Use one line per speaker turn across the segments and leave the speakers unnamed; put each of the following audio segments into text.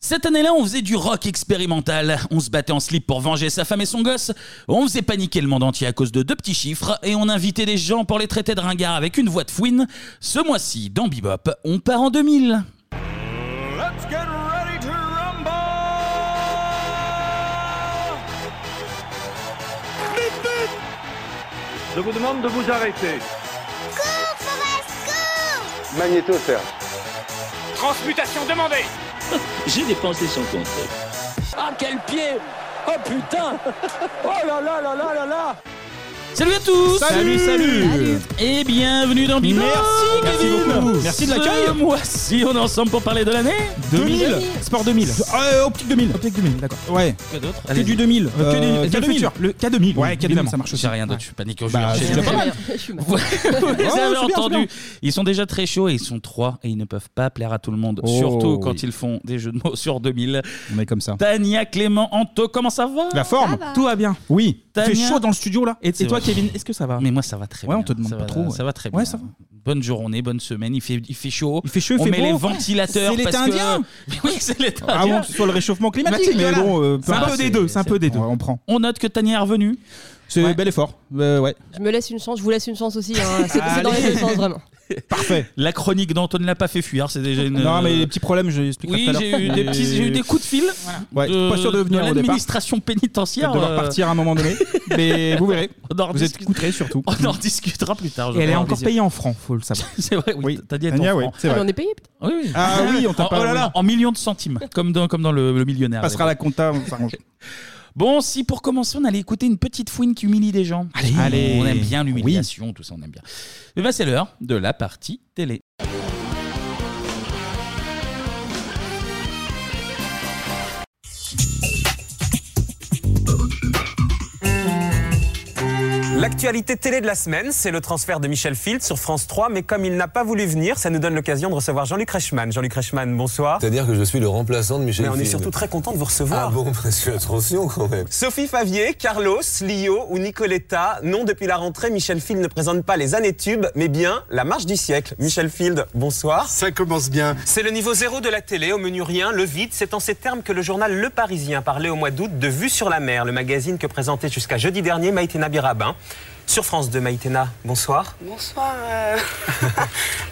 Cette année-là, on faisait du rock expérimental. On se battait en slip pour venger sa femme et son gosse. On faisait paniquer le monde entier à cause de deux petits chiffres. Et on invitait des gens pour les traiter de ringards avec une voix de fouine. Ce mois-ci, dans Bebop, on part en 2000.
Let's get ready to rumble! Vite, vite!
Je vous demande de vous arrêter.
Magnéto, Serge.
Transmutation demandée
J'ai dépensé sans compter.
Ah quel pied Oh putain Oh là là là là là là
Salut à tous
Salut, salut. Salut.
Et bienvenue dans Bebop
Merci, merci beaucoup. Merci de l'accueil.
Ce mois-ci, on est ensemble pour parler de l'année
2000. Sport 2000. Euh, optique 2000.
Optique 2000, d'accord.
Ouais.
Que d'autre
Que du 2000.
Euh,
que
que
des-
le
K2000.
futur.
Le K2000. Ouais, K2000, ça marche aussi.
J'ai rien d'autre, je suis panique. je
Bah,
vais
c'est
chercher.
déjà pas mal.
Vous les
Oh, c'est
avez
bien, c'est
entendu.
bien.
Ils sont déjà très chauds et ils sont trois et ils ne peuvent pas plaire à tout le monde.
Oh,
Surtout quand
oui.
ils font des jeux de mots sur 2000.
On est comme ça.
Tania, Clément, Anto, comment ça va
La forme.
Tout va bien.
Oui.
Tania.
Fait chaud dans le studio là. Et,
C'est
et toi,
vrai.
Kevin, est-ce que ça va
Mais moi, ça va très
ouais,
bien.
on te demande
Ça
pas
va-
trop.
Ça va très bien.
Ouais, ça va.
Bonne journée, bonne semaine. Il fait, il fait chaud.
Il fait chaud, il
On
fait
met
beau.
les ventilateurs.
C'est l'été
parce que-
indien.
Oui, c'est l'été
Ah
indien.
bon, que ce soit le réchauffement climatique.
Climatique,
Mais
voilà.
bon, euh, peu
C'est un
importe.
peu des deux, c'est un peu des deux.
On prend.
On note que Tania est revenue.
C'est bel effort. Euh, ouais.
Je me laisse une chance, je vous laisse une chance aussi. hein. C'est c'est dans les
Allez.
deux sens, vraiment.
Parfait.
La chronique d'Anto ne l'a pas fait fuir. C'est déjà une.
Non, mais les petits problèmes, je l'expliquerai
Oui,
tout à l'heure.
j'ai eu, des
Et-
petits, j'ai eu des coups de fil.
Ouais,
de,
pas sûr de venir au départ.
l'administration pénitentiaire.
Peut-être devoir
euh,
partir à un moment donné. Mais vous verrez.
on en
Vous êtes
discute-
coutrés surtout.
On en discutera plus tard. je
Et elle est
crois,
encore
plaisir.
payée en francs, faut le savoir.
C'est vrai, oui.
Oui.
Tania est
Tania,
en
oui,
franc.
c'est
Ah, mais
vrai.
on est payé. putain.
Oui, oui.
Ah oui, on t'a
En-
pas.
oh là là, en millions de centimes, comme dans, comme dans le, le millionnaire.
Passera la compta, on s'arrange.
Bon, si pour commencer, on allait écouter une petite fouine qui humilie des gens. Allez,
Allez.
on aime bien l'humiliation, tout ça, on aime bien. Et ben, c'est l'heure de la partie télé.
L'actualité télé de la semaine, c'est le transfert de Michel Field sur France 3, mais comme il n'a pas voulu venir, ça nous donne l'occasion de recevoir Jean-Luc Reichmann. Jean-Luc Reichmann, bonsoir.
C'est-à-dire que je suis le remplaçant de Michel
Mais on est
Field.
surtout très content de vous
Ah
recevoir.
bon, monsieur, attention quand même.
Sophie Favier, Carlos, Lio ou Nicoletta, non, depuis la rentrée, Michel Field ne présente pas les années tubes, mais bien la marche du siècle. Michel Field, bonsoir.
Ça commence bien.
C'est le niveau zéro de la télé, au menu rien, le vide. C'est en ces termes que le journal Le Parisien parlait au mois d'août de Vue sur la mer, le magazine que présentait jusqu'à jeudi dernier Maïtena Birabin. Sur France 2, Maïtena, bonsoir.
Bonsoir. euh.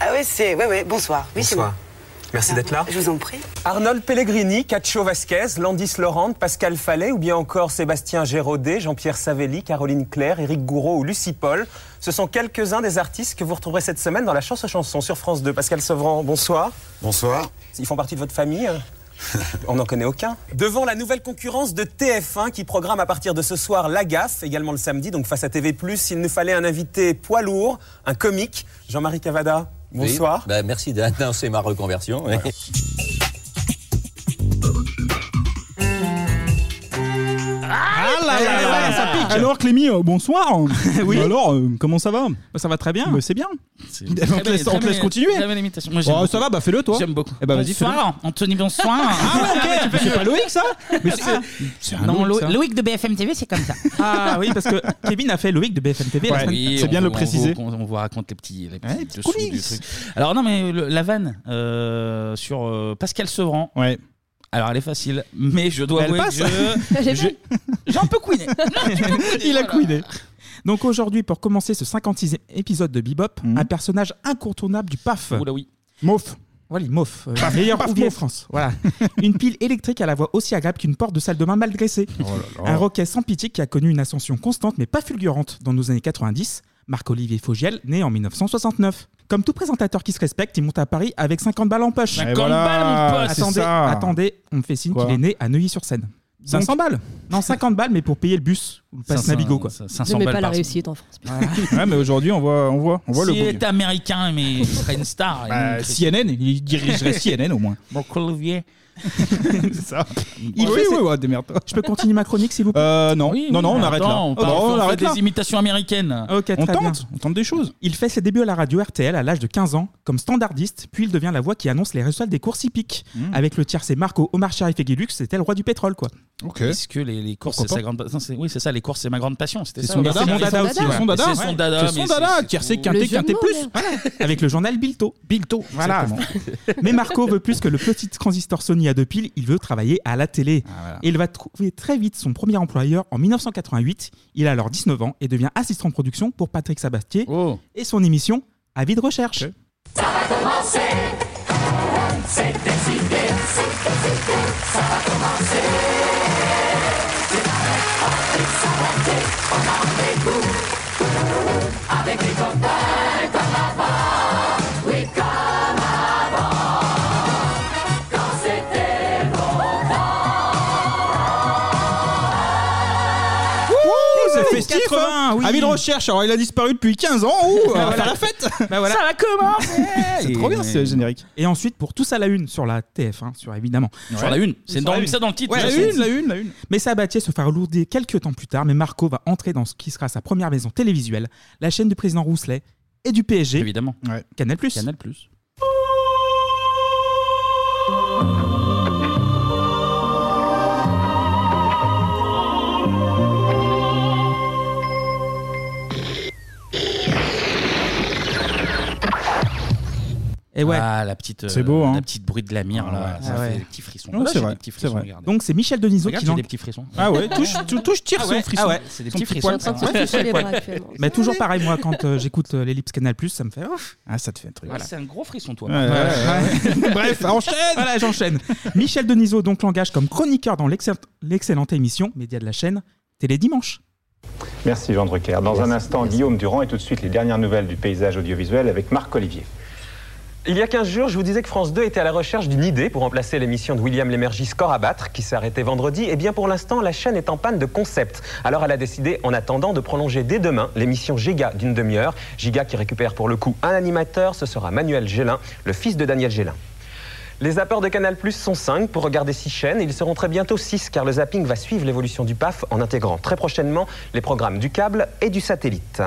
ah oui, c'est. Ouais, ouais, bonsoir. Oui, c'est
Bonsoir.
moi. Ah,
Merci d'être là.
Je vous en prie.
Arnold Pellegrini, Cacho Vasquez, Landis Laurent, Pascal Fallet ou bien encore Sébastien Gérodet, Jean-Pierre Savelli, Caroline Claire, Éric Gouraud ou Lucie Paul. Ce sont quelques-uns des artistes que vous retrouverez cette semaine dans la chance aux chansons sur France 2. Pascal Sevran, bonsoir.
Bonsoir.
Ils font partie de votre famille hein on n'en connaît aucun. Devant la nouvelle concurrence de TF1 qui programme à partir de ce soir La Gaffe, également le samedi, donc face à TV+, il nous fallait un invité poids lourd, un comique. Jean-Marie Cavada,
Oui.
bonsoir.
Bah, merci d'annoncer ma reconversion. oui.
Ah là
là là, ça pique.
Alors Clémy, euh, bonsoir. oui. Alors, euh, comment ça va Ça va très bien. c'est bien.
C'est-
On te
Très
laisse-
belle-
on te
très
laisse
belle-
continuer.
très belle imitation. Moi, j'aime
Oh,
beaucoup.
ça va, bah fais-le toi.
J'aime beaucoup.
Eh bah vas-y, fais-le.
bonsoir, Anthony, bonsoir.
Ah ouais, ok. C'est pas Loïc ça Mais c'est- C'est un
non,
Loïc, ça.
Lo- Loïc de BFM TV, c'est comme ça.
Ah oui, parce que Kevin a fait Loïc de BFM TV. la
Ouais,
semaine-
oui,
c'est
on
bien de le
vous- on
préciser.
vous- On, vous raconte les petits, les petits
Ouais, les petites
dessous du
coulisses.
truc. Alors non, mais le- la vanne euh, sur euh, Pascal Sevran.
Ouais.
Alors elle est facile, mais je dois
Elle
avouer que
passe.
je-
J'ai
je-
vu.
j'ai un peu couiné.
Il a couiné. Donc aujourd'hui, pour commencer ce 56e épisode de Bebop, un personnage incontournable du PAF.
Oula oui.
Mof. Voilà, Mof. euh, meilleur Paf ouvrier de Mof. France. Voilà. Une pile électrique à la voix aussi agréable qu'une porte de salle de bain mal dressée. Un roquet sans pitié qui a connu une ascension constante mais pas fulgurante dans nos années 90, Marc-Olivier Fogiel, né en 1969. Comme tout présentateur qui se respecte, il monte à Paris avec 50 balles en poche.
50
Attendez,
balles, mon pote.
attendez, attendez, on me fait signe Quoi qu'il est né à Neuilly-sur-Seine. 500 balles Non, 50 balles, mais pour payer le bus ou le passe
500
Navigo, quoi.
ça-
Je
500
mets
balles
pas la
par
réussite en France.
Ouais, mais aujourd'hui, on voit, on voit, on voit
S'il
le
est américain, mais il serait une star.
Bah, CNN, il dirigerait CNN au moins.
Marc-Olivier.
C'est ça. Il fait ses-
ouais, démerde-toi.
Je peux continuer ma chronique, s'il vous plaît
Euh, non. non, non, on
Attends,
arrête là.
On,
Oh,
parle-
non,
on
on
fait
arrête
des
là.
imitations américaines.
Ah, Ok, très
On
bien.
tente, on tente des choses.
Il fait ses débuts à la radio RTL à l'âge de 15 ans, comme standardiste, puis il devient la voix qui annonce les résultats des courses hippiques.
Hmm.
Avec le tiercé Marco, Omar Sharif et Guilux, c'était le roi du pétrole, quoi.
Ok.
Est-ce que les, les courses, c'est
Pourquoi
sa grande passion Oui, c'est ça, les courses, c'est ma grande passion. C'était
C'est
ça,
son
oui.
dada, mon dada
dada.
aussi. C'est son dada.
C'est son dada,
C'est son
mais
dada.
c'est- c'est-
Tiercé,
Le
quintet,
vieux
quintet
mot,
plus.
là.
Voilà. Avec le journal Bilto. Bilto, voilà. Mais Marco veut plus que le petit transistor Sony à deux piles, il veut travailler à la télé. Et il va trouver très vite son premier employeur en 1988. Il a alors 19 ans et devient assistant de production pour Patrick Sabatier et son émission Avis de recherche.
Ça va commencer. C'est décidé, c'est décidé, ça va commencer. C'est avec Patrick Sabatier, on a rendez-vous. Avec les copains comme avant, oui comme avant. Quand c'était le bon
Ouh, c'est
Ouh,
festif
80,
hein.
oui.
Avis de recherche, alors il a disparu depuis 15 ans, ouh, on va faire la fête
Ça
va commencer Bah C'est trop bien ce générique
Et ensuite, pour tous à la une, sur la TF1, sur, évidemment.
Sur la une. C'est dans- ça dans le titre,
Ouais,
déjà,
la
c'est-
une, la une, la une. Mais Sabatier se fera lourder quelques temps plus tard, mais Marco va entrer dans ce qui sera sa première maison télévisuelle, la chaîne du président Rousselet et du PSG.
Évidemment.
Canal+.
Canal+.
Et ouais.
Ah, la petite, euh,
C'est beau, hein.
la petite bruit de la mire, là.
Ah
Ça
ouais.
fait des petits frissons.
Ouais,
Là,
c'est
j'ai
vrai,
des petits frissons, regardez.
Donc c'est Michel Denisot
Regarde,
qui
j'ai
l'en-
des petits frissons.
Ah ouais, touche,
tou- touche, tire son frisson.
Ah ouais,
C'est des
son
petits
petit
frissons.
poil.
Je suis en train de me toucher les bras actuellement.
Mais toujours pareil, moi, quand euh, j'écoute euh, l'ellipse Canal+, ça me fait...
Ah, ça te fait un truc.
Ouais, C'est un gros frisson, toi.
Ouais, ouais, ouais.
Bref, enchaîne
Voilà, j'enchaîne. Michel Denisot donc l'engage comme chroniqueur dans l'excell- l'excellente émission média de la chaîne Télé Dimanche.
Merci Jean Drucker. Dans un instant, Guillaume Durand et tout de suite les dernières nouvelles du paysage audiovisuel avec Marc Olivier.
Il y a 15 jours, je vous disais que France 2 était à la recherche d'une idée pour remplacer l'émission de William Lémergie Score à battre, qui s'arrêtait vendredi. Et bien pour l'instant, la chaîne est en panne de concept. Alors elle a décidé, en attendant, de prolonger dès demain l'émission Giga d'une demi-heure. Giga qui récupère pour le coup un animateur, ce sera Manuel Gélin, le fils de Daniel Gélin. Les apports de Canal Plus sont 5 pour regarder 6 chaînes. Ils seront très bientôt 6 car le zapping va suivre l'évolution du PAF en intégrant très prochainement les programmes du câble et du satellite.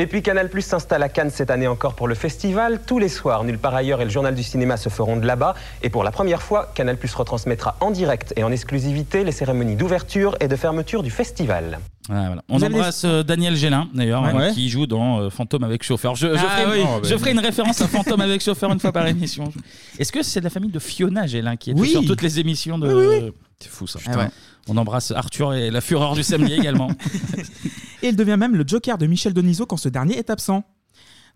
Et puis Canal Plus s'installe à Cannes cette année encore pour le festival. Tous les soirs, Nulle part ailleurs et le Journal du cinéma se feront de là-bas. Et pour la première fois, Canal Plus retransmettra en direct et en exclusivité les cérémonies d'ouverture et de fermeture du festival.
Ah, voilà. On
Vous avez
embrasse euh, Daniel Gélin, d'ailleurs,
Ouais.
euh,
Ouais.
qui joue dans euh, Fantôme avec chauffeur. Je, je
Ah
ferai,
oui.
je ferai une référence à Fantôme avec chauffeur une fois par émission. Est-ce que c'est de la famille de Fiona Gélin qui est
Oui.
sur toutes les émissions de.
Oui, oui.
C'est fou ça.
Ah
putain.
ouais.
On embrasse Arthur et la fureur du samedi également.
Et il devient même le joker de Michel Denisot quand ce dernier est absent.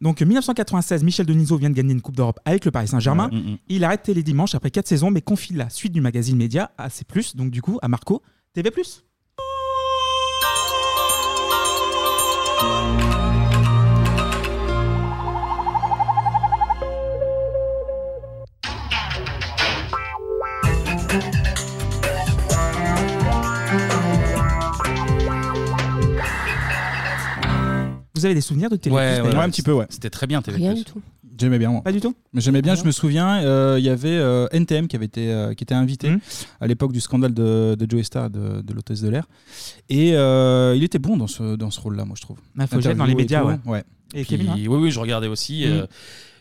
Donc 1996, Michel Denisot vient de gagner une Coupe d'Europe avec le Paris Saint-Germain.
mm,
Il arrête Télé Dimanche après 4 saisons, mais confie la suite du magazine média à C+, donc du coup à Marco, TV+. Vous avez des souvenirs de Télé+,
Ouais,
d'ailleurs
ouais, un petit peu, ouais.
C'était très bien, TV+.
Rien du tout.
J'aimais bien, moi.
Pas du tout
Mais j'aimais bien, je me souviens, euh, il y avait euh, NTM qui, avait été, euh, qui était invité à l'époque du scandale de, de Joey Star, de, de l'hôtesse de l'air. Et euh, il était bon dans ce, dans ce rôle-là, moi, je trouve.
Ah, faut le
Interview
dire dans les
et hein.
médias,
Mm. tout,
ouais.
Puis, oui, oui, je regardais aussi. euh,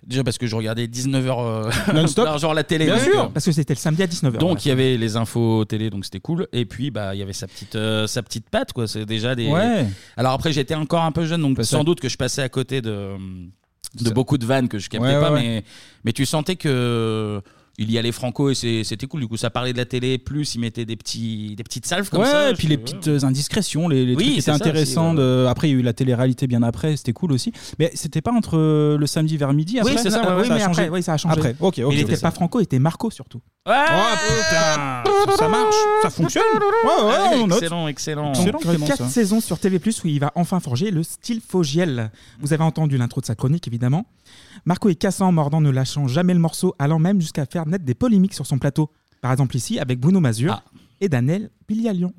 déjà parce que je regardais 19h
Non-stop.
genre la télé.
Bien
donc, euh,
sûr Parce que c'était le samedi à 19h.
Donc il y avait les infos télé, donc c'était cool. Et puis bah il y avait sa petite euh, sa petite patte quoi. C'est déjà des.
Ouais.
Alors après j'étais encore un peu jeune, donc
Bah, ça-
sans doute que je passais à côté de de beaucoup de vannes que je captais
Ouais, ouais,
pas,
ouais.
mais mais tu sentais que il y allait franco et c'est- c'était cool. Du coup ça parlait de la télé plus, il mettait des petits des petites salves comme
ouais,
ça.
et puis
je-
les petites euh, indiscrétions, les, les
Oui,
trucs qui
c'est
étaient
ça aussi,
intéressants. de- Après, il y a eu la télé-réalité bien après, c'était cool aussi. Mais c'était pas entre euh, le samedi vers midi après
oui, c'est ça,
Ah,
oui,
a
mais
changé.
après, oui, ça a changé.
Après, ok, ok.
Mais il n'était pas Franco, il était Marco surtout.
Oh,
Ah, putain, ça- ça marche, ça fonctionne. Ouais, ouais,
Allez,
on note.
excellent, excellent.
Donc, euh, quatre saisons sur TV+, où il va enfin forger le style Fogiel. Vous avez entendu l'intro de sa chronique, évidemment. Marco est cassant, mordant, ne lâchant jamais le morceau, allant même jusqu'à faire naître des polémiques sur son plateau. Par exemple ici, avec Bruno Mazur
Ah.
et Daniel Pilialion.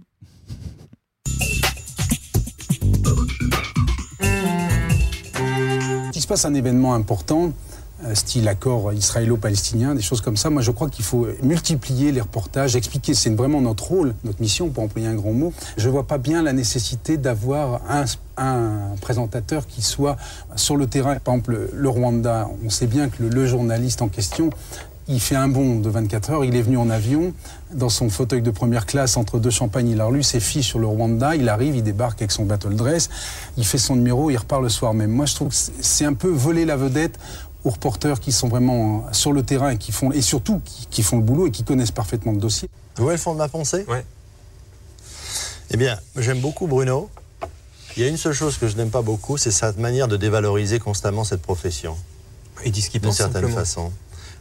S'il se passe un événement important, euh, style accord israélo-palestinien, des choses comme ça, moi je crois qu'il faut multiplier les reportages, expliquer, c'est vraiment notre rôle, notre mission, pour employer un grand mot. Je ne vois pas bien la nécessité d'avoir un, un présentateur qui soit sur le terrain. Par exemple, le- le Rwanda, on sait bien que le- le journaliste en question il fait un bond de 24 heures, il est venu en avion, dans son fauteuil de première classe, entre deux champagnes, il a relu ses fiches sur le Rwanda, il arrive, il débarque avec son battle dress, il fait son numéro, il repart le soir même. Moi, je trouve que c'est un peu voler la vedette aux reporters qui sont vraiment euh, sur le terrain et qui font, et surtout qui, qui font le boulot et qui connaissent parfaitement le dossier.
Vous voyez le fond de ma pensée Oui. Eh bien, j'aime beaucoup Bruno. Il y a une seule chose que je n'aime pas beaucoup, c'est sa manière de dévaloriser constamment cette profession. Il dit ce qu'il
pense,
D'une certaine
simplement.
façon.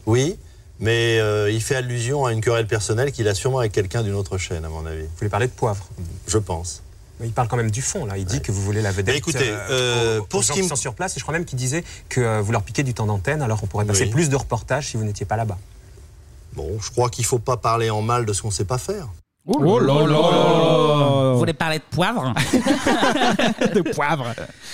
Oui, mais euh, il fait allusion à une querelle personnelle qu'il a sûrement avec quelqu'un d'une autre chaîne, à mon avis. Vous voulez parler de poivre Je pense.
Mais il parle quand même du fond, là. Il dit que vous voulez la vedette.
Mais Bah, écoutez,
euh, aux-
pour
aux
ce
gens
qui
qui
me-
sont sur place, et je crois même qu'il disait que euh, vous leur piquez du temps d'antenne, alors on pourrait passer
Oui.
plus de reportages si vous n'étiez pas là-bas.
Bon, je crois qu'il ne faut pas parler en mal de ce qu'on ne sait pas faire.
Oh là là Vous voulez parler de poivre
De
Euh,
poivre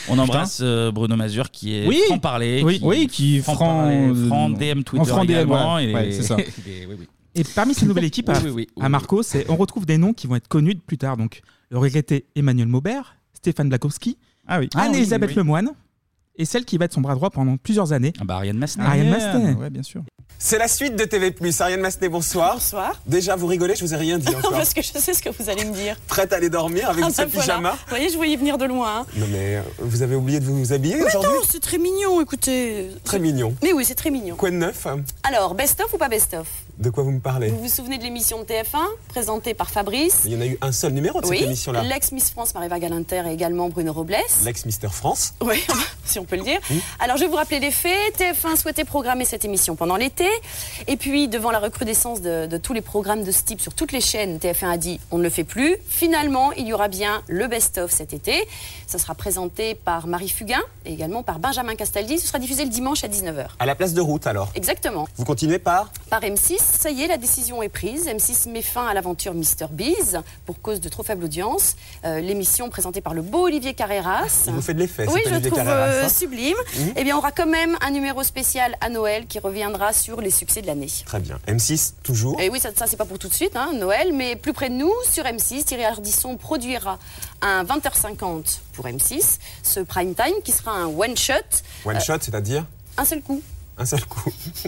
On embrasse euh, Bruno Mazur qui est
Oui.
franc parler,
Oui, oui, qui
franc,
franc-
franc DM
en
Twitter
franc DM,
également.
ouais.
il
Ouais,
est-
c'est ça.
il est- oui, oui.
Et parmi cette nouvelle équipe, à,
Oui, oui, oui, oui,
à Marco, c'est- on retrouve des noms qui vont être connus de plus tard. Donc, le regretté Emmanuel Maubert, Stéphane Blakowski,
Ah oui,
Anne-Elisabeth
oui, oui.
Lemoine, et celle qui va être son bras droit pendant plusieurs années.
Ah bah, Ariane Massenet.
Ariane
Ah Ouais, bien sûr.
C'est la suite de TV+. Ariane Massenet, bonsoir. Bonsoir. Déjà, vous rigolez, je vous ai rien dit
Non,
encore.
parce que je sais ce que vous allez me dire.
Prête à aller dormir avec
Ah,
ce
bah, voilà.
pyjama
Vous voyez, je voyais venir de loin. hein.
Non mais euh, vous avez oublié de vous habiller
Mais
aujourd'hui
non, c'est très mignon, écoutez.
Très mignon.
Mais oui, c'est très mignon.
Quoi de neuf
Alors, best-of ou pas best-of
De quoi vous me parlez
Vous vous souvenez de l'émission de TF1, présentée par Fabrice
Il y en a eu un seul numéro de
Oui,
cette émission-là.
l'ex-Miss France Maréva Galinter et également Bruno Robles.
L'ex-Mister France.
Oui, si on peut le dire. Alors, je vais vous rappeler les faits. TF1 souhaitait programmer cette émission pendant l'été. Et puis, devant la recrudescence de, de tous les programmes de ce type sur toutes les chaînes, TF1 a dit on ne le fait plus. Finalement, il y aura bien le best-of cet été. Ça sera présenté par Marie Fugain et également par Benjamin Castaldi. Ce sera diffusé le dimanche à 19h.
À la place de route alors.
Exactement.
Vous continuez par
Par M6, ça y est, la décision est prise. M6 met fin à l'aventure Mister Bees pour cause de trop faible audience. Euh, L'émission présentée par le beau Olivier Carreras.
Il vous fait de l'effet,
Oui,
cet
je le
Olivier
trouve
Carreras,
euh,
hein.
sublime.
Mhm.
Eh bien, on aura quand même un numéro spécial à Noël qui reviendra sur les succès de l'année.
Très bien. M6 toujours.
Et oui, ça, ça, c'est pas pour tout de suite, hein, Noël, mais plus près de nous, sur M6, Thierry Ardisson produira un 20h50 pour M6, ce prime time qui sera un one-shot, Euh.
One shot, c'est-à-dire
un seul coup.
un seul coup.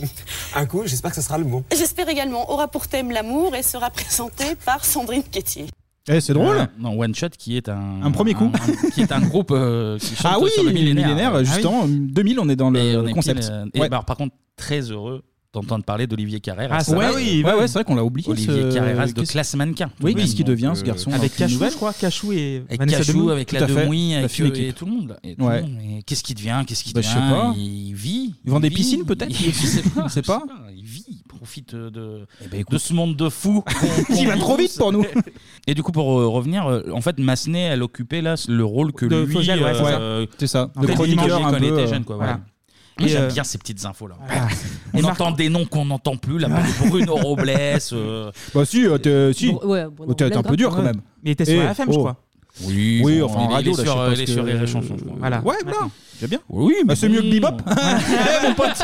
un coup, j'espère que ce sera le bon.
J'espère également, aura pour thème l'amour et sera présenté par Sandrine Quétier.
Eh, c'est drôle.
Euh, non, One Shot qui est un.
Un premier coup.
un- qui est un groupe euh, qui chante
ah oui,
sur le millénaire. Ah oui.
justement. 2000, on est dans le
Et on est
concept.
pile, euh, et
Ouais.
bah, alors, par contre, très heureux d'entendre parler d'Olivier Carrère.
Ah, ça va, oui, ouais, ouais, c'est vrai qu'on l'a oublié,
Olivier
ce-
Carreras de
qu'est-ce-
classe mannequin.
Oui,
Tout
qu'est-ce
de
qu'il
même,
devient,
donc, euh,
ce garçon,
Avec
dans Film
Cachou,
Nouvelle
je
crois, Cachou et
avec
Vanessa
Cachou,
Demouy.
avec
Tout
la
à fait.
Demouy,
La
avec
fine
euh,
équipe.
et tout le monde. Et tout
Ouais.
le monde. Et Qu'est-ce qui devient Qu'est-ce qui
Bah, je
devient
sais pas.
Il vit.
Ils vendent
il
des
vit,
piscines, peut-être
il- Je sais pas.
Je sais pas.
Il vit, il profite euh, de,
Eh
de ce monde de fous.
Qui ben, va trop vite pour nous.
Et du coup, pour euh, revenir, euh, en fait, Massenet, elle occupait là le rôle que
De
lui.
Fogel, ouais, c'est ça.
euh,
C'est ça.
De chroniqueur quand elle était jeune, quoi.
euh, voilà.
Voilà. Moi,
Et,
J'aime
euh,
bien ces petites infos là.
voilà.
On entend des noms qu'on n'entend plus, là, par exemple, Bruno Robles. euh,
Bah si, euh, t'es- si.
Bon, ouais, Bruno
T'es- t'es un
Robles,
peu dur
ouais.
quand même.
Mais il était sur
Eh,
la FM, je
oh.
crois.
Oui,
bon,
enfin en
il est
radio, là, je
sur,
sais
euh,
pas
il est
ce
sur
que-
Rire et Chanson, je crois.
Voilà. Ouais, voilà. J'aime bien.
Oui, mais
c'est mieux que bebop. Eh, mon pote.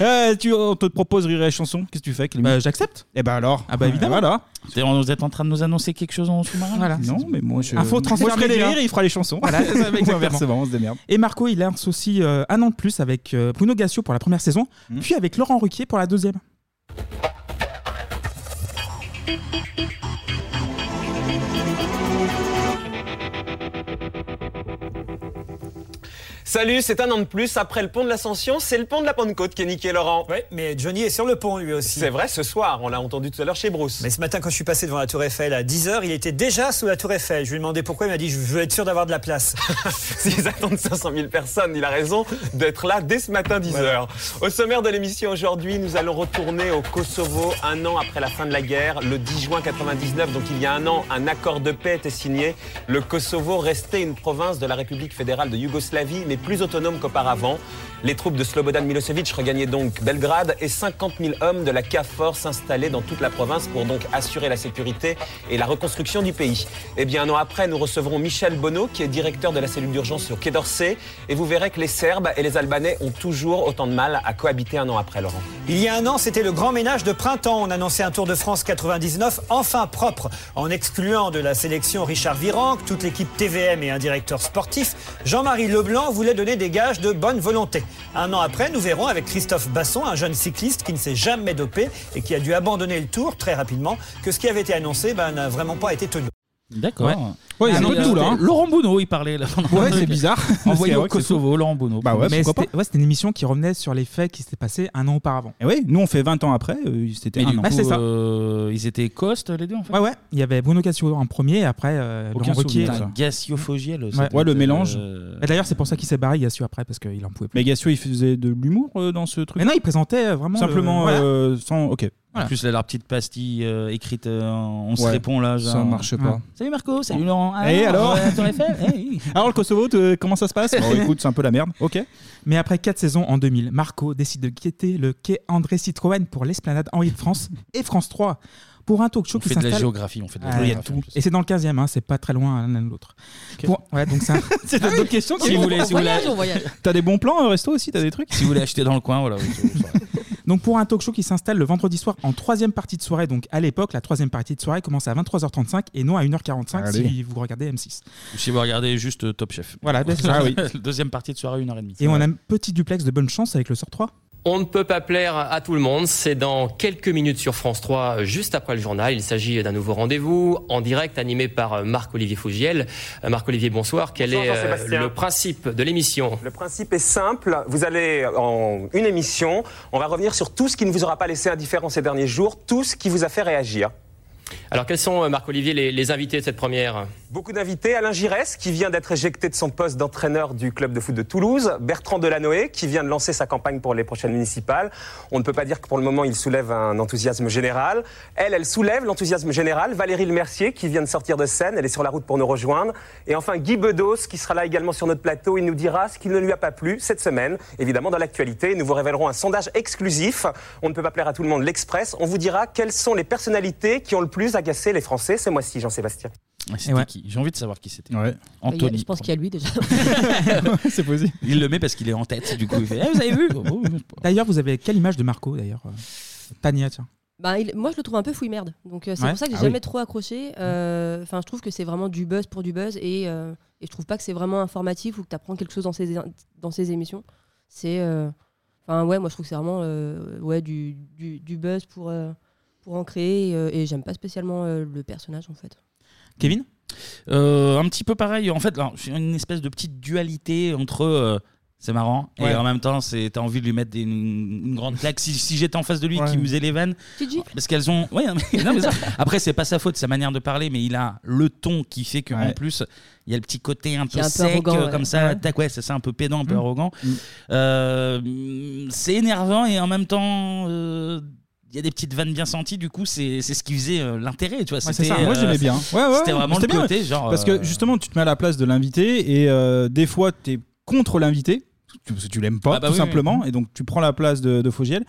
Eh, eh, tu, on te propose Rire et Chanson. Qu'est-ce que tu fais avec
Bah,
J'accepte.
Eh ben alors. Ah
bah, évidemment.
Voilà.
C'est- on- Vous êtes en train de nous annoncer quelque chose en sous-marin là
Non, mais Euh, moi je.
Info transfert
Moi, je ferai les
média.
rires et il fera les chansons.
Voilà, c'est ça,
Ou
exactement.
inversement, on se démerde.
Et Marco, il lance aussi euh, un an de plus avec euh, Bruno Gassio pour la première saison, puis avec Laurent Ruquier pour la deuxième.
Salut, c'est un an de plus. Après le pont de l'Ascension, c'est le pont de la Pentecôte qui est niqué, Laurent.
Oui, mais Johnny est sur le pont lui aussi.
C'est vrai, ce soir, on l'a entendu tout à l'heure chez Bruce.
Mais ce matin, quand je suis passé devant la Tour Eiffel à 10h, il était déjà sous la Tour Eiffel. Je lui ai demandé pourquoi, il m'a dit Je veux être sûr d'avoir de la place.
S'ils attendent 500 000 personnes, il a raison d'être là dès ce matin 10h. Au sommaire de l'émission aujourd'hui, nous allons retourner au Kosovo un an après la fin de la guerre. Le 10 juin 99, donc il y a un an, un accord de paix était signé. Le Kosovo restait une province de la République fédérale de Yougoslavie, mais plus autonome qu'auparavant. Les troupes de Slobodan Milosevic regagnaient donc Belgrade et 50 000 hommes de la KFOR s'installaient dans toute la province pour donc assurer la sécurité et la reconstruction du pays. Et bien un an après, nous recevrons Michel Bonneau qui est directeur de la cellule d'urgence au Quai d'Orsay et vous verrez que les Serbes et les Albanais ont toujours autant de mal à cohabiter un an après, Laurent.
Il y a un an, c'était le grand ménage de printemps. On annonçait un Tour de France 99 enfin propre, en excluant de la sélection Richard Virenque, toute l'équipe TVM et un directeur sportif. Jean-Marie Leblanc voulait donner des gages de bonne volonté. Un an après, nous verrons avec Christophe Basson, un jeune cycliste qui ne s'est jamais dopé et qui a dû abandonner le Tour très rapidement, que ce qui avait été annoncé ben, n'a vraiment pas été tenu.
D'accord.
Ouais. Ouais, il y a un peu de tout, là, hein.
Ah, Laurent Bounot, il parlait là.
Ouais, c'est bizarre.
Envoyé
C'est
au
vrai que c'est
Kosovo,
fou.
Laurent Bounot.
Bah ouais,
Mais
pourquoi
c'était ouais, c'était une émission qui revenait sur les faits qui s'étaient passés un an auparavant.
Et oui, nous on fait 20 ans après, euh, c'était
Mais
un
du
an. Ah
coup, Ah, c'est ça.
euh, ils étaient costes les deux en fait
Ouais, ouais. Il y avait Bruno Cassio en premier, et après euh,
Aucun
Laurent Ruquier.
souvenir. Putain, Gassio Fogiel,
Ouais.
c'était, Ouais, le euh, mélange. euh,
Et D'ailleurs, c'est pour ça qu'il s'est barré Gassio après, parce qu'il en pouvait plus.
Mais Gassio, il faisait de l'humour euh, dans ce truc
Mais non, il présentait euh, vraiment.
Simplement,
le- voilà.
euh, sans. Ok.
En plus, là, leur petite pastille euh, écrite, euh, on se
Ouais,
répond là.
ça
genre.
marche pas.
Ouais. Salut Marco, salut Laurent. Ah
Eh,
Et alors
ouais, euh, Tour Eiffel, eh hey.
Alors le Kosovo, te- comment ça se passe Bon, Écoute, c'est un peu la merde. Ok.
Mais après 4 saisons en 2000, Marco décide de quitter le quai André Citroën pour l'esplanade Henri de France et France 3 pour un talk show
On
qui
fait de la
s'installe-
géographie, on fait de la
Ah,
géographie,
il y a tout. Et c'est dans le 15e, hein, c'est pas très loin l'un de l'autre. Pour- Ouais, donc c'est un-
C'est
Ah oui.
d'autres questions
Si vous voulez- si vous voulez- On voyage, on voyage.
T'as des bons plans, euh, resto aussi T'as des trucs
Si vous voulez acheter dans le coin, voilà.
Donc pour un talk show qui s'installe le vendredi soir en troisième partie de soirée, donc à l'époque la troisième partie de soirée commence à 23h35 et non à 1h45
Allez.
si vous regardez M6.
Si vous regardez juste euh, Top Chef.
Voilà, ben, c'est ça. Ah oui.
Deuxième partie de soirée, 1h30.
Et on a un petit duplex de bonne chance avec le sort 3.
On ne peut pas plaire à tout le monde. C'est dans quelques minutes sur France 3, juste après le journal. Il s'agit d'un nouveau rendez-vous en direct animé par Marc-Olivier Fougiel. Euh, Marc-Olivier, bonsoir. Quel
Bonsoir,
est euh,
Jean-Sébastien.
le principe de l'émission
Le principe est simple. Vous allez en une émission, on va revenir sur tout ce qui ne vous aura pas laissé indifférent ces derniers jours, tout ce qui vous a fait réagir.
Alors, quels sont, euh, Marc-Olivier, les, les invités de cette première
Beaucoup d'invités. Alain Giresse, qui vient d'être éjecté de son poste d'entraîneur du club de foot de Toulouse. Bertrand Delanoë, qui vient de lancer sa campagne pour les prochaines municipales. On ne peut pas dire que pour le moment, il soulève un enthousiasme général. Elle, elle soulève l'enthousiasme général. Valérie Le Mercier, qui vient de sortir de scène. Elle est sur la route pour nous rejoindre. Et enfin, Guy Bedos, qui sera là également sur notre plateau. Il nous dira ce qui ne lui a pas plu cette semaine. Évidemment, dans l'actualité, nous vous révélerons un sondage exclusif. On ne peut pas plaire à tout le monde, l'Express. On vous dira quelles sont les personnalités qui ont le plus agacé les Français ce mois-ci, Jean-Sébastien.
Ah, C'était qui J'ai envie de savoir qui c'était.
Il y a-
Anthony.
Je pense qu'il y a lui déjà.
c'est possible.
Il le met parce qu'il est en tête. Du coup, il fait Eh, Vous avez vu Oh, oh,
D'ailleurs, vous avez quelle image de Marco d'ailleurs euh, Tania, tiens.
Bah, il- moi, je le trouve un peu fouille merde. Donc, euh, c'est
Ouais.
pour ça que j'ai
Ah
jamais
oui.
trop accroché. Euh, Enfin, je trouve que c'est vraiment du buzz pour du buzz et, euh, et je trouve pas que c'est vraiment informatif ou que tu apprends quelque chose dans ces, dans ces émissions. C'est. euh, Enfin, ouais, moi, je trouve que c'est vraiment euh, ouais, du, du, du buzz pour, euh, pour en créer et, euh, et j'aime pas spécialement euh, le personnage en fait.
Kevin
Euh, Un petit peu pareil. En fait, alors, c'est une espèce de petite dualité entre. euh, c'est marrant.
Ouais.
Et en même temps, c'est- t'as envie de lui mettre des- une, une grande claque. Si, si j'étais en face de lui,
Ouais.
qui me faisait les vannes.
Gigi
Parce qu'elles ont. Ouais, non, mais- non, mais ça- Après, c'est pas sa faute, sa manière de parler, mais il a le ton qui fait que en
Ouais.
plus, il y a le petit côté un
Qui
peu
est un peu
sec,
arrogant,
euh,
ouais.
comme ça. Tac, ouais, c'est ça, un peu pédant, un
Mm.
peu arrogant. Euh, c'est énervant et en même temps. euh, il y a des petites vannes bien senties, du coup, c'est c'est ce qui faisait euh, l'intérêt, tu vois.
Ouais, c'est
c'était,
ça. Moi,
euh,
j'aimais bien. Ouais, ouais,
c'était
ouais.
vraiment le
bien,
côté,
ouais.
genre.
Parce
euh,
que justement, tu te mets à la place de l'invité et euh, des fois, tu es contre l'invité. tu- Parce que tu l'aimes pas,
Ah bah
tout
oui,
simplement,
oui.
et donc tu prends la place de, de Fogiel.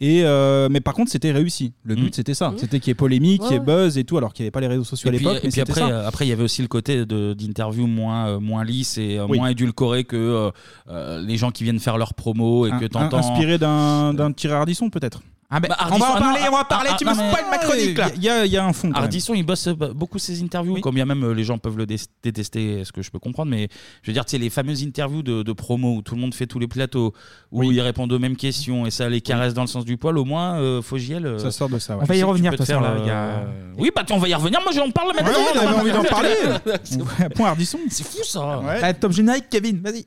Et euh, mais par contre, c'était réussi. Le
Mm.
but, c'était ça. C'était qu'il y ait polémique, qu'il y ait
Ouais,
buzz et tout, alors qu'il n'y avait pas les réseaux sociaux
et
à
puis,
l'époque.
et
mais
puis
c'était
après,
ça.
euh, après, il y avait aussi le côté de- d'interviews moins, euh, moins lisses et euh,
Oui.
moins édulcorées que euh, euh, les gens qui viennent faire leurs promos et
Un-
que
un-
t'entends.
Inspiré d'un d'un tir à Ardisson, peut-être.
Bah,
on
Ardisson-
va en
ah, non,
parler, on va en
ah,
parler.
ah,
tu
ah,
me
non,
spoil ma
mais-
chronique là. Il y, a- il y a un fond. quand même.
Ardisson, il bosse euh, beaucoup ses interviews, comme bien même euh, les gens peuvent le dé- détester, ce que je peux comprendre, mais je veux dire, tu sais, les fameuses interviews de, de promo où tout le monde fait tous les plateaux, où ils répondent aux mêmes questions et ça les caresse dans le sens du poil, au moins, euh, Fogiel. euh,
Ça sort de ça, ouais.
tu
On va y
sais que tu
revenir,
peux
de
te
toute façon,
faire,
là, il y a-
euh, Oui, bah, tu- on va y revenir, moi j'en parle maintenant.
Ouais, on avait envie d'en parler. Point Ardisson.
C'est fou ça. Euh,
Ah, top générique, Kevin, vas-y.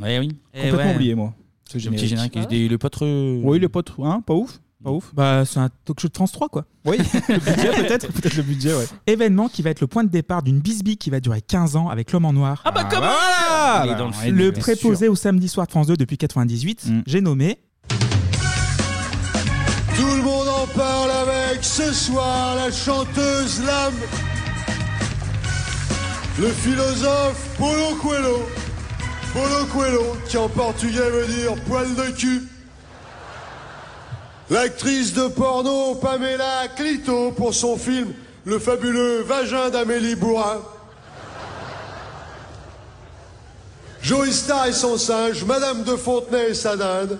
Ouais, oui.
Eh
Complètement
ouais.
oublié, moi.
Le petit générique,
Ah.
il- il est pas trop. Mm.
Oui, il est pas trop. Hein, pas ouf. Pas ouf.
Bah, c'est un talk show de France 3, quoi.
Oui, le budget peut-être. Peut-être le budget, ouais.
Événement qui va être le point de départ d'une bisbee qui va durer 15 ans avec l'homme en noir. ah,
Ah bah comment Il est dans
Ah,
le, préposé au samedi soir de France 2 depuis 98, j'ai nommé.
Tout le monde en parle avec ce soir la chanteuse Lame, le philosophe Polo Coelho. Polo Coelho, qui en portugais veut dire poil de cul. L'actrice de porno Pamela Clito pour son film Le fabuleux vagin d'Amélie Bourrin. Joey Star et son singe, Madame de Fontenay et sa dinde.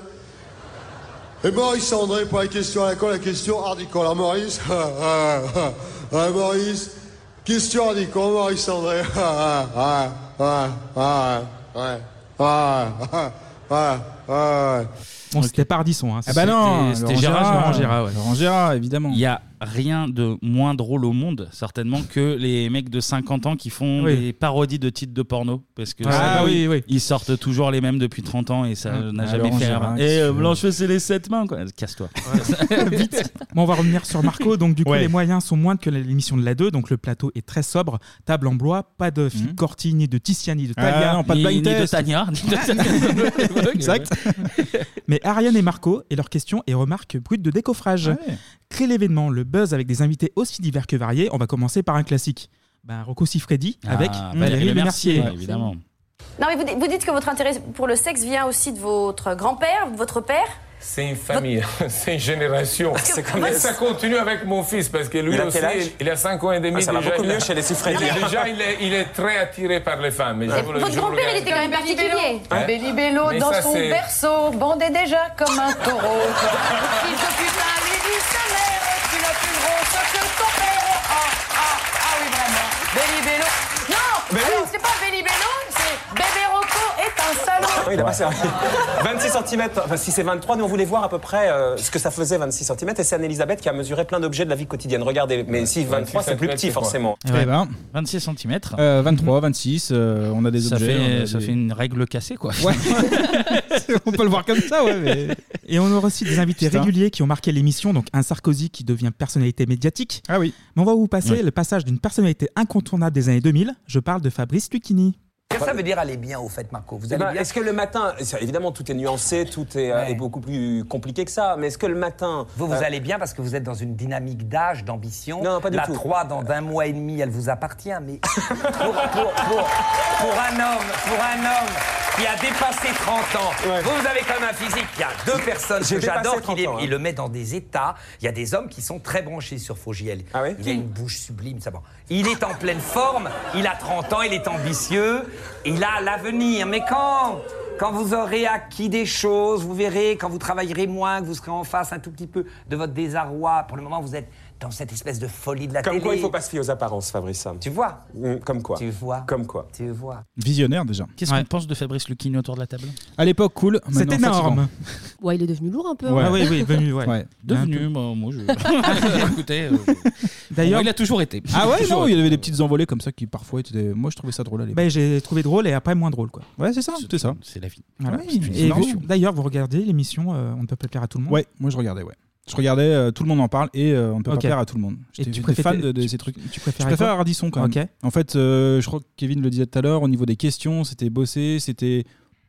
Et Maurice André pour la question à la con, la question hardicon. Alors Maurice, ah, ah, ah, ah, Maurice, question hardicon, Maurice André. ah, ah, ah. ouais, ouais, ouais, ah, ouais, ouais, ouais, ah, ouais.
Bon, c'était pas Ardisson. Hein.
Ah bah non, Laurent
C'était- c'était Gérard,
Gérard,
Laurent Gérard, ouais.
Laurent Gérard, évidemment.
Il y a rien de moins drôle au monde, certainement, que les mecs de 50 ans qui font
Oui.
des parodies de titres de porno. Parce que
Ah,
ça,
oui,
ils- ils sortent toujours les mêmes depuis 30 ans et ça
Ah,
n'a
ah,
jamais
Laurent
fait.
Gérard,
rire.
qu'est-ce
Et
que
euh,
tu veux
Blanche-Feu, c'est les sept mains, quoi. Casse-toi.
Vite. Bon, on va revenir sur Marco. Donc, du coup,
Ouais.
les moyens sont moindres que l'émission de la 2. Donc, le plateau est très sobre. Table en bois, pas de Philippe Corti, ni de Tizian, ni de
Mhm. Ah,
Talia.
non, pas de Ni- blind ni de test. Tania, ni de Tania.
exact. Mais Ariane et Marco, et leurs questions et remarques brutes de décoffrage.
Ah
Ouais.
Créer l'événement, le buzz avec des invités aussi divers que variés. On va commencer par un classique. Ben, Rocco Siffredi
Ah,
avec
Valérie
Valérie
Le
Le
Mercier,
Mercier.
ouais, évidemment.
Non, mais vous, di- vous dites que votre intérêt pour le sexe vient aussi de votre grand-père, de votre père
C'est une famille, c'est une génération.
C'est
comme- Et ça continue avec mon fils parce que lui
Il a
aussi,
quel âge
il a 5 ans et demi
Ah, ça va
déjà.
beaucoup
il a-
mieux chez les Siffredi.
Déjà, il est, il est très attiré par les femmes. mais je vous le- je
Votre
vous le
grand-père, il
garantis.
était quand même particulier.
Hein
Bello
Mais
dans
ça,
son
c'est-
berceau, bandé déjà comme un taureau.
Ah Fils de putain, lui dit sa mère, tu l'as plus grosse que ton père. Ah, ah, ah oui, vraiment. Bello. Non,
Mais oui.
alors, c'est pas Bello, c'est Bébé Rocco est un salaud.
Ah Oui, il a passé un- 26 cm, enfin si c'est 23, nous on voulait voir à peu près euh, ce que ça faisait 26 cm et c'est Anne-Elisabeth qui a mesuré plein d'objets de la vie quotidienne. Regardez, mais si 23 c'est plus petit forcément.
Eh ben,
26 cm.
euh, 23, 26, euh, on a des
Ça
objets.
fait-
on a
ça
des-
fait une règle cassée, quoi.
Ouais. on peut le voir comme ça, ouais. mais-
Et on aura aussi des invités
Putain.
réguliers qui ont marqué l'émission, donc un Sarkozy qui devient personnalité médiatique.
Ah oui.
Mais on va vous passer
Oui.
le passage d'une personnalité incontournable des années 2000. Je parle de Fabrice Lucchini.
Qu'est-ce que ça veut dire aller bien au fait, Marco Vous
allez bien
Eh ben, Est-ce que le matin, c'est- évidemment tout est nuancé, tout est, euh, est beaucoup plus compliqué que ça, mais est-ce que le matin. euh,
Vous, vous allez bien parce que vous êtes dans une dynamique d'âge, d'ambition.
Non, non, pas du
La
tout.
3, dans un mois et demi, elle vous appartient, mais pour, pour- pour- pour un homme, pour un homme qui a dépassé 30 ans, vous, vous avez quand même un physique. Il y a deux personnes
J'ai
que
dépassé
j'adore qui
30
les-
ans, hein.
il le met dans des états. Il y a des hommes qui sont très branchés sur Fogiel.
Ah
il a une bouche sublime, ça va. Il est en pleine forme, il a 30 ans, il est ambitieux, il a l'avenir. Mais quand quand vous aurez acquis des choses, vous verrez, quand vous travaillerez moins, que vous serez en face un tout petit peu de votre désarroi. Pour le moment, vous êtes dans cette espèce de folie de la
Comme
télé.
quoi il faut pas se fier aux apparences, Fabrice.
Tu vois
Mm, Comme quoi Tu
vois
Comme quoi
Tu vois
Visionnaire déjà.
Qu'est-ce qu'on pense de Fabrice Lucchini autour de la table
À l'époque, cool.
Ah,
C'est
maintenant,
énorme.
Ouais, il est devenu lourd un peu.
Ouais.
hein.
Ah oui, oui, devenu, ouais. Ouais.
Devenu,
Un peu.
moi, moi, je. Écoutez, euh, je-
D'ailleurs-
Bon, il a toujours été.
Ah ouais,
Toujours
non,
été.
il y avait des petites envolées comme ça qui parfois étaient. Moi, je trouvais ça drôle à l'époque.
Ben, j'ai trouvé drôle et après moins drôle. quoi.
Ouais, c'est ça, c'est ça.
C'est la vie.
Voilà.
Ouais, c'est une
et vous-
émission.
d'ailleurs, vous regardez l'émission euh, On ne peut pas plaire à tout le monde
Ouais, moi je regardais, ouais. Je regardais, euh, tout le monde en parle et euh, on ne peut
Ok.
pas plaire à tout le monde.
Et
J'étais
tu
j'étais
préfères-
fan de, de
tu-
ces trucs.
tu préfères
je préfère
quoi
Ardisson quand même.
Ok.
En fait, euh, je crois que Kevin le disait tout à l'heure, au niveau des questions, c'était bossé, c'était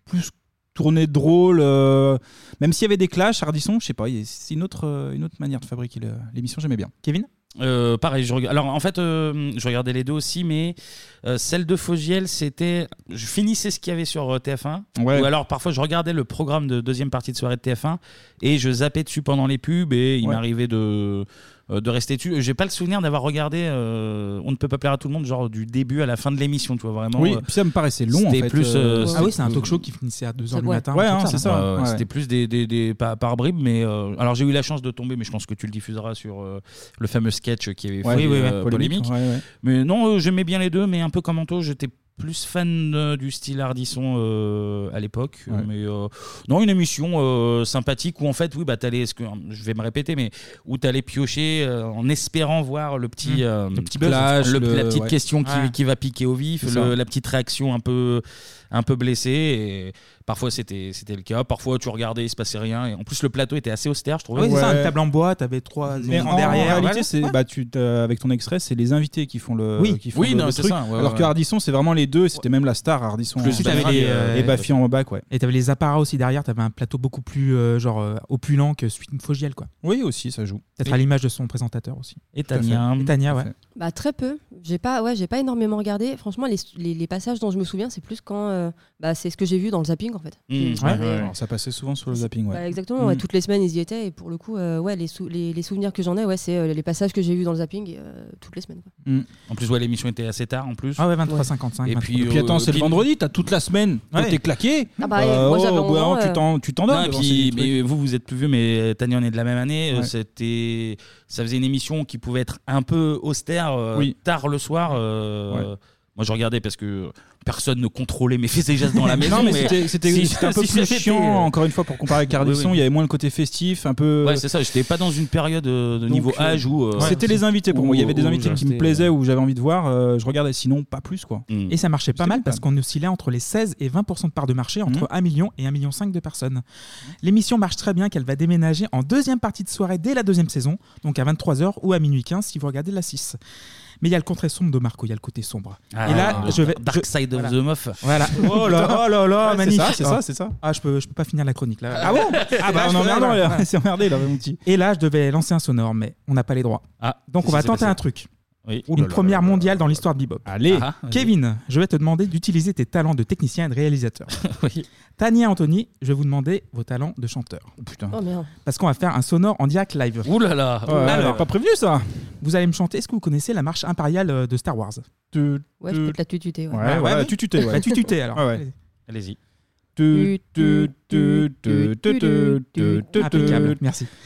plus tourné drôle. euh, même s'il y avait des clashs, Ardisson, je sais pas, il- c'est une autre, euh, une autre manière de fabriquer le- l'émission, j'aimais bien.
Kevin
Euh, pareil, je regarde. Alors en fait, euh, je regardais les deux aussi, mais euh, celle de Fogiel, c'était. Je finissais ce qu'il y avait sur euh, TF1.
Ouais.
Ou alors parfois, je regardais le programme de deuxième partie de soirée de TF1 et je zappais dessus pendant les pubs et il
Ouais.
m'arrivait de, euh, de rester dessus. J'ai pas le souvenir d'avoir regardé euh, On ne peut pas plaire à tout le monde, genre du début à la fin de l'émission, tu vois vraiment.
oui,
euh,
puis ça me paraissait long en
c'était
fait.
plus, euh,
Ah oui, c'est un talk show qui finissait à 2h du matin.
Ouais,
un truc
hein,
comme
c'est ça.
Euh,
Ouais.
C'était plus des, des, des- pas- par bribes, mais euh, alors j'ai eu la chance de tomber, mais je pense que tu le diffuseras sur euh, le fameux sketch qui avait
Ouais, oui,
fait
oui,
euh,
ouais,
polémique.
polémique, ouais, ouais.
Mais non, euh, j'aimais bien les deux, mais un peu comme Anto, j'étais plus fan euh, du style Hardisson euh, à l'époque. Mais euh, non, une émission euh, sympathique où en fait, oui, bah t'allais, ce que je vais me répéter, mais où t'allais piocher euh, en espérant voir le petit, euh,
Mmh. Le petit buzz.
clash, le-
Le-
la petite
ouais.
question qui,
Ouais.
qui va piquer au vif,
C'est ça.
le- la petite réaction un peu, un peu blessée. Et parfois, c'était, c'était le cas. Parfois, tu regardais, il se passait rien. Et en plus, le plateau était assez austère, je trouvais.
Oui, c'est ça, une table en bois, t'avais trois
Mais
écrans
en,
derrière.
en réalité,
voilà.
c'est- bah, tu, t'as- avec ton extrait, c'est les invités qui font le,
Oui.
qui font
Oui,
le-
non,
le
c'est
truc.
ça, ouais,
alors
ouais,
que
ouais.
Ardisson, c'est vraiment les deux. et C'était même la star Ardisson.
Plus,
en
t'avais
back
les,
et,
euh,
et Baffy en bac, ouais.
Et t'avais les apparats aussi derrière, t'avais un plateau beaucoup plus euh, genre euh, opulent que celui de Fogiel quoi.
Oui aussi ça joue.
Peut-être
Et-
à l'image de son présentateur aussi.
Et Tania.
Et Tania, ouais.
Bah très peu. J'ai pas, ouais, j'ai pas énormément regardé. Franchement, les, les, les passages dont je me souviens, c'est plus quand, euh, bah, c'est ce que j'ai vu dans le zapping en fait.
Hmm.
Mm,
Je
ouais,
regardais,
ouais,
euh,
alors ça passait souvent sur le zapping, ouais.
bah, exactement.
Mmh.
ouais,
Mm.
toutes les semaines, ils y étaient et pour le coup, euh, ouais, les, sou- les, les souvenirs que j'en ai, ouais, c'est euh, les passages que j'ai vus dans le zapping euh, toutes les semaines. quoi.
Mm.
En plus, ouais, l'émission était assez tard en plus.
Ah ouais, 23h55,
Et puis,
Et puis
euh,
attends, c'est le
puis-
vendredi, t'as toute la semaine. Quand
Ouais.
T'es claqué.
Ah bah,
euh,
moi, j'avais
au bout d'un
11 ans,
moment, tu
euh.
t'en- tu
Non,
t'endors.
et
devant
puis,
ces trucs.
mais vous, vous êtes plus vieux, mais euh, Tania, on est de la même année. euh,
Ouais.
C'était, ça faisait une émission qui pouvait être un peu austère, euh,
Oui.
tard le soir. euh,
Moi, je regardais parce que personne ne contrôlait mes faits et gestes dans la maison.
Non, mais c'était- c'était
si-
c'était un peu
si
plus
ça avait
chiant,
été, euh,
encore une fois, pour comparer avec Cardisson.
Oui, oui.
Il y avait moins le côté festif, un peu.
Bah,
Ouais, c'est ça. J'étais pas dans une période euh, de niveau
euh,
âge où. euh,
C'était les invités pour
où-
moi. Il y avait des
où
invités qui me
j'étais,
plaisaient, où j'avais envie de voir. euh, je regardais, sinon, pas plus, quoi.
Et ça marchait pas mal parce qu'on oscillait entre les 16 et 20 de parts de marché entre 1 million et 1,5 million de personnes. L'émission marche très bien qu'elle va déménager en deuxième partie de soirée dès la deuxième saison, donc à 23h ou à minuit 15 si vous regardez la 6. Mais il y a le contrat sombre de Marco, il y a le côté sombre.
Ah,
et là,
ah,
je vais
Dark
je-
Side of
voilà.
the Muff.
Voilà. Oh là oh là là,
Ouais, c'est
magnifique.
ça, c'est ça, c'est ça.
Ah, je peux je peux pas finir la chronique là.
Ah bon Ah bah,
Là, je
on est
peux-
emmerdant,
voilà.
là. C'est emmerdé, là, mon petit.
Et là, je devais lancer un sonore, mais on n'a pas les droits.
Ah,
Donc on
qu'est-ce
va
qui s'est
tenter
passé
un truc.
Oui. Ouh là
Une
là
première mondiale dans l'histoire de Bebop.
Allez.
Ah, vas-y.
Kevin, je vais te demander d'utiliser tes talents de technicien et de réalisateur. Tania Anthony, je vais vous demander vos talents de chanteur. putain.
Oh, merde.
Parce qu'on va faire un sonore en direct live.
Ouh là là. Ouais,
Alors,
pas
prévenu ça.
Vous allez me chanter. Est-ce que vous connaissez la marche impériale euh, de Star Wars
Ouais, je peux te la tututée, ouais. Ouais,
Ah,
ouais,
oui.
tututée, ouais.
Bah, tututée, alors.
Ah ouais.
Allez-y.
Allez-y.
Impeccable, merci.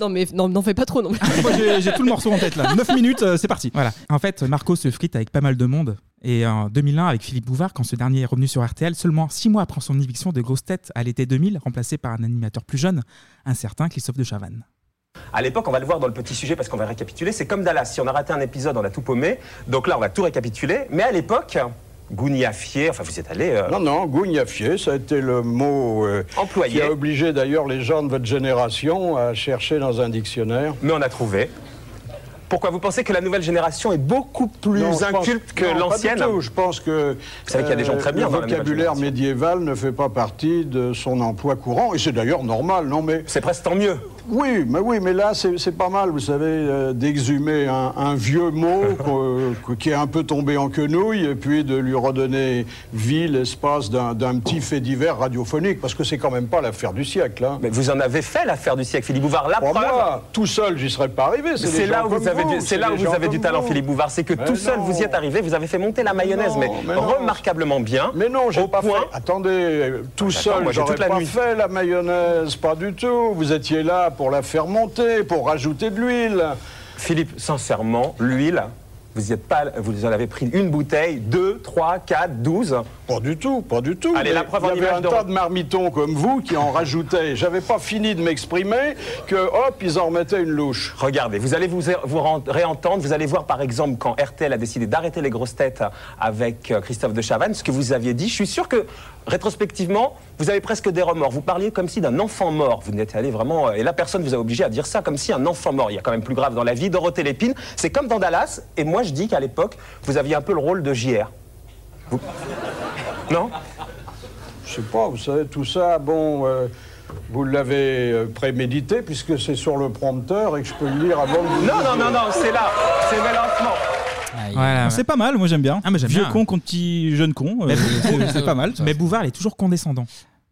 Non, mais non, n'en fais pas trop non plus.
Moi, j'ai- j'ai tout le morceau en tête, là. 9 minutes, euh, c'est parti.
Voilà. En fait, Marco se frite avec pas mal de monde. Et en 2001, avec Philippe Bouvard, quand ce dernier est revenu sur RTL, seulement six mois après son éviction de Grosse Tête à l'été 2000, remplacé par un animateur plus jeune, un certain Christophe de Chavannes.
À l'époque, on va le voir dans le petit sujet parce qu'on va récapituler. C'est comme Dallas. Si on a raté un épisode, on a tout paumé. Donc là, on va tout récapituler. Mais à l'époque, Gougnafier, enfin, vous êtes allé. euh,
Non, non, gougnafier, ça a été le mot euh,
Employé.
qui a obligé d'ailleurs les gens de votre génération à chercher dans un dictionnaire.
Mais on a trouvé. Pourquoi vous pensez que la nouvelle génération est beaucoup plus
Non, je pense-
inculte que
non, pas du
l'ancienne
tout. Je pense que
Vous savez qu'il y a des gens
euh,
très bien
Le
dans la nouvelle
vocabulaire médiéval ne fait pas partie de son emploi courant, et c'est d'ailleurs normal, non mais.
C'est presque tant mieux.
Oui, mais oui, mais là c'est c'est pas mal, vous savez, euh, d'exhumer un, un vieux mot qu'o- qu'o- qui est un peu tombé en quenouille, et puis de lui redonner vie, l'espace d'un d'un petit fait divers radiophonique, parce que c'est quand même pas l'affaire du siècle. hein.
Mais vous en avez fait l'affaire du siècle, Philippe Bouvard. La
Pour
preuve.
moi, tout seul, j'y serais pas arrivé. c'est
C'est
des
là
gens
où vous
comme
avez, du, c'est là
des
où vous
gens
avez du
comme
talent,
vous.
Philippe Bouvard. C'est que
Mais
tout seul,
non.
vous y êtes arrivé, vous avez fait monter la mayonnaise,
non,
mais,
mais non.
remarquablement bien.
Mais non, j'ai
au
pas
point.
fait. Attendez, euh, tout
Attends,
seul,
moi, j'ai
j'aurais
toute la
pas
nuit.
fait la mayonnaise, pas du tout. Vous étiez là pour la faire monter, pour rajouter de l'huile.
Philippe, sincèrement, l'huile, vous y êtes pas, vous en avez pris une bouteille, deux, trois, quatre, douze.
Pas du tout, pas du tout.
Allez,
Mais
la preuve en
Il y avait
image
un
de.
tas de marmitons comme vous qui en rajoutaient. J'avais pas fini de m'exprimer que hop, ils en remettaient une louche.
Regardez, vous allez vous, vous ren- réentendre, vous allez voir par exemple quand RTL a décidé d'arrêter les grosses têtes avec euh, Christophe de Chavannes, ce que vous aviez dit. Je suis sûr que rétrospectivement, vous avez presque des remords. Vous parliez comme si d'un enfant mort. Vous n'êtes allé vraiment. euh, Et la personne vous a obligé à dire ça comme si un enfant mort. Il y a quand même plus grave dans la vie. Dorothée Lépine, c'est comme dans Dallas. Et moi je dis qu'à l'époque, vous aviez un peu le rôle de JR. Vous- Non
Je sais pas, vous savez, tout ça, bon, euh, vous l'avez euh, prémédité puisque c'est sur le prompteur et que je peux le lire avant de vous
Non,
le
non,
dire.
non, non, c'est là. C'est le lancement.
Voilà,
C'est pas mal, moi j'aime bien.
mais j'aime
Vieux
bien.
con contre petit jeune con, euh, c'est- c'est pas mal. ça.
Mais Bouvard il est toujours condescendant.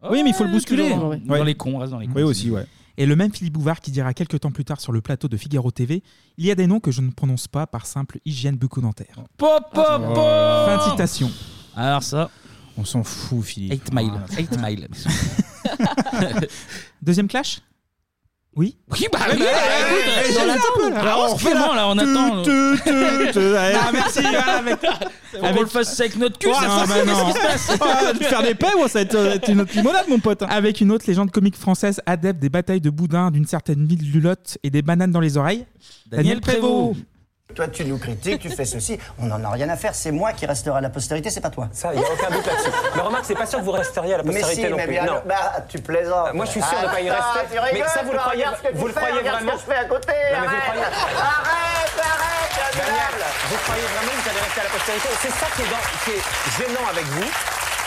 Oui, mais il faut le bousculer.
toujours,
Ouais.
ouais.
Dans les cons, reste dans les cons.
Oui, aussi, ouais.
Et le même Philippe Bouvard qui dira quelques temps plus tard sur le plateau de Figaro TV Il y a des noms que je ne prononce pas par simple hygiène bucco-dentaire.
Pop,
Ah,
pop, pop.
Fin de citation.
Alors ça.
On s'en fout, Philippe.
8 Mile. 8 Mile.
Deuxième clash Oui
Oui, bah oui, bah, écoute, on attend.
là.
Ah,
Alors, on refait là, là, on
Tu,
attend.
tu, tu, tu. Ouais.
Ah,
Non, merci, voilà, mec.
Faut qu'on le fasse ça avec notre cul,
Oh,
ça,
non,
ça,
bah,
qu'est-ce
non.
qui se passe
Ah, de faire des paix, moi, ça va être, euh, être une autre limonade, mon pote. hein. Avec une autre légende comique française adepte des batailles de boudins d'une certaine ville lulotte et des bananes dans les oreilles. Daniel, Prévost.
Toi, tu nous critiques, tu fais ceci. On n'en a rien à faire. C'est moi qui resterai à la postérité, c'est pas toi.
Ça, il n'y a aucun doute là-dessus. Mais remarque, c'est pas sûr que vous resteriez à la
Mais
postérité
si,
non
mais
plus.
bien,
non.
bah, tu plaisantes.
Moi, je suis sûr de pas y
Attends,
rester.
ah, tu rigoles,
Mais ça, vous le
toi,
croyez-
regarde ce que
vous
tu
le
fais,
croyez
regarde ce
vraiment
que je fais à côté.
Non, mais vous
arrête.
croyez-
arrête, arrête,
Daniel, vous croyez vraiment que vous allez rester à la postérité Et C'est ça qui est, dans- qui est gênant avec vous.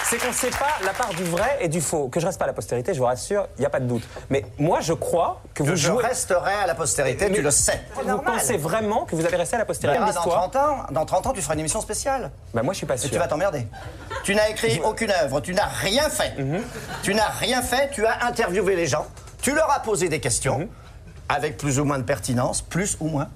C'est qu'on ne sait pas la part du vrai et du faux. Que je reste pas à la postérité, je vous rassure, il n'y a pas de doute. Mais moi, je crois que vous
Je
jouez.
resterai à la postérité,
Mais
tu le sais.
Vous pensez vraiment que vous allez rester à la postérité
Verra,
de
Bah, dans
l'histoire
30 ans, dans 30 ans, tu feras une émission spéciale.
Bah, moi, je suis pas sûr.
Et tu vas t'emmerder. Tu n'as écrit aucune œuvre, tu n'as rien fait.
Mhm.
Tu n'as rien fait, tu as interviewé les gens, tu leur as posé des questions,
Mhm.
avec plus ou moins de pertinence, plus ou moins.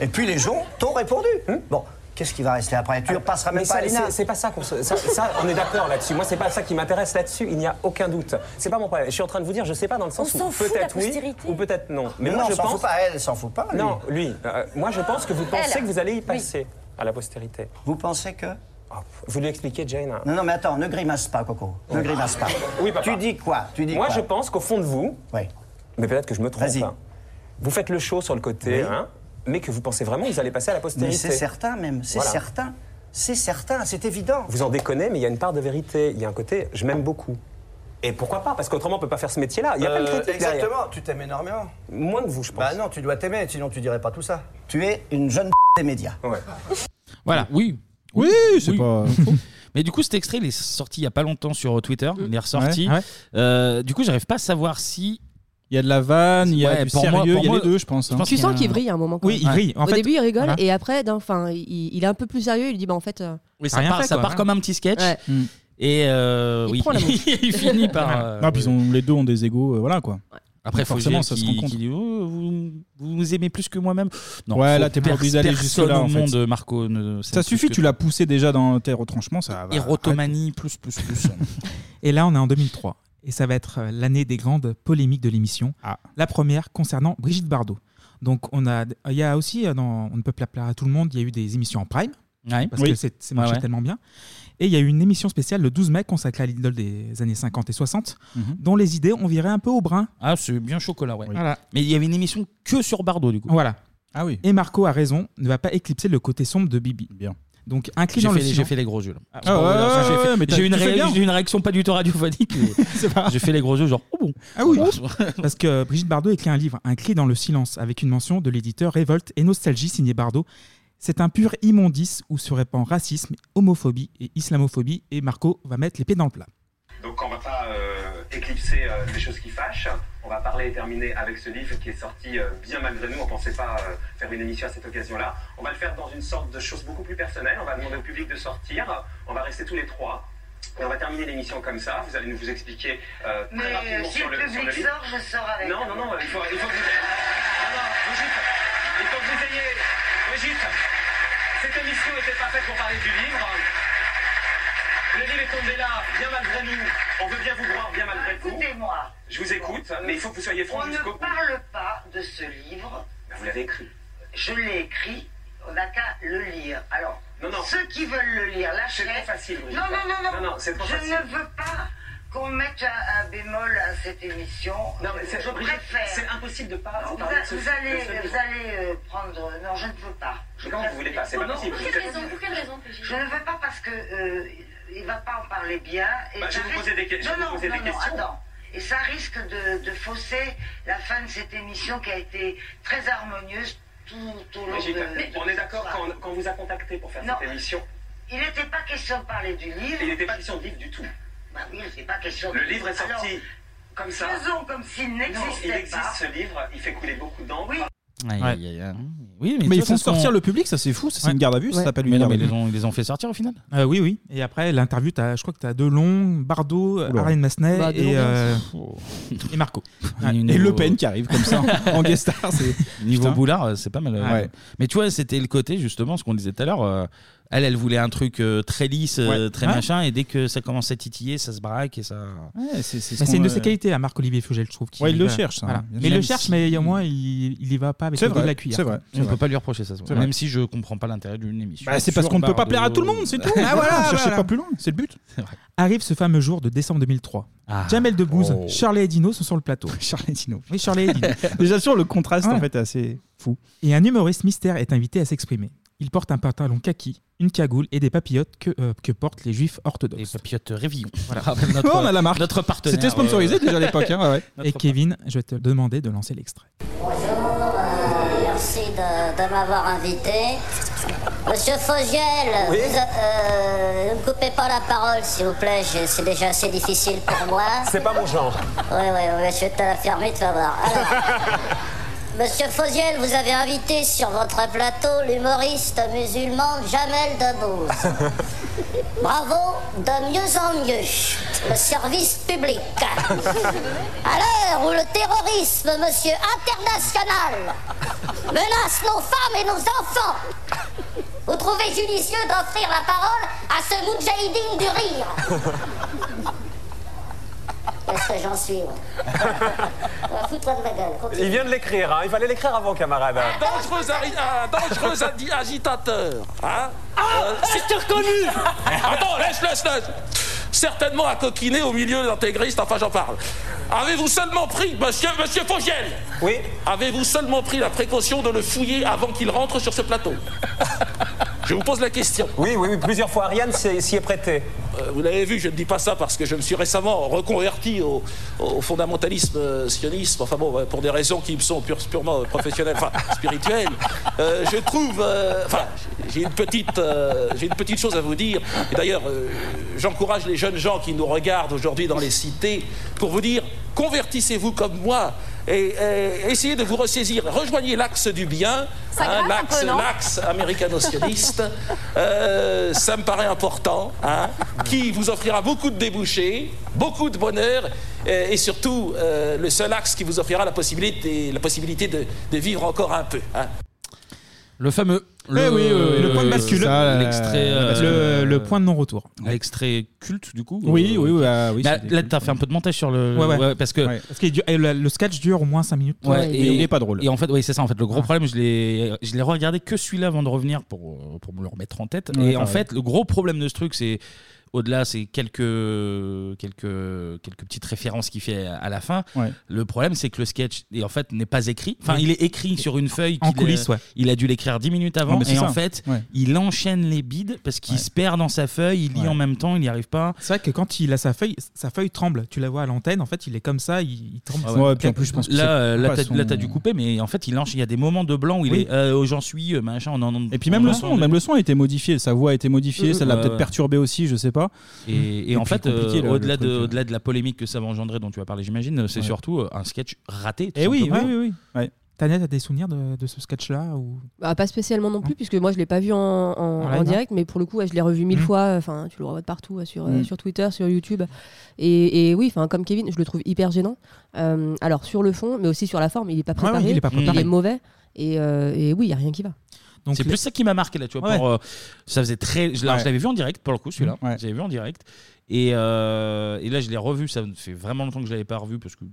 Et puis les gens t'ont répondu. Bon, qu'est-ce qui va rester après Tu ne repasseras
Mhm. Ah, Mais
même pas
ça,
à l'INA.
c'est- c'est pas ça qu'on se. Ça, ça, on est d'accord là-dessus. Moi, c'est pas ça qui m'intéresse là-dessus. Il n'y a aucun doute. C'est pas mon problème. Je suis en train de vous dire, je sais pas dans le sens
On
où
s'en fout de la
peut-être oui
postérité.
ou peut-être non. Mais
Mais
moi,
non,
je
s'en
pense. Ah,
fout pas, elle s'en fout pas. lui.
Non, lui. euh, moi, je pense que vous pensez
Elle.
que vous allez y passer à la postérité.
Vous pensez que
Ah,
Vous lui expliquez, Jane
Non, non, mais attends, ne grimace pas, Coco. Ne grimace pas.
Oui, papa.
Tu dis quoi Tu dis
Moi,
quoi
je pense qu'au fond de vous, mais peut-être que je me trompe,
Vas-y.
hein, vous faites le show sur le côté,
Oui.
hein, mais que vous pensez vraiment que vous allez passer à la
Ah,
postérité.
Mais c'est certain, même. C'est
Voilà.
certain. C'est certain, c'est évident.
Vous en déconnez, mais il y a une part de vérité. Il y a un côté, je m'aime beaucoup. Et pourquoi pas Parce qu'autrement, on peut pas faire ce métier-là. Il Ah, y a pas de
Euh,
critique derrière.
exactement. tu t'aimes énormément.
Moins que vous, je pense.
Bah non, tu dois t'aimer, sinon tu dirais pas tout ça. Tu es une jeune des médias.
Ouais.
Voilà. Oui.
Oui, c'est pas faux.
Mais du coup, cet extrait, il est sorti il y a pas longtemps sur euh, Twitter. Il est ressorti.
Ouais. Ouais.
Euh, du coup, j'arrive pas à savoir si.
Il y a de la vanne, il y a
Ouais,
du
pour moi-
sérieux,
pour
il y a
moi-
les deux, je pense. hein.
pense
Tu
qu'il y a
sens qu'il
un-
brille à un moment.
Oui, il brille.
Au
En fait-
début, il rigole
Voilà.
et après, d'un- enfin, il, il est un peu plus sérieux. Il lui dit, bah en fait, euh,
Oui,
T'as
ça
rien
part,
fait,
ça
quoi,
part
hein.
comme un petit sketch.
Ouais.
Et euh, oui,
prend la mouche.
il finit par. euh,
Non, puis ils ont- les deux ont des égos, euh, voilà quoi.
Après,
Donc,
faut
forcément,
forcément,
ça
qui,
se rencontre.
qui dit Oh, vous, vous nous aimez plus que moi-même.
Ouais,
faut-
là, t'es pas obligé d'aller
personne
jusque-là,
au
en fait.
monde, euh, Marco. ne-
Ça suffit, tu l'as poussé déjà dans tes retranchements, ça va.
Erotomanie, plus, plus, plus.
Et là, on est en 2003. Et ça va être euh, l'année des grandes polémiques de l'émission. La première concernant Brigitte Bardot. Donc, on a, il y a aussi, euh, dans On ne peut pas plaire à tout le monde, il y a eu des émissions en prime.
Ouais.
Parce
Oui.
que c'est c'est marché
Ouais, ouais.
tellement bien. Et il y a eu une émission spéciale le 12 mai consacrée à l'idole des années 50 et 60,
Mhm.
dont les idées on virait un peu au brun.
Ah, c'est bien chocolat, ouais.
Voilà.
Mais il y avait une émission que sur Bardot, du coup.
Voilà.
Ah oui.
Et Marco a raison, ne va pas éclipser le côté sombre de Bibi.
Bien.
Donc,
J'ai
inclinant
fait,
le
les- j'ai
sillon-
fait les gros yeux. là.
Ah,
Bon,
ouais,
là, enfin, j'ai
ouais,
fait-
ouais, mais t'as-
j'ai eu une
tu fais
réa-
bien.
j'ai eu une réaction pas du tout radiophonique. mais J'ai fait les gros yeux, genre, oh bon.
Ah oui Parce que Brigitte Bardot écrit un livre, Un cri dans le silence, avec une mention de l'éditeur Révolte et Nostalgie signé Bardot. C'est un pur immondice où se répand racisme, homophobie et islamophobie, et Marco va mettre les pieds dans le plat.
Donc on va pas euh, éclipser euh, les choses qui fâchent. On va parler et terminer avec ce livre qui est sorti euh, bien malgré nous. On pensait pas euh, faire une émission à cette occasion-là. On va le faire dans une sorte de chose beaucoup plus personnelle. On va demander au public de sortir. On va rester tous les trois. Et on va terminer l'émission comme ça. Vous allez nous vous expliquer euh, très
Mais,
rapidement
euh, si
sur
le
le, sur
public
livre.
sort, je sors avec.
Non, non, non. Il faut, il faut que vous... Non, non, Brigitte, il faut que vous ayez... Brigitte, cette émission n'était pas faite pour parler du livre. Le livre est tombé là, bien malgré nous. On veut bien vous voir, bien malgré vous.
Écoutez-moi.
Je vous écoute, mais il faut que vous soyez franc
Ah, Euh, On ne
jusqu'au bout.
parle pas de ce livre.
Ben, Vous l'avez écrit.
Je l'ai écrit. On n'a qu'à le lire. Alors,
Non, non.
ceux qui veulent le lire,
C'est
l'achètent.
trop facile, Brigitte.
Non, non, non, non.
Non, non, c'est trop
je
facile.
ne veux pas qu'on mette un, un bémol à cette émission.
Non, mais c'est-
je
Brigitte,
préfère.
c'est impossible de pas
Vous,
parler de ce-
vous allez,
de ce livre.
vous allez euh, prendre. Non, je ne veux pas.
Mais comment vous voulez pas C'est pas
Non,
possible.
pour quelle raison, pour quelle raison, Brigitte Je ne veux pas parce que euh, il va pas en parler bien.
Bah, je vais vous
ça
poser des que- je vais
Non,
vous
non,
poser des
non, non,
questions.
attends. Et ça risque de, de fausser la fin de cette émission qui a été très harmonieuse tout, tout au long
Brigitte,
de,
mais
de
on est d'accord
cette
quand,
soirée.
quand on vous a contacté pour faire
Non.
cette émission.
Il n'était pas question de parler du livre.
Il n'était pas question de livre du tout.
Bah oui, c'est pas question
Le
de-
livre est sorti
Alors,
comme ça.
Faisons comme s'il
Non, il
n'existait
existe
pas.
ce livre, il fait couler beaucoup d'encre.
Aïe,
Ouais.
aïe, aïe, aïe. Oui,
Mais
tu
ils
vois,
font
ça se
sortir
rend-
le public, ça c'est fou, ça, c'est
Ouais.
une garde à vue, ça
Ouais.
s'appelle
Mais
une
non,
garde à
mais
vue.
ils les ont- ils les ont fait sortir au final
Euh, oui, oui. Et après, l'interview, t'as- je crois que tu as Delon, Bardot,
Oula.
Ariane Massenet
Bah, Delon,
et, euh, et Marco.
Et Le Pen qui arrive comme ça en guest star. c'est-
Niveau
Putain.
boulard, euh, c'est pas mal. euh,
Ouais.
ouais. Mais tu vois, c'était le côté justement, ce qu'on disait tout à l'heure. euh, elle, elle voulait un truc euh, très lisse, euh,
Ouais.
très
Ouais.
machin, et dès que ça commence à titiller, ça se braque et ça.
Ouais, c'est euh,
Mais Bah, c'est euh, une de ses qualités à Marc-Olivier Fougel, je trouve. qu'il
Ouais, il
y
le
va.
cherche, ça.
Voilà.
Bien
Mais il
sûr.
le cherche, mais au moins, il, il y va pas avec le dos de la cuillère.
On peut pas lui reprocher ça.
C'est vrai.
Même si je comprends pas l'intérêt d'une émission.
Bah, c'est parce
Sur
qu'on ne peut pas
Bardot.
plaire à tout le monde, c'est tout. Ah, voilà,
Cherchez
voilà.
pas plus loin, c'est le but.
Arrive ce fameux jour de décembre 2003. Jamel Debbouze, Charlie et Dino sont sur le plateau.
Charlie et Dino.
Oui, Charlie et Dino.
Déjà sûr, le contraste en
Ouais.
fait est assez fou.
Et un humoriste mystère est invité à s'exprimer. Il porte un pantalon kaki, une cagoule et des papillotes que, euh, que portent les juifs orthodoxes. Les
papillotes Révillon.
Voilà.
Rappelle notre-
Oh, on a la marque.
notre partenaire,
C'était sponsorisé
ouais, ouais.
déjà à l'époque. hein, ouais, ouais.
Et Kevin, je vais te demander de lancer l'extrait.
Euh, Merci de, de m'avoir invité. Monsieur Fogiel,
Oui.
vous, euh, ne me coupez pas la parole, s'il vous plaît. je- C'est déjà assez difficile pour moi.
C'est pas mon genre.
Oui, oui, oui, je vais te la fermer, tu vas voir. Alors, Monsieur Fogiel, vous avez invité sur votre plateau l'humoriste musulman Jamel Debbouze. Bravo, de mieux en mieux, le service public. À l'heure où le terrorisme, monsieur international, menace nos femmes et nos enfants, vous trouvez judicieux d'offrir la parole à ce moudjahidine du rire. Parce que j'en suis. ouais. Ouais, Fous-toi de ma gueule. continue.
Il vient de l'écrire, hein. il fallait l'écrire avant, camarade.
Dangereux, ari- ah, dangereux adi- agitateur. Hein Euh, c'est- Attends, laisse, laisse, laisse. Certainement à coquiner au milieu d'intégristes, enfin j'en parle. Avez-vous seulement pris, monsieur, monsieur Fogiel
Oui.
Avez-vous seulement pris la précaution de le fouiller avant qu'il rentre sur ce plateau Je vous pose la question.
Oui, oui, oui, plusieurs fois Ariane s'y s'y est prêtée.
Euh, vous l'avez vu, je ne dis pas ça parce que je me suis récemment reconverti au, au fondamentalisme euh, sionisme, enfin bon, ouais, pour des raisons qui me sont pure- purement euh, professionnelles, enfin spirituelles. Euh, je trouve, euh, enfin, j'ai une petite, euh, j'ai une petite chose à vous dire. Et d'ailleurs, euh, j'encourage les jeunes gens qui nous regardent aujourd'hui dans les cités pour vous dire, convertissez-vous comme moi. Et, et essayez de vous ressaisir. Rejoignez l'axe du bien, hein,
Ça gratte un
l'axe,
peu, non
l'axe américano-sioniste. Euh, ça me paraît important, hein, qui vous offrira beaucoup de débouchés, beaucoup de bonheur, euh, et surtout euh, le seul axe qui vous offrira la possibilité, la possibilité de, de vivre encore un peu. hein.
Le fameux.
Le, oui, euh, le point de bascule.
ça, L'extrait.
Le-
euh,
le, point de non-retour.
L'extrait culte, du coup
Oui,
euh,
oui, oui,
ok.
ah, oui,
Bah,
c'est des
là, t'as fait un peu de montage sur le.
Ouais, ouais.
parce que.
Ouais, parce qu'il dure- et le, le sketch dure au moins 5 minutes.
Ouais, et- Et en fait, oui, c'est ça. En fait, le gros problème, je l'ai, je l'ai regardé que celui-là avant de revenir pour, euh, pour me le remettre en tête.
Ouais,
et en
pareil.
fait, le gros problème de ce truc, c'est au-delà, c'est quelques, quelques, quelques petites références qu'il fait à la fin.
Ouais.
Le problème, c'est que le sketch, et en fait, n'est pas écrit. Enfin,
Ouais.
il est écrit sur une feuille.
En
qu'il
coulisses,
a,
ouais.
Il a dû l'écrire 10 minutes
Ouais,
avant.
mais c'est
et en
ça.
fait,
Ouais.
il enchaîne les bides parce qu'il se perd dans sa feuille. Il lit en même temps, il n'y arrive pas.
C'est vrai que quand il a sa feuille, sa feuille tremble. Tu la vois à l'antenne, en fait, il est comme ça, il, il tremble.
Ah
C'est-
ouais.
c'est
là, euh, là,
pas
t'as,
son-
là, t'as dû couper, mais en fait, il enchaîne. Il y a des moments de blanc où il
Oui.
est, euh, j'en suis, euh, machin, on en.
Et puis même le son, même le son a été modifié, sa voix a été modifiée,
Euh,
ça l'a
ouais,
peut-être
ouais.
perturbé aussi, je sais pas.
Et, et en
puis
fait,
compliqué, le-
euh,
le
au-delà
truc,
de,
euh.
au-delà de la polémique que ça va engendrer, dont tu as parlé, j'imagine, c'est
Ouais.
surtout euh, un sketch raté. tout
Eh oui, oui,
simplement.
oui, oui. Tania, t'as des souvenirs de, de ce sketch-là ou...
Bah, pas spécialement non plus, puisque moi je l'ai pas vu en, en- en
live, hein.
direct, mais pour le coup, ouais, je l'ai revu
Mm.
mille fois. Enfin, tu le revois de partout, ouais, sur, euh,
Mm.
sur Twitter, sur YouTube. Et, et oui, enfin, comme Kevin, je le trouve hyper gênant. Euh, alors sur le fond, mais aussi sur la forme, il est pas
Ah
Ouais, ouais,
préparé.
il est pas préparé.
est mauvais. Et, euh, et oui, il y a rien qui va.
Oh,
c'est plus ça qui m'a marqué là, tu vois.
Ouais.
pour, euh, ça faisait très. Je, l'a-
Ouais.
je l'avais vu en direct pour le coup, celui-là. Je l'avais vu en direct. Et, euh, et là, je l'ai revu. Ça fait vraiment longtemps que je l'avais pas revu parce que.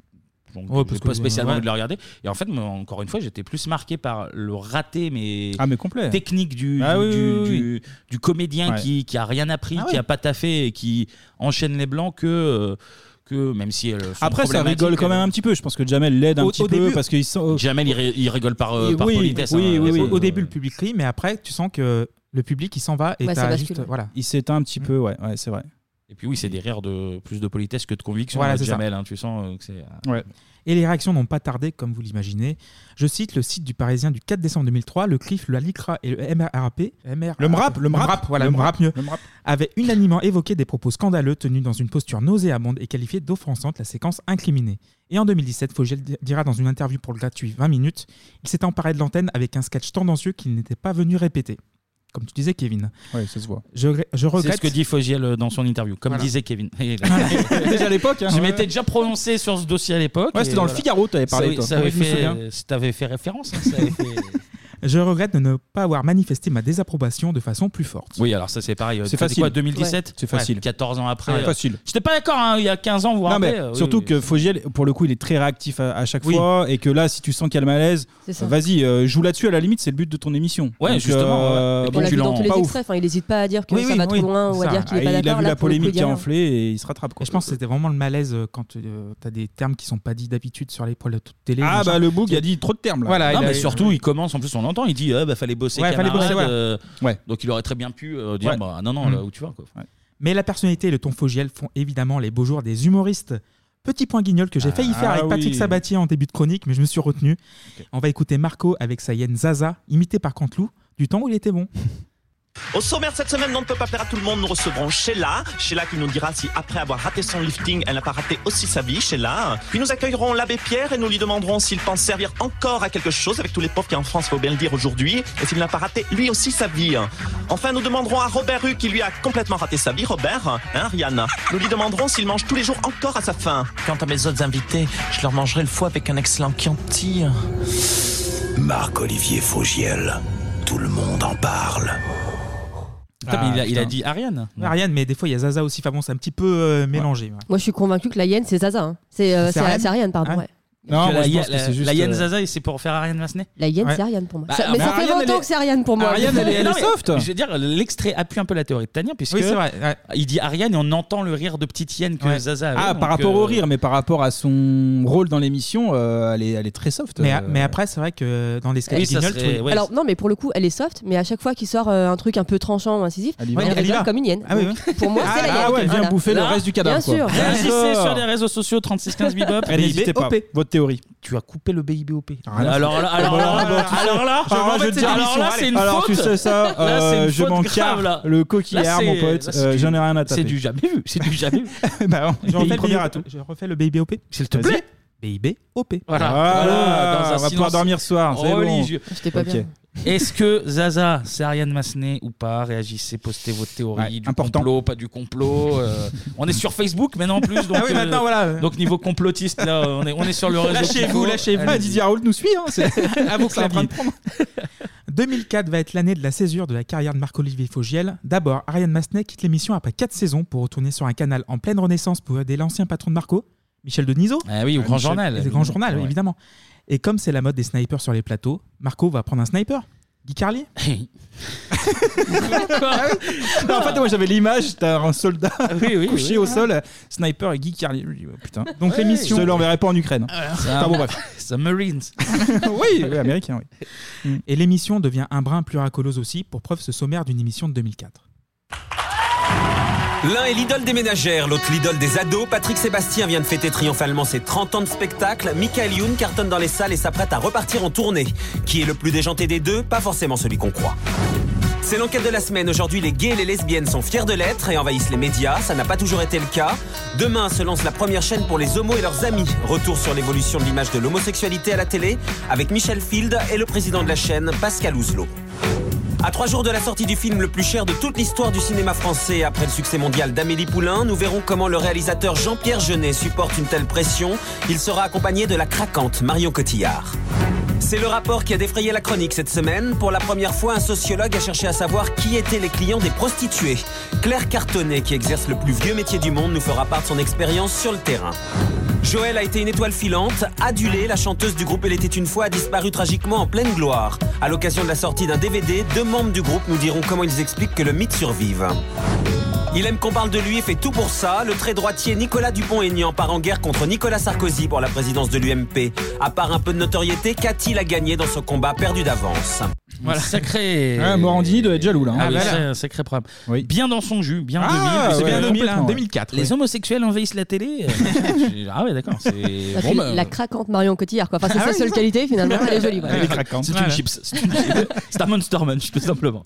Donc,
Ouais,
j'ai
parce
pas
que-
spécialement
ouais.
envie de le regarder. Et en fait, moi, encore une fois, j'étais plus marqué par le raté, mais,
Ah, mais complet.
technique du,
Ah
du,
oui,
du-
oui, oui.
du- du comédien
Ouais.
qui, qui a rien appris,
Ah
qui
ouais.
a pas taffé et qui enchaîne les blancs que, euh, que même si elles sont
Après, ça
problématiques, euh,
rigole quand même un petit peu. Je pense que Jamel l'aide un
Au-
petit
au
peu
début-
parce qu'ils sont. euh,
Jamel, il, ri- il rigole par, euh, par politesse. hein.
Au, au début, le public rit, mais après, tu sens que le public, il s'en va et t'as juste. Voilà.
Il s'éteint un petit
Mm.
peu, ouais, ouais c'est vrai.
Et puis oui, c'est des rires de plus de politesse que de conviction.
Voilà,
hein,
c'est ça.
Jamel, hein, tu sens euh, que c'est. euh,
Et les réactions n'ont pas tardé, comme vous l'imaginez. Je cite le site du Parisien du 4 décembre 2003, le CRIF, le LICRA et le MRAP.
Le MRAP, le MRAP,
voilà,
le
le MRAP mieux.
Le MRAP.
Avaient unanimement évoqué des propos scandaleux tenus dans une posture nauséabonde et qualifié d'offensante la séquence incriminée. Et en 2017, Fogel di- dira dans une interview pour le gratuit 20 minutes, il s'est emparé de l'antenne avec un sketch tendancieux qu'il n'était pas venu répéter. Comme tu disais, Kevin.
Oui, ça se voit.
Je, re- je regrette.
C'est ce que dit Fogiel euh, dans son interview, comme
Voilà.
disait Kevin.
Déjà à l'époque, hein.
Je
Ouais.
m'étais déjà prononcé sur ce dossier à l'époque.
Ouais,
et
c'était dans le Figaro, t'avais parlé,
Ça-
toi.
Ça avait
Ouais, je me
fait,
souviens.
euh, ça t'avait fait référence. hein, ça avait fait-
Je regrette de ne pas avoir manifesté ma désapprobation de façon plus forte.
Oui, alors ça c'est pareil.
C'est
C'était
facile.
Quoi, 2017
Ouais. C'est facile.
14 ans après.
Ouais,
euh,
facile.
J'étais pas d'accord hein, il y a 15 ans, voire
Non, mais
après, euh, oui,
surtout
oui.
que Fogiel, pour le coup, il est très réactif à, à chaque
Oui.
fois. Et que là, si tu sens qu'il y a le malaise,
C'est ça.
vas-y, euh, joue là-dessus. À la limite, c'est le but de ton émission.
Ouais,
Donc,
justement,
euh,
ouais. Et
On l'a vu dans
l'en-
tous les
pas ouf.
extraits. Enfin, il n'hésite pas à dire que
Oui,
ça
oui,
va trop
oui.
loin ou à
Ça,
dire qu'il est pas
il a
d'accord.
vu
Là,
la
pour le coup, il
polémique
dit
qui a
rien.
enflé et il se rattrape. Quoi.
Et je pense que c'était vraiment le malaise euh, quand tu as des termes qui sont pas dits d'habitude sur les pour la toute télé.
Ah,
machin.
bah, le boug a dit trop de termes, là.
Voilà,
non,
il a- euh,
mais surtout, il commence, en plus, on l'entend, il dit ah, bah, fallait bosser,
Ouais, fallait
camarade,
bosser, ouais.
euh,
Ouais.
Donc il aurait très bien pu euh, dire
Ouais.
bah, non, non,
Mm.
là où tu vas. Quoi.
Mais la personnalité et le ton Fogiel font évidemment les beaux jours des humoristes. Petit point guignol que j'ai failli
Ah
faire avec Patrick
oui.
Sabatier en début de chronique, mais je me suis retenu. On va écouter Marco avec sa hyène Zaza, imité par Canteloup, du temps où il était bon.
Au sommaire de cette semaine, on ne peut pas plaire à tout le monde. Nous recevrons Sheila. Sheila qui nous dira si après avoir raté son lifting, elle n'a pas raté aussi sa vie. Sheila. Puis nous accueillerons l'abbé Pierre et nous lui demanderons s'il pense servir encore à quelque chose avec tous les pauvres qui en France, faut bien le dire aujourd'hui, et s'il n'a pas raté lui aussi sa vie. Enfin, nous demanderons à Robert Hue qui lui a complètement raté sa vie. Robert, hein, Rihanna. Nous lui demanderons s'il mange tous les jours encore à sa faim. Quant à mes autres invités, je leur mangerai le foie avec un excellent Chianti.
Marc-Olivier Faugiel, tout le monde en parle.
Putain,
Ah.
mais il a- il a dit Ariane.
Ariane, mais des fois il y a Zaza aussi. Enfin bon, c'est un petit peu euh, mélangé. ouais.
Moi, je suis convaincu que la hyène, c'est Zaza. hein. C'est euh,
C'est
c'est-
Ariane
c'est Ariane, pardon.
Ah.
ouais.
Non,
Parce que
moi,
la,
je
hyè-
pense que
la-
c'est juste,
la hyène
euh,
Zaza, et c'est pour faire Ariane Massenet
La hyène,
Ouais.
c'est Ariane pour moi.
Bah,
Ça- mais
alors,
ça fait
Ariane,
20
elle
ans
est-
que c'est Ariane pour moi.
Ariane, elle est, elle est
Non, mais-
soft. Je veux dire, l'extrait appuie un peu la théorie de Tania, puisque
Oui, c'est vrai,
il dit Ariane et on entend le rire de petite hyène que Zaza avait.
Ah,
donc,
par rapport
euh,
au rire, mais par rapport à son rôle dans l'émission, euh, elle, est, elle est très soft.
Mais, a-
euh.
mais après, c'est vrai que dans les
Oui,
Sky
ça
Guignol,
serait-
tu-
ouais,
Alors non, mais pour le coup, elle est soft, mais à chaque fois qu'il sort euh, un truc un peu tranchant ou incisif,
y va.
elle
Elle y
rigole
va.
comme une hyène.
Ah oui,
Donc,
oui.
Pour moi,
Ah,
c'est la
ah
hyène.
ouais, elle vient
Voilà.
bouffer le
Là,
reste du cadavre,
Bien
quoi.
sûr.
Réagissez sur les réseaux sociaux 3615 Bebop.
Et N'hésitez pas,
BIBOP.
votre théorie. Ah,
Tu as coupé le BIBOP.
Alors là, alors là, alors là, je
alors,
m'en vais
je
de
te dis-
cette émission,
alors là,
allez.
c'est une Alors, tu
faute.
sais ça,
Là, c'est une
euh, je
faute
m'en
grave,
carre,
là.
le coquillard,
Là, c'est-
mon pote,
là, c'est
euh,
du-
j'en ai rien à
c'est
taper.
du jamais vu, c'est du jamais vu.
bah, on-
Je refais le
premier
BIBOP.
atout.
Je refais le BIBOP.
S'il te plaît.
BIBOP.
Voilà,
Voilà,
Voilà, dans un
Ah, on va pouvoir
silence
dormir ce soir, c'est bon.
religieux.
J'étais pas Ok. bien.
Est-ce que Zaza, c'est Ariane Massenet ou pas Réagissez, postez vos théories du complot, pas du complot. euh, on est sur Facebook maintenant en plus. Donc, euh,
Ah oui, maintenant, voilà.
Donc niveau complotiste, là, on est, on est sur le réseau.
Lâchez-vous,
complot.
lâchez-vous. Ah,
Allez-y.
Didier Raoult nous suit. Hein, c'est-
À vous,
c'est en train de prendre.
2004 va être l'année de la césure de la carrière de Marc-Olivier Fogiel. D'abord, Ariane Massenet quitte l'émission après 4 saisons pour retourner sur un canal en pleine renaissance pour aider l'ancien patron de Marco, Michel Denisot.
Ah oui, au Grand
Michel-
Journal,
Au Grand
évidemment.
Journal,
Ouais.
évidemment. Et comme c'est la mode des snipers sur les plateaux, Marco va prendre un sniper. Guy Carlier
Ah
Non, en fait, moi j'avais l'image, t'as un soldat
oui, oui,
couché
oui.
au sol, euh, sniper et Guy Carlier. Je me dis, oh, putain.
Donc,
Ouais.
l'émission-
Je l'enverrai pas en Ukraine.
C'est
Enfin,
un-
bon, bref.
C'est un Marines.
oui, oui, américain, oui.
Et l'émission devient un brin plus racolose aussi, pour preuve ce sommaire d'une émission de 2004.
L'un est l'idole des ménagères, l'autre l'idole des ados. Patrick Sébastien vient de fêter triomphalement ses 30 ans de spectacle. Michael Youn cartonne dans les salles et s'apprête à repartir en tournée. Qui est le plus déjanté des deux Pas forcément celui qu'on croit. C'est l'enquête de la semaine. Aujourd'hui, les gays et les lesbiennes sont fiers de l'être et envahissent les médias. Ça n'a pas toujours été le cas. Demain se lance la première chaîne pour les homos et leurs amis. Retour sur l'évolution de l'image de l'homosexualité à la télé avec Michel Field et le président de la chaîne, Pascal Ouzelot. À trois jours de la sortie du film le plus cher de toute l'histoire du cinéma français, après le succès mondial d'Amélie Poulain, nous verrons comment le réalisateur Jean-Pierre Jeunet supporte une telle pression. Il sera accompagné de la craquante Marion Cotillard. C'est le rapport qui a défrayé la chronique cette semaine. Pour la première fois, un sociologue a cherché à savoir qui étaient les clients des prostituées. Claire Cartonnet, qui exerce le plus vieux métier du monde, nous fera part de son expérience sur le terrain. Joël a été une étoile filante, adulée, la chanteuse du groupe Elle était une fois a disparu tragiquement en pleine gloire. À l'occasion de la sortie d'un DVD, deux membres du groupe nous diront comment ils expliquent que le mythe survive. Il aime qu'on parle de lui et fait tout pour ça. Le très droitier Nicolas Dupont-Aignan part en guerre contre Nicolas Sarkozy pour la présidence de l'UMP. À part un peu de notoriété, qu'a-t-il à gagner dans ce combat perdu d'avance
Voilà, sacré.
Ah, Morandini doit être jaloux là. hein.
Ah oui, c'est un sacré problème. Bien dans son jus, bien
Ah,
2000.
ouais,
parce que-
complètement, ouais.
Les homosexuels envahissent la télé. euh, j'ai- ah ouais, d'accord. c'est-
Ça
bon,
fait
bah,
La craquante Marion Cotillard, quoi. Enfin, c'est
Ah
sa
oui,
seule
ça.
qualité, finalement. Elle est jolie. voilà.
Elle est craquante. C'est une
Voilà.
chips. C'est une chips. C'est un Monster Munch, tout simplement.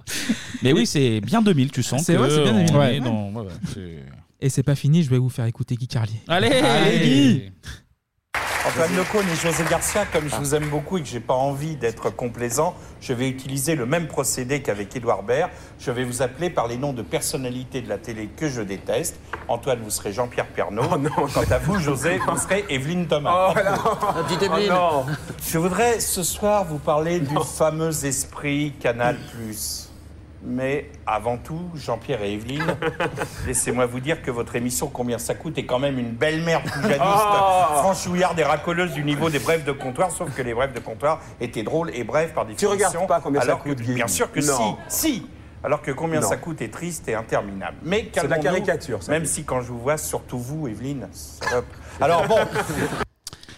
Mais oui, c'est bien 2000, tu sens.
C'est
que
vrai, c'est bien
on
2000.
est
Ouais.
dans- ouais, ouais, c'est-
Et c'est pas fini, je vais vous faire écouter Guy Carlier.
Allez,
Guy
Antoine Lecône et José Garcia, comme je vous aime beaucoup et que j'ai pas envie d'être complaisant, je vais utiliser le même procédé qu'avec Édouard Baird. Je vais vous appeler par les noms de personnalités de la télé que je déteste. Antoine, vous serez Jean-Pierre Pernaud. Quant à vous, José, vous serez Evelyne Thomas.
Oh,
Oh,
Oh non. Je voudrais ce soir vous parler du fameux esprit Canal+. Mais avant tout, Jean-Pierre et Evelyne, laissez-moi vous dire que votre émission Combien ça coûte est quand même une belle mère poujadiste,
Oh.
franchouillarde et racoleuse du niveau des brèves de comptoir, sauf que les brèves de comptoir étaient drôles et brèves par définition.
regardes pas Combien ça
alors que-
coûte, Guy
Bien sûr que
Non.
si, si alors que combien
Non.
ça coûte est triste et interminable. Mais
C'est de la
calmons-nous,
caricature, ça.
Même si quand je vous vois, surtout vous, Evelyne. salope. Alors bon,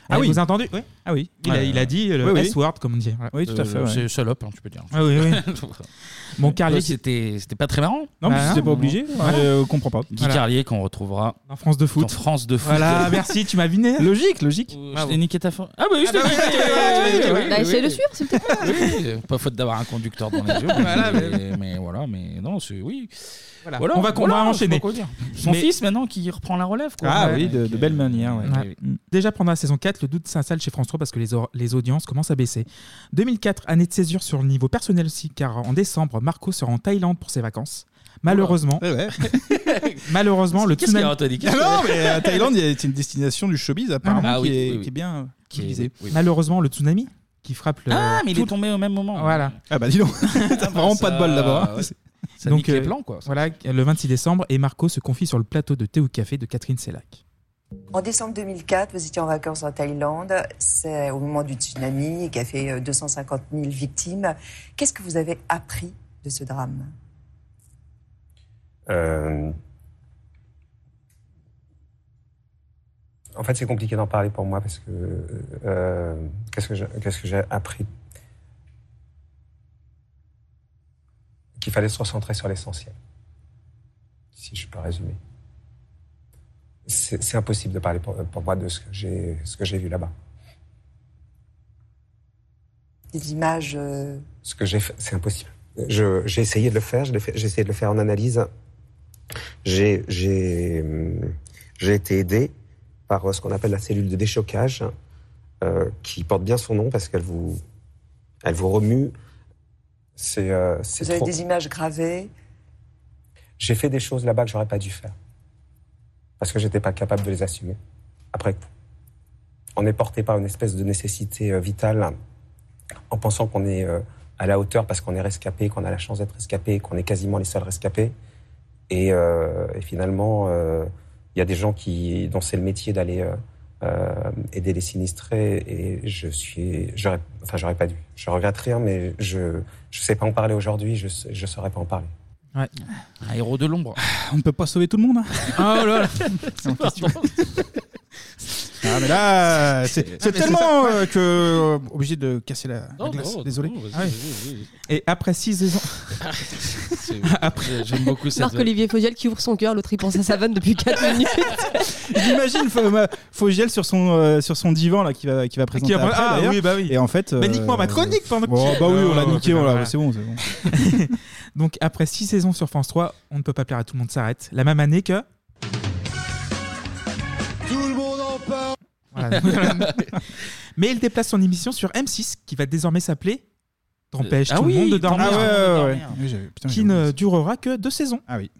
Ah oui. Vous avez entendu oui. Ah oui. Il, a,
Ouais.
il a dit le
Oui, oui.
S-word, comme on dit. Euh, Voilà.
Oui, tout à fait, ouais.
C'est salope, hein, tu peux dire.
Ah oui, oui. Mon Carlier.
Ouais, C'était c'était pas très marrant.
Non, mais
Bah
c'était pas obligé.
Ouais.
euh, On comprend pas.
Guy
Voilà.
Carlier qu'on retrouvera
en France de foot.
En France de foot.
Voilà, merci, tu m'as viné.
Logique, logique.
Je t'ai niqué ta fin. Ah bah oui, je
Ah bah oui, tu l'as dit, tu l'as dit.
Bah, essayez de suivre,
s'il te plaît. Pas faute d'avoir un conducteur dans les yeux. mais-
Voilà,
mais... voilà, mais non, c'est oui.
Voilà. On va- on va
c'est
enchaîner.
pas quoi dire. Son
Mais-
fils maintenant qui reprend la relève. Quoi.
Ah oui,
de, belle manière.
Ouais. Déjà pendant la saison 4, le doute s'installe chez France 3 parce que les, or- les audiences commencent à baisser. 2004, année de césure sur le niveau personnel aussi, car en décembre, Marco sera en Thaïlande pour ses vacances. Malheureusement, malheureusement le
Qu'est-ce qu'il y
tsunami.
a, Anthony Qu'est-ce qu'il y a Non, mais, euh, Thaïlande, il y a- c'est une destination du showbiz apparemment
Ah oui,
qui, est,
oui, oui.
qui est bien
Qui est-
utilisée.
oui. Malheureusement, le tsunami qui frappe le.
Ah, mais il est tombé au même moment.
Voilà.
Ah bah dis donc, t'as vraiment
ça-
pas de bol d'abord. hein.
ouais. Ça nique les plans, quoi.
euh, Voilà, le 26 décembre, et Marco se confie sur le plateau de Thé ou Café de Catherine
Euh,
Sellac.
En décembre 2004, vous étiez en vacances en Thaïlande. C'est au moment du tsunami qui a fait euh, 250 000 victimes. Qu'est-ce que vous avez appris de ce drame
Euh, En fait, c'est compliqué d'en parler pour moi parce que euh, qu'est-ce que j'ai- qu'est-ce que j'ai appris Qu'il fallait se recentrer sur l'essentiel. Si je peux résumer, c'est c'est impossible de parler pour, pour moi de ce que j'ai ce que j'ai vu là-bas.
Des images euh,
ce que j'ai fait, c'est impossible. Je- J'ai essayé de le faire, je l'ai fait- j'ai essayé de le faire en analyse. J'ai j'ai, hum, j'ai été aidé par euh, ce qu'on appelle la cellule de déchocage, euh, qui porte bien son nom parce qu'elle vous, elle vous remue. C'est euh, c'est
Vous avez
trop.
des images gravées.
J'ai fait des choses là-bas que j'aurais pas dû faire parce que j'étais pas capable de les assumer. Après coup, on est porté par une espèce de nécessité euh, vitale en pensant qu'on est euh, à la hauteur parce qu'on est rescapé, qu'on a la chance d'être rescapé, qu'on est quasiment les seuls rescapés. Et, euh, et finalement, euh, il y a des gens qui, dont c'est le métier d'aller euh, euh, aider les sinistrés. Et je suis, j'aurais, enfin, j'aurais pas dû. Je regrette rien, mais je, je sais pas en parler aujourd'hui. Je, sais- je saurais pas en parler.
Ouais. Un héros de l'ombre.
On ne peut pas sauver tout le monde. hein. Oh là là.
C'est pas
Ah mais là, c'est c'est
mais c'est
tellement
ça.
euh, que euh, obligé de casser la, la
Non,
glace.
non,
Désolé.
non, vas-y,
Ah ouais.
vas-y, vas-y.
Et après six saisons.
Après, j'aime beaucoup cette.
Marc-Olivier Fogiel qui ouvre son cœur, l'autre il pense à sa vanne depuis 4 minutes.
J'imagine Fa- ma- Fogiel sur son euh, sur son divan là qui va qui va présenter.
va-
après,
ah,
d'ailleurs.
oui, bah oui.
Et en fait. euh,
Bah, nique-moi ma chronique pendant que
Bon,
tu-
bah oui, on l'a
Oh,
niqué,
putain,
on l'a-
voilà.
c'est bon, c'est bon.
Donc après 6 saisons sur France 3, on ne peut pas plaire à tout le monde s'arrête. La même année que...
Tout le monde en parle.
Voilà. Mais il déplace son émission sur M6 qui va désormais s'appeler T'empêches
Euh, ah
tout
oui,
le monde de dormir.
T'empêches Ah tout le monde ouais, de ouais, dormir. ouais. Oui, j'avais- putain,
qui ne durera que deux saisons.
Ah oui.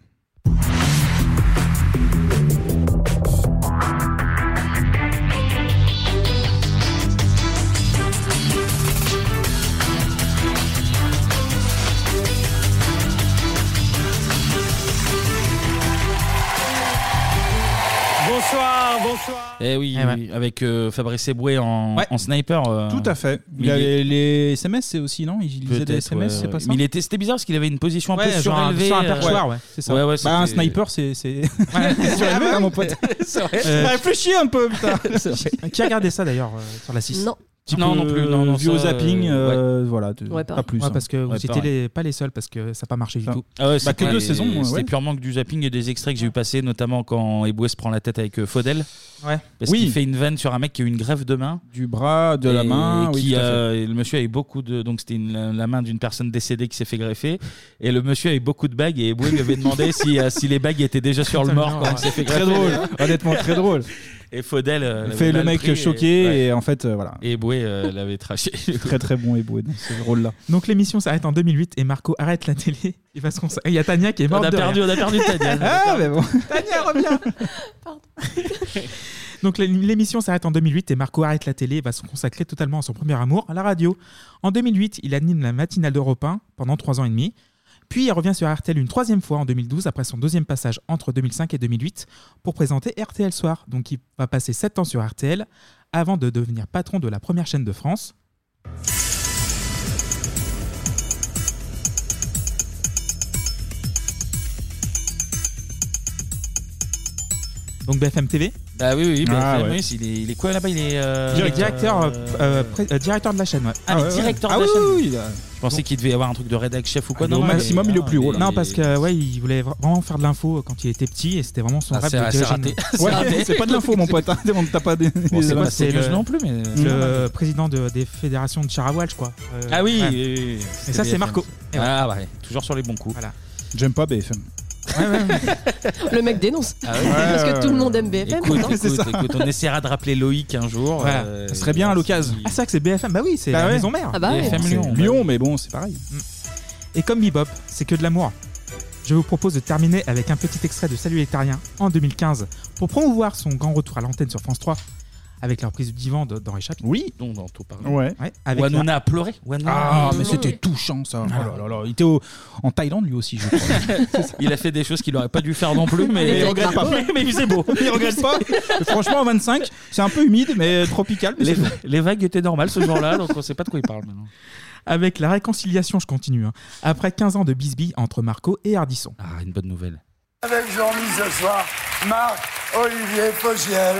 Bonsoir, bonsoir.
Eh oui,
Eh ouais.
oui, avec euh, Fabrice Eboué en, en sniper. euh,
Tout à fait.
mais
Il a
il
les,
est-
les SMS c'est aussi non Il lisait des
Peut-être,
SMS,
ouais,
c'est
ouais.
pas ça
Mais il était, c'était bizarre parce qu'il avait une position un
Ouais,
peu
genre un-
surélevée.
sur un
euh,
perchoir, ouais, c'est ça.
Ouais, ouais,
Bah, un
c'était-
sniper, c'est c'est surélevé,
ouais.
hein, mon pote.
C'est vrai.
Euh, Réfléchis un peu, putain.
qui a regardé ça d'ailleurs euh, sur la 6
Non. Non, non plus, non, non,
Vu au
ça, euh,
zapping, euh,
ouais.
voilà, de-
Ouais,
pas
pareil.
plus.
Ouais,
hein.
parce que vous
Ouais,
n'étiez
pareil.
pas les seuls parce que ça n'a pas marché du
Enfin,
tout.
Ah ouais,
Bah,
c'est
que
vrai,
deux
et
saisons, ouais.
C'était purement que du zapping et des extraits que j'ai eu passer, notamment quand Eboué se prend la tête avec euh, Faudel.
Ouais.
Parce
Oui.
qu'il fait une vanne sur un mec qui a eu une grève de main.
Du bras, Ah, de la
Et
main, oui,
qui,
tout à fait.
euh, et le monsieur avait beaucoup de. Donc c'était une- la- la main d'une personne décédée qui s'est fait greffer. Et le monsieur avait beaucoup de bagues et Eboué lui avait demandé si, euh, si les bagues étaient déjà sur le mort quand il s'est fait
Très
greffer.
drôle, honnêtement, très drôle.
Et Faudel. euh,
Il
l'avait
fait le
mal
mec
pris et-
choqué
ouais.
et, en fait euh, voilà.
Et Eboué euh, l'avait traché.
Très très bon Eboué dans ce rôle là.
Donc l'émission s'arrête en 2008 et Marco arrête la télé. Il va se consacrer. Il y a Tania qui est morte.
On a
de
perdu,
rire.
on a perdu Tania.
ah mais bon. Tania reviens. Donc l'é- l'émission s'arrête en 2008 et Marco arrête la télé et va se consacrer totalement à son premier amour, à la radio. En 2008, il anime la matinale d'Europe 1 pendant trois ans et demi. Puis il revient sur RTL une troisième fois en 2012 après son deuxième passage entre 2005 et 2008 pour présenter RTL Soir. Donc il va passer sept ans sur RTL avant de devenir patron de la première chaîne de France. Donc BFM TV
Bah oui, oui, oui,
Ah,
BFM,
ouais.
oui, il, est, il est quoi là-bas Il est. euh,
directeur, euh, euh, pré- euh, directeur de la chaîne. ouais.
Ah, mais directeur de la chaîne. Je pensais qu'il devait y avoir un truc de rédac chef ou quoi. non, non, mais- euh, non, mais-
Non, parce que ouais, il voulait vra- vraiment faire de l'info euh, quand il était petit et c'était vraiment son
Ah,
rêve
c'est-
de
c'est
diriger
raté.
une-
C'est raté.
C'est pas de l'info mon pote, hein. on t'a pas des.
Bon, c'est
des-
pas sérieux non plus, mais- euh,
le président de- des fédérations de Charawal, je crois. Euh,
Ah oui,
ouais.
oui, oui, oui.
Et ça, c'est
BFM.
Marco. Et ouais.
Ah ouais, toujours sur les bons coups.
J'aime pas BFM.
le mec dénonce. Parce que tout le monde aime BFM.
Ah Écoute,
pourtant.
écoute, écoute, on essaiera de rappeler Loïc un jour.
Voilà.
euh,
Ça serait bien à l'occasion. Ah, c'est vrai que c'est BFM. Bah oui, c'est la maison mère.
BFM Lyon.
Lyon, mais bon, c'est pareil.
Mm. Et comme Bebop, c'est que de l'amour. Je vous propose de terminer avec un petit extrait de Salut les Terriens en 2015 pour promouvoir son grand retour à l'antenne sur France 3. avec la reprise du divan de- d'Henri Chapitre. Oui, dont on parle.
Ouais.
avec
Wanouna
la-
a pleuré. Ah, mais c'était touchant ça.
Ah.
Oh là là, Il était au- en Thaïlande lui aussi, je crois.
Il a fait des choses qu'il n'aurait pas dû faire non plus, mais
il regrette pas.
Mais, mais il faisait beau.
Il regrette pas. Franchement, en 25, c'est un peu humide, mais tropical. mais
les,
c'est bon.
les vagues étaient normales ce jour-là, donc on ne sait pas de quoi il parle maintenant.
Avec la réconciliation, je continue. hein. Après 15 ans de bisbille entre Marco et Hardisson.
Ah, une bonne nouvelle.
Avec Jean-Mi ce soir, Marc Olivier Fogiel.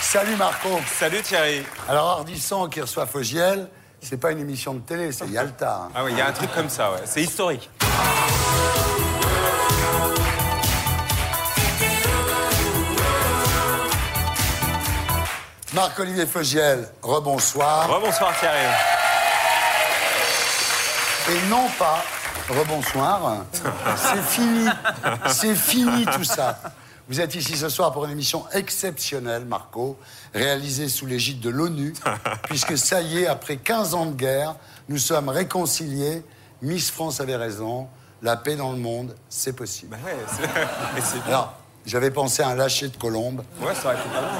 Salut Marco. Salut Thierry. Alors Ardisson qui reçoit Fogiel, c'est pas une émission de télé, c'est Yalta. hein.
Ah oui, il y a un truc comme ça, ouais. C'est historique.
Marc-Olivier Fogiel, rebonsoir.
Rebonsoir Thierry.
Et non pas rebonsoir. C'est fini. C'est fini tout ça. Vous êtes ici ce soir pour une émission exceptionnelle, Marco, réalisée sous l'égide de l'ONU, puisque ça y est, après 15 ans de guerre, nous sommes réconciliés. Miss France avait raison, la paix dans le monde, c'est possible.
Bah Ouais, c'est- et c'est bien.
Alors, j'avais pensé à un lâcher de colombe.
Ouais, ça aurait été pas mal.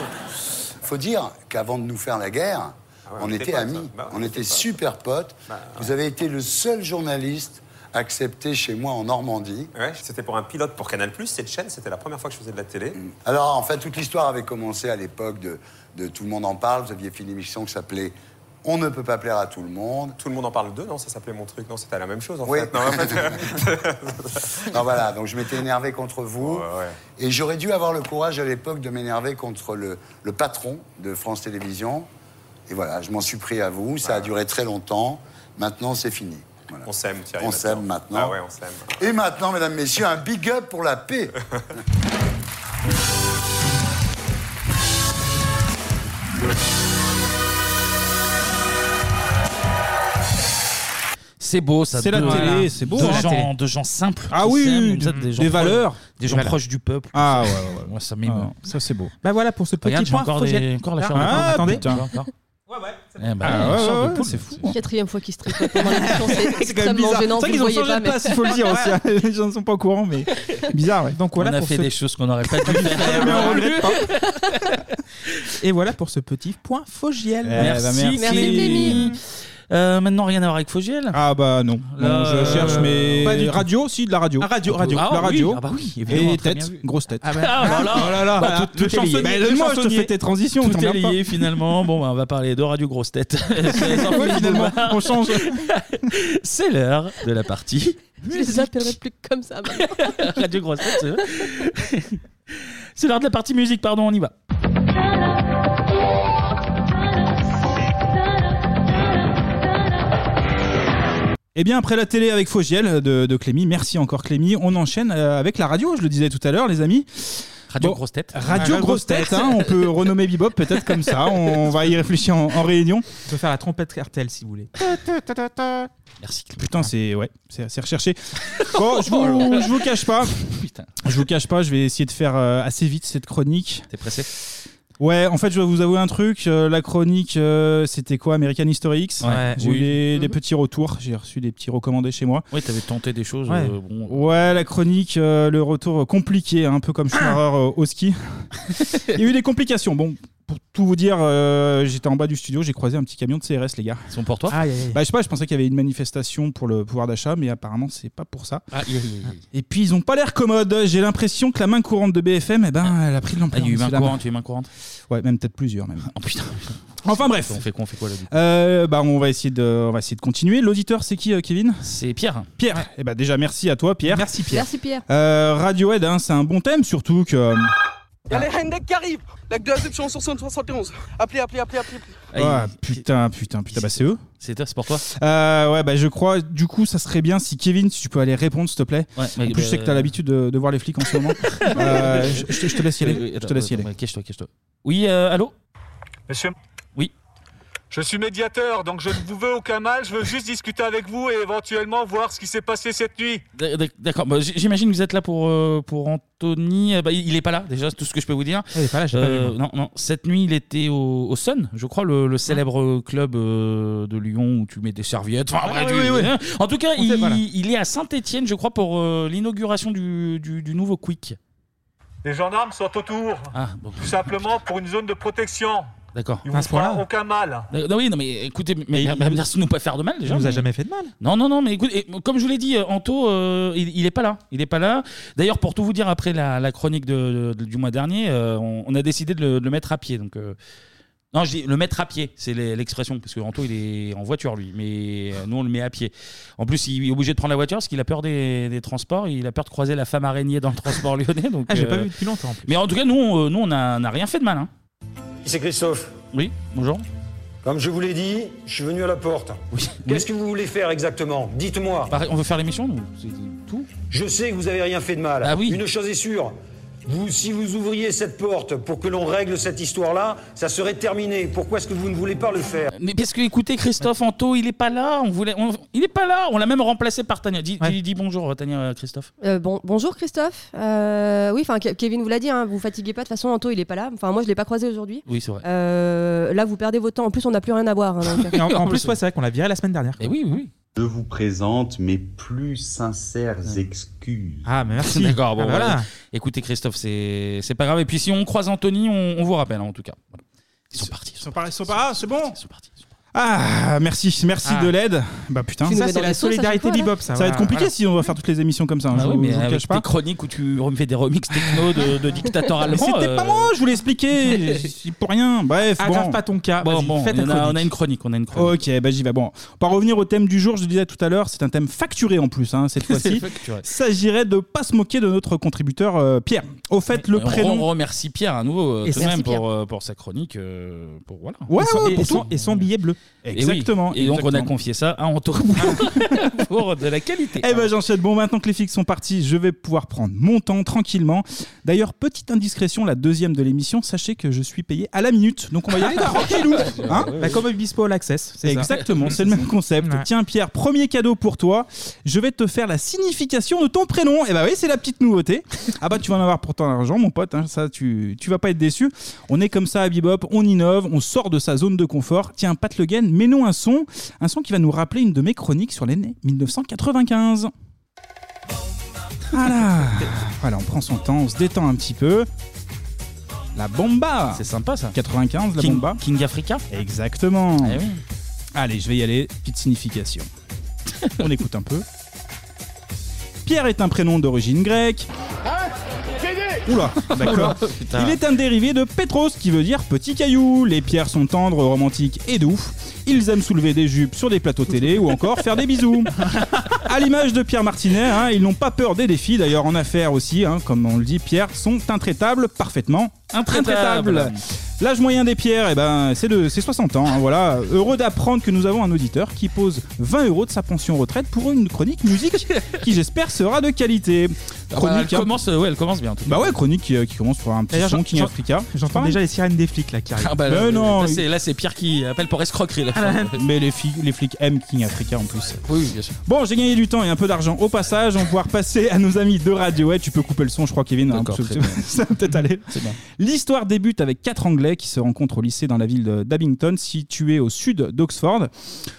Faut dire qu'avant de nous faire la guerre,
Ah ouais, on
on, était
était potes, Ah.
amis,
hein. Bah,
on, était super potes. Vous avez été le seul journaliste accepté chez moi en Normandie.
Ouais, c'était pour un pilote pour Canal+, cette chaîne, c'était la première fois que je faisais de la télé.
Alors, en fait, toute l'histoire avait commencé à l'époque de, de Tout le monde en parle. Vous aviez fait une émission qui s'appelait On ne peut pas plaire à tout le monde.
Tout le monde en parle d'eux, non Ça s'appelait mon truc, non C'était la même chose, en
Oui.
fait. Non, en fait-
Non, voilà, donc je m'étais énervé contre vous. Et j'aurais dû avoir le courage à l'époque de m'énerver contre le, le patron de France Télévisions. Et voilà, je m'en suis pris à vous. Ça a duré très longtemps. Maintenant, c'est fini.
On s'aime, Thierry.
On s'aime maintenant.
Ah ouais, on s'aime.
Et maintenant, mesdames, messieurs, un big up pour la paix.
C'est beau, ça.
C'est la
deux-
télé, c'est beau,
Deux
hein, la
gens,
télé.
de gens simples.
Ah
qui
oui,
s'aiment, comme
des-
ça, des, gens
des
proches-
valeurs.
Des gens
Voilà.
proches du peuple.
Ah ouais, ouais, ouais.
Moi, ça m'émeut.
Ah, ça c'est beau.
Bah voilà pour ce petit
Regarde, j'ai
point.
encore,
Fogiel.
des- encore la chair
Ah,
de
attendez.
poule. Attendez.
Ouais, ouais.
Eh ben,
Ah ouais,
chair de
ouais,
poule.
c'est fou.
Quatrième fois qu'il se tripote pendant l'émission, c'est
C'est quand même
extrêmement
bizarre. C'est
gênant.
vrai
vous
qu'ils ont
le voyez
changé de
pas,
place,
mais-
il faut le dire aussi. hein. Les gens ne sont pas au courant, mais bizarre. ouais. Donc voilà
on a
pour
fait
ce- Ah
des choses qu'on n'aurait pas dû faire.
Mais on regrette pas.
Et voilà pour ce petit point Fogiel.
Eh ben,
Merci, Clémy. Euh, maintenant, rien à voir avec Fogiel.
Ah bah non. Non,
Euh,
je cherche mes
pas du tout.
radio, si de la radio.
Ah, radio, radio.
la
Ah,
radio.
oui. Ah bah oui, évidemment,
Et
très bien
tête,
vu.
grosse tête.
Ah bah- Ah, voilà.
Oh là là.
Bah, tout- tout
le
est
chansonnier.
lié.
Bah,
Le
moi, je te
chansonnier.
fais tes transitions.
Tout
t'en
est
viens pas.
lié finalement. Bon, bah, on va parler de Radio Grosse Tête.
Ouais, finalement, on change.
C'est l'heure de la partie
Je les appellerai plus que comme ça. maintenant.
Radio Grosse Tête. c'est- C'est l'heure de la partie musique, pardon, on y va.
Eh bien, après la télé avec Fogiel de, de Clémy, merci encore Clémy. On enchaîne euh, avec la radio, je le disais tout à l'heure, les amis.
Radio
Bon,
Grosse Tête.
Radio
Ah,
Grosse Tête, hein, on peut renommer Bebop peut-être comme ça. On, on va y réfléchir en, en réunion.
On peut faire la trompette cartel si vous voulez.
Merci
Putain, c'est ouais, c'est assez recherché. Bon, je
Oh
vous, je vous cache pas. Je vous cache pas, je vais essayer de faire euh, assez vite cette chronique.
T'es pressé
Ouais, en fait, je vais vous avouer un truc. euh, la chronique, euh, c'était quoi American History X
Ouais,
J'ai
oui.
eu des, des petits retours. J'ai reçu des petits recommandés chez moi.
Oui, t'avais tenté des choses.
Ouais,
euh, bon,
Ouais, la chronique, euh, le retour compliqué, hein, un peu comme Schumacher euh, au ski. Il y a eu des complications. Bon, pour tout vous dire, euh, j'étais en bas du studio, j'ai croisé un petit camion de CRS, les gars.
Ils sont pour toi
Aïe, aïe, aïe.
Bah, je sais pas, je pensais qu'il y avait une manifestation pour le pouvoir d'achat, mais apparemment, c'est pas pour ça.
Ah, aïe, aïe, aïe.
Et puis, ils ont pas l'air commodes. J'ai l'impression que la main courante de BFM, eh ben, elle a pris de
Ah, il
l'ampleur.
y a eu main
C'est la-
courante, il y a eu main courante.
Ouais, même peut-être plusieurs, même.
Oh putain.
Enfin, bref.
On fait quoi, on fait quoi là du coup
Euh, bah, on, va essayer de, on va essayer de continuer. L'auditeur, c'est qui, euh, Kevin
C'est Pierre.
Pierre. Eh ben, déjà, merci à toi, Pierre. Merci,
Pierre. Merci, Pierre.
Euh, Radiohead, hein, c'est un bon thème, surtout que. euh,
Il y a les Hendek qui arrivent La deuxième chanson sur 71 Appelez, appelez, appelez, appelez
Ah, putain, putain, putain, bah c'est eux.
C'est toi, c'est pour toi
Euh, ouais, bah je crois, du coup, ça serait bien si Kevin, si tu peux aller répondre, s'il te plaît.
Ouais, mais,
en plus, je sais
euh,
que t'as l'habitude de, de voir les flics en ce moment. Euh, je, je te- je te laisse y aller.
Oui, oui,
je te
attends,
laisse y
attends,
aller.
mais Cache-toi, cache-toi. Oui, euh, allô
Monsieur
Oui.
Je suis médiateur, donc je ne vous veux aucun mal, je veux juste discuter avec vous et éventuellement voir ce qui s'est passé cette nuit.
D- d- D'accord, bah, j- j'imagine que vous êtes là pour, euh, pour Anthony. Euh, bah, il n'est pas là, déjà, c'est tout ce que je peux vous
Ah,
dire. Euh,
Il est pas là, je l'ai pas vu,
non, non, cette nuit, il était au, au Sun, je crois, le, le célèbre club euh, de Lyon où tu mets des serviettes. Enfin,
Ah,
bref,
oui,
tu-
oui, oui.
hein. En tout cas,
On sait
il,
pas, là.
il est à Saint-Etienne, je crois, pour euh, l'inauguration du, du- du nouveau Quick.
les gendarmes sont autour.
Ah, bon.
Tout simplement pour une zone de protection.
D'accord.
Ils vous feront aucun mal.
Euh, Non, oui, non, mais écoutez, mais, mais merci de nous pas faire de mal déjà.
Il nous a
mais-
jamais
fait de mal.
Non, non, non, mais écoute, et comme je vous l'ai dit, euh, Anto, euh, il, il est pas là. Il est pas là. D'ailleurs, pour tout vous dire, après la, la chronique de- de- du mois dernier, euh, on, on a décidé de le, de le mettre à pied. Donc, euh, non, je dis le mettre à pied, c'est l'e- l'expression, parce que Anto, il est en voiture lui, mais euh, nous on le met à pied. En plus, il est obligé de prendre la voiture parce qu'il a peur des, des transports. Il a peur de croiser la femme araignée dans le transport lyonnais. Donc,
Ah, j'ai
euh,
pas vu depuis longtemps. en plus.
Mais en tout cas, nous, on, euh, nous, on a, on a rien fait de mal. Hein.
C'est Christophe.
Oui, bonjour.
Comme je vous l'ai dit, je suis venu à la porte. Qu'est-ce que vous voulez faire exactement Dites-moi.
On veut faire l'émission, nous C'est tout
Je sais que vous avez rien fait de mal.
Ah oui.
Une chose est sûre. Vous, si vous ouvriez cette porte pour que l'on règle cette histoire-là, ça serait terminé. Pourquoi est-ce que vous ne voulez pas le faire
Mais parce que écoutez, Christophe Anto, il est pas là. On voulait, on- il est pas là. On l'a même remplacé par Tania. Dis, dis- dis bonjour, Tania euh, Christophe.
Euh, bon, bonjour Christophe. Euh, oui, enfin Ke- Kevin vous l'a dit, hein, vous fatiguez pas. De toute façon, Anto il est pas là. Enfin moi je l'ai pas croisé aujourd'hui.
Oui, c'est vrai.
Euh, là vous perdez votre temps. En plus on n'a plus rien à voir. hein, donc.
Et en, en plus, ouais, c'est vrai qu'on l'a viré la semaine dernière.
Eh
Et oui, oui.
Je vous présente mes plus sincères excuses.
Ah, mais merci.
D'accord. Bon,
Ah,
voilà.
voilà.
Écoutez, Christophe, c'est c'est pas grave. Et puis si on croise Anthony, on, on vous rappelle hein, en tout cas. Voilà. Ils sont partis.
Ils sont pas, ils sont pas- ah, c'est bon. Ah,
merci, merci
Ah.
de l'aide. Bah putain,
Tu nous Ça, mets c'est dans la la sauce à chaque solidarité fois, là. bebop, ça,
va
voilà.
être compliqué
Voilà.
si on doit faire toutes les émissions comme ça. hein,
Ah
je
oui,
vous-
mais
je vous
avec
cache
tes
pas.
chroniques où tu refais des remixes techno de, de dictateurs
Mais
allemands.
C'était pas
euh,
moi, je voulais expliquer. C'est pour rien. Bref,
Aggrave
bon.
Ah, pas ton cas. Bon, Vas-y, bon, fais ta on a- chronique. on a une chronique, on a une
chronique. Ok, bah j'y vais. Bon, on va revenir au thème du jour. Je le disais tout à l'heure, c'est un thème facturé en plus hein, cette fois-ci.
facturé.
S'agirait de pas se moquer de notre contributeur euh, Pierre. Au fait, le
on
prénom.
re- remercie Pierre à nouveau euh,
Et
tout de
merci
même
Pierre.
pour, euh, pour sa chronique. euh, pour, voilà.
Ouais,
Et son-
ouais,
et
pour Eh
son-
tout. Et son billet bleu.
Et oui.
Exactement.
Et donc, on a
exactement. Ah.
confié ça à Anto pour de la qualité.
Eh ben j'enchaîne. Bon, maintenant que les flics sont partis, je vais pouvoir prendre mon temps tranquillement. D'ailleurs, petite indiscrétion, la deuxième de l'émission, sachez que je suis payé à la minute. Donc on va y aller tranquillou. Hein
Bah, comme Obispo à l'Access. c'est ça.
Exactement, c'est le même concept.
Ouais.
Tiens Pierre, premier cadeau pour toi. Je vais te faire la signification de ton prénom. Et bah oui, c'est la petite nouveauté. Ah bah tu vas en avoir pour ton argent, mon pote. hein. Ça, tu, tu vas pas être déçu. On est comme ça à Bebop, on innove, on sort de sa zone de confort. Tiens, Pat Le Guen, mais non un son, un son qui va nous rappeler une de mes chroniques sur l'année 1995. Voilà. Voilà, on prend son temps, on se détend un petit peu. La bomba C'est
sympa ça
95, la
King-
bomba
King Africa Eh
Exactement Allez, je vais y aller, petite signification. on écoute un peu. Pierre est un prénom d'origine grecque. Oula, Hein Bah, d'accord.
Oula, putain.
Il est un dérivé de Petros qui veut dire petit caillou. Les pierres sont tendres, romantiques et de ouf. Ils aiment soulever des jupes sur des plateaux télé ou encore faire des bisous. À l'image de Pierre Martinet, hein, ils n'ont pas peur des défis. D'ailleurs, en affaires aussi, hein, comme on le dit, pierres sont intraitables, parfaitement
Intraitables.
intraitables. L'âge moyen des pierres, eh ben, c'est de c'est 60 ans. hein, voilà. Heureux d'apprendre que nous avons un auditeur qui pose 20 euros de sa pension retraite pour une chronique musique qui, j'espère, sera de qualité.
Ah bah, elle,
hein.
commence, euh, ouais, elle commence bien. en tout cas.
Bah ouais, chronique qui, qui commence par un petit
D'ailleurs,
son
j'en-
King
j'en-
Africa.
j'entends déjà
les sirènes des flics là qui
Ah bah,
mais
euh,
non,
là, c'est- Là, c'est Pierre qui appelle pour escroquerie. Là,
mais les, filles- les flics aiment King Africa en plus.
Oui, bien sûr.
Bon, j'ai gagné du temps et un peu d'argent. Au passage, on va pouvoir passer à nos amis de radio. Ouais, tu peux couper le son, je crois, Kevin. hein,
D'accord,
parce que
très bien.
ça va peut-être aller. L'histoire débute avec quatre Anglais qui se rencontrent au lycée dans la ville de- d'Abington, située au sud d'Oxford.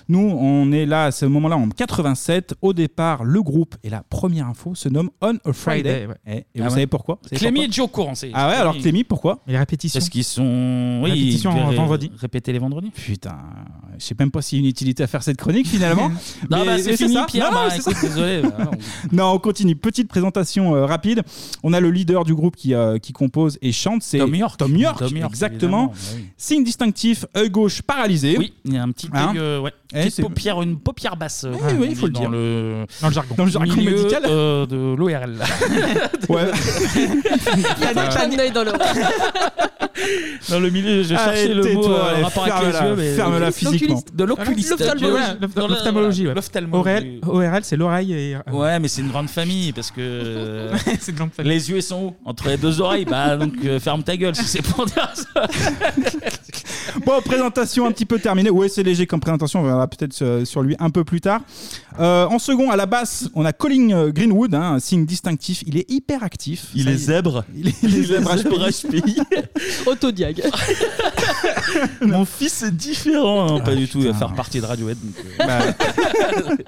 Nous, on est là à ce moment-là en 87. Au départ, le groupe et la première info se nomme On a Friday.
Friday, ouais.
Eh, Et,
Ah
vous
ouais.
savez pourquoi Vous savez
Clémy
pourquoi
et Joe courant. c'est-
Ah ouais, alors Clémy, pourquoi
Les répétitions.
Parce qu'ils sont. Oui,
Répétition
ils devaient
en vendredi.
Répéter les vendredis.
Putain, je sais même pas s'il y a une utilité à faire cette chronique finalement.
Non,
Mais-
bah, c'est
mais
fini,
ça. Non,
Pierre.
non,
bah,
c'est
écoute,
ça.
désolé. bah, on-
Non, on continue. Petite présentation euh, rapide. On a le leader du groupe qui, euh, qui compose et chante. C'est Tom York. Tom York,
Tom York,
exactement.
évidemment, bah oui.
Signe distinctif, œil gauche paralysé.
Oui, il y a un petit
Hein
œil, euh, ouais.
Eh,
Petite
c'est-
paupière, une paupière basse. euh,
oui, il
on
faut le
dit dans
dire.
Le...
Dans le jargon. Dans le jargon Ah,
Milieu,
médical.
euh, de l'ORL.
Ouais.
Il y a des clins d'œil dans le.
Dans le milieu, je
Allez,
cherchais le mot
tais-toi,
euh,
allez,
en rapport avec les
ferme-la,
yeux. mais-
ferme-la
De
physiquement.
l'oculiste,
Ah,
De l'oculiste.
L'ophtalmologie,
Voilà,
ouais.
dans la-
L'ophtalmologie, ouais.
L'ophtalmologie.
ORL, c'est l'oreille et. euh,
Ouais, mais c'est une grande famille parce que euh, les yeux ils sont où entre les deux oreilles. Bah donc euh, ferme ta gueule si c'est pour dire ça.
Bon, présentation un petit peu terminée. Ouais, c'est léger comme présentation. On verra peut-être euh, sur lui un peu plus tard. Euh, en second, à la basse, on a Colin euh, Greenwood, hein, un signe distinctif. Il est hyper actif.
Il
Ça
est
y
zèbre.
Il est, il est
Il est
zèbre
zèbre
HPI.
Autodiag.
Mon fils est différent. hein, pas du tout. Il va faire partie de Radiohead. donc, euh,
Bah.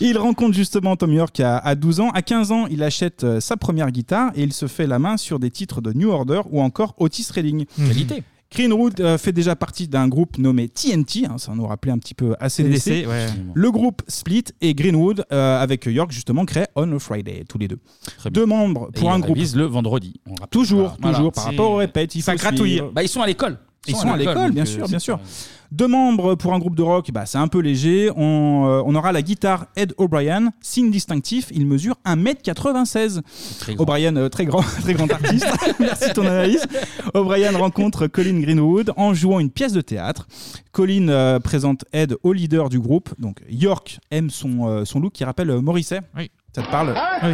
Il rencontre justement Tom York à, à 12 ans. À 15 ans, il achète euh, sa première guitare et il se fait la main sur des titres de New Order ou encore Otis Redding.
Mmh. Qualité.
Greenwood euh, fait déjà partie d'un groupe nommé TNT, hein, ça nous rappelait un petit peu ACDC.
ACDC, ouais.
Le groupe Split et Greenwood, euh, avec York justement, créent On a Friday, tous les deux. Deux membres
et
pour un
ils
groupe.
révisent le vendredi. On rappelle.
Toujours,
Voilà.
toujours, par
C'est-
rapport aux répètes, il
ça
faut
gratouille.
suivre.
Bah, ils sont à l'école.
Ils sont à l'école,
donc,
bien
euh,
sûr,
c'est-
bien sûr. Deux membres pour un groupe de rock, bah, c'est un peu léger. On, euh, on aura la guitare Ed O'Brien, signe distinctif, il mesure 1m96. O'Brien, euh, très grand, très grand artiste. Merci de ton analyse. O'Brien rencontre Colin Greenwood en jouant une pièce de théâtre. Colin euh, présente Ed au leader du groupe. Donc York aime son, euh, son look qui rappelle euh, Morrissey.
Oui.
Ça te parle
Oui.
Ah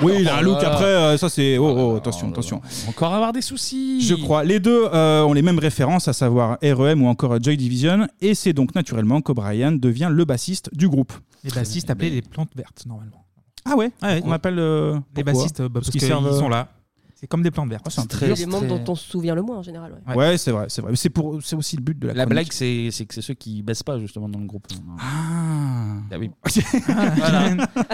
Oui, il a un look
Voilà. Ah
après, euh, ça c'est. Oh, oh, attention, attention.
Encore avoir des soucis.
Je crois. Les deux euh, ont les mêmes références, à savoir REM ou encore Joy Division, et c'est donc naturellement qu'O'Brien devient le bassiste du groupe.
Les bassistes appelés les plantes vertes, normalement.
Ah ouais,
Ouais,
On
ouais.
appelle. euh,
Les
pourquoi
bassistes, euh, bah, parce
qu'ils
qu'ils
servent- Oh,
sont là. C'est comme des plantes vertes.
c'est un
C'est les membres dont on se souvient le moins en général. ouais.
Ouais, c'est vrai, c'est vrai. C'est pour, c'est aussi le but de la.
La
chronique.
blague, c'est c'est que c'est ceux qui baissent pas justement dans le groupe.
Ah.
oui. Voilà.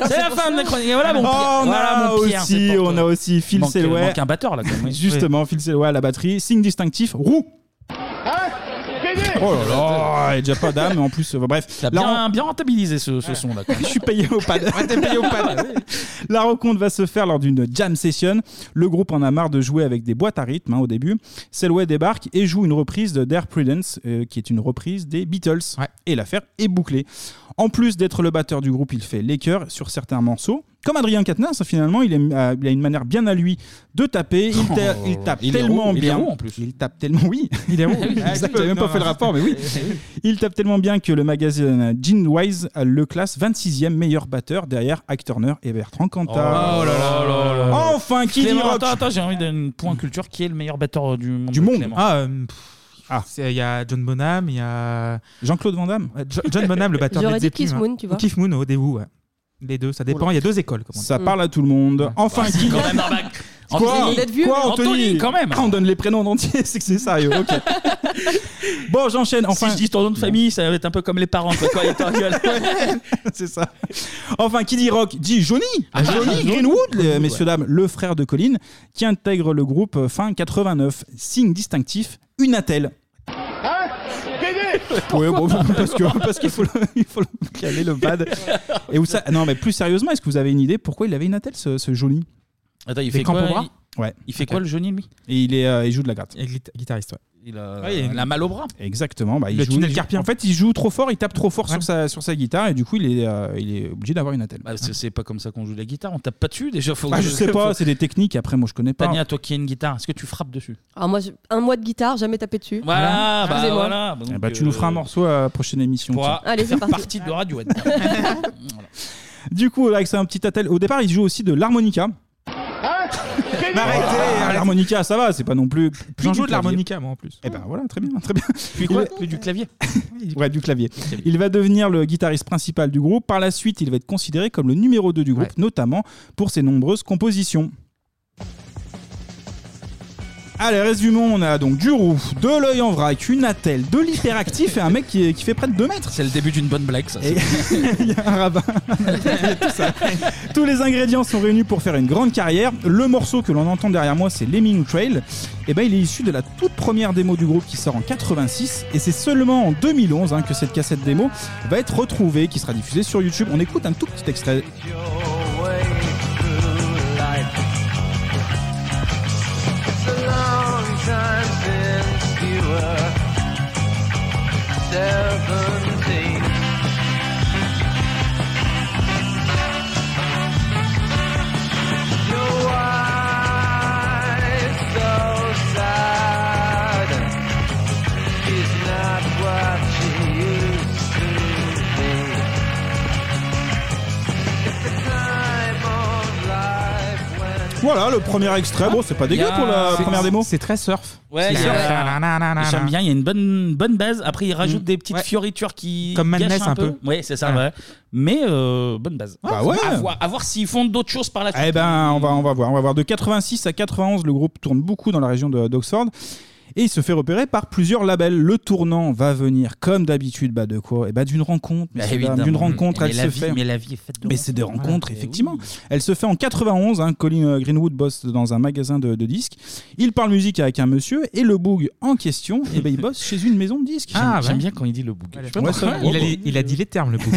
C'est la fin de la chronique. Et Voilà mon
Oh,
Pierre.
on
Voilà
a
mon Pierre,
aussi,
c'est pour
on
toi.
a aussi Phil
Manque-
Selway.
manque un batteur, là, quand même. Oui.
Justement, Phil Selway à la batterie, signe distinctif, roux. Oh là là, il n'y a déjà pas d'âme, mais en plus, euh, bref.
T'as
La
bien, bien rentabilisé ce, ce son là.
Je suis payé au pad. La rencontre va se faire lors d'une jam session. Le groupe en a marre de jouer avec des boîtes à rythme hein, au début. Selway débarque et joue une reprise de Dare Prudence, euh, qui est une reprise des Beatles. Et l'affaire est bouclée. En plus d'être le batteur du groupe, il fait les chœurs sur certains morceaux. Comme Adrien Quatennens, hein, finalement, il, est- euh, il a une manière bien à lui de taper. Il, ta- il tape
Oh. Il est
tellement
roux, il est
bien.
roux, en plus.
Il tape tellement, oui.
Il est roux.
Exact, j'avais même pas
Non,
fait le
non.
rapport, mais oui. Il tape tellement bien que le magazine Wise le classe 26e meilleur batteur derrière Ike Turner et Bertrand Cantat.
Oh là là là là là.
Enfin, qui dit
Clément,
rock
Attends, attends, j'ai envie d'un point culture. Qui est le meilleur batteur du monde
Mm. Du monde.
Clément
Ah, euh, pff, c'est- il y a John Bonham, il y a.
Jean-Claude Van Damme
John Bonham, le batteur
J'aurais
de
dit
Zeppelin.
Keith
hein.
Moon, tu vois.
Ou Keith Moon, au début, ouais. Les deux, ça dépend. Il y a deux écoles. Comme on dit.
Ça parle à tout le monde. Enfin, qui
quand même,
Quoi,
Anthony, d'être vieux.
Quoi, Anthony,
Anthony, quand même.
Ah, on donne les prénoms en entier, c'est que c'est sérieux. ok. bon, j'enchaîne. Enfin,
Si je dis ton nom de famille, ça va être un peu comme les parents. Quoi, quand ils t'engueulent.
c'est ça. Enfin, qui dit rock dit Johnny.
Ah,
Johnny
Johnny.
Greenwood, euh,
Ouais.
messieurs, dames, le frère de Colin, qui intègre le groupe euh, fin 89. Signe distinctif, une attelle. Ouais, bon, parce que- parce qu'il faut, le- il faut le caler le pad. Et où ça Non, mais plus sérieusement, est-ce que vous avez une idée pourquoi il avait une attelle ce, ce Johnny
Attends, il Des fait quoi, crampes au bras il-
Ouais.
il fait quoi, le Johnny, lui
Et il est, euh, il joue de la gratte.
guitariste, ouais.
Il a,
Ouais, il a une-
il a mal au bras.
Exactement. Bah, il
Le
joue,
tunnel
il-
carpien.
En fait, il joue trop fort, il tape trop fort sur, sa, sur sa guitare et du coup, il est, euh, il est obligé d'avoir une attelle.
Bah, c'est c'est pas comme ça qu'on joue de la guitare. On tape pas dessus déjà. Faut
Bah,
que-
je sais pas,
faut-
c'est des techniques. Après, moi, je connais pas.
Tania, toi qui as une guitare, est-ce que tu frappes dessus
Alors moi, j'ai- un mois de guitare, jamais tapé dessus.
Voilà, bah,
Excusez-moi.
voilà. Bah, donc,
Eh bah, tu nous
euh,
feras un morceau à la prochaine émission.
Pour
tiens.
Allez, c'est
faire
parti.
partie de Radiohead.
Du coup, là, c'est un petit attel. Au départ, il joue aussi de l'harmonica. Mais arrêtez, ah, L'harmonica, ça va, c'est pas non plus.
J'en joue de
l'harmonica
l'harmonica, moi, en plus.
Eh ben voilà, très bien, très bien.
Puis quoi Puis du clavier.
Ouais, du clavier. Il va devenir le guitariste principal du groupe. Par la suite, il va être considéré comme le numéro 2 du groupe, notamment pour ses nombreuses compositions. Allez, résumons, on a donc du roux, de l'œil en vrac, une attelle, de l'hyperactif et un mec qui, qui fait près de 2 mètres.
C'est le début d'une bonne blague, ça.
Il y a un rabbin. Il y a tout ça. Tous les ingrédients sont réunis pour faire une grande carrière. Le morceau que l'on entend derrière moi, c'est Lemming Trail. Et ben, il est issu de la toute première démo du groupe qui sort en 86. Et c'est seulement en 2011 hein, que cette cassette démo va être retrouvée, qui sera diffusée sur YouTube. On écoute un tout petit extrait. Voilà le premier extrait. Bon, c'est pas
Il y
dégueu
a-
pour la
c'est-
première démo.
Ah, C'est très surf.
Ouais, il y a- j'aime bien, il y a une bonne, bonne base. Après,
Mm.
il rajoute des petites fioritures qui.
Comme Madness
gâchent
un peu.
Oui, c'est ça, ouais. Mais euh, bonne base.
Bah ouais.
À voir, à voir s'ils font d'autres choses par la suite.
Eh ben, on va, on va voir. On va voir. De 86 à 91, le groupe tourne beaucoup dans la région de- d'Oxford. Et il se fait repérer par plusieurs labels. Le tournant va venir, comme d'habitude, bah de quoi Eh bah, D'une rencontre.
Bah,
messieurs,
évidemment.
dames, D'une rencontre,
Mais
elle
la
se
vie- Ah, bah
fait.
mais la vie est faite de
Mais c'est des
rencontres.
rencontres, effectivement. Elle se fait en 91. hein. Colin euh, Greenwood bosse dans un magasin de, de disques. Il parle musique avec un monsieur. Et le boug en question, eh ben, il bosse chez une maison de disques.
Ah, J'aime ouais. bien
quand il dit le boug.
Ouais, ça- il, a, il a dit les termes, le coup.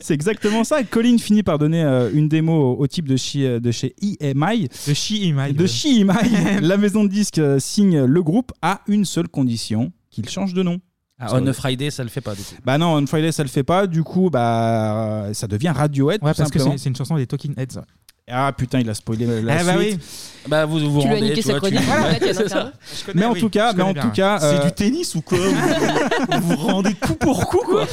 C'est exactement ça. Colin finit par donner euh, une démo au, au type de chez, euh, de chez EMI. De chez
E
EMI. De chez EMI. la maison de disques euh, signe le groupe à une seule condition qu'il change de nom.
Ah,
Parce
on
que-
a Friday, ça le fait pas du coup.
Bah non, On Friday, ça le fait pas. Du coup, bah, euh, ça devient Radiohead.
Ouais,
tout
parce que
simplement.
c'est c'est une chanson des Talking Heads.
Ah putain, il a spoilé la, la
Ah bah
suite.
Bah vous vous
Tu lui as
rendez
niqué sa
toi, tu-
chronique,
Voilà,
en fait, il y en a
c'est
un
ça.
Euh,
terrain.
mais en tout cas, mais en tout cas, euh,
tennis ou quoi Vous vous rendez coup pour coup quoi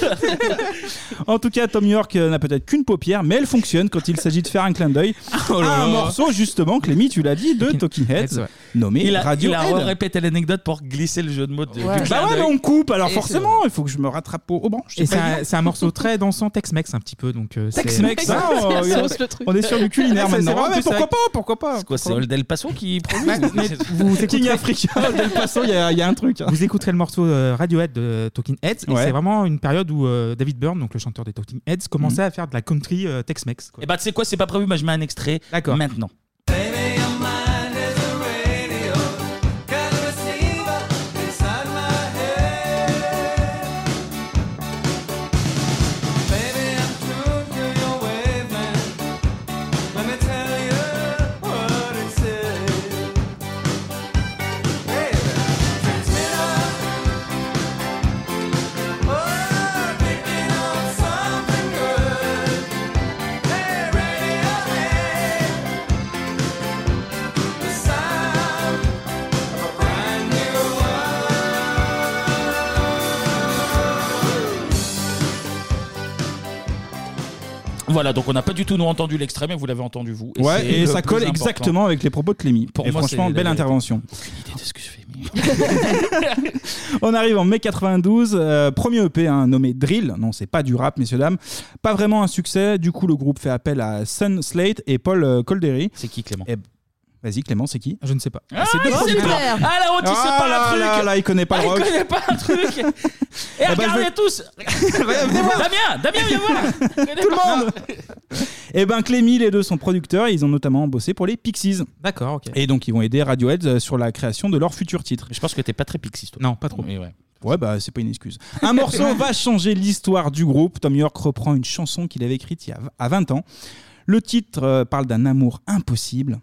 En tout cas, Tom York euh, n'a peut-être qu'une paupière, mais elle fonctionne quand il s'agit de faire un clin d'œil
Oh là
à un
là.
morceau justement, Clémy, tu l'as dit, de Talking Heads, nommé
il a,
Radio
il a répété l'anecdote pour glisser le jeu de mots de, du clin
Bah ouais,
d'œil.
mais on coupe, alors
Et
forcément, il faut que je me rattrape aux, aux branches.
Et c'est un, Ah, c'est un morceau très dansant Tex-Mex un petit peu donc euh, c'est-
Tex-Mex, hein, on- on est sur du
C'est-
culinaire
c'est
maintenant.
vraiment
Ah, mais
Hein, plus
pourquoi
ça.
pas, pourquoi pas
C'est quoi, c'est Old El Paso qui produit
Ouais,
ou-
mais vous
King
écouterez-
Africa, Del Paso, il y, a il y a un truc. hein.
Vous écouterez le morceau euh, Radiohead de Talking Heads et
Ouais.
c'est vraiment une période où euh, David Byrne, donc le chanteur des Talking Heads,
Mm.
commençait à faire de la country euh, Tex-Mex. quoi.
Et bah tu sais quoi, c'est pas prévu, bah je mets un extrait maintenant.
Oh,
Voilà, donc on n'a pas du tout nous entendu l'extrait, mais vous l'avez entendu vous.
Ouais,
c'est
et
le
ça
plus
colle
important.
exactement avec les propos de Clémy.
Pour
et
moi,
franchement,
c'est la
belle
vérité.
intervention.
Aucune idée de ce que je fais.
On arrive en mai 92, euh, premier EP hein, nommé Drill. Non, c'est pas du rap, messieurs dames. Pas vraiment un succès. Du coup, le groupe fait appel à Sun Slate et Paul euh, Coldery. Eh,
C'est qui Clément
Vas-y, Clément, c'est qui Je ne sais pas.
Ah,
C'est deux
il sait
producteurs.
pas. Ah, la honte, il sait
Ah
pas la
là,
truc.
Là, là, il connaît pas
Ah,
le rock.
Il connaît pas un truc. Et
ben,
regardez
je vais-
tous. Damien, Damien, viens voir. Tout
le monde. Et ben Clémy, les deux sont producteurs et ils ont notamment bossé pour les Pixies.
D'accord, ok.
Et donc ils vont aider Radiohead euh, sur la création de leur futur titre.
Je pense que t'es pas très Pixies toi.
Non, pas trop.
ouais.
bah c'est pas une excuse. Un morceau va changer l'histoire du groupe. Tom York reprend une chanson qu'il avait écrite il y a à 20 ans. Le titre euh, parle d'un amour impossible.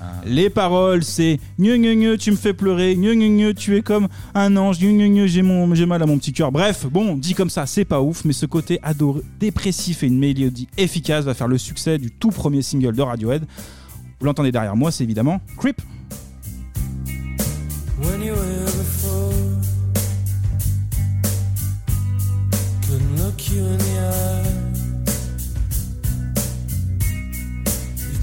Ah. Les paroles, c'est gneu gneu gneu, tu me fais pleurer, gneu gneu gneu, tu es comme un ange, gneu gneu gneu, j'ai mon- j'ai mal à mon petit cœur. Bref, bon, dit comme ça, c'est pas ouf, mais ce côté adoré, dépressif et une mélodie efficace va faire le succès du tout premier single de Radiohead. Vous l'entendez derrière moi, c'est évidemment Creep.
when you were before. Couldn't look you in the eye. You're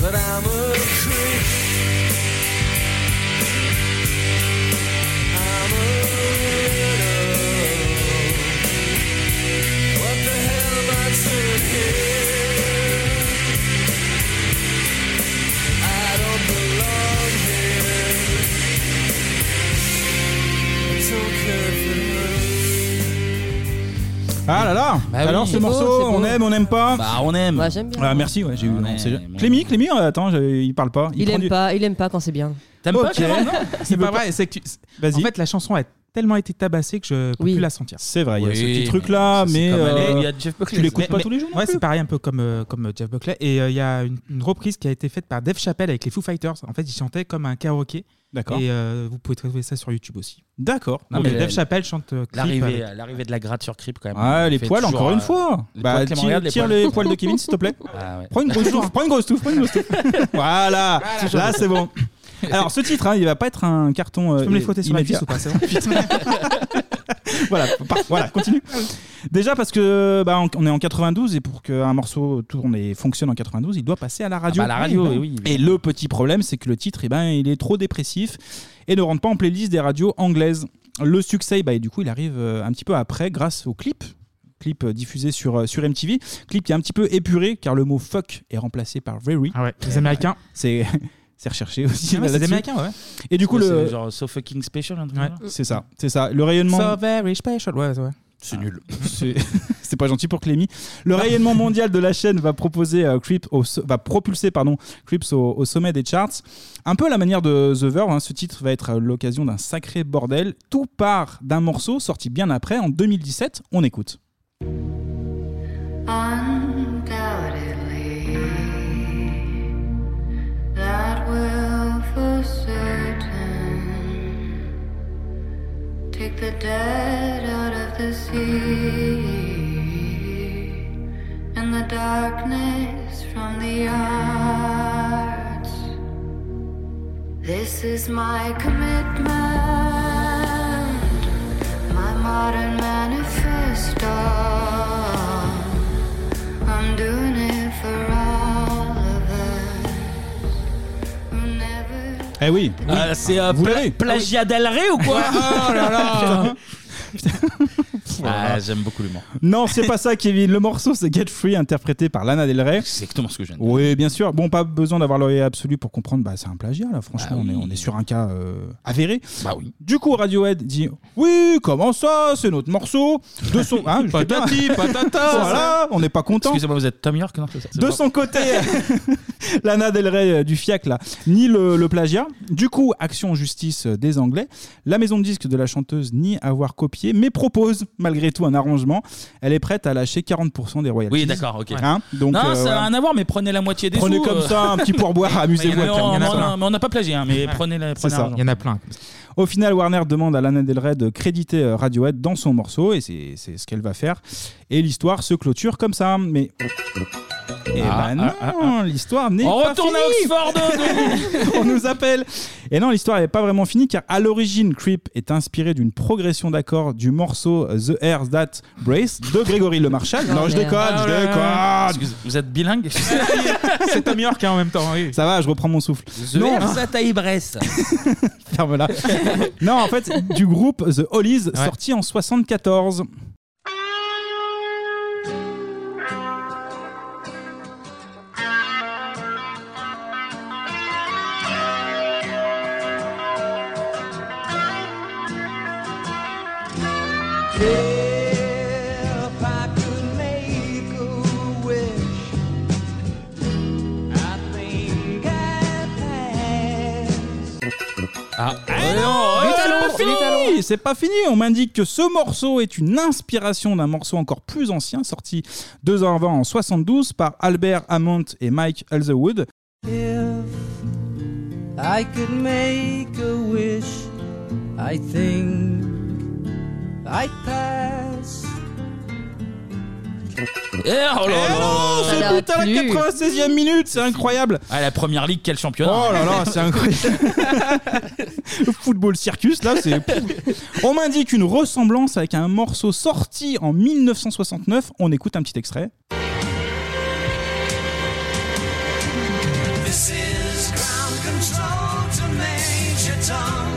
But I'm a creep. I'm a widow. What the hell am I doing here? I don't belong here. It's okay for her.
Ah là là
Bah oui.
Alors ce
C'est beau,
morceau,
c'est beau.
on aime, on n'aime pas
Bah, on aime.
Bah, j'aime bien.
Ah, merci, ouais, j'ai eu. non, c'est- Clémy, Clémy, euh, attends, j'ai- il parle pas.
Il
prend
aime
du-
pas, il aime pas quand c'est bien.
Ok.
C'est
Il veut
pas vrai, c'est que tu- En fait, la chanson est tellement été tabassée que je peux
Oui.
plus la sentir.
C'est vrai, il y a Oui, ce petit mais truc-là, ça, c'est mais, comme euh, elle est. Il y a Jeff Buckley. tu l'écoutes pas tous les jours non
Ouais,
plus.
c'est pareil, un peu comme, euh, comme Jeff Buckley. Et euh, il y a une, une reprise qui a été faite par Dave Chappelle avec les Foo Fighters. En fait, ils chantaient comme un karaoké.
D'accord.
Et euh, vous pouvez trouver ça sur YouTube aussi.
D'accord.
Non, mais
Ok.
Dave Chappelle chante. euh, clip
L'arrivée,
avec-
l'arrivée de la gratte sur Crip quand même.
Ah, les
Fait
poils,
toujours,
encore une
euh,
fois.
les
Bah,
poils, Clément,
tire,
regarde les
tire les poils de Kevin, s'il te plaît.
Ah ouais.
Prends une grosse touffe, prends une grosse touffe, prends une grosse touffe. Voilà,
Toujours.
là c'est bon. Alors ce titre, hein, il va pas être un carton. euh,
Tu peux me les frotter sur la
immédiat.
cuisse ou pas, c'est bon
voilà, par- voilà, continue. Déjà parce que bah, on- on est en 92 et pour qu'un morceau tourne et fonctionne en 92, il doit passer à la radio.
Ah bah, à la radio,
bah.
oui, oui.
Et le petit problème, c'est que le titre, eh ben, il est trop dépressif et ne rentre pas en playlist des radios anglaises. Le succès, bah, du coup, il arrive euh, un petit peu après grâce au clip clip euh, diffusé sur, euh, sur MTV, clip qui est un petit peu épuré car le mot fuck est remplacé par very. Euh,
Ah ouais, les Américains.
C'est c'est recherché aussi.
Ah ouais, c'est des
là-dessus.
Américains, ouais.
Et du coup,
Ouais,
le,
c'est genre So Fucking Special, un truc comme ça.
c'est ça, c'est ça. Le rayonnement.
So very special, ouais, ouais.
Ah.
C'est nul. C'est pas gentil pour Clémy. Le rayonnement mondial de la chaîne va proposer euh, Creep au so- va propulser pardon Creeps au, au sommet des charts. Un peu à la manière de The Verve, hein, ce titre va être euh, l'occasion d'un sacré bordel. Tout part d'un morceau sorti bien après en 2017. On écoute.
Undoubtedly, that will for certain take the dead out of the sea and the darkness from the arts. This is my commitment, my modern manifesto. I'm doing it for all of us.
Eh oui.
Ah, c'est euh, pla- plagiat Del Rey ou quoi
Ah, oh là là.
Ah, j'aime beaucoup l'humour.
Non, c'est pas ça, Kevin. Le morceau, c'est Get Free, interprété par Lana Del Rey. C'est
exactement ce que je viens de
Oui, bien sûr. Bon, pas besoin d'avoir l'oreille absolue pour comprendre. Bah, c'est un plagiat, là. Franchement, on, est, on est sur un cas euh, avéré.
Bah oui.
Du coup, Radiohead dit Oui, comment ça C'est notre morceau. De son. Hein, je sais pas.
Patati, patata.
Voilà, on n'est pas content.
Excusez-moi, vous êtes Tom York non, c'est ça, c'est
De
pas-
son côté, Lana Del Rey euh, du FIAC, là, nie le, le plagiat. Du coup, action en justice euh, des Anglais. La maison de disques de la chanteuse nie avoir copié, mais propose malgré tout un arrangement. Elle est prête à lâcher 40% des royalties.
Oui, d'accord, ok.
Hein Donc,
non,
euh,
ça
voilà.
n'a rien à voir, mais prenez la moitié des
Prenez
sous,
comme
euh.
ça un petit pourboire, amusez-vous
Mais
avec
on-
un
Mais
gamin.
on- mais on n'a pas plagié, hein, mais prenez la
C'est
prenez
ça.
l'argent.
plein.
Au final, Warner demande à Lana Del Rey de créditer euh, Radiohead dans son morceau, et c'est c'est ce qu'elle va faire. Et l'histoire se clôture comme ça. Mais. oh, Eh
Ah,
ben
ah,
non, l'histoire n'est
On
pas
retourne à
finie.
Oxford,
On nous appelle. Et non, l'histoire n'est pas vraiment finie car à l'origine, Creep est inspiré d'une progression d'accords du morceau euh, The Air That Brace de Grégory Le Marchal. Non, je déconne,
Ah,
je
là, là, là.
déconne.
Excuse- Vous êtes bilingue
C'est Tom York en même temps. Ça va, je reprends mon souffle. Non.
Ibresse.
Ferme-la. non, en fait, du groupe The Hollies,
Ouais.
sorti en 74.
If I could make a wish, I think I'd pass.
Ah,
Mais
c'est
c'est
long,
pas fini,
vite allons.
C'est pas fini. On m'indique que ce morceau est une inspiration d'un morceau encore plus ancien, sorti deux ans avant en 72 par Albert Hammond et Mike Elzewood.
I could make a wish. I think I'd pass.
Eh, oh là là
Oh,
là là.
c'est putain la 96e minute, c'est incroyable.
Ah, la première ligue, quel championnat
Oh là là, c'est incroyable. Le football circus, là, c'est. On m'indique une ressemblance avec un morceau sorti en 1969. On écoute un petit extrait.
This is ground control to Major Tom.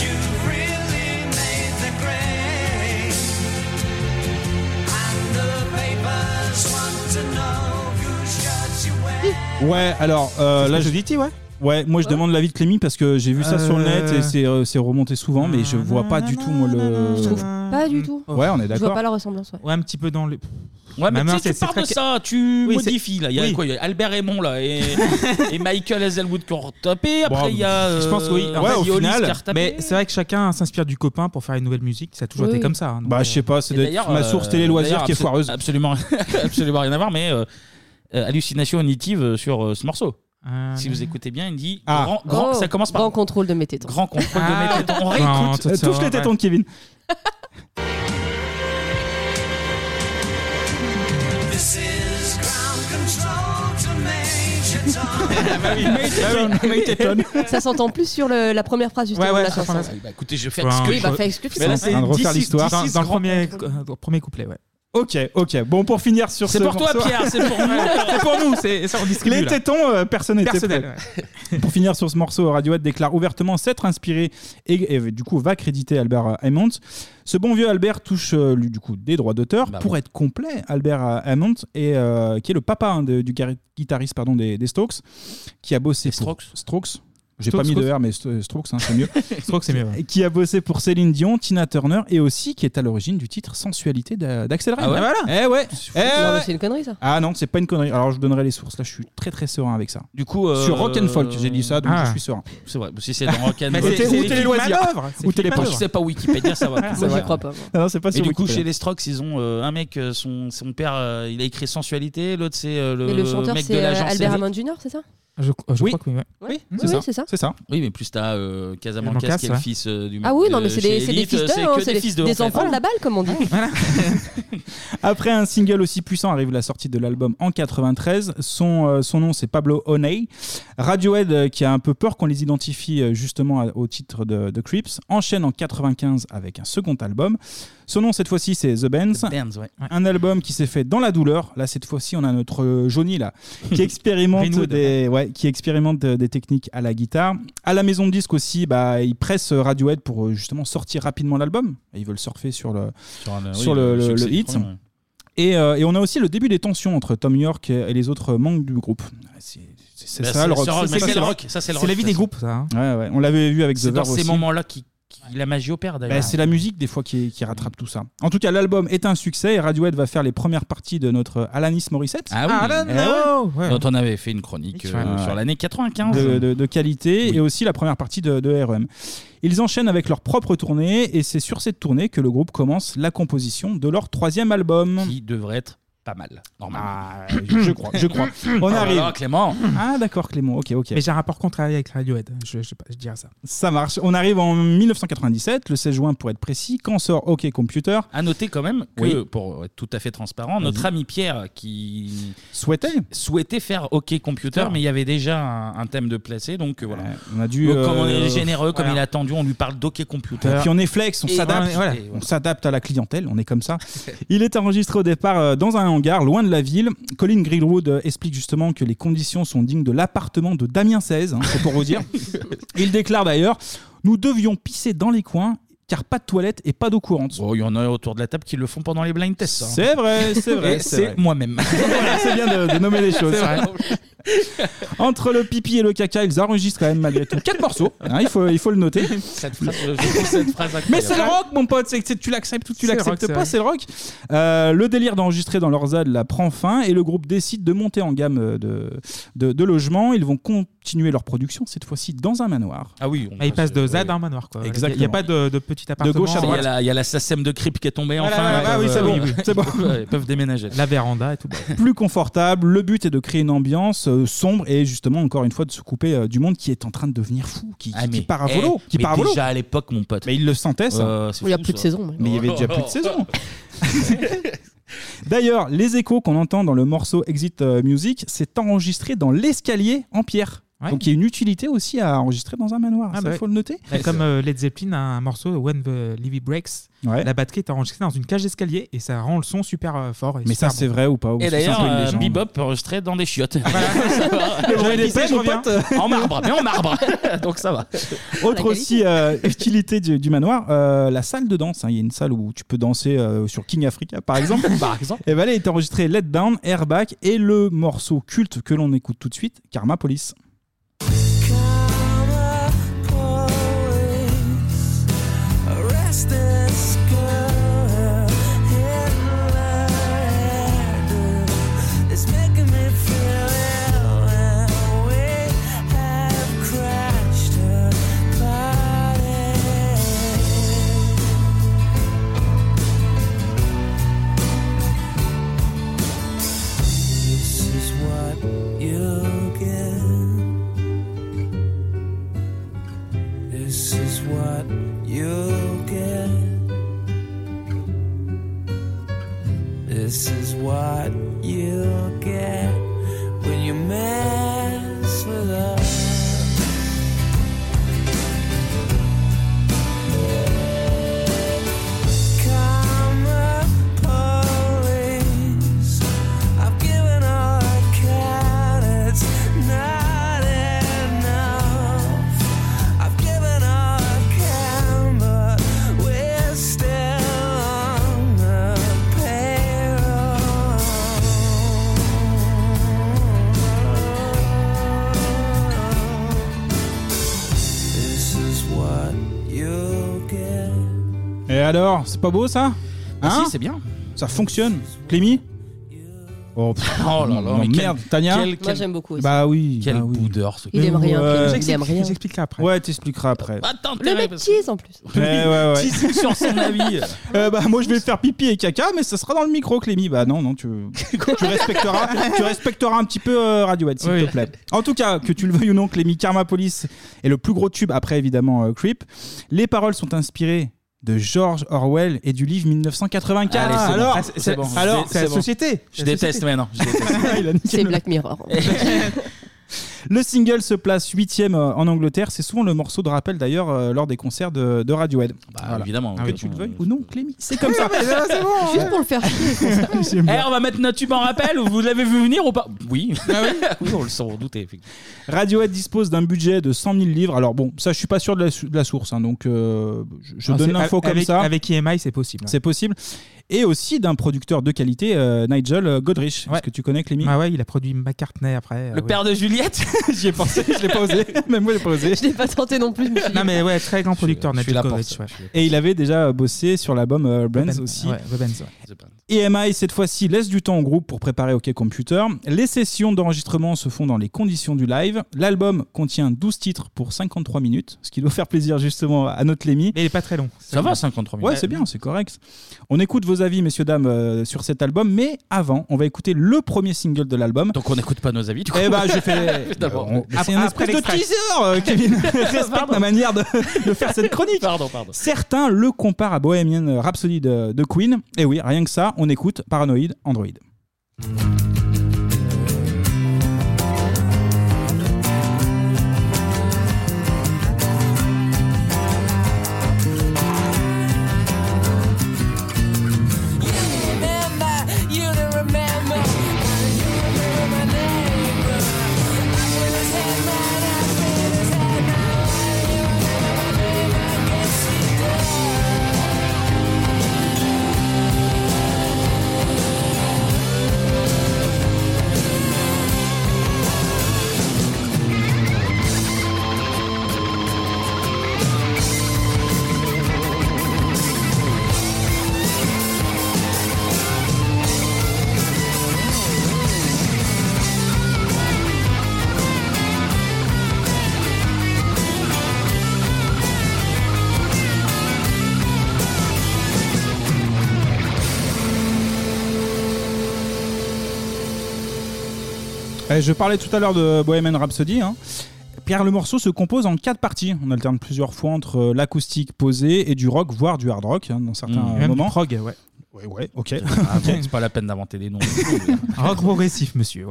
You really made the grade. And the papers want to know whose shirts you wear.
Ouais, alors euh, là je dis ouais. Ouais, moi je demande l'avis de Clémy parce que j'ai vu ça sur le net
Euh.
et c'est, euh, c'est remonté souvent, mais je vois pas du tout moi le.
Je trouve pas du tout.
Mmh. Ouais, on est
Je vois
d'accord.
pas la ressemblance. ouais.
Ouais, un petit peu dans le.
Ouais, mais
Ma
tu
main,
sais, tu
c'est- c'est
parles de
très-
ça, tu
Oui, c'est-
modifies là. Il y a
Oui.
quoi Il y a Albert Raymond là et, et Michael Hazelwood qui ont retapé. Après,
Bon,
il y a.
Je pense oui.
euh,
Ouais, au
Iolis qui a
final.
retapé.
Mais c'est vrai que chacun s'inspire du copain pour faire une nouvelle musique. Ça a toujours
Oui.
été comme ça. hein, donc,
Bah, je sais pas,
Et
c'est d'être
d'ailleurs,
ma
euh,
source télé loisirs
d'ailleurs,
qui est
abso-
foireuse.
Absolument, absolument rien à voir, mais euh, euh, hallucination auditive euh, sur euh, ce morceau. Si vous écoutez bien, il dit
Ah.
grand, grand-
Oh,
ça commence par
Grand contrôle de mes tétons.
Grand contrôle de mes tétons. On
Non,
réécoute.
tout ça, Touche les tétons de Kevin.
This is ground control to Major Tom.
Ça s'entend plus sur le- la première phrase du
Ouais, ouais,
la
sur la
chanson.
première phrase.
Bah, écoutez, je vais
Enfin,
faire ce que
Oui, bah,
je-
fais ce que tu
Mais là,
sens.
c'est
On va refaire
16
l'histoire.
Dans,
16
hein, dans le
grands-
premier, euh, premier couplet, ouais.
Ok, ok. Bon, pour finir sur
C'est
ce
pour toi,
morceau-
Pierre, c'est pour nous.
C'est pour nous, c'est ça, on discute.
Les tétons, euh, personne n'était
Personnel,
prêt. Pour finir sur ce morceau, Radiohead déclare ouvertement s'être inspiré et, et, euh, du coup va créditer Albert euh, Hammond. Ce bon vieux Albert touche euh, lui du coup des droits d'auteur. pour être complet, Albert euh, Hammond est, euh, qui est le papa hein, de- du gari- guitariste pardon, des, des Strokes, qui a bossé Strokes. Pour Strokes. J'ai pas
Strokes,
mis de
Strokes.
R, mais St- euh, Strokes, hein, c'est mieux.
Strokes, c'est mieux, ouais.
Et Qui a bossé pour Céline Dion, Tina Turner et aussi qui est à l'origine du titre Sensualité d'a- d'Axel Red.
Ah ouais
voilà. Eh ouais. Eh
Non, mais
ouais.
C'est une connerie ça.
Ah non, c'est pas une connerie. Alors je donnerai les sources. Là, je suis très très serein avec ça.
Du coup, euh,
sur Rock and Folk, j'ai dit ça, donc
Ah.
je suis serein.
C'est vrai, si c'est dans Rock and
Mais
Roll.
c'est- Ou c'est télé- Philippe loisirs. Manœuvre. Ou télé-
Ou téléporte.
Manœuvre.
C'est pas Wikipédia, ça va.
Moi, j'y crois pas, moi. Non, non, c'est pas
Et
sur
du coup,
Wikipédia.
chez les Strokes, ils ont euh, un mec, euh, son, son père, euh, il a écrit Sensualité. L'autre, c'est euh, le,
Et le chanteur,
mec de
c'est euh,
l'agence.
Albert Hammond Jr., c'est ça
Je, je
Oui.
crois que oui. ouais.
Oui,
Mmh.
oui, c'est ça.
Oui, mais plus t'as euh,
Casablancas,
Casamancas qui est le
ouais.
fils euh, du mec.
Ah oui,
de-
non, mais c'est des,
chez
c'est des
Elite, euh,
fils d'eux,
c'est
hein,
que
c'est
des
des,
fils d'eux, en
des
fait.
enfants de la balle, comme on dit.
Après un single aussi puissant arrive la sortie de l'album en 93. Son, euh, son nom c'est Pablo Honey. Radiohead euh, qui a un peu peur qu'on les identifie euh, justement à- au titre de, de Creeps enchaîne en 95 avec un second album. Son nom cette fois-ci c'est The Benz.
Benz, ouais.
Un album qui s'est fait dans la douleur. Là cette fois-ci on a notre euh, Johnny là qui expérimente
Greenwood.
des ouais, qui expérimente euh, des techniques à la guitare. À la maison de disque aussi bah ils pressent euh, Radiohead pour euh, justement sortir rapidement l'album. Et Ils veulent surfer sur le
Sur un-
sur
Ah oui,
le,
le
le-
succès
le
du
hit.
premier, ouais.
Et, euh, et on a aussi le début des tensions entre Tom York et les autres membres du groupe. C'est c'est
Bah,
ça le rock.
c'est- mais
ça,
c'est le rock, ça, c'est le rock,
la vie
de
des
toute
groupes,
façon.
ça. Ouais, ouais. On l'avait vu avec The
C'est dans
Verve
ces
aussi.
moments-là qui la magie opère
Bah,
d'ailleurs. Mm.
c'est la musique des fois qui, qui rattrape tout ça. En tout cas, l'album est un succès et Radiohead va faire les premières parties de notre Alanis Morissette.
Ah oui,
Eh ouais.
dont on avait fait une chronique euh,
Ouais.
sur l'année 95.
de, de- de qualité et aussi la première partie de, de REM. Ils enchaînent avec leur propre tournée et c'est sur cette tournée que le groupe commence la composition de leur troisième album.
Qui devrait être pas mal, normalement.
Ah, je je crois, je crois. On
Oh là
arrive.
là, Clément.
Ah d'accord Clément, ok ok.
Mais j'ai un rapport contrarié avec Radiohead. Je, je, sais pas, je dirais ça.
Ça marche. On arrive en 1997, le 16 juin pour être précis, quand sort OK Computer.
À noter quand même que,
Oui.
pour être tout à fait transparent, notre
Vas-y.
ami Pierre qui
souhaitait
souhaitait faire OK Computer,
Faire.
mais il y avait déjà un, un thème de placé, donc euh, voilà.
on a dû,
comme on
euh,
est généreux, comme
voilà.
il a attendu, on lui parle d'OK Computer.
Et puis on est flex, on
Et
s'adapte,
voilà.
Et on s'adapte à la clientèle, on est comme ça. Il est enregistré au départ euh, dans un hangar loin de la ville. Colin Greenwood euh, explique justement que les conditions sont dignes de l'appartement de Damien XVI, hein, c'est pour vous dire. Il déclare d'ailleurs Nous devions pisser dans les coins car pas de toilette et pas d'eau courante.
Oh, il y en a autour de la table qui le font pendant les blind tests. hein.
C'est vrai, c'est vrai,
Et
c'est vrai.
C'est moi-même.
Voilà, c'est bien de, de nommer les choses.
C'est vrai.
Entre le pipi et le caca, ils enregistrent quand même malgré tout quatre morceaux. hein, il, faut, il faut le noter.
Cette phrase, euh, je trouve cette phrase
Mais
incroyable.
c'est le rock, mon pote. C'est que tu l'acceptes ou tu
C'est le
l'acceptes
rock, c'est
pas,
vrai.
c'est le rock. Euh, le délire d'enregistrer dans leur ZAD la prend fin et le groupe décide de monter en gamme euh, de, de, de logements. Ils vont continuer leur production, cette fois-ci dans un manoir.
Ah oui.
Ah, il passe de ZAD à un manoir. Quoi.
Exactement.
Il n'y a pas de, de petit appartement.
Il y a la- Il y a la SACEM de Crip qui est tombée
Ah là
enfin.
là, ah oui, c'est bon, c'est bon.
Ils peuvent déménager.
La véranda et tout.
Euh,
bah,
plus confortable. Le but est de créer une ambiance euh, sombre et justement, encore une fois, de se couper euh, du monde qui est en train de devenir fou, qui, qui- qui part à volo.
eh,
qui
mais
part à volo.
déjà à l'époque, mon pote.
Mais il le sentait, ça.
Euh, c'est
Il y a
fou,
plus de
ça.
saison.
Mais il y avait déjà plus de saison. D'ailleurs, les échos qu'on entend dans le morceau Exit euh, Music, c'est enregistré dans l'escalier en pierre. Donc il y a une utilité aussi à enregistrer dans un manoir.
Ah
ça,
bah ouais.
faut le noter.
Bah, comme euh, Led Zeppelin a un morceau When the Levy Breaks,
Ouais.
la batterie est enregistrée dans une cage d'escalier et ça rend le son super euh, fort.
Mais ça, c'est vrai ou pas
Et
Parce que c'est un
d'ailleurs,
peu une
euh,
légende.
Bebop enregistré dans des chiottes.
Le bruit des pêches, mon pote.
euh, En marbre, mais en marbre. Donc ça va.
Autre aussi euh, utilité du, du manoir, euh, la salle de danse. hein. Il y a une salle où tu peux danser euh, sur King Africa, par exemple.
par exemple.
Et ben, elle est enregistrée Let Down, Airback et le morceau culte que l'on écoute tout de suite, Karma Police.
Come fastest girl in London. It's making me feel ill, and we have crashed her party. This is what you get. This is what you get. This is what you get when you mess with us. Come up, police. I've given all I can. It's not enough. I've given all I can, but we're still on the payroll. This is what you get.
Et alors, c'est pas beau ça
Ah
Hein
si, c'est bien.
Ça fonctionne. Clémy Oh, pff,
Oh là là,
non,
mais quel-
merde, Tania
quel- Moi, quel- j'aime beaucoup aussi.
Bah oui.
Quel
bah oui.
boudeur, ce
Il aime rien, Clémy, il
J'explique-
aime rien. Ah,
je t'expliquerai après. Ouais, t'expliqueras après.
Le mec tease en plus.
Ouais, Eh, ouais, ouais.
Teasing sur son avis.
Euh, bah, moi, je vais faire pipi et caca, mais ça sera dans le micro, Clémy. Bah non, non, tu, tu, respecteras, tu respecteras un petit peu euh, Radiohead, s'il te plaît. En tout cas, que tu le veuilles ou non, Clémy, Karma Police est le plus gros tube après, évidemment, euh, Creep. Les paroles sont inspirées de George Orwell et du livre 1984.
Allez, c'est bon.
alors,
Ah, c'est- c'est bon.
alors,
C'est- c'est bon. Je déteste, mais non, je
C'est Black Mirror.
Le single se place huitième euh, en Angleterre. C'est souvent le morceau de rappel d'ailleurs euh, lors des concerts de, de Radiohead. Voilà.
Bah, évidemment.
Que
oui.
tu le veuilles ou non, Clémy. C'est comme
Oui,
ça.
mais là, c'est bon, Juste ouais. pour
le faire
Eh, on va mettre notre tube en rappel. Vous l'avez vu venir ou pas Oui.
Ah
oui, on le sent, on doutait. effectivement.
Radiohead dispose d'un budget de 100 000 livres. Alors bon, ça, je suis pas sûr de la, sou- de la source, hein, donc euh, je, je
Ah,
donne
c'est-
l'info comme
avec-
ça.
Avec EMI, c'est possible.
C'est possible. Et aussi d'un producteur de qualité, euh, Nigel Godrich. Est-ce que tu connais Clémy
Ah ouais, il a produit McCartney après. euh,
Le père de
Juliette
J'y ai pensé, je l'ai pas osé. Ah Même moi, j'ai pas osé.
Je l'ai pas tenté non plus. je me suis dit-
Non mais ouais, très grand producteur,
je suis
Nigel
là pour
Godrich,
ça.
ouais.
Et il avait déjà bossé sur l'album euh, Brands
Benz,
aussi.
ouais, The Benz, ouais.
EMI, cette fois-ci, laisse du temps au groupe pour préparer OK Computer. Les sessions d'enregistrement se font dans les conditions du live. L'album contient 12 titres pour 53 minutes, ce qui doit faire plaisir justement à notre Lémi.
Mais il est pas très long.
Ça va, 53 minutes. Ouais, c'est bien, c'est correct. On écoute vos avis, messieurs, dames, euh, sur cet album. Mais avant, on va écouter le premier single de l'album.
Donc on n'écoute pas nos avis, du coup.
Eh ben, je fais.
D'abord.
Ah, C'est un
Après
espèce de
l'extrait.
teaser, euh, Kevin. Respecte
Pardon.
ma manière de, de faire cette chronique.
Pardon, pardon.
Certains le comparent à Bohemian Rhapsody de, de Queen. Et oui, rien que ça, on écoute Paranoid Android.
remember, you don't remember. You remember my name. I feel his head, man, I feel his head now. You remember my name, I guess she does.
Eh, je parlais tout à l'heure de Bohemian Rhapsody. hein. Pierre, le morceau se compose en quatre parties. On alterne plusieurs fois entre euh, l'acoustique posée et du rock, voire du hard rock hein, dans certains
Mmh. Et
euh,
même du
moments.
prog,
ouais. Ouais, ok.
Ah, bon, c'est pas la peine d'inventer des noms.
rock progressif, monsieur.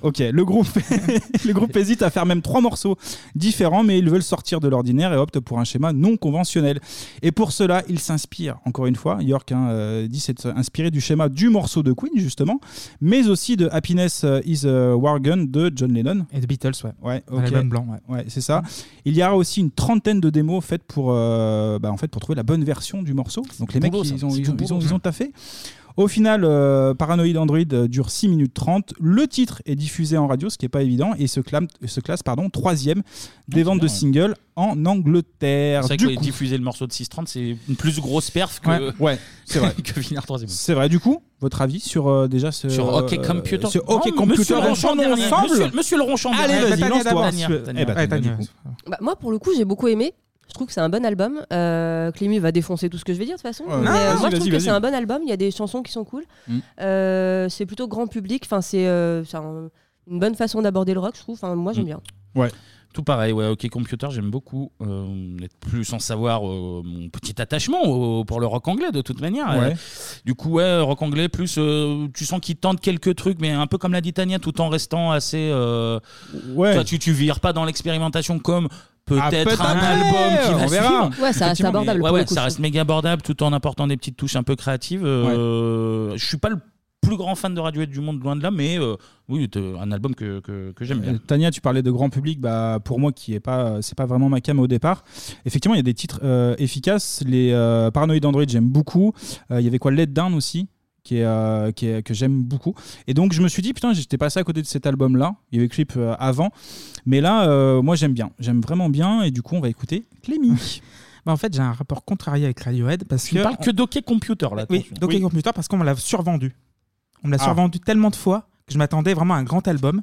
Ok, le groupe, le groupe hésite à faire même trois morceaux différents, mais ils veulent sortir de l'ordinaire et optent pour un schéma non conventionnel. Et pour cela, ils s'inspirent, encore une fois, York hein, euh, dit s'être inspiré du schéma du morceau de Queen, justement, mais aussi de Happiness is a War Gun de John Lennon.
Et de Beatles, ouais.
Ouais,
Un
ok.
album blanc, ouais.
Ouais, c'est ça. Il y aura aussi une trentaine de démos faites pour, euh, bah, en fait, pour trouver la bonne version du morceau. Donc les
Du
mecs,
boulot, ça.
ils ont,
C'est
ils
du
ont- ils ont-
boulot.
ils ont taffé. raté. Au final, euh, Paranoid Android euh, dure 6 minutes 30. Le titre est diffusé en radio, ce qui n'est pas évident, et se, clame- se classe pardon, troisième
Ah,
des ventes de singles en Angleterre.
C'est vrai
Du
que
coup-
diffuser le morceau de 6.30, c'est une plus grosse perf que,
Ouais, ouais, c'est vrai.
que finir troisième.
C'est vrai, du coup, votre avis sur euh, déjà ce.
Sur OK
euh,
Computer.
Sur OK
Non, monsieur
Computer,
le Ronchamp
ensemble.
dernier. Monsieur- monsieur le Ronchamp
Allez,
dernier.
vas-y,
Tania
lance-toi.
d'abord. Tania,
Eh ben,
Tania.
Tania,
Tania,
du coup.
Ah, Bah, moi, pour le coup, j'ai beaucoup aimé. Je trouve que c'est un bon album. Euh, Clémy va défoncer tout ce que je vais dire de toute façon.
Ouais,
Mais,
vas-y,
euh, moi,
vas-y,
je trouve que
vas-y.
c'est un bon album. Il y a des chansons qui sont cool.
Mm.
Euh, c'est plutôt grand public. Enfin, c'est euh, c'est un- une bonne façon d'aborder le rock, je trouve. Enfin, moi, j'aime
Mm.
bien.
Ouais.
Tout pareil, ouais, OK Computer, j'aime beaucoup. Euh, on est plus sans savoir euh, mon petit attachement au- pour le rock anglais de toute manière.
Ouais.
Euh, du coup, ouais, rock anglais, plus euh, tu sens qu'ils tentent quelques trucs, mais un peu comme la dit Tania, tout en restant assez. euh,
Ouais. Ah,
Toi, tu, tu vires pas dans l'expérimentation comme. Peut-être
peut-être
un
après,
album qui va
on verra.
suivre.
Ouais, ça reste
Effectivement,
abordable
mais-
pour
ouais,
le
ouais,
coup,
ça
je
reste méga abordable tout en apportant des petites touches un peu créatives. Euh, Je suis pas le plus grand fan de Radiohead du monde, loin de là, mais euh, oui, t'es un album que, que- que j'aime bien.
Euh, Tania, tu parlais de grand public, bah, pour moi qui est pas, c'est pas vraiment ma cam au départ. Effectivement, il y a des titres euh, efficaces. Les euh, Paranoid Android, j'aime beaucoup. Euh, Il y avait quoi, Let Down aussi, qui est, euh, qui est- que j'aime beaucoup. Et donc je me suis dit putain, j'étais passé à côté de cet album-là. Il y avait clip euh, avant, mais là, euh, moi j'aime bien, j'aime vraiment bien. Et du coup, on va écouter Clémy.
Bah, en fait, j'ai un rapport contrarié avec Radiohead parce
Tu
que.
ne parles que
d'Ok Computer là.
Oui,
attention.
d'Ok
Oui.
Computer parce qu'on me l'a survendu. On me l'a
Ah.
survendu tellement de fois que je m'attendais vraiment à un grand album.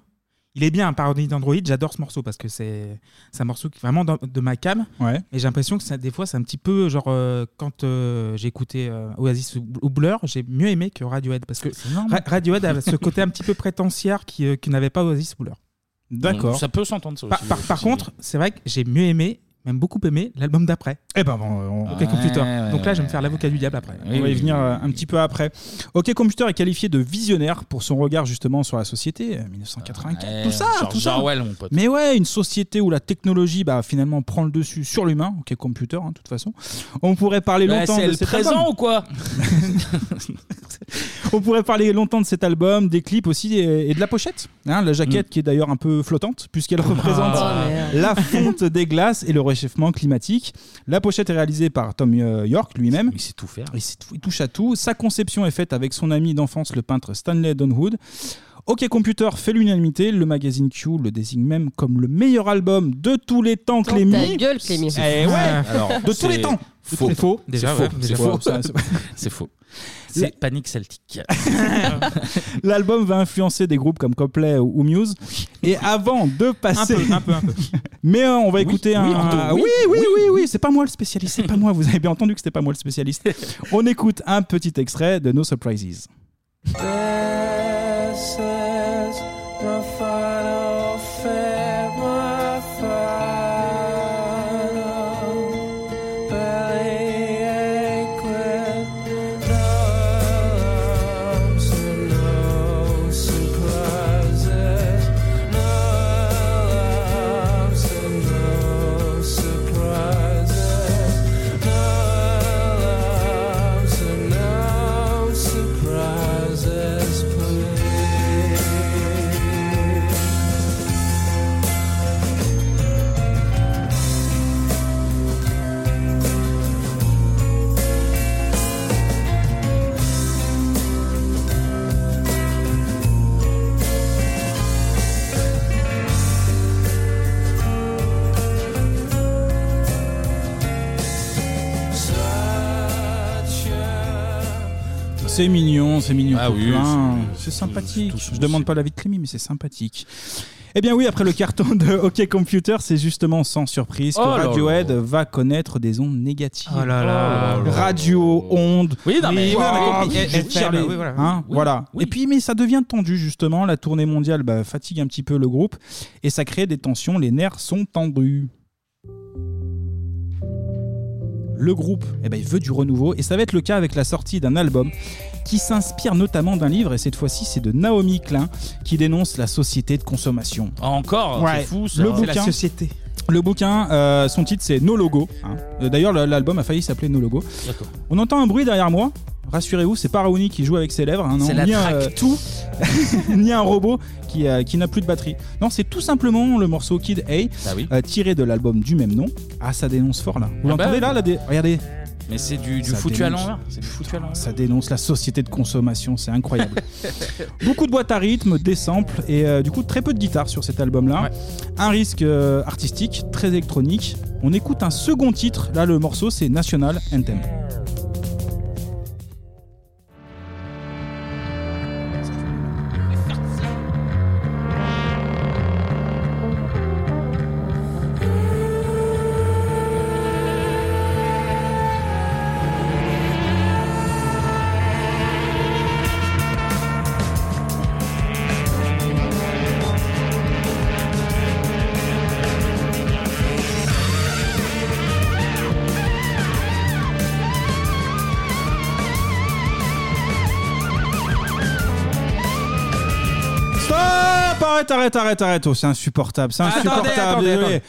Il est bien, un parodie d'Android. J'adore ce morceau parce que c'est c'est un morceau qui est vraiment dans- de ma cam.
Ouais.
Et j'ai l'impression que ça, des fois, c'est un petit peu genre euh, quand euh, j'ai écouté euh, Oasis ou, ou Blur, j'ai mieux aimé que Radiohead parce que
normal.
Ra- Radiohead a ce côté un petit peu prétentiaire qui, euh, qui n'avait pas Oasis ou Blur.
D'accord.
Ça peut s'entendre, ça
Par,
aussi,
par-
oui,
par
si-
contre, c'est vrai que j'ai mieux aimé, même beaucoup aimé, l'album d'après.
Eh ben, bon, on...
OK
Ouais,
Computer.
ouais,
Donc là, je vais
ouais.
me faire l'avocat du diable après.
On va y venir euh, un petit peu après. OK Computer est qualifié de visionnaire pour son regard justement sur la société, euh, 1984,
Ouais,
tout ça,
genre
tout ça.
Ah, Orwell, mon pote.
Mais ouais, une société où la technologie bah, finalement prend le dessus sur l'humain, OK Computer, hein, de toute façon. On pourrait parler
Bah,
Ouais,
longtemps
Bah, c'est
de
le
cet
présent
album.
ou quoi
On pourrait parler longtemps de cet album, des clips aussi et, et de la pochette. hein, la jaquette qui est d'ailleurs un peu flottante puisqu'elle représente
Mm. Ah, merde.
la fonte des glaces et le réchauffement climatique. La pochette est réalisée par Tom euh, York lui-même.
Il sait tout faire.
Il, touche à tout. Sa conception est faite avec son ami d'enfance, le peintre Stanley Donwood. OK Computer fait l'unanimité, le magazine Q le désigne même comme le meilleur album de tous les temps,
Dans
Clémy.
ta gueule, Clémy.
Eh ouais,
Ah,
Ah.
Alors,
de tous
c'est
les temps.
Faux.
C'est faux.
Déjà, ouais,
C'est
déjà
faux.
faux.
Ça, c'est-
C'est faux. C'est panique celtique.
L'album va influencer des groupes comme Copley ou ou Muse. Et avant de passer.
Un peu, un peu.
Mais euh, on va écouter un.
Anto,
oui,
oui,
oui, oui, oui, c'est pas moi le spécialiste, c'est pas moi. Vous avez bien entendu que c'était pas moi le spécialiste. On écoute un petit extrait de No Surprises.
This is my final fit, my final bellyache with no and no surprises, no alarms and no surprises, no alarms and no surprises, please. Such a
C'est mignon, c'est mignon.
Ah oui,
copain.
c'est-
c'est sympathique. Je demande pas l'avis de Clémy, mais c'est sympathique. Eh bien oui, après le carton de OK Computer, c'est justement sans surprise que
Oh là
Radiohead va connaître des ondes négatives.
Oh là là.
Radio, ondes.
Oui, non, mais-
wow,
Oui, on a compris.
je
FM,
tire les-
oui, voilà.
hein,
Oui.
voilà. Et puis, mais ça devient tendu justement. La tournée mondiale bah, fatigue un petit peu le groupe et ça crée des tensions. Les nerfs sont tendus. Le groupe, eh ben, il veut du renouveau et ça va être le cas avec la sortie d'un album qui s'inspire notamment d'un livre et cette fois-ci c'est de Naomi Klein qui dénonce la société de consommation.
Encore,
Ouais,
c'est fou. Ça.
le bouquin. Le bouquin, euh, son titre c'est No Logo. hein. Euh, D'ailleurs, le- l'album a failli s'appeler No Logo.
D'accord.
On entend un bruit derrière moi. Rassurez-vous, c'est pas Raoni qui joue avec ses lèvres. hein, non.
C'est la
ni un,
traque tout.
ni un robot qui, euh, qui n'a plus de batterie. Non, c'est tout simplement le morceau Kid A,
Ah oui.
euh, tiré de l'album du même nom. Ah, ça dénonce fort là. Vous
Ah bah.
l'entendez là, là des- Regardez.
Mais c'est du, du
Ça
foutu à
dénonce.
l'envers. C'est du foutu à l'envers.
Ça dénonce la société de consommation, c'est incroyable. Beaucoup de boîtes à rythme, des samples et euh, du coup très peu de guitare sur cet album-là. Un risque euh, artistique, très électronique. On écoute un second titre, là le morceau c'est National Anthem. Stop Arrête, arrête, arrête, arrête. Oh, c'est insupportable, c'est
Attendez,
insupportable. Eh
attendez,
désolé.
attendez.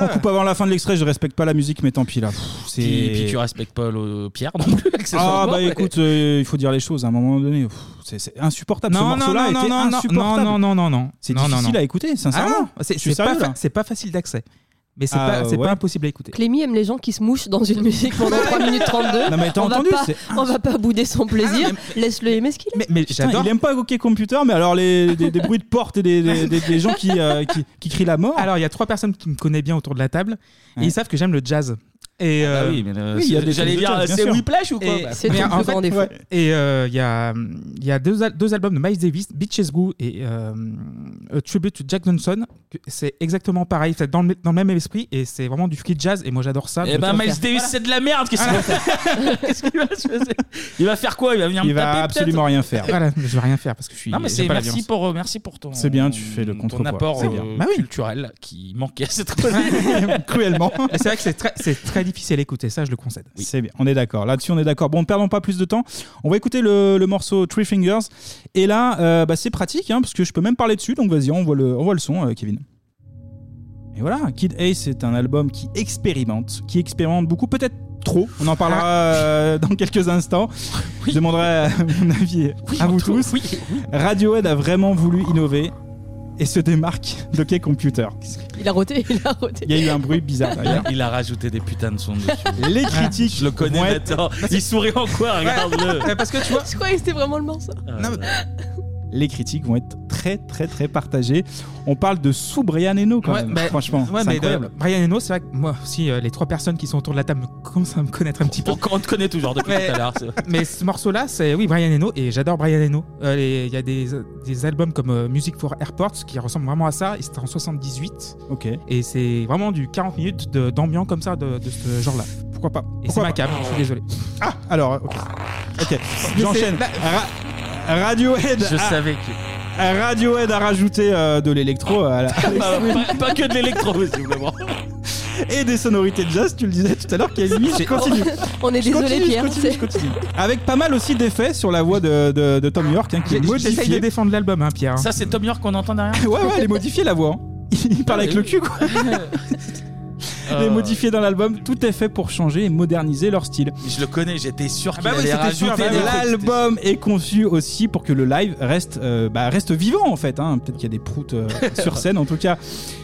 On coupe avant la fin de l'extrait, je respecte pas la musique, mais tant pis là. Pff, c'est-
Puis, puis tu respectes pas le Pierre non plus.
Ah
accessoirement,
bah
mais-
écoute, euh, il faut dire les choses à un moment donné. Pff, C'est c'est insupportable.
Non, non,
Ce morceau-là
non, non,
était
non,
insupportable.
non, non, non, non.
C'est
Non, non,
difficile
non.
à écouter, sincèrement.
Ah non, c'est-
Je suis
c'est pas
sérieux,
fa-
là.
c'est pas facile d'accès. Mais c'est
Ah,
pas, c'est
ouais.
pas impossible à écouter.
Clémy aime les gens qui se mouchent dans une musique pendant 3 minutes 32.
Non, mais t'as
on va
entendu,
pas-
c'est-
On va pas bouder
Ah,
son plaisir. Laisse-le aimer ce qu'il aime.
Mais
Putain, il aime pas hockey computer, mais alors les, des, des bruits de porte et des, des- des- des gens qui, euh, qui, qui crient la mort.
Alors, il y a trois personnes qui me connaissent bien autour de la table et
Ouais.
ils savent que j'aime le jazz. Et
Ah bah
euh,
oui, mais le- Oui, il y a des
j'allais choses de dire, jazz, bien c'est sûr. Whiplash ou quoi
Et-
Bah,
C'est
mais
ton
en
plus
fait,
grand défaut.
ouais.
Et euh, il y a, il y a deux, al- deux albums de Miles Davis, Bitches Goo et euh, A Tribute to Jack Johnson. que C'est exactement pareil, c'est dans le, dans le même esprit et c'est vraiment du free jazz et moi j'adore ça. euh,
Eh ben Miles Davis, c'est de la merde. Qu'est-ce qu'il va faire Qu'est-ce qu'il va se passer Il va faire quoi Il va venir me taper peut-être
Voilà, je vais rien faire parce que je suis.
Non mais
j'aime
c'est
pas la
merci
violence.
pour euh, merci pour ton
C'est bien, tu fais le
ton
contrepoids.
apport
C'est
euh,
bien. Bah
culturel qui manquait à cette
cruellement.
Mais C'est vrai que c'est très, c'est très difficile à écouter, ça je le concède.
C'est bien, on est d'accord. Là-dessus, on est d'accord. Bon, ne perdons pas plus de temps. On va écouter le, le morceau Three Fingers. Et là, euh, bah, c'est pratique, hein, parce que je peux même parler dessus. Donc vas-y, on voit le, on voit le son, euh, Kevin. Et voilà, Kid Ace est un album qui expérimente, qui expérimente beaucoup, peut-être trop. On en parlera euh, dans quelques instants. Je demanderai euh, mon avis à vous tous. Radiohead a vraiment voulu innover et se démarque de K Computer.
Il a roté, il a roté.
Bah, Il y a eu un bruit bizarre derrière.
Il a rajouté des putains de sons dessus.
Les critiques
Je le connais
vont être-
maintenant. Il sourit en quoi Regarde-le.
parce que tu vois.
Je croyais que c'était vraiment le morceau.
les critiques vont être très très très partagées. On parle de sous Brian Eno quand
Ouais,
même,
bah,
franchement,
ouais,
c'est
mais,
incroyable.
euh, Brian Eno, c'est vrai que moi aussi, euh, les trois personnes qui sont autour de la table me- commencent à me connaître un petit peu.
On te connaît toujours depuis
Mais-
tout à l'heure.
Mais ce morceau-là, c'est oui Brian Eno et j'adore Brian Eno. Euh, les- Il y a des, des albums comme euh, Music for Airports qui ressemblent vraiment à ça. Et c'était en 78.
Ok.
Et c'est vraiment du 40 minutes de- d'ambiance comme ça de, de ce genre-là. Pourquoi pas Et c'est
Pourquoi
ma
pas
cam, je suis désolé.
Ah, alors, ok. Ok,
Mais
j'enchaîne.
c'est- là-
Ra- Radiohead.
Je
a-
savais que.
Radiohead a rajouté euh, de l'électro à la- à la-
Bah, pas, pas que de l'électro, visiblement.
et des sonorités de jazz, tu le disais tout à l'heure, Kevin. Je continue.
On est
Je
désolé,
continue, je
Pierre.
continue,
c'est-
je continue. Avec pas mal aussi d'effets sur la voix de, de- de Tom York hein, qui est
J'essaye de
modifiée.
défendre l'album, hein, Pierre.
Ça, c'est Tom York qu'on entend derrière.
Ouais, ouais, elle est modifiée la voix. hein. Il parle avec le cul, quoi. Elle est
Euh,
modifiée dans l'album. Tout est fait pour changer et moderniser leur style.
Je le connais, j'étais
Ah
sûr qu'il
Bah oui,
allait
c'était
rajouter
sûr, bah
des
oui.
trucs.
L'album est conçu aussi pour que le live reste, euh, bah, reste vivant en fait. hein. Peut-être qu'il y a des proutes euh, sur scène. En tout cas,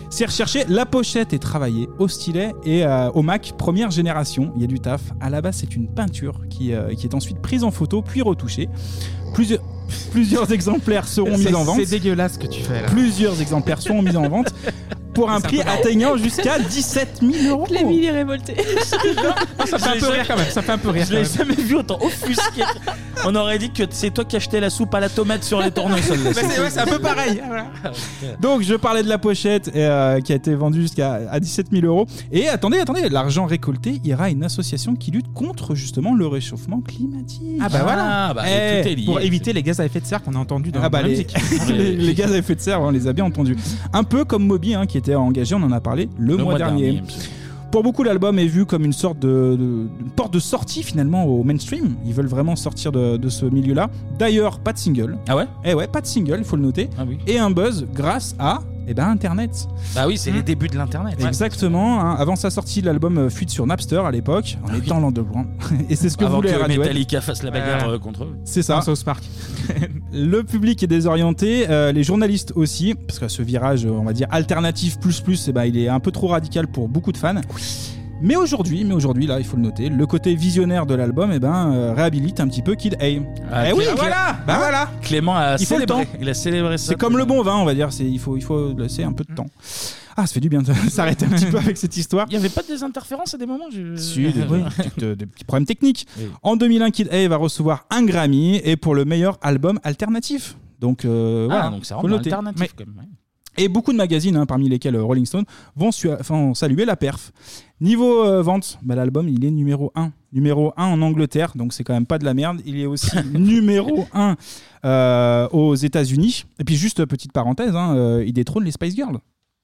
c'est recherché. La pochette est travaillée au stylet et euh, au Mac première génération. Il y a du taf. À la base, c'est une peinture qui, euh, qui est ensuite prise en photo puis retouchée. Plusieurs, plusieurs exemplaires seront mis
C'est-
en vente.
C'est dégueulasse ce que tu fais là.
Plusieurs exemplaires seront mis en vente pour un
C'est un
prix
peu marrant.
atteignant jusqu'à 17 000 euros.
Clémy, il est révolté.
Ah, Ça fait un peu rire quand même. Ça fait un peu rire.
Je
quand
l'ai
même.
jamais vu autant offusqué. On aurait dit que c'est toi qui achetais la soupe à la tomate sur les tournesols. là.
Bah, c'est ouais, c'est un peu pareil. voilà.
Donc je parlais de la pochette euh, qui a été vendue jusqu'à à 17 000 euros. Et attendez, attendez, l'argent récolté ira à une association qui lutte contre justement le réchauffement climatique.
Ah bah voilà.
bah,
Eh,
tout est lié.
Pour éviter les gaz à effet de serre qu'on a entendu dans
Ah bah
dans la
les,
musique.
les- les gaz à effet de serre, on les a bien entendus. Un peu comme Moby hein, qui était engagé, on en a parlé le, mois, dernier. Pour beaucoup, l'album est vu comme une sorte de, de- une porte de sortie finalement au mainstream. Ils veulent vraiment sortir de, de ce milieu-là. D'ailleurs, pas de single.
Ah ouais Ah
Eh ouais, pas de single, il faut le noter. Et un buzz grâce à eh ben, Internet. Hein
Bah oui, c'est les débuts de l'internet.
Exactement. hein. Avant sa sortie, l'album euh, fuite sur Napster à l'époque. On est dans l'underground. Et c'est ce que
Ah Avant
voulait
que
Radiohead.
Metallica fasse la bagarre euh, contre eux.
C'est ça.
Dans South Park.
Le public est désorienté, euh, les journalistes aussi, parce que ce virage, euh, on va dire alternatif plus plus, eh ben, il est un peu trop radical pour beaucoup de fans. Mais aujourd'hui, mais aujourd'hui, là, il faut le noter, le côté visionnaire de l'album, eh ben, euh, réhabilite un petit peu Kid A.
Ah,
eh oui, voilà, bah voilà.
Clément a
Il faut le
célébré.
temps.
Il a célébré ça. Mm.
C'est comme le bon vin, on va dire. C'est il faut, il faut laisser un peu de temps. Ah, ça fait du bien de s'arrêter un petit peu avec cette histoire.
Il n'y avait pas des interférences à des moments je-
Su, des, petites- euh, des petits problèmes techniques. En 2001, Kid A va recevoir un Grammy et pour le meilleur album alternatif. Donc euh,
Ah,
voilà,
donc ça
faut
rend
le noter.
alternatif
Mais-
quand même. ouais.
et beaucoup de magazines, hein, parmi lesquels euh, Rolling Stone, vont su- enfin, saluer la perf. Niveau euh, vente, bah, l'album, il est numéro 1. Numéro 1 en Angleterre, donc c'est quand même pas de la merde. Il est aussi numéro 1 euh, aux États-Unis. Et puis, juste euh, petite parenthèse, hein, euh, il détrône les Spice Girls.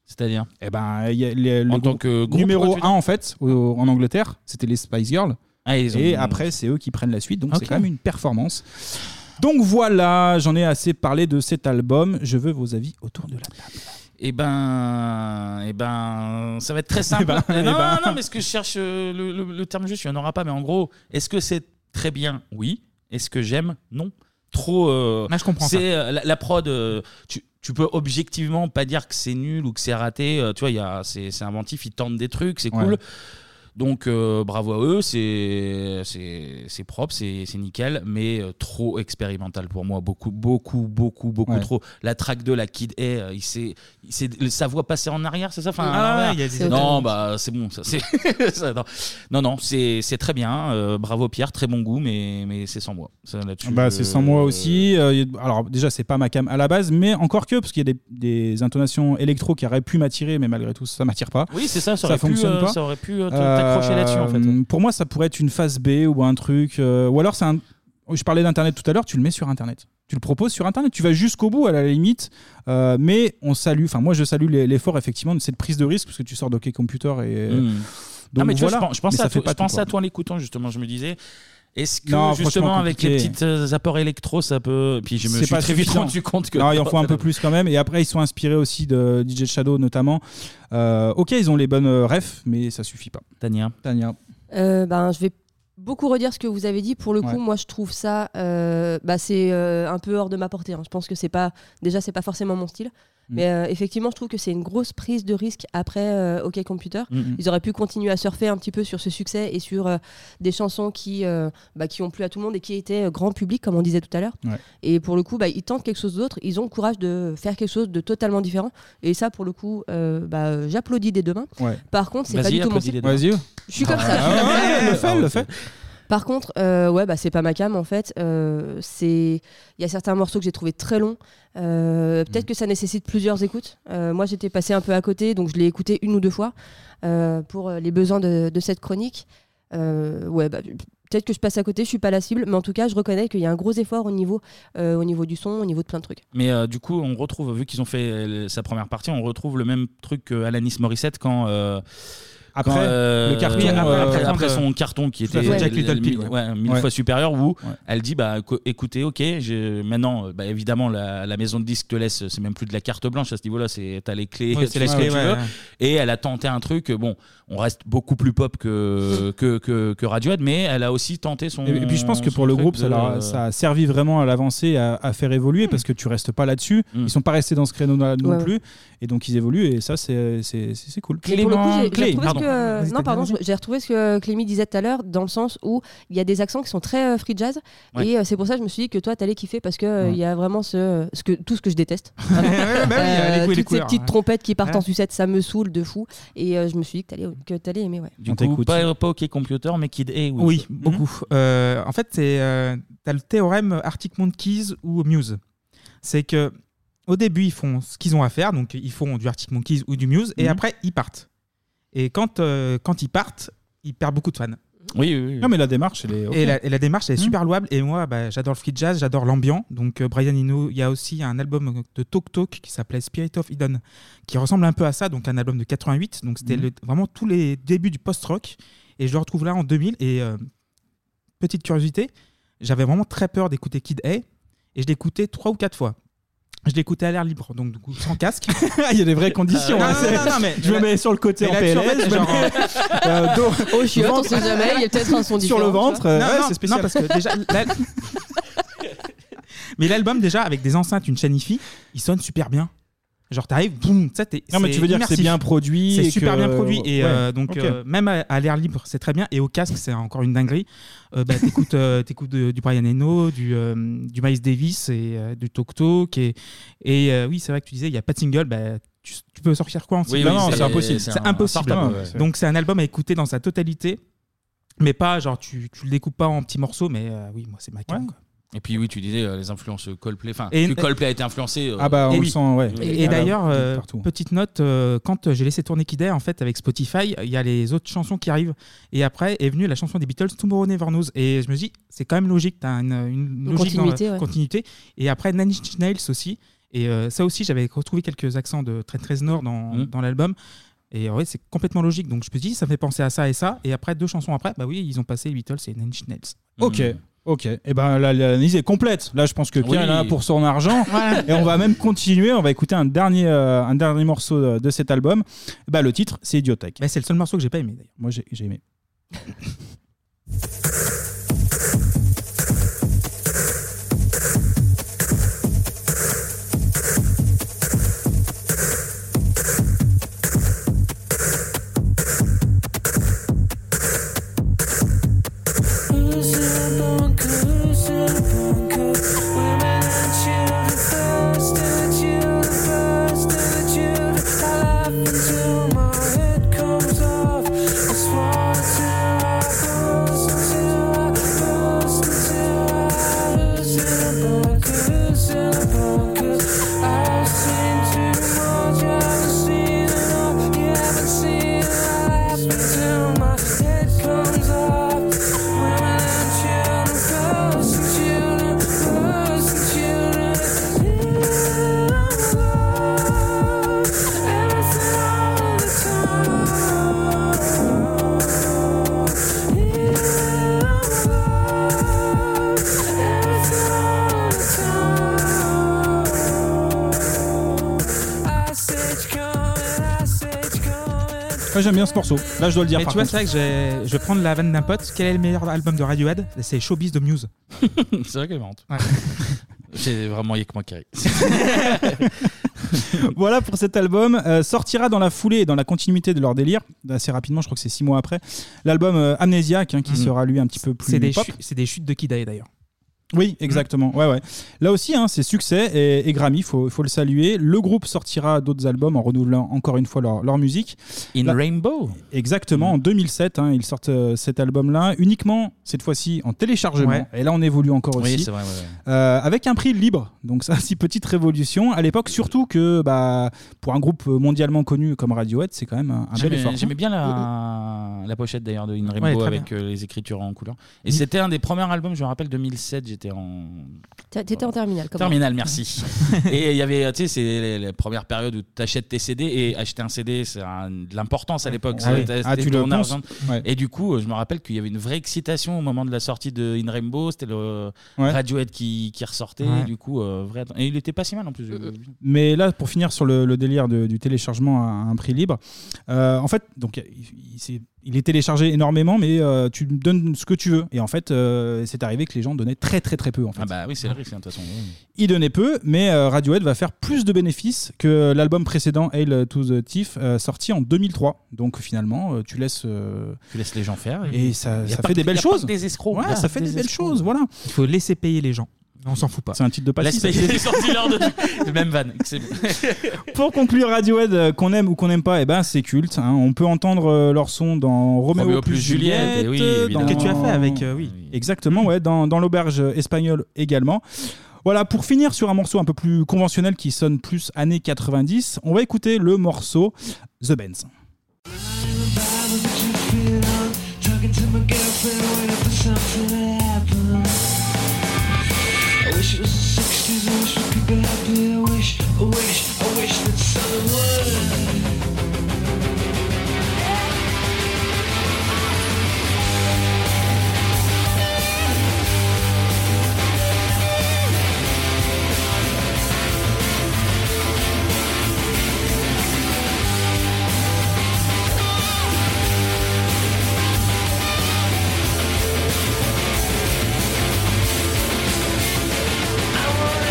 C'est-à-dire
Eh ben, il y a les- le
En tant
groupe
que groupe,
numéro
toi, tu Ah,
1 en fait au- en Angleterre, c'était les Spice Girls.
ils ont-
Et après, c'est eux qui prennent la suite, donc
Ok.
c'est quand même une performance. Donc voilà, j'en ai assez parlé de cet album. Je veux vos avis autour de la
Eh ben, eh ben, ça va être très simple.
Eh ben,
Eh non,
eh ben.
non, mais ce que je cherche, euh, le, le- le terme juste, il n'y en aura pas, mais en gros, est-ce que c'est très bien Oui. Est-ce que j'aime Non. Trop. euh,
Ah, je comprends ça.
C'est euh, la, la prod. euh, tu, tu peux objectivement pas dire que c'est nul ou que c'est raté. euh, tu vois, il y a- c'est c'est inventif, ils tentent des trucs, c'est
Ouais.
cool. Donc euh, bravo à eux, c'est c'est c'est propre, c'est c'est nickel, mais euh, trop expérimental pour moi, beaucoup beaucoup beaucoup beaucoup
Ouais.
trop. La track 2, la Kid A, euh, il s'est il s'est- sa voix passer en arrière, c'est ça Enfin,
Ah
en
ouais,
arrière.
il y a des
non
étonnantes.
bah c'est bon ça c'est ça, non non, non, c'est c'est très bien, euh, bravo Pierre, très bon goût, mais mais c'est sans moi. Ça, là-dessus,
Bah,
je-
c'est sans moi aussi. Euh, y a- alors, déjà, c'est pas ma cam à la base, mais encore que, parce qu'il y a des, des intonations électro qui auraient pu m'attirer, mais malgré tout, ça m'attire pas.
Oui, c'est ça, ça aurait pu,
fonctionne
euh,
pas. Euh,
ça aurait pu, euh, te- t'accrocher là-dessus, en fait.
Pour moi, ça pourrait être une phase B ou un truc. euh, ou alors, c'est un. oh, Je parlais d'Internet tout à l'heure, tu le mets sur Internet. Tu le proposes sur Internet, tu vas jusqu'au bout à la limite. euh, mais on salue, enfin, moi je salue les- l'effort effectivement de cette prise de risque, parce que tu sors d'OK Computer et. euh,
Mm.
Donc,
ah, mais tu
voilà.
vois, je, pense- je pensais
Mais ça
à,
fait
toi,
pas
je
tout,
pensais
quoi.
à toi en l'écoutant, justement. Je me disais, est-ce que
Non,
justement
franchement,
avec les
compliqué.
petites euh, apports électro, ça peut. Puis je me
C'est
suis
pas
très vite
suffisant.
rendu compte que.
Non, il en faut un peu plus quand même. Et après, ils sont inspirés aussi de DJ Shadow notamment. Euh, ok, ils ont les bonnes euh, refs, mais ça suffit pas.
Tania.
Tania.
Euh, ben, je vais beaucoup redire ce que vous avez dit. Pour le coup,
Ouais.
moi, je trouve ça, euh, bah, c'est euh, un peu hors de ma portée. hein. Je pense que c'est pas, déjà, c'est pas forcément mon style.
Mm.
Mais euh, effectivement, je trouve que c'est une grosse prise de risque après euh, OK Computer.
Mm, mm.
Ils auraient pu continuer à surfer un petit peu sur ce succès et sur euh, des chansons qui, euh, bah, qui ont plu à tout le monde et qui étaient euh, grand public, comme on disait tout à l'heure.
Ouais.
Et pour le coup, bah, ils tentent quelque chose d'autre. Ils ont le courage de faire quelque chose de totalement différent. Et ça, pour le coup, euh, bah, euh, j'applaudis des deux mains.
Ouais.
Par contre, c'est pas
Vas-y,
du tout mon
applaudis
style.
les deux mains. Vas-y.
Je suis comme ça.
Ah
je suis comme
ouais,
ça.
le fais, le fais.
Par contre, euh, ouais, bah, c'est pas ma cam en fait. Euh, c'est, il y a certains morceaux que j'ai trouvé très longs. Euh,
Mm.
peut-être que ça nécessite plusieurs écoutes. Euh, moi, j'étais passé un peu à côté, donc je l'ai écouté une ou deux fois euh, pour euh, les besoins de, de cette chronique. Euh, ouais, bah, peut-être que je passe à côté, je suis pas la cible, mais en tout cas, je reconnais qu'il y a un gros effort au niveau, euh, au niveau du son, au niveau de plein de trucs.
Mais euh, du coup, on retrouve, vu qu'ils ont fait euh, sa première partie, on retrouve le même truc qu'Alanis Morissette quand. euh,
Après, le carton,
après,
euh,
après- après
de-
son carton qui
Tout à
était
fait, Jack
euh,
Little
mille-
Pig, ouais.
ouais, mille
Ouais.
fois supérieur où elle dit bah écou- écoutez ok j'ai- maintenant euh, bah, évidemment la, la maison de disques te laisse c'est même plus de la carte blanche à ce niveau là c'est t'as les clés
Oui,
tu
c'est
fais
la
ce que
clé,
tu
ouais,
veux.
ouais.
et elle a tenté un truc euh, bon on reste beaucoup plus pop que que, que, que Radiohead mais elle a aussi tenté son
Et, et puis je pense que
son
pour le
Euh, truc
groupe, ça,
de- Mm.
leur a- ça a servi vraiment à l'avancer, à, à faire évoluer, parce que tu restes pas là-dessus. Ils sont pas restés dans ce créneau non non
Ouais, ouais.
plus, et donc ils évoluent, et ça c'est c'est- c'est- c'est cool.
Mais pour le coup, j'ai- j'ai
Clé,
retrouvé ce
pardon.
que- non, pardon, j'ai- j'ai retrouvé ce que Clémy disait tout à l'heure, dans le sens où il y a des accents qui sont très euh, free jazz,
Ouais.
et euh, c'est pour ça que je me suis dit que toi, t'allais kiffer parce que euh, il y a vraiment ce, ce que, tout ce que je déteste. Vraiment.
ouais, bah oui, il y a les goûts et les
toutes ces
couleurs,
petites
ouais.
trompettes qui partent
Voilà.
en sucette, ça me saoule de fou, et euh, je me suis dit que t'allais, que t'allais aimer, ouais.
du coup pas, pas OK Computer mais Kid A
Oui, beaucoup. Euh, en fait, c'est euh, t'as le théorème Arctic Monkeys ou Muse. C'est que au début, ils font ce qu'ils ont à faire, donc ils font du Arctic Monkeys ou du Muse, et
Mhm.
après, ils partent. Et quand, euh, quand ils partent, ils perdent beaucoup de fans.
Oui, oui, oui.
Non, mais la démarche, elle est. ok.
Et, la, et la démarche, elle est
Mhm.
super louable. Et moi, bah, j'adore le free jazz, j'adore l'ambiant. Donc, euh, Brian Eno, il y a aussi un album de Talk Talk qui s'appelait Spirit of Eden, qui ressemble un peu à ça. Donc, un album de 88. Donc, c'était
Mhm.
le- vraiment tous les débuts du post-rock. Et je le retrouve là en 2000. Et euh, petite curiosité, j'avais vraiment très peur d'écouter Kid A. Et je l'écoutais trois ou quatre fois. Je l'écoutais à l'air libre, donc du coup sans casque.
Il y a des vraies conditions,
Non,
hein,
non,
c'est-
non, non, mais-
je me mets sur le côté
Mais
en
là-dessus, fait,
PLS, je me
genre,
mets- euh, dos-
Au chiotte, on
ventre-
sait jamais, il y a peut-être un son
Sur
différent,
le
tu vois.
ventre, euh,
Non,
ouais,
non,
c'est spécial.
non, parce que déjà, la- Mais l'album, déjà, avec des enceintes, une chaîne hi-fi, il sonne super bien. Genre, t'arrives, boum, tu sais, t'es-
Non, mais
c'est
tu veux dire que
immersif.
c'est bien produit et
C'est super
que-
bien produit. Et euh,
Ouais,
donc,
ok.
euh, même à, à l'air libre, c'est très bien. Et au casque, c'est encore une dinguerie. Euh, bah, t'écoutes euh, t'écoutes de- du Brian Eno, du, euh, du Miles Davis et euh, du Tok Tok. Et, et, euh, oui, c'est vrai que tu disais, il n'y a pas de single. Bah, tu, tu peux sortir quoi en
Oui,
single
oui, c'est- c'est
C'est
un-
impossible.
sortable, ouais.
Donc, c'est un album à écouter dans sa totalité. Mais pas genre, tu, tu le découpes pas en petits morceaux, mais euh, oui, moi, c'est ma cam, quoi.
Et puis oui, tu disais euh, les influences Coldplay. Enfin,
Et- Ah bah,
que Coldplay a été influencé. euh,
Et
oui.
Eh oui. Et, et d'ailleurs, euh, petite note, euh, quand j'ai laissé tourner Kid A, en fait, avec Spotify, il y a les autres chansons qui arrivent. Et après est venue la chanson des Beatles, Tomorrow Never Knows. Et je me dis, c'est quand même logique, t'as une, une
Une
logique dans la
continuité, ouais.
continuité. Et après, Nine Inch Nails aussi. Et euh, ça aussi, j'avais retrouvé quelques accents de Trent Reznor dans, dans l'album. Et euh, ouais, c'est complètement logique. Donc je me dis, ça me fait penser à ça et ça. Et après, deux chansons après, bah oui, ils ont passé les Beatles et Nine Inch Nails.
Ok.
Hmm.
Ok, et ben là, l'analyse est complète. Là, je pense que Pierre
Oui.
est là pour son argent. Et on va même continuer. On va écouter un dernier, euh, un dernier morceau euh, de cet album. Bah, le titre, c'est Idiotech.
c'est le seul morceau que j'ai pas aimé d'ailleurs.
Moi, j'ai j'ai aimé.
Who's in the bunker? Who's in the bunker? Women and children first, and children first, and children. I laugh until my head comes off. I swore until I burst, until I burst, until I. Who's in the bunker? Who's in the bunker? I've seen too much. I've seen it all. You haven't seen it. I laugh until my head comes off.
Ouais, J'aime bien ce morceau. Là, je dois le dire.
Mais
par
tu vois,
contre.
c'est vrai que j'ai- je vais prendre la vanne d'un pote. Quel est le meilleur album de Radiohead C'est Showbiz de Muse.
c'est vrai qu'elle est marrante. C'est vraiment y'a que moi qui ris.
voilà pour cet album. Euh, sortira dans la foulée et dans la continuité de leur délire, assez rapidement, je crois que c'est six mois après, l'album euh, Amnesiac, hein, qui sera lui un petit peu plus
Hmm. C'est des,
pop.
chu- c'est des chutes de Kidae d'ailleurs.
Oui,
Mm.
exactement. Ouais, ouais. Là aussi, hein, c'est succès et, et Grammy, il faut, faut le saluer. Le groupe sortira d'autres albums en renouvelant encore une fois leur, leur musique. Bah,
In Rainbow Mm.
Exactement, en 2007, hein, ils sortent euh, cet album-là, uniquement cette fois-ci en téléchargement.
Ouais.
Et là, on évolue encore
Oui,
aussi.
c'est vrai, ouais, ouais.
Euh, avec un prix libre, donc ça, c'est petite révolution. À l'époque, surtout que bah, pour un groupe mondialement connu comme Radiohead, c'est quand même un, un bel effort. hein. Mm,
J'aimais j'aimais bien la, la pochette d'ailleurs de In
Ouais,
Rainbow
très
avec euh, les écritures en couleur. Et c'était un des premiers albums, je me rappelle, 2007, j'étais en
T'as- T'étais en terminale. comment
Terminal, merci. et il y avait, tu sais, c'est les, les premières périodes où tu achètes tes CD et acheter un CD, c'est un- de l'importance à l'époque.
Ah
Ça,
oui.
t'as-
Ah,
c'était
tu le
ton
penses
argent.
Ouais.
Et du coup, euh, je me rappelle qu'il y avait une vraie excitation au moment de la sortie de In Rainbow. C'était le
Ouais.
Radiohead qui, qui ressortait.
Ouais. Euh,
Et du coup, euh, vrai... et il était pas si mal en plus.
Mais là, pour finir sur le, le délire de- du téléchargement à un prix libre, euh, en fait, donc il, il s'est- il est téléchargé énormément, mais euh, tu me donnes ce que tu veux. Et en fait, euh, c'est arrivé que les gens donnaient très très très peu. En fait.
Ah bah oui, c'est le risque, hein, de toute façon.
Il donnait peu, mais euh, Radiohead va faire plus de bénéfices que l'album précédent, Hail to the Thief, euh, sorti en 2003. Donc finalement, euh, tu laisses. euh,
Tu laisses les gens faire.
Et ça,
Y a
ça
pas
fait
que-
des belles
y a pas
choses.
que des escrocs.
Ouais,
Y a
ça
pas
fait
que
des
des
belles
escrocs.
choses, voilà.
Il faut laisser payer les gens. On s'en fout pas.
C'est un titre de
Laisse
pastis. ça.
payer les sortileurs de même van.
Pour conclure, Radiohead, euh, qu'on aime ou qu'on n'aime pas, eh ben, c'est culte. hein. On peut entendre euh, leur son dans Roméo,
Roméo
plus
plus
Juliette.
Juliette, et oui,
euh,
évidemment.
dans-
Que tu as fait avec,
euh, oui.
Exactement, ouais, dans, dans l'auberge espagnole également. Voilà, pour finir sur un morceau un peu plus conventionnel qui sonne plus années 90, on va écouter le morceau The Benz.
Talking to my girlfriend, waiting for something to happen. I wish it was the 60s, I wish we could be happy. I wish, I wish, I wish that someone would. I wanna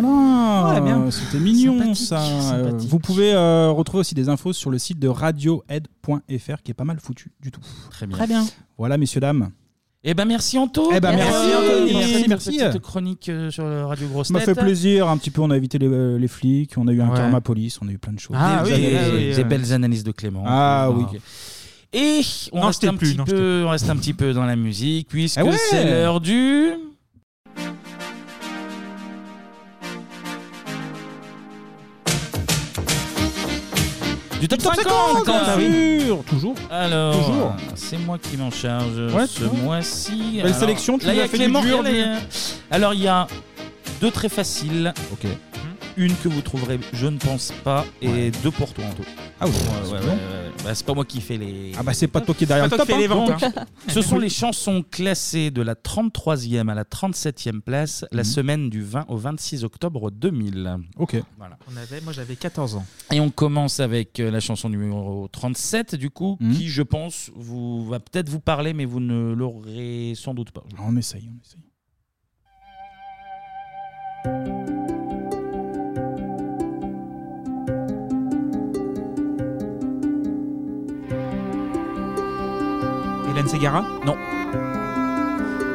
Ah,
Ah, bien.
c'était mignon
Sympathique,
ça. Euh,
sympathique.
Vous pouvez euh, retrouver aussi des infos sur le site de radiohead.fr qui est pas mal foutu du tout.
Très bien.
Très bien.
Voilà, messieurs, dames.
Eh ben merci Anto.
Eh ben, merci, Anthony.
pour cette
Merci.
petite chronique euh, sur le Radio Grosse
Ça m'a
Tête.
fait plaisir un petit peu. On a évité les, les flics, on a eu un
Ouais.
karma police, on a eu plein de choses.
Ah
Des
oui,
belles
oui,
analyses.
oui, des belles analyses de Clément.
Ah oui.
Et on
Non,
reste
j'étais
un
plus,
petit
non,
peu, on reste un petit peu dans la musique puisque
Ah ouais.
c'est l'heure du. Du top 50,
Ah oui. Toujours.
Alors,
Toujours.
c'est moi qui m'en charge
Ouais,
ce
toujours.
mois-ci.
Belle
Alors,
sélection, tu
là,
nous
il y
as
a
fait du
Clément,
dur,
il y a
du-
les- Alors, il y a deux très faciles. Hmm.
Ok.
Une que vous trouverez, je ne pense pas, et deux pour toi en tout.
Ah oui,
ouais,
c'est
ouais,
bon.
ouais, ouais. Bah, c'est pas moi qui fais les.
Ah bah, c'est pas toi qui est derrière
C'est
le
pas toi qui
top, hein.
fais les ventes,
Donc.
hein. Ce sont les chansons classées de la 33e à la 37e place la
Mhm.
semaine du 20 au 26 octobre 2000.
Ok.
Voilà.
On avait, moi j'avais 14 ans.
Et on commence avec euh, la chanson numéro 37, du coup,
Mhm.
qui, je pense, vous, va peut-être vous parler, mais vous ne l'aurez sans doute pas.
On essaye, on essaye.
Hélène Segara
Non.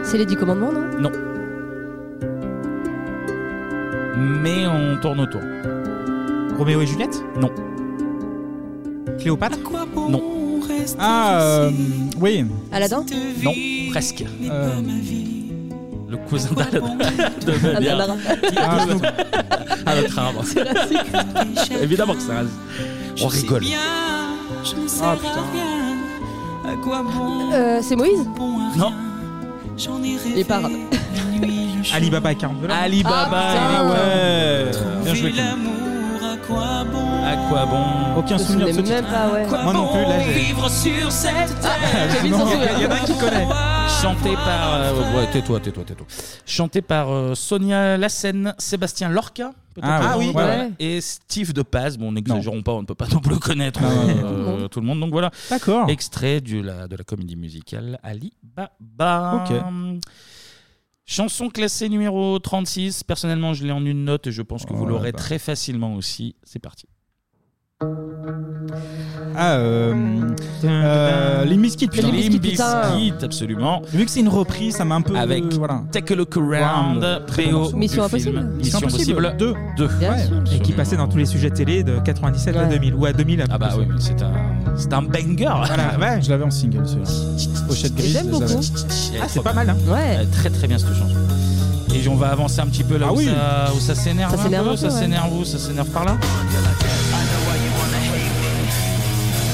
C'est les 10 commandements, non
Non. Mais on tourne autour.
Roméo et Juliette
Non.
Cléopâtre
Non.
Ah, euh, oui.
Aladdin
Non, presque. Euh, Le cousin d'Aladin. de Bavière.
Ah,
À notre arbre. Ah, Évidemment que ça reste. On rigole.
Ah putain. À quoi bon
Euh, c'est Moïse
Non.
Les parades.
Ali Baba et Caron Delorme.
Ali
Ah,
Baba, eh ouais. Bien joué. Clément. À quoi bon
Aucun
Je
souvenir de ce
souvenais
titre.
même pas, ouais.
Moi non plus, là j'ai.
Vivre sur cette terre.
J'ai
vite Non, censuré. il y en a qui connaissent.
Chanté par. euh, ouais, tais-toi, tais-toi, tais-toi. Chanté par euh, Sonia Lassen, Sébastien Lorca. peut-être.
Ah, Ah oui. oui, ouais, ouais.
Et Steve Depaz. Bon, n'exagérons pas, on ne peut pas non plus connaître
Ah,
euh,
ouais.
tout, le monde. Donc voilà.
D'accord.
Extrait de la, de la comédie musicale Ali Baba.
Ok.
Chanson classée numéro 36. Personnellement, je l'ai en une note et je pense que vous
Oh là
l'aurez
là.
très facilement aussi. C'est parti.
Ah, euh, euh, les Miskits, putain.
Les Limp Bizkit, absolument.
Vu que c'est une reprise, ça m'a un peu.
Avec
voilà.
Take a Look Around,
Wow, très bon
PO.
morceau.
du
Mission
film.
Impossible.
Mission
Mission Impossible,
Impossible
deux.
2.
Et qui passait dans tous les sujets télé de 97 à 2000 ou à 2000 à
Ah bah oui, mais c'est un, c'est un banger.
Voilà, ouais.
Je l'avais en single, celui-là. Pochette grise.
j'aime beaucoup.
Ah,
c'est pas mal, hein.
Ouais. très très bien cette chanson. Et on va avancer un petit peu là
Ah
où,
oui.
ça, où ça s'énerve.
Ça
un
s'énerve
peu,
un peu,
ça
ouais.
s'énerve où, ça s'énerve par là.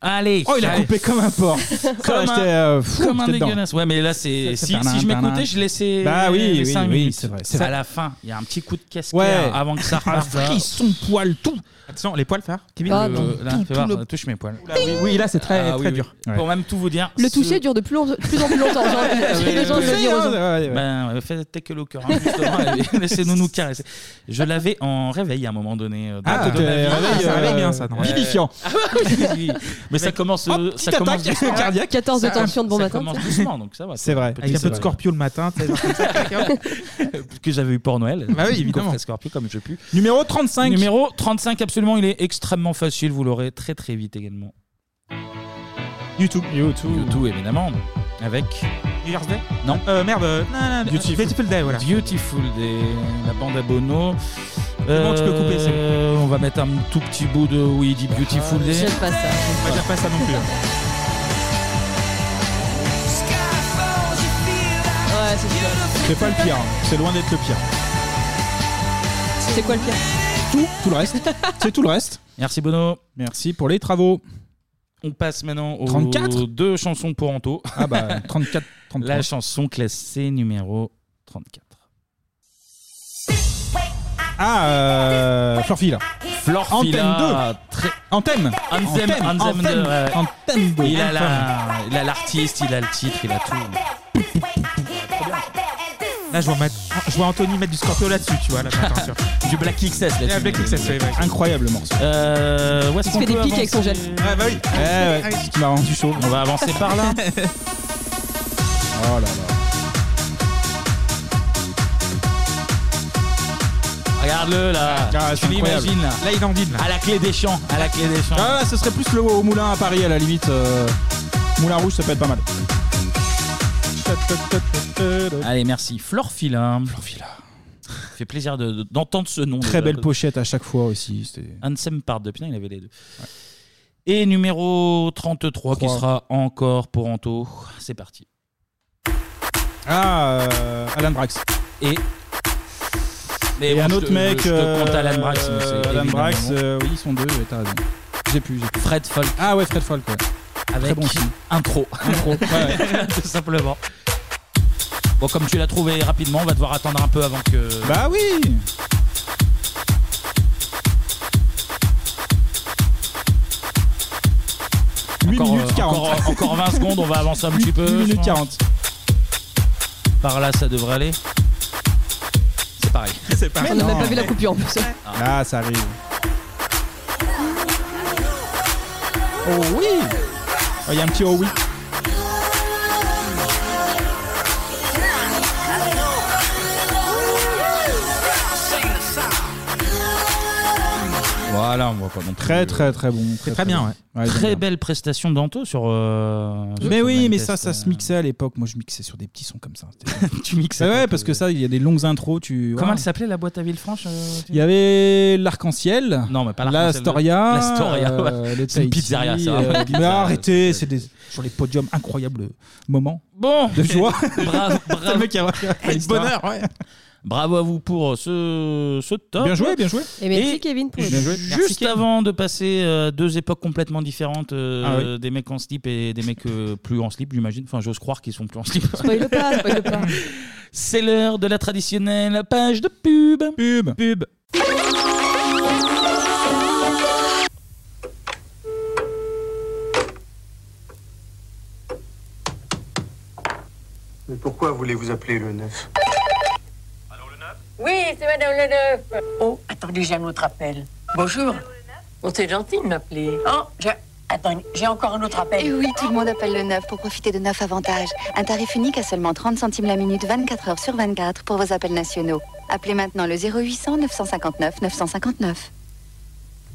Allez.
Oh, il a
allez.
coupé comme un porc.
Comme un,
j'étais, euh, fou,
comme un
j'étais dedans.
dégueulasse. Ouais, mais là, c'est.
Ça,
Si,
ça fait
si je
un-
m'écoutais, je laissais.
Bah oui,
les
oui,
cinq
oui,
minutes.
c'est vrai, c'est
à
vrai.
la fin. Il y a un petit coup de caisse
Ouais.
clair avant que ça
Ah,
reparte. là.
frisson, poil, tout.
Attention, les poils faire Kevin
Ah,
Le-
non.
là,
Tout,
fais
tout
voir,
le-
ça
touche mes poils.
Ah oui, oui, là c'est très,
Ah,
très
oui,
dur.
oui. Pour même tout vous dire.
Le toucher dure de plus, en plus en plus longtemps. J'ai
Ah,
envie de- j'ai besoin de le
hein.
dire aux autres.
Ben, ouais, faites take a look around, hein, justement, et laissez-nous nous caresser. Je l'avais en réveil à un moment donné. euh, dans
Ah,
le
t'es
de ma vie.
réveil, Ah, ça euh, réveille bien, ça, non vivifiant.
Ah, oui, oui. Mais ça commence, euh, ça
petite
commence
attaque
doucement.
cardiaque. 14 de
Ça-
tension de bon
ça
matin,
commence
tu sais.
doucement, donc ça va.
C'est vrai.
Avec un peu de Scorpio le matin. tu sais, genre comme ça.
que j'avais eu pour Noël.
Bah oui, évidemment.
Coffret Scorpio, comme je puis.
Numéro 35.
Numéro 35, absolument, il est extrêmement facile, vous l'aurez très très vite également.
YouTube. YouTube.
évidemment. Avec.
New Year's Day
Non.
Euh, merde. euh, non, non, non,
Beautiful.
Day, voilà.
Beautiful Day, la bande à Bono.
C'est bon, tu peux couper, c'est
Euh, on va mettre un tout petit bout de où il dit Beautiful Day.
J'aime Ah, pas ça. Moi, j'aime pas ça non plus.
Ouais, c'est sûr.
C'est pas le pire. hein. C'est loin d'être le pire.
C'est quoi le pire
Tout, tout le reste. C'est tout le reste.
Merci Bono.
Merci pour les travaux.
On passe maintenant aux
34?
deux chansons pour Anto.
Ah bah, 34, 33.
La chanson classée numéro 34.
Wait, I
Ah, euh, Florfila.
Florfila, ah,
Antenne 2. Antenne.
Anthem,
Antenne.
Anthem
Antenne.
de- ouais.
Antenne 2.
Il a la- Ah, il a l'artiste, il a le titre, il a tout.
Là, je vois, ma- je vois Anthony mettre du Scorpio là-dessus, tu vois. Là,
du Black XS là-dessus.
Ouais, Black XS, ouais, ouais.
Incroyable morceau.
Euh, où est-ce
Il se
qu'on
fait des
peut
pics avec son
avancer
gel. Ouais, bah oui.
Eh ouais,
Ah oui.
tu m'as rendu chaud. On va avancer par là.
Oh là là.
Regarde-le là.
Ah,
tu l'imagines là.
Là, il en vide.
À la clé des champs. À la clé des champs.
Ah, là, ce serait plus le au moulin à Paris à la limite. euh, moulin rouge, ça peut être pas mal.
Allez, merci. Florfila. Florfila. Fait plaisir de- de- d'entendre ce nom.
Très
déjà.
belle pochette à chaque fois aussi. c'était-
Ansem Part de putain, il avait les deux. Et numéro 33 qui sera encore pour Anto. C'est parti.
Ah, euh, Alan Brax.
Et.
Et
bon,
un
je
autre
te-
mec.
Je te compte Alan Brax. mais
euh,
c'est
Alan
évidemment
Brax,
bon.
euh, oui, ils sont deux, ouais, t'as raison. J'ai plus, j'ai plus.
Fred Folk.
Ah ouais, Fred Folk, ouais.
Avec
Très bon film.
intro.
Intro, ouais, ouais.
Tout simplement. Bon, comme tu l'as trouvé rapidement, on va devoir attendre un peu avant que.
Bah oui Huit
Encore,
minutes
euh,
40.
Encore, encore 20 secondes, on va avancer un petit peu.
8
je
minutes
pense.
40.
Par là, ça devrait aller. C'est pareil.
C'est pareil. On n'a même pas vu la
coupure en plus.
Ah, ça arrive. Oh oui Il y a un petit oh oui.
Voilà, on voit pas non plus.
Très très très bon. Très
Euh, très bien,
ouais.
Très
j'aime bien.
belle prestation d'Anto sur. euh,
Mais
sur
oui,
Blind
mais
Test,
ça, ça
euh.
se mixait à l'époque. Moi, je mixais sur des petits sons comme ça.
tu mixais.
Ouais, parce que ça, il y a des longues intros. Tu.
Comment
voilà.
elle s'appelait la boîte à Villefranche euh,
Il y avait l'arc-en-ciel.
Non, mais pas
La
l'arc-en-ciel.
Storia.
La Storia,
euh, le
ouais. C'est une
Tahiti,
pizzeria, ça,
euh,
vraiment une
mais
pizzeria,
arrêtez, c'est des sur les podiums incroyables moments.
Bon,
de joie.
bravo, bravo.
C'est le mec qui a
Quel
l'histoire.
bonheur, ouais. Bravo à vous pour euh, ce, ce top.
Bien joué, bien joué.
Et merci, Kevin, pour le
ju-
Bien joué.
Juste
Merci,
avant de passer euh, deux époques complètement différentes, euh,
Ah oui.
des mecs en slip et des mecs euh, plus en slip, j'imagine. Enfin, j'ose croire qu'ils sont plus en slip.
Spoil pas, spoil pas.
C'est l'heure de la traditionnelle page de pub.
Pub.
Pub.
Mais pourquoi voulez-vous appeler le 9
Oui, c'est Madame Le Neuf. Oh, attendez, j'ai un autre appel. Bonjour. Oh, c'est gentil de m'appeler. Oh, j'ai... Attendez, j'ai encore un autre appel.
Et Eh oui, tout le monde appelle le 9 pour profiter de 9 avantages. Un tarif unique à seulement 30 centimes la minute, 24 heures sur 24 pour vos appels nationaux. Appelez maintenant le 0800 959 959.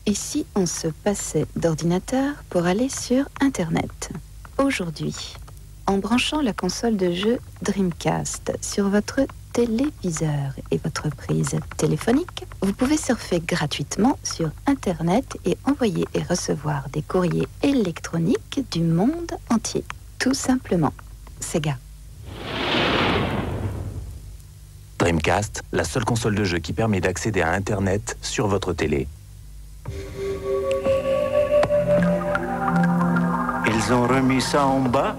Et si on se passait d'ordinateur pour aller sur Internet Aujourd'hui, en branchant la console de jeu Dreamcast sur votre téléviseur et votre prise téléphonique, vous pouvez surfer gratuitement sur Internet et envoyer et recevoir des courriers électroniques du monde entier. Tout simplement. Sega.
Dreamcast, la seule console de jeu qui permet d'accéder à Internet sur votre télé.
Ils ont remis ça en bas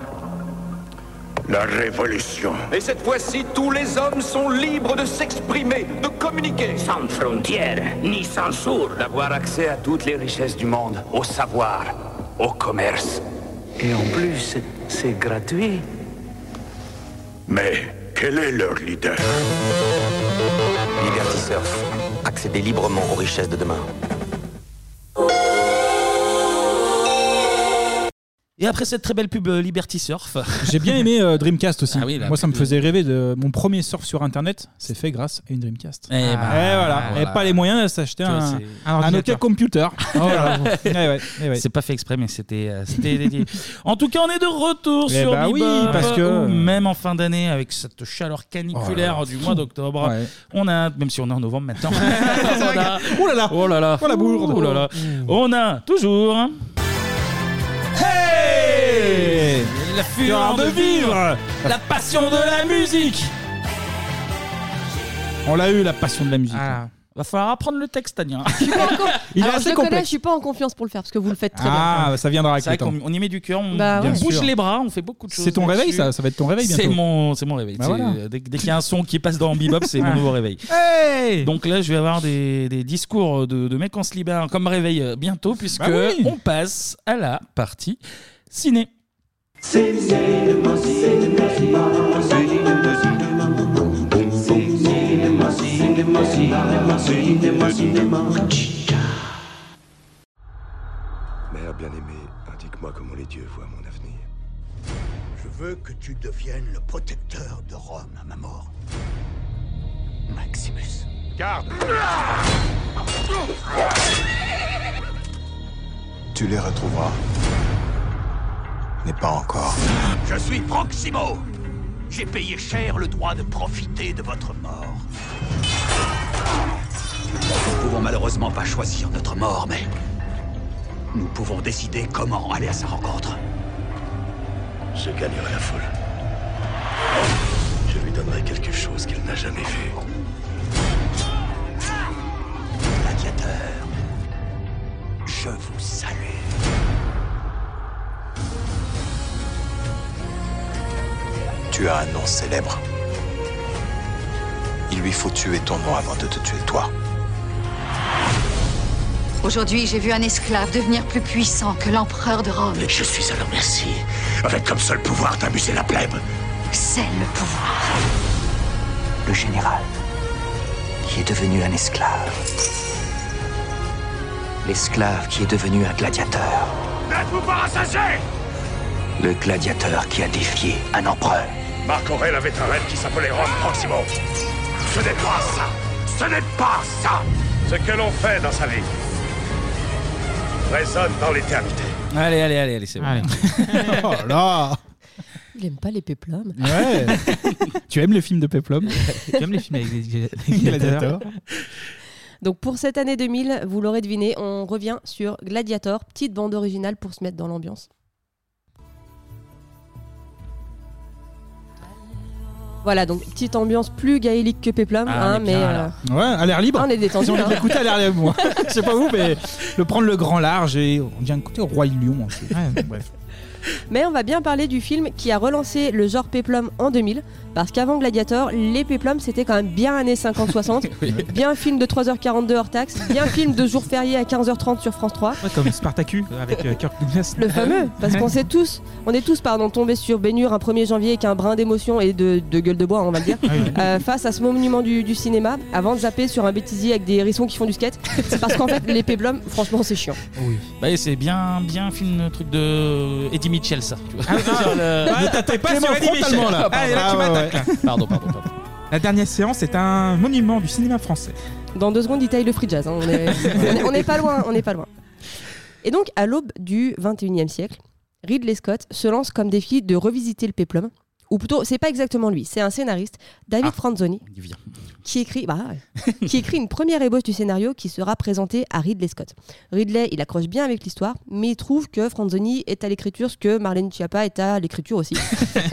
La révolution.
Et cette fois-ci, tous les hommes sont libres de s'exprimer, de communiquer.
Sans frontières, ni censure. D'avoir accès à toutes les richesses du monde, au savoir, au commerce. Et en plus, c'est gratuit.
Mais quel est leur leader Liberty Surf. Accéder librement aux richesses de demain.
Et après cette très belle pub euh, Liberty Surf.
J'ai bien aimé euh, Dreamcast aussi.
Ah oui, la
Moi, ça me
pub de-
faisait rêver de mon premier surf sur Internet. C'est fait grâce à une Dreamcast.
Eh ben,
voilà.
voilà.
Et pas les moyens de s'acheter
Tu vois,
un,
c'est-
un, Nokia computer. Oh là là. eh
C'est pas fait exprès, mais c'était euh, c'était dédié. En tout cas, on est de retour
Eh
sur
bah oui,
Bebop,
parce que-
où même en fin d'année, avec cette chaleur caniculaire
Oh là là,
du
fou.
mois d'octobre,
Ouais.
on a, même si on est en novembre maintenant, on a, oh là là, oh là là, la bourde, oh là là, on a toujours hey la
Fureur
fureur de
de
vivre,
vivre
la passion de la musique.
On l'a eu, la passion de la musique.
Va falloir apprendre le texte, Tania.
Il Alors, je le connais, je suis pas en confiance pour le faire parce que vous le faites très bien.
Ah, ça viendra avec
C'est vrai
le temps.
qu'on on y met du cœur, on,
Bah
on
ouais.
bouge
Bien sûr.
les bras, on fait beaucoup de choses.
C'est ton
là-dessus.
réveil, ça, ça va être ton réveil
C'est
bientôt.
mon, c'est mon réveil.
Bah
C'est- euh,
voilà. Ah.
Dès, dès qu'il y a un son qui passe dans Bebop, c'est mon nouveau réveil. Donc là, je vais avoir des, des discours de, de mecs en slibard comme réveil euh, bientôt, puisque
Bah
oui.
on passe à la partie ciné.
Mère bien-aimée, indique-moi comment les dieux voient mon avenir.
Je veux que tu deviennes le protecteur de Rome à ma mort. Maximus. Garde
Tu les retrouveras. Mais pas encore.
Je suis Proximo J'ai payé cher le droit de profiter de votre mort. Nous pouvons malheureusement pas choisir notre mort, mais nous pouvons décider comment aller à sa rencontre.
Je gagnerai la foule. Je lui donnerai quelque chose qu'elle n'a jamais vu.
Gladiateur, je vous salue.
Tu as un nom célèbre. Il lui faut tuer ton nom avant de te tuer toi.
Aujourd'hui, j'ai vu un esclave devenir plus puissant que l'empereur de Rome.
Mais je suis à leur merci, avec comme seul pouvoir d'amuser la plèbe.
C'est le pouvoir.
Le général, qui est devenu un esclave. L'esclave qui est devenu un gladiateur.
N'êtes-vous pas rassasié
Le gladiateur qui a défié un empereur.
Marc Aurel avait un rêve qui s'appelait Rome Proximo. Ce n'est pas ça Ce n'est pas ça Ce que l'on fait dans sa vie résonne dans l'éternité.
Allez, allez, allez, allez, c'est bon.
Oh là
Il aime pas les péplums.
Ouais. Tu aimes les films de Peplum
Tu aimes les films avec des
gladiateurs
Donc pour cette année 2000, vous l'aurez deviné, on revient sur Gladiator, petite bande originale pour se mettre dans l'ambiance. Voilà, donc petite ambiance plus gaélique que Peplum,
Ah,
hein,
on est
mais
bien,
euh,
Ouais, à l'air libre.
Ah, on est détendu,
J'ai envie
hein.
de l'écouter à l'air libre, moi. Je sais pas vous, mais le prendre le grand large et on vient écouter au Roi Lion. c'est- Bref.
mais on va bien parler du film qui a relancé le genre Peplum en 2000, parce qu'avant Gladiator, les Peplums c'était quand même bien années 50-60, bien film de 3h42 hors taxe, bien film de jour férié à 15h30 sur France 3.
Ouais, comme Spartacus avec euh, Kirk Douglas.
Le fameux, parce qu'on sait tous, on est tous pardon, tombés sur Bénure un 1er janvier avec un brin d'émotion et de, de gueule de bois, on va le dire, euh, face à ce monument du, du cinéma, avant de zapper sur un bêtisier avec des hérissons qui font du skate. C'est parce qu'en fait, les péplums, franchement, c'est chiant.
Bah, et c'est bien, bien un film, le truc de Eddie Mitchell, ça. Tu vois.
Ah,
Sur le-
Ne t'attaque pas
Clément
sur Eddie
frontalement,
Michel.
là.
Ah, et là, tu
Ah, ouais,
m'attaques,
ouais.
là.
Pardon, pardon, pardon.
La dernière séance est un monument du cinéma français.
Dans deux secondes, il taille le free jazz. hein. On, est, on est- on est pas loin, on est pas loin. Et donc, à l'aube du 21e siècle, Ridley Scott se lance comme défi de revisiter le péplum. Ou plutôt, c'est pas exactement lui, c'est un scénariste, David Franzoni, qui écrit, bah, ouais. qui écrit une première ébauche du scénario qui sera présentée à Ridley Scott. Ridley, il accroche bien avec l'histoire, mais il trouve que Franzoni est à l'écriture ce que Marlène Chiappa est à l'écriture aussi.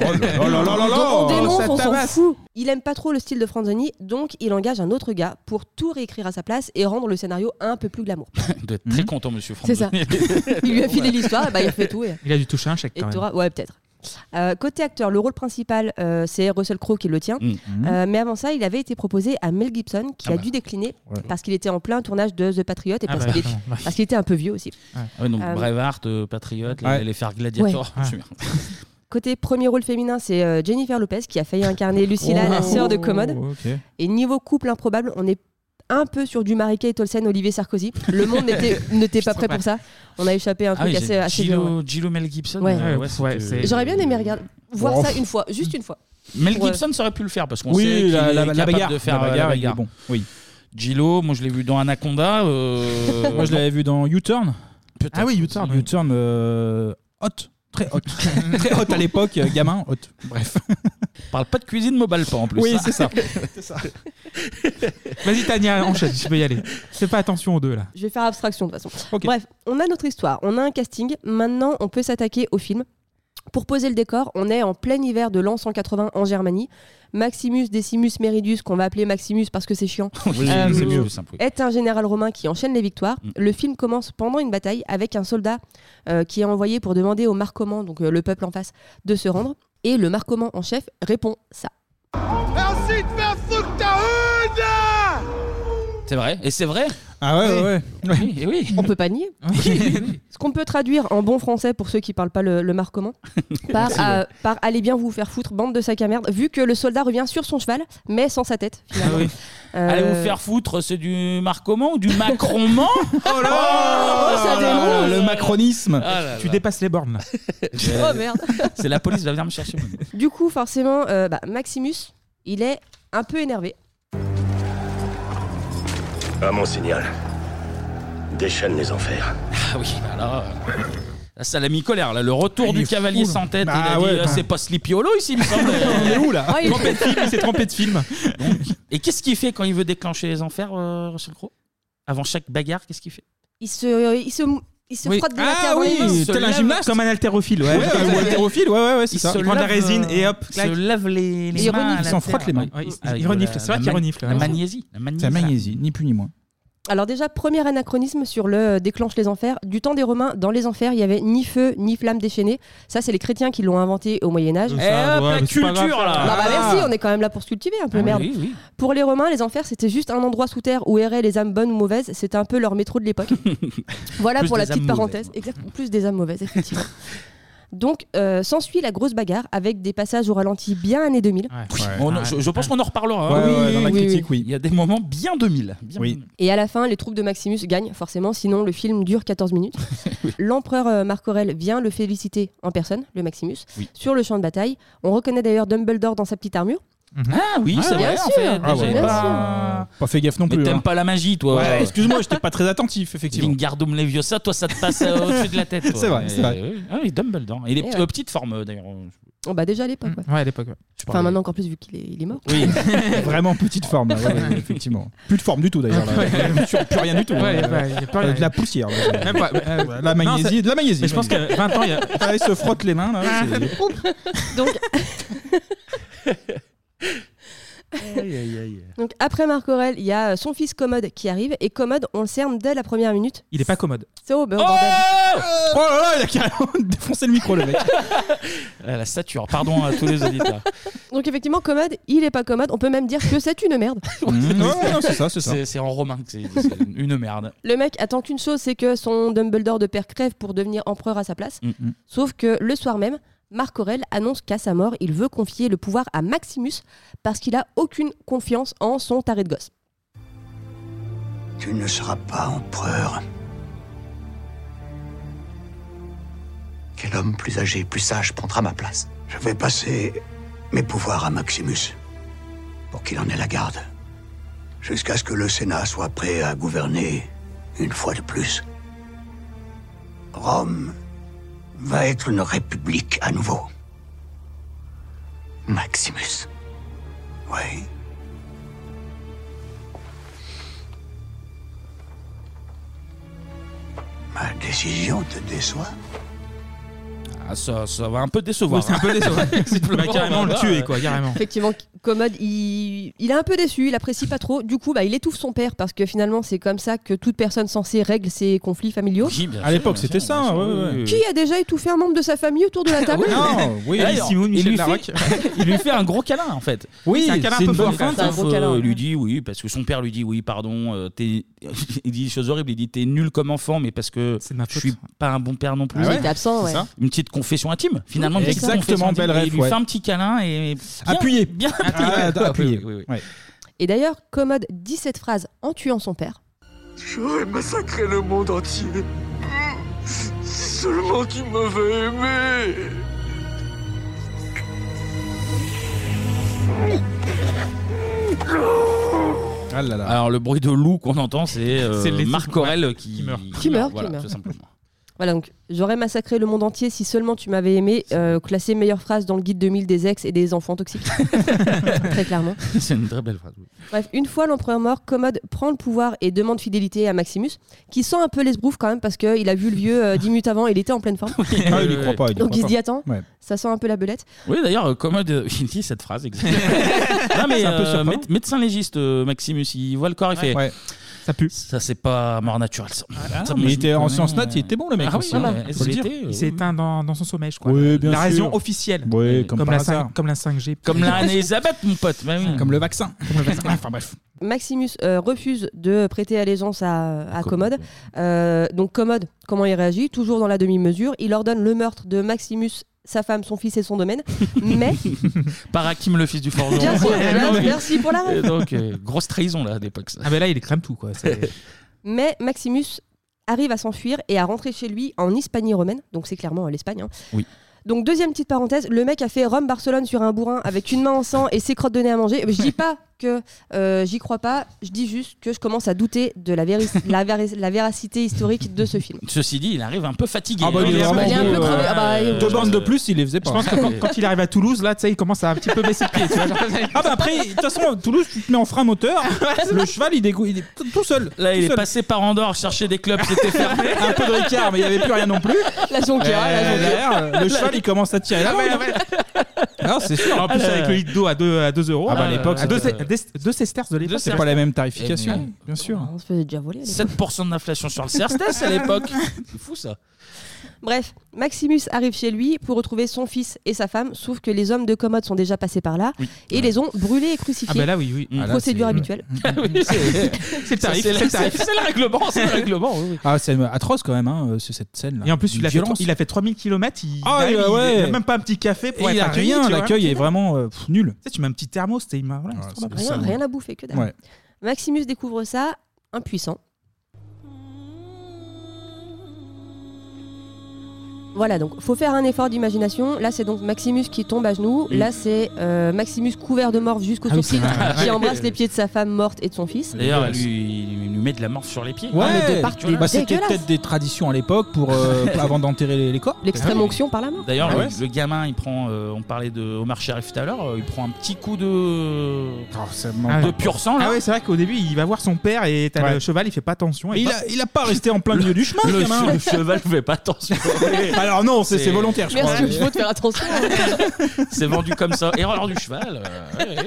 Oh là là là là
On dénonce,
ça
on s'en
tabasse.
fout. Il aime pas trop le style de Franzoni, donc il engage un autre gars pour tout réécrire à sa place et rendre le scénario un peu plus glamour.
Il doit être très content, monsieur Franck.
Hmm. C'est ça. Il lui a filé l'histoire, et bah, il a fait tout. Et...
Il a dû toucher un chèque
Et
quand même.
t'auras- ouais, peut-être. Euh, côté acteur, le rôle principal, euh, c'est Russell Crowe qui le tient.
Mhm.
Euh, mais avant ça, il avait été proposé à Mel Gibson, qui
Ah
a
bah.
dû décliner
Ouais.
parce qu'il était en plein tournage de The Patriot et
Ah
parce
bah,
qu'il est-
attends, bah.
parce qu'il était un peu vieux aussi.
Ah Ouais, donc
Euh,
Braveheart, euh, Patriote, les,
Ouais.
les faire gladiator.
Ouais.
je me-
Côté premier rôle féminin, c'est euh, Jennifer Lopez qui a failli incarner Lucilla, la sœur de Commode.
Oh,
Et niveau couple improbable, on est un peu sur du Marie-Kay Tolson, Olivier Sarkozy. Le monde n'était- n'était pas prêt pour ça. On a échappé à un
Ah
truc
oui,
assez,
j'ai-
assez dur, ouais.
Gillo, Gillo Mel Gibson.
Ouais.
euh,
Ouais,
c'est que-
J'aurais bien aimé regarder, voir
Oh.
ça une fois, juste une fois.
Mel
Pour, euh,
Gibson, ça aurait pu le faire parce qu'on
Oui,
sait qu'il
la-
est
la- la
capable
bagarre.
de faire
La
euh,
bagarre, il est
bagarre.
bon, oui.
Gillo, moi je l'ai vu dans Anaconda. euh,
Moi, je l'avais vu dans U-Turn.
Ah
oui, U-Turn. U-Turn euh, hot. Très hot. très hot à l'époque, euh, gamin, hot. Bref.
Parle pas de cuisine mobile pas en plus. hein.
Oui, c'est ça.
Vas-y Tania, enchaîne, je peux y aller. Fais pas attention aux deux là.
Je vais faire abstraction de toute façon. Bref, on a notre histoire, on a un casting. Maintenant, on peut s'attaquer au film. Pour poser le décor, on est en plein hiver de l'an 180 en Germanie. Maximus Decimus Meridius, qu'on va appeler Maximus parce que c'est chiant, euh,
Oui, c'est mieux, c'est simple, oui. Mm.
est un général romain qui enchaîne les victoires. Le film commence pendant une bataille avec un soldat euh, qui est envoyé pour demander au marcoman, donc euh, le peuple en face, de se rendre. Et le marcoman en chef répond ça.
Ensuite, fais foutre ta hune
C'est vrai. Et c'est vrai.
Ah ouais, ouais,
Oui, oui.
On peut pas nier. Ce qu'on peut traduire en bon français pour ceux qui parlent pas le, le marcoman, par,
Merci, ouais.
euh, par allez bien vous faire foutre, bande de sac à merde, vu que le soldat revient sur son cheval, mais sans sa tête. finalement. Euh,
Ah Allez vous faire foutre, c'est du Marcoman ou du Macronman Oh
là
ça dénonce.
Le macronisme.
Ah là
tu
là.
dépasses les bornes.
Oh merde.
C'est la police va venir me chercher.
Du coup, forcément, euh, bah, Maximus, il est un peu énervé.
À Ah, mon signal, déchaîne les enfers.
Ah oui, bah là. euh, là, ça l'a mis colère, là. Le
Ah,
retour du cavalier sans tête. il a
ouais,
dit, euh,
bah.
c'est pas Sleepy Hollow ici, il me semble.
On est où, là
Ah, il-
Trompé de film, il s'est trompé de film.
Et qu'est-ce qu'il fait quand il veut déclencher les enfers, euh, Russell Crowe Avant chaque bagarre, qu'est-ce qu'il fait
Il se, il se, il se frotte de la terre dans les mains.
Ah Il se
tel un
lave-
gymnaste. Ah, Comme un haltérophile, ouais.
Ouais,
Ou haltérophile, ouais, ouais, ouais, c'est
Il
ça.
se
Il prend de la
lave,
résine et
euh,
hop,
il
clac.
se lave les, les
Il
mains.
renifle,
à
il
la
s'en frotte
terre.
les mains.
Ouais,
Il- il
avec de
renifle,
la-
c'est vrai
la
qu'il
mag-
renifle,
La
ouais.
magnésie.
C'est la magnésie, ni plus ni moins.
Alors déjà, premier anachronisme sur le euh, déclenche les enfers. Du temps des Romains, dans les enfers, il y avait ni feu ni flamme déchaînée. Ça, c'est les chrétiens qui l'ont inventé au Moyen Âge.
Eh hop, la culture là
Non, bah merci, on est quand même là pour se cultiver un peu,
Ah
merde.
oui, oui.
Pour les Romains, les enfers, c'était juste un endroit sous terre où erraient les âmes bonnes ou mauvaises. C'était un peu leur métro de l'époque. voilà
Plus
pour la
des
petite
âmes
parenthèse. Exactement, plus des âmes mauvaises, effectivement. Donc, euh, s'ensuit la grosse bagarre avec des passages au ralenti bien années 2000.
On- je, je pense qu'on en reparlera. hein.
Ouais, ouais, dans la critique, oui.
Il y a des moments bien 2000. bien
Oui.
2000.
Et à la fin, les troupes de Maximus gagnent, forcément, sinon le film dure 14 minutes. L'empereur euh, Marc Aurèle vient le féliciter en personne, le Maximus,
Oui.
sur le champ de bataille. On reconnaît d'ailleurs Dumbledore dans sa petite armure.
Ah oui, c'est
bien
vrai, en
sûr,
fait.
Ah
J'avais
ouais.
pas-
Pas fait gaffe non plus.
Mais t'aimes
hein.
pas la magie, toi.
Ouais, Excuse-moi, j'étais pas très attentif, effectivement.
Vingardum Leviosa, toi, ça te passe euh, au-dessus de la tête. toi.
C'est vrai,
Et-
c'est vrai.
oui. Ah oui, Dumbledore. Il est
Et
p-
ouais.
euh, petite forme, euh, d'ailleurs.
Oh, bah déjà à l'époque.
Mm.
ouais.
Ouais, à l'époque.
Enfin, maintenant encore plus vu qu'il est, il est mort.
Oui,
vraiment petite forme, ouais, ouais, effectivement. Plus de forme du tout d'ailleurs. là. Plus, plus rien du tout.
Ouais,
hein.
y a pas- y a pas
Euh,
rien.
de la poussière. là.
Même pas.
Euh, La
Non,
magnésie,
c'est-
de la magnésie.
Mais je pense que 20 ans, il y a-
Ah, il se frotte les mains. Là,
Ah,
c'est-
Donc, donc après Marc Aurèle, il y a euh, son fils Commode qui arrive. Et Commode, on le cerne dès la première minute.
Il est pas commode.
C'est au bordel.
Oh là là, il a carrément défoncé le micro, le mec.
Ah, la stature. Pardon à tous les auditeurs.
Donc effectivement, Commode, il est pas commode. On peut même dire que c'est une merde.
C'est c'est en romain que c'est c'est une merde.
Le mec attend qu'une chose, c'est que son Dumbledore de père crève pour devenir empereur à sa place.
Mm.
Sauf que le soir même, Marc Aurèle annonce qu'à sa mort, il veut confier le pouvoir à Maximus parce qu'il a aucune confiance en son taré de gosse.
Tu ne seras pas empereur. Quel homme plus âgé, plus sage prendra ma place Je vais passer mes pouvoirs à Maximus pour qu'il en ait la garde. Jusqu'à ce que le Sénat soit prêt à gouverner une fois de plus. Rome va être une république à nouveau. Maximus. Oui. Ma décision te déçoit
Ah, ça, ça va un peu décevoir.
Oui, c'est un peu décevant.
Simplement,
Bah, carrément le
voilà.
tuer, quoi, carrément.
Effectivement, Commode, il, il est un peu déçu, il apprécie pas trop. Du coup, bah, il étouffe son père parce que finalement, c'est comme ça que toute personne censée règle ses conflits familiaux.
À l'époque, c'était ça. ouais, ouais, ouais.
Qui a déjà étouffé un membre de sa famille autour de la table
Non, Ah oui,
D'ailleurs,
Alice Simon,
il
Michel
lui
Larocque.
fait- il lui fait un gros câlin en fait.
Oui, C'est un câlin c'est un peu une fort, bonne quand même.
Sauf,
C'est un gros
euh,
câlin.
il lui dit oui parce que son père lui dit oui pardon. euh, t'es- il dit des choses horribles. Il dit t'es nul comme enfant mais parce que je suis pas un bon père non plus.
Ah ouais Il était absent,
C'est
ouais.
ça Une petite confession intime finalement. une petite
Exactement,
confession
belle
intime. Et
rêve.
Il lui fait un petit câlin et
Appuyé.
Bien
Ah, appuyé.
appuyé. Oui, oui, oui.
Et d'ailleurs, Commode dit cette phrase en tuant son père.
J'aurais massacré le monde entier. Si seulement tu m'avais aimé.
Alors le bruit de loup qu'on entend c'est euh,
C'est le laisseau-
Ah
Marc Aurèle qui
meurt.
Qui meurt,
voilà,
qui meurt.
tout simplement.
hein, Voilà, donc j'aurais massacré le monde entier si seulement tu m'avais aimé, euh, classé meilleure phrase dans le guide 2000 des ex et des enfants toxiques. Très clairement.
C'est une très belle phrase. oui.
Bref, une fois l'empereur mort, Commode prend le pouvoir et demande fidélité à Maximus, qui sent un peu l'esbrouf quand même parce qu'il a vu le vieux euh, 10 minutes avant, il était en pleine forme.
Ah, il y croit pas, il y
Donc
croit
il se
pas.
dit Attends,
Ouais.
ça sent un peu la belette.
Oui, d'ailleurs, euh, Commode, euh, il dit cette phrase exactement. non, mais
C'est un peu
euh,
surprenant.
mé- médecin légiste, euh, Maximus, il voit le corps, il fait.
Ouais.
Ça pue. Ça, c'est pas mort naturel, ça. Ça,
mais
moi,
il
je
était en
connais,
sciences
ouais.
nat, il était bon, le mec,
Ah oui,
aussi,
voilà,
hein.
il
Faut le dire.
l'était,
Il
euh,
s'est éteint dans, dans son sommeil, je crois.
Oui,
La-
bien
la
sûr.
raison officielle.
Oui, comme
la
par
cin-
hasard.
comme la 5G.
Comme la Nézabeth, mon pote.
Bah
mais oui.
Ah, Comme le vaccin. enfin bref.
Maximus euh, refuse de prêter allégeance à, à Commode. Euh, donc Commode, comment il réagit Toujours dans la demi-mesure. Il ordonne le meurtre de Maximus, sa femme, son fils et son domaine. Mais
Par Hakim, le fils du forgeron.
Bien sûr, merci- merci pour la ref.
Et Donc, euh, grosse trahison, là, à l'époque. Ah,
mais là, il crème tout, quoi.
Mais Maximus arrive à s'enfuir et à rentrer chez lui en Hispanie romaine, donc c'est clairement euh, l'Espagne. hein.
Oui.
Donc deuxième petite parenthèse, le mec a fait Rome-Barcelone sur un bourrin avec une main en sang et ses crottes de nez à manger. Je dis pas que euh, j'y crois pas, je dis juste que je commence à douter de la, véri- la, véri- la véracité historique de ce film.
Ceci dit, il arrive un peu fatigué.
Ah bah, il est vraiment
Il est un peu crevé. Ah bah,
Euh,
Deux bandes de plus, il les faisait pas.
Je pense que quand, quand il arrive à Toulouse, là, tu sais, il commence à un petit peu baisser le pied. tu vois, genre,
Ah bah après, de toute façon, à Toulouse, tu te mets en frein moteur, le cheval il, dégo- il est t- tout seul.
Là, il
Tout
est
seul.
passé par Andorre chercher des clubs, c'était fermé.
Un peu de Ricard, mais il n'y avait plus rien non plus. Euh,
La
Jonquera, la Jonquera.
derrière, Le cheval il commence à
Ah
tirer Ah la bande. Non, c'est sûr.
En plus, avec le hit d'eau à 2 à deux euros.
Ah bah, à l'époque,
à deux
c'était-
se- deux sesterces de l'époque.
C'est pas la même tarification.
Bien sûr.
On se faisait déjà voler.
7% d'inflation sur le CRSTS à l'époque. C'est fou ça.
Bref, Maximus arrive chez lui pour retrouver son fils et sa femme, sauf que les hommes de Commode sont déjà passés par là et les ont brûlés et crucifiés.
Ah bah là, oui, oui.
Mm.
Ah là,
Procédure
c'est-
habituelle.
C'est le tarif.
Ça,
C'est le tarif.
C'est le règlement, c'est le règlement. oui, oui.
Ah, c'est atroce quand même, hein, euh, ce- cette scène.
Et en plus, il a, fait,
violence.
il a fait 3000 km. Il
Ah,
arrive,
il a-
il-
ouais.
il a même pas un petit café pour
Et il
être
a
accueilli,
rien,
tu vois.
l'accueil est vraiment euh, pff, nul. Ah,
Tu sais, tu mets un petit thermos, t'es- voilà, c'est trop bien.
Rien, rien à bouffer que dalle.
Ouais.
Maximus découvre ça, impuissant. Voilà, donc faut faire un effort d'imagination. Là, c'est donc Maximus qui tombe à genoux. Là, c'est euh, Maximus couvert de morve jusqu'aux
Ah oui,
sourcils
c'est vrai.
qui
Ouais.
embrasse les pieds de sa femme morte et de son fils.
D'ailleurs, elle lui, il lui met de la morve sur les pieds. Ah,
Ouais,
Tu vois.
bah, c'était peut-être des traditions à l'époque pour euh, avant d'enterrer les, les corps.
L'extrême onction par la mort.
D'ailleurs,
Ah
le-
ouais.
le, gamin, il prend. euh, on parlait de Omar Sharif tout à l'heure. euh, Il prend un petit coup de.
Oh,
Ah
de
ouais.
pur sang là.
Ah ouais, c'est vrai qu'au début, il va voir son père et t'as
Ouais.
le cheval, il fait pas attention.
Mais il a- il a pas resté en plein milieu du chemin, le gamin. fait pas attention.
Alors non, c'est c'est volontaire, je crois.
Merci, il faut te faire attention.
C'est vendu comme ça. Erreur du cheval. euh, ouais,
hein.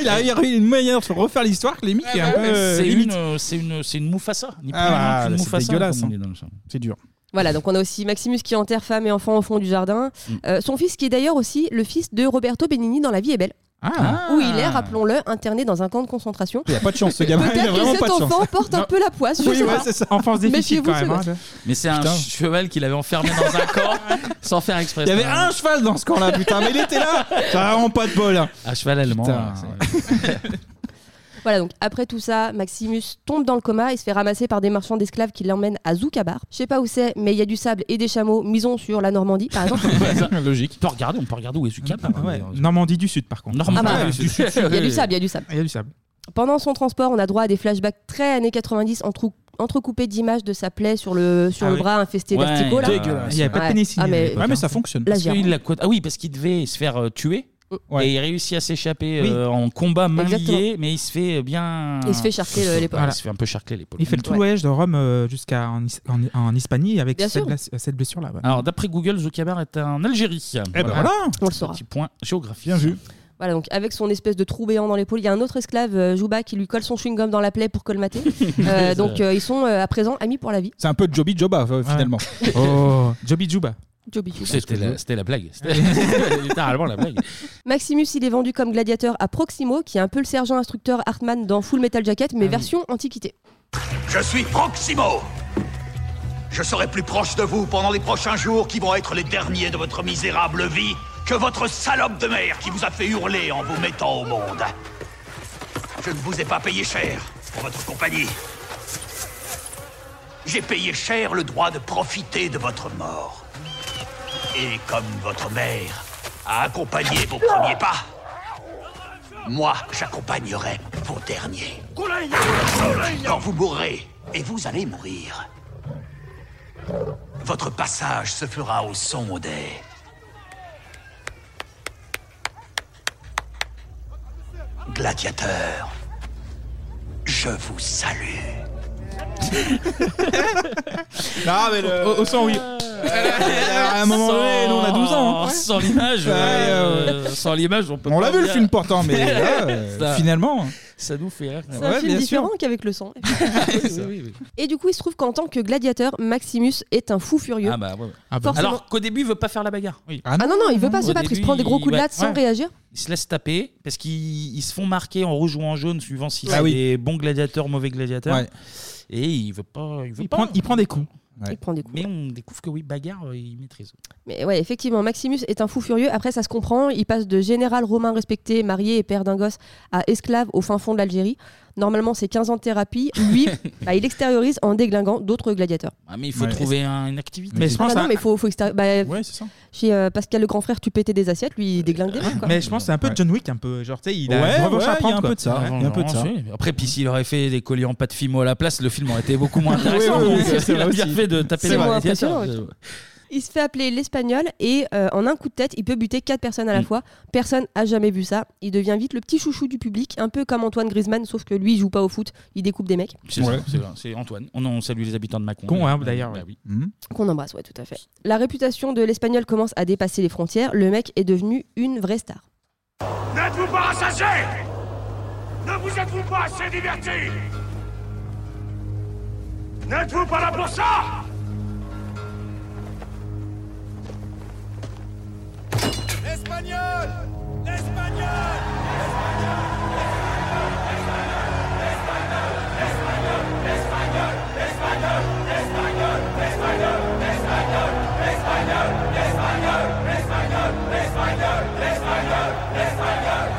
Il a il a eu une manière de refaire l'histoire que les mics. un peu, euh,
C'est
limite.
une, euh, c'est une, c'est une moufassa. Ni plus
Ah,
ni moins
bah,
qu'une
là, c'est
moufassa,
dégueulasse.
comme on dit
hein.
dans le genre.
C'est dur.
Voilà, donc on a aussi Maximus qui enterre femme et enfant au fond du jardin.
Mm.
Euh, son fils qui est d'ailleurs aussi le fils de Roberto Benigni dans La vie est belle.
Ah.
Où il est, rappelons-le, interné dans un camp de concentration.
Il a pas de chance, ce gamin. Il a
Peut-être
vraiment
que
pas
cet
de chance.
enfant porte un peu la poisse, je
Oui,
sais
ouais,
pas.
c'est ça.
Enfance déficit
Méfiez-vous
quand
de
même.
cela.
hein.
Mais hein. c'est un cheval qu'il avait enfermé dans un corps sans faire exprès.
Il y avait un cheval dans ce camp-là, putain, mais il était là Ça a vraiment pas de bol hein.
Un Ah, cheval allemand.
Putain,
ouais,
Voilà, donc après tout ça, Maximus tombe dans le coma et se fait ramasser par des marchands d'esclaves qui l'emmènent à Zoukabar. Je sais pas où c'est, mais il y a du sable et des chameaux, misons sur la Normandie par exemple.
Logique. On peut regarder, on peut regarder où est Zucca.
hein,
Ouais.
euh,
Normandie du Sud, par contre.
Normandie
Ah bah,
du Sud.
Il y a du sable, il y a du sable.
Il y a du sable.
Pendant son transport, on a droit à des flashbacks très années 90 entre- entrecoupés d'images de sa plaie sur le, sur
Ah
le
oui.
bras infesté
Ouais,
d'asticots. là.
dégueulasse. Il y avait pas de
Ouais.
pénicilline
Ah,
à
mais...
l'époque, Ouais, mais hein. ça fonctionne.
La
Parce qu'il
gerbe.
l'a quoi- Ah oui, parce qu'il devait se faire euh, tuer. Et il réussit à s'échapper
Oui.
euh, en combat main
Exactement.
liée, mais il se fait euh, bien.
Il se fait charcler, euh, l'épaule.
Ouais,
Voilà.
Il se fait un peu charcler l'épaule.
Il fait le tout le voyage de Rome euh, jusqu'à en, His- en, en Hispanie avec
Bien
cette,
sûr.
bless- cette blessure-là. ouais.
Alors, d'après Google, Zuckerberg est en Algérie. Eh
Ah, bah. ben voilà.
On le saura.
Petit point géographique. Bien
vu.
Voilà, donc avec son espèce de trou béant dans l'épaule, il y a un autre esclave, euh, Jouba, qui lui colle son chewing-gum dans la plaie pour colmater. Euh, donc euh, ils sont euh, à présent amis pour la vie.
C'est un peu Joby Joba, euh, finalement.
Oh, Joby Juba.
Joby Juba.
C'était la, c'était la blague. C'était c'était littéralement la blague.
Maximus, il est vendu comme gladiateur à Proximo, qui est un peu le sergent instructeur Hartman dans Full Metal Jacket,
Ah
mais version antiquité.
Je suis Proximo Je serai plus proche de vous pendant les prochains jours qui vont être les derniers de votre misérable vie que votre salope de mère qui vous a fait hurler en vous mettant au monde. Je ne vous ai pas payé cher pour votre compagnie. J'ai payé cher le droit de profiter de votre mort. Et comme votre mère a accompagné vos premiers pas, moi j'accompagnerai vos derniers. Quand vous mourrez, et vous allez mourir,
Votre passage se fera au son des... Gladiateurs. Je vous salue.
Non, Ah, mais le... au, son, oui. à un moment donné, nous on a 12 ans. hein.
Oh, Sans l'image,
Ouais,
euh,
ouais.
sans l'image, on peut.
On
pas
l'a vu le
dire.
film pourtant, mais là, euh,
Ça-
finalement.
ça nous fait rire.
C'est un film différent qu'avec le sang. Et du coup, il se trouve qu'en tant que gladiateur, Maximus est un fou furieux.
Ah bah, ouais, ouais.
Ah bah.
Alors qu'au début, il veut pas faire la bagarre. Oui.
Ah non, non, il veut pas se
Au
battre, il se
début,
prend des gros coups de
ouais,
latte sans
ouais.
réagir.
Il se laisse taper parce qu'ils ils se font marquer en rouge ou en jaune suivant si
Ah
c'est
oui.
des bons gladiateurs, mauvais gladiateurs.
Ouais.
Et il veut pas. Il, veut
Il
pas.
prend- il prend des coups.
Il prend des coups.
Mais on découvre que oui, bagarre, euh, il maîtrise.
Mais ouais, effectivement, Maximus est un fou furieux. Après, ça se comprend. Il passe de général romain respecté, marié et père d'un gosse, à esclave au fin fond de l'Algérie. Normalement, c'est 15 ans de thérapie. Lui, bah, il extériorise en déglinguant d'autres gladiateurs.
Ah, mais il faut
Ouais.
trouver un- une activité.
Mais je pense
Ah bah non,
à-
mais faut, faut extéri- bah,
Ouais, c'est ça.
Chez euh, Pascal le grand frère, tu pétais des assiettes, lui, il déglingue des mecs, quoi.
Mais je pense que c'est un peu John Wick, un peu. Genre, tu sais, il a
Ouais,
une revanche
ouais,
à
il y a
prendre,
un
quoi.
peu de ça.
Ouais.
Il y a un peu de ça.
Oui, mais Après, puis s'il aurait fait des colliers en pâte fimo à la place, le film aurait été beaucoup moins
Oui,
intéressant.
oui, oui,
Donc,
c'est
il a
vrai
bien
aussi.
fait de taper
C'est
les
moins
gladiateurs.
impressionnant, Il se fait appeler l'espagnol et euh, en un coup de tête, il peut buter quatre personnes à la fois. Personne a jamais vu ça. Il devient vite le petit chouchou du public, un peu comme Antoine Griezmann, sauf que lui, il joue pas au foot, il découpe des mecs.
C'est ça, c'est ça, c'est Antoine. On, on salue les habitants de Macon.
Con, hein, d'ailleurs,
Bah
ouais.
oui.
Hmm.
Qu'on embrasse, ouais, tout à fait. La réputation de l'espagnol commence à dépasser les frontières. Le mec est devenu une vraie star.
N'êtes-vous pas rassasiés Ne vous êtes-vous pas assez divertis N'êtes-vous pas là pour ça L'Espagnol L'Espagnol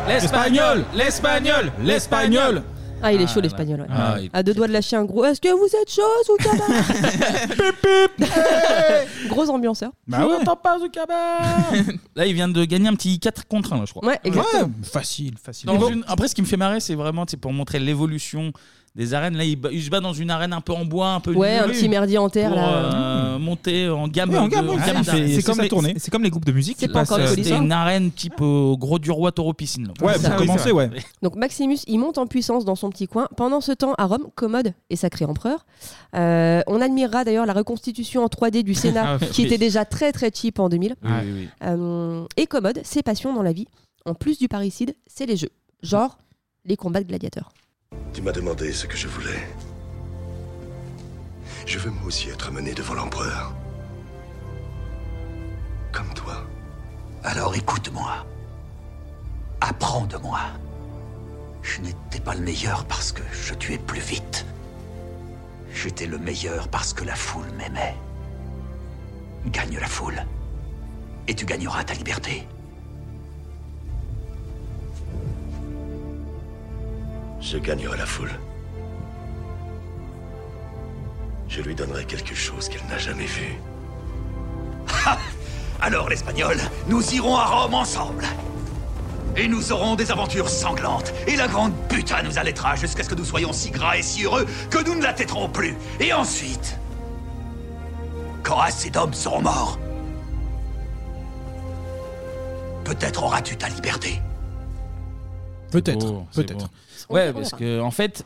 L'espagnol L'espagnol L'espagnol
Ah, il est
Ah
chaud
là
l'espagnol. ouais.
Ah, il-
à deux doigts de lâcher un gros. Est-ce que vous êtes chaud sous tabac Gros ambianceur.
Bah ouais. pas Là, il vient de gagner un petit 4 contre 1, là, je crois.
Ouais, exactement.
facile, facile.
Dans une- Après, ce qui me fait marrer, c'est vraiment tu sais, pour montrer l'évolution des arènes. Là, il, ba- il se bat dans une arène un peu en bois, un peu
Ouais, un
nulle,
petit merdier en terre
pour,
là.
euh, monter en gamme.
Mmh. Ouais, en
de-
gamme, ouais, ça,
d'arène.
c'est- c'est comme les- C'est comme les groupes de musique qui
C'est pas
passent.
encore
euh,
C'était une arène type euh, gros du roi taureau piscine. là.
Ouais, C'est pour ça, oui, commencer, c'est vrai.
ouais.
Donc Maximus, il monte en puissance dans son petit coin. Pendant ce temps, à Rome, Commode est sacré empereur. Euh, on admirera d'ailleurs la reconstitution en 3D du Sénat,
Ah,
qui
oui.
était déjà très très cheap en 2000.
Oui, oui, oui.
Euh, et Commode, ses passions dans la vie, en plus du parricide, c'est les jeux. Genre les combats de gladiateurs.
Tu m'as demandé ce que je voulais. Je veux moi aussi être amené devant l'empereur. Comme toi.
Alors écoute-moi. Apprends de moi. Je n'étais pas le meilleur parce que je tuais plus vite. J'étais le meilleur parce que la foule m'aimait. Gagne la foule. Et tu gagneras ta liberté.
Je gagnerai la foule. Je lui donnerai quelque chose qu'elle n'a jamais vu.
Ah Alors l'espagnol, nous irons à Rome ensemble. Et nous aurons des aventures sanglantes. Et la grande putain nous allaitera jusqu'à ce que nous soyons si gras et si heureux que nous ne la têterons plus. Et ensuite, quand assez d'hommes seront morts, peut-être auras-tu ta liberté.
Peut-être.
Oh, C'est
peut-être.
beau. Ouais, parce que en fait,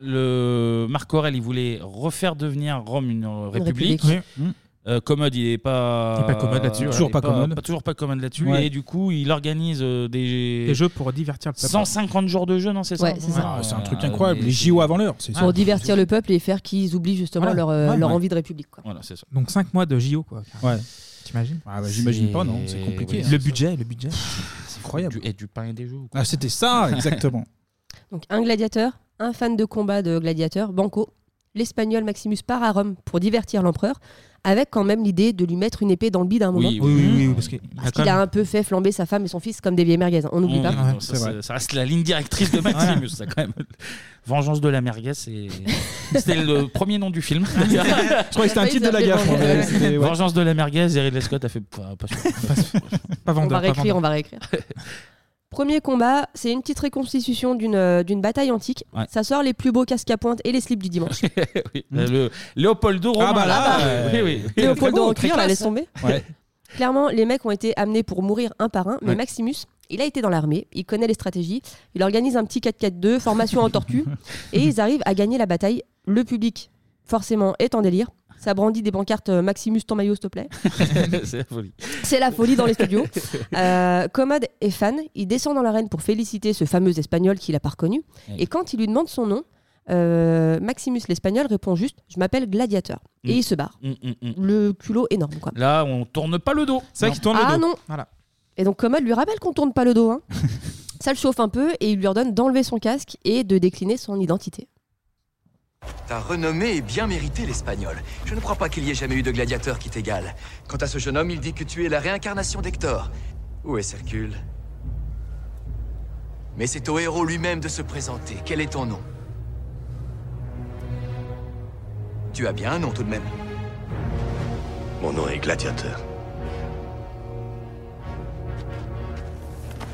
le Marc Aurel, il voulait refaire devenir Rome une euh, république.
république. Oui. Mm.
Euh, commode, il est pas.
Il est pas commode là-dessus, ouais.
Il est
Toujours pas commode.
Toujours pas commode là-dessus.
Ouais.
Et du coup, il organise euh, des...
Des jeux pour divertir le peuple.
150 jours de jeu, non C'est ça
Ouais, c'est ça.
Ah, c'est un truc
euh,
incroyable.
mais
Les JO avant l'heure, c'est ça.
Pour divertir le peuple et faire qu'ils oublient justement
Voilà.
leur, euh,
Ouais,
leur
ouais.
envie de république. quoi.
Voilà, c'est ça.
Donc 5 mois de JO, quoi.
Ouais.
T'imagines
Ah bah, j'imagine pas, non, c'est compliqué,
Oui,
hein.
Le budget, le budget.
C'est incroyable.
Et du pain et des jeux. ou quoi.
Ah, c'était ça, exactement.
Donc un gladiateur, un fan de combat de gladiateur, Banco. L'espagnol Maximus part à Rome pour divertir l'empereur, avec quand même l'idée de lui mettre une épée dans le bide à un moment.
Oui, oui, oui,
Mmh.
oui, parce qu'il
Parce qu'il a un peu fait flamber sa femme et son fils comme des vieilles merguez. hein, On n'oublie
Mmh,
pas.
non, ça, c'est- ça reste la ligne directrice de Maximus, ça, quand même. Vengeance de la merguez, c'est- c'était le premier nom du film. je
crois que c'était un titre de la gaffe, moi, mais c'était- ouais.
Vengeance de la merguez, Ridley Scott a fait. Pas, pas sûr.
on va réécrire, on va réécrire. Premier combat, c'est une petite reconstitution d'une euh, d'une bataille antique.
Ouais.
Ça sort les plus beaux casques à pointe et les slips du dimanche.
Oui, euh, le Léopoldo Romain.
bah là,
Ah bah,
euh,
oui, oui.
Léopoldo en
Très
cuir, là,
classe.
laisse tomber.
Ouais.
Clairement, les mecs ont été amenés pour mourir un par un, mais
Ouais.
Maximus, il a été dans l'armée, il connaît les stratégies, il organise un petit 4-4-2, formation en tortue, et ils arrivent à gagner la bataille. Le public, forcément, est en délire. Ça brandit des pancartes euh, Maximus, ton maillot, s'il te plaît.
c'est la folie.
C'est la folie dans les studios. Euh, Commode est fan, il descend dans l'arène pour féliciter ce fameux Espagnol qu'il a pas reconnu.
Ouais.
Et quand il lui demande son nom, euh, Maximus l'Espagnol répond juste Je m'appelle Gladiateur. Et
Mm.
il se barre.
Mm, mm, mm.
Le culot énorme, quoi.
Là, on tourne pas le dos.
Non. ah non Et donc Commode lui rappelle qu'on tourne pas le dos. hein. Ça le chauffe un peu et il lui ordonne d'enlever son casque et de décliner son identité.
Ta renommée est bien méritée, l'Espagnol. Je ne crois pas qu'il y ait jamais eu de gladiateur qui t'égale. Quant à ce jeune homme, il dit que tu es la réincarnation d'Hector. Où est Hercule Mais c'est au héros lui-même de se présenter. Quel est ton nom Tu as bien un nom tout de même.
Mon nom est Gladiateur.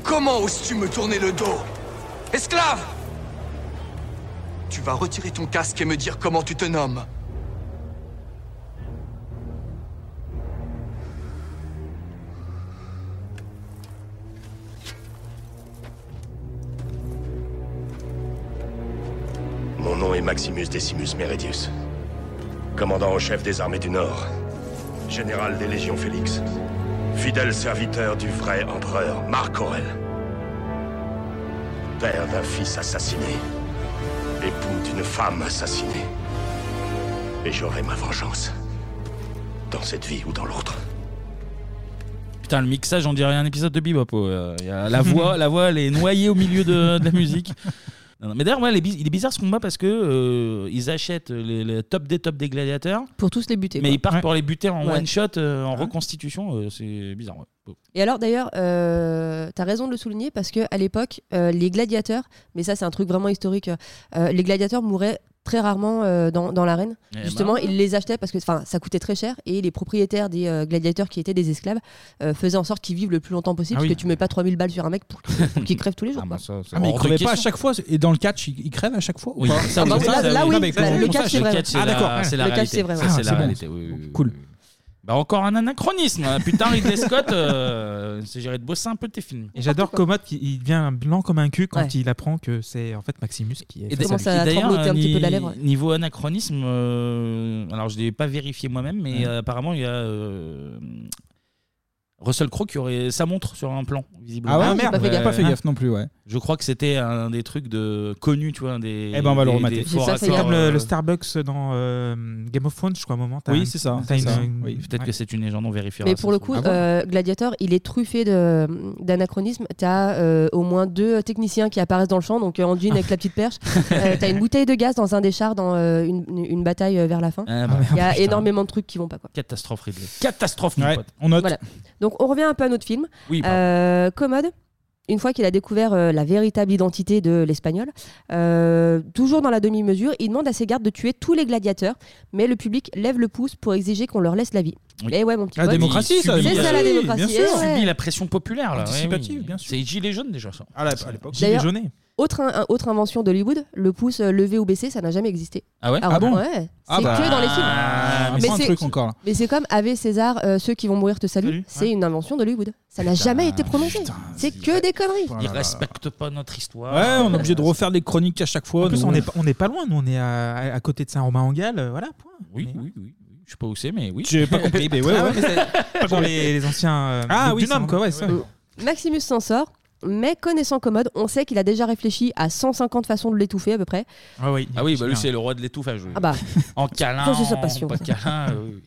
Comment oses-tu me tourner le dos Esclave Tu vas retirer ton casque et me dire comment tu te nommes.
Mon nom est Maximus Decimus Meridius. Commandant en chef des armées du Nord. Général des Légions Félix. Fidèle serviteur du vrai empereur Marc Aurel. Père d'un fils assassiné. Époux d'une femme assassinée. Et j'aurai ma vengeance. Dans cette vie ou dans l'autre.
Putain, le mixage, on dirait un épisode de Bebop. oh, euh, y a la voix, la voix, elle est noyée au milieu de, de la musique. Non, non, Mais d'ailleurs, ouais, il est bi- il est bizarre ce combat parce que euh, ils achètent les, les top des top des gladiateurs,
Pour tous les buter.
mais
quoi.
ils partent pour les buter en
Ouais.
one shot, euh,
Ah.
en reconstitution. euh, c'est bizarre. ouais. Bon.
Et alors d'ailleurs, euh, t'as raison de le souligner parce que à l'époque, euh, les gladiateurs, mais ça c'est un truc vraiment historique, euh, les gladiateurs mouraient très rarement euh, dans, dans l'arène.
Eh
Justement,
ben.
ils les achetaient parce que enfin, ça coûtait très cher et les propriétaires des euh, gladiateurs qui étaient des esclaves euh, faisaient en sorte qu'ils vivent le plus longtemps possible
Ah
parce
oui.
que tu mets pas 3000 balles sur un mec pour, pour qu'il crève tous les jours. quoi.
Ah, mais il
hors de
crevait pas à
question.
chaque fois. Et dans le catch, il, il crève à chaque fois. ou
Oui,
pas
ça,
Ah,
oui,
bah,
ça, ça, oui.
oui.
Non, mais
Bah,
comment
le
on
catch,
sache,
c'est vrai.
c'est
Ah,
la-
d'accord.
C'est la
Le catch,
réalité.
c'est vrai,
Ça,
ouais. Ah,
c'est la
c'est bon.
réalité, oui, oui, oui.
Cool.
Bah, encore un anachronisme. hein. Putain, Ridley Scott, euh, c'est géré de bosser un peu tes films.
Et j'adore Commode qui il devient blanc comme un cul quand
Ouais.
il apprend que c'est en fait Maximus qui est.
Et
face
d'ailleurs-
à
et
lui.
d'ailleurs,
euh,
ni- Niveau anachronisme, euh, alors je ne l'ai pas vérifié moi-même, mais euh, apparemment il y a euh, Russell Crowe qui aurait sa montre sur un plan, visiblement.
Ah ouais, Ah, merde, j'ai pas fait gaffe. pas fait gaffe non plus, ouais.
Je crois que c'était un des trucs de connu, tu vois, un des.
Eh ben, on va le
des-
remater.
des
C'est
forts
C'est
accords,
comme le,
euh,
le Starbucks dans euh, Game of Thrones, je crois, à un moment. t'as
Oui,
un-
c'est ça,
t'as
c'est
une-
ça.
une-
Oui, peut-être que c'est une légende, on vérifiera.
Mais pour
ça.
le coup,
Ah
euh, Gladiator, il est truffé de- d'anachronismes. T'as euh, au moins deux techniciens qui apparaissent dans le champ, donc euh, en jean avec la petite perche.
Ah
Euh, T'as une bouteille de gaz dans un des chars dans euh, une, une- une bataille euh, vers la fin. Il
Ah bah.
y a
Putain.
énormément de trucs qui vont pas. Quoi.
Catastrophe, Ridley. Catastrophe, mon pote.
Voilà. Donc on revient un peu à notre film.
Oui, pardon.
Euh, Commode, une fois qu'il a découvert euh, la véritable identité de l'espagnol, euh, toujours dans la demi-mesure, il demande à ses gardes de tuer tous les gladiateurs, mais le public lève le pouce pour exiger qu'on leur laisse la vie.
Oui. euh,
Et ouais, mon petit
La
pote.
démocratie, ça,
C'est
bien
ça la
sûr,
démocratie.
bien sûr.
eh ouais.
Subit la pression populaire, là.
Anticipative, Ah,
bien sûr. C'est gilet jaune déjà, ça.
À l'époque,
D'ailleurs, Autre, un- un- autre invention d'Hollywood, le pouce euh, levé ou baissé, ça n'a jamais existé.
Ah ouais
Alors,
Ah bon
C'est
Ah bah.
que dans les films.
Ah, mais c'est un
c'est-
truc encore, là.
Mais c'est comme Ave César, euh, ceux qui vont mourir te saluent. c'est une invention d'Hollywood. Ça n'a jamais été prononcé. C'est que des conneries.
Il respecte pas notre histoire.
Ouais, on est obligé de refaire des chroniques à chaque fois.
En plus,
donc-
on n'est pas- on n'est pas loin, nous, on est à, à- à côté de Saint-Romain-en-Galles, euh, voilà, point.
Oui, oui, oui. oui. Je sais pas où c'est, mais oui. Ah
J'ai pas compris, mais ouais, ouais. Pas pour les- les anciens, euh, Ah oui, du Nord, quoi, ouais, ça.
Euh, Maximus s'en sort, mais connaissant Commode, on sait qu'il a déjà réfléchi à 150 façons de l'étouffer à peu près.
Ah oui,
ah oui bah lui, c'est le roi de l'étouffage. oui.
Ah bah.
En câlin.
Ça, c'est sa
en
passion,
Pas
ça.
câlin, euh, oui, oui.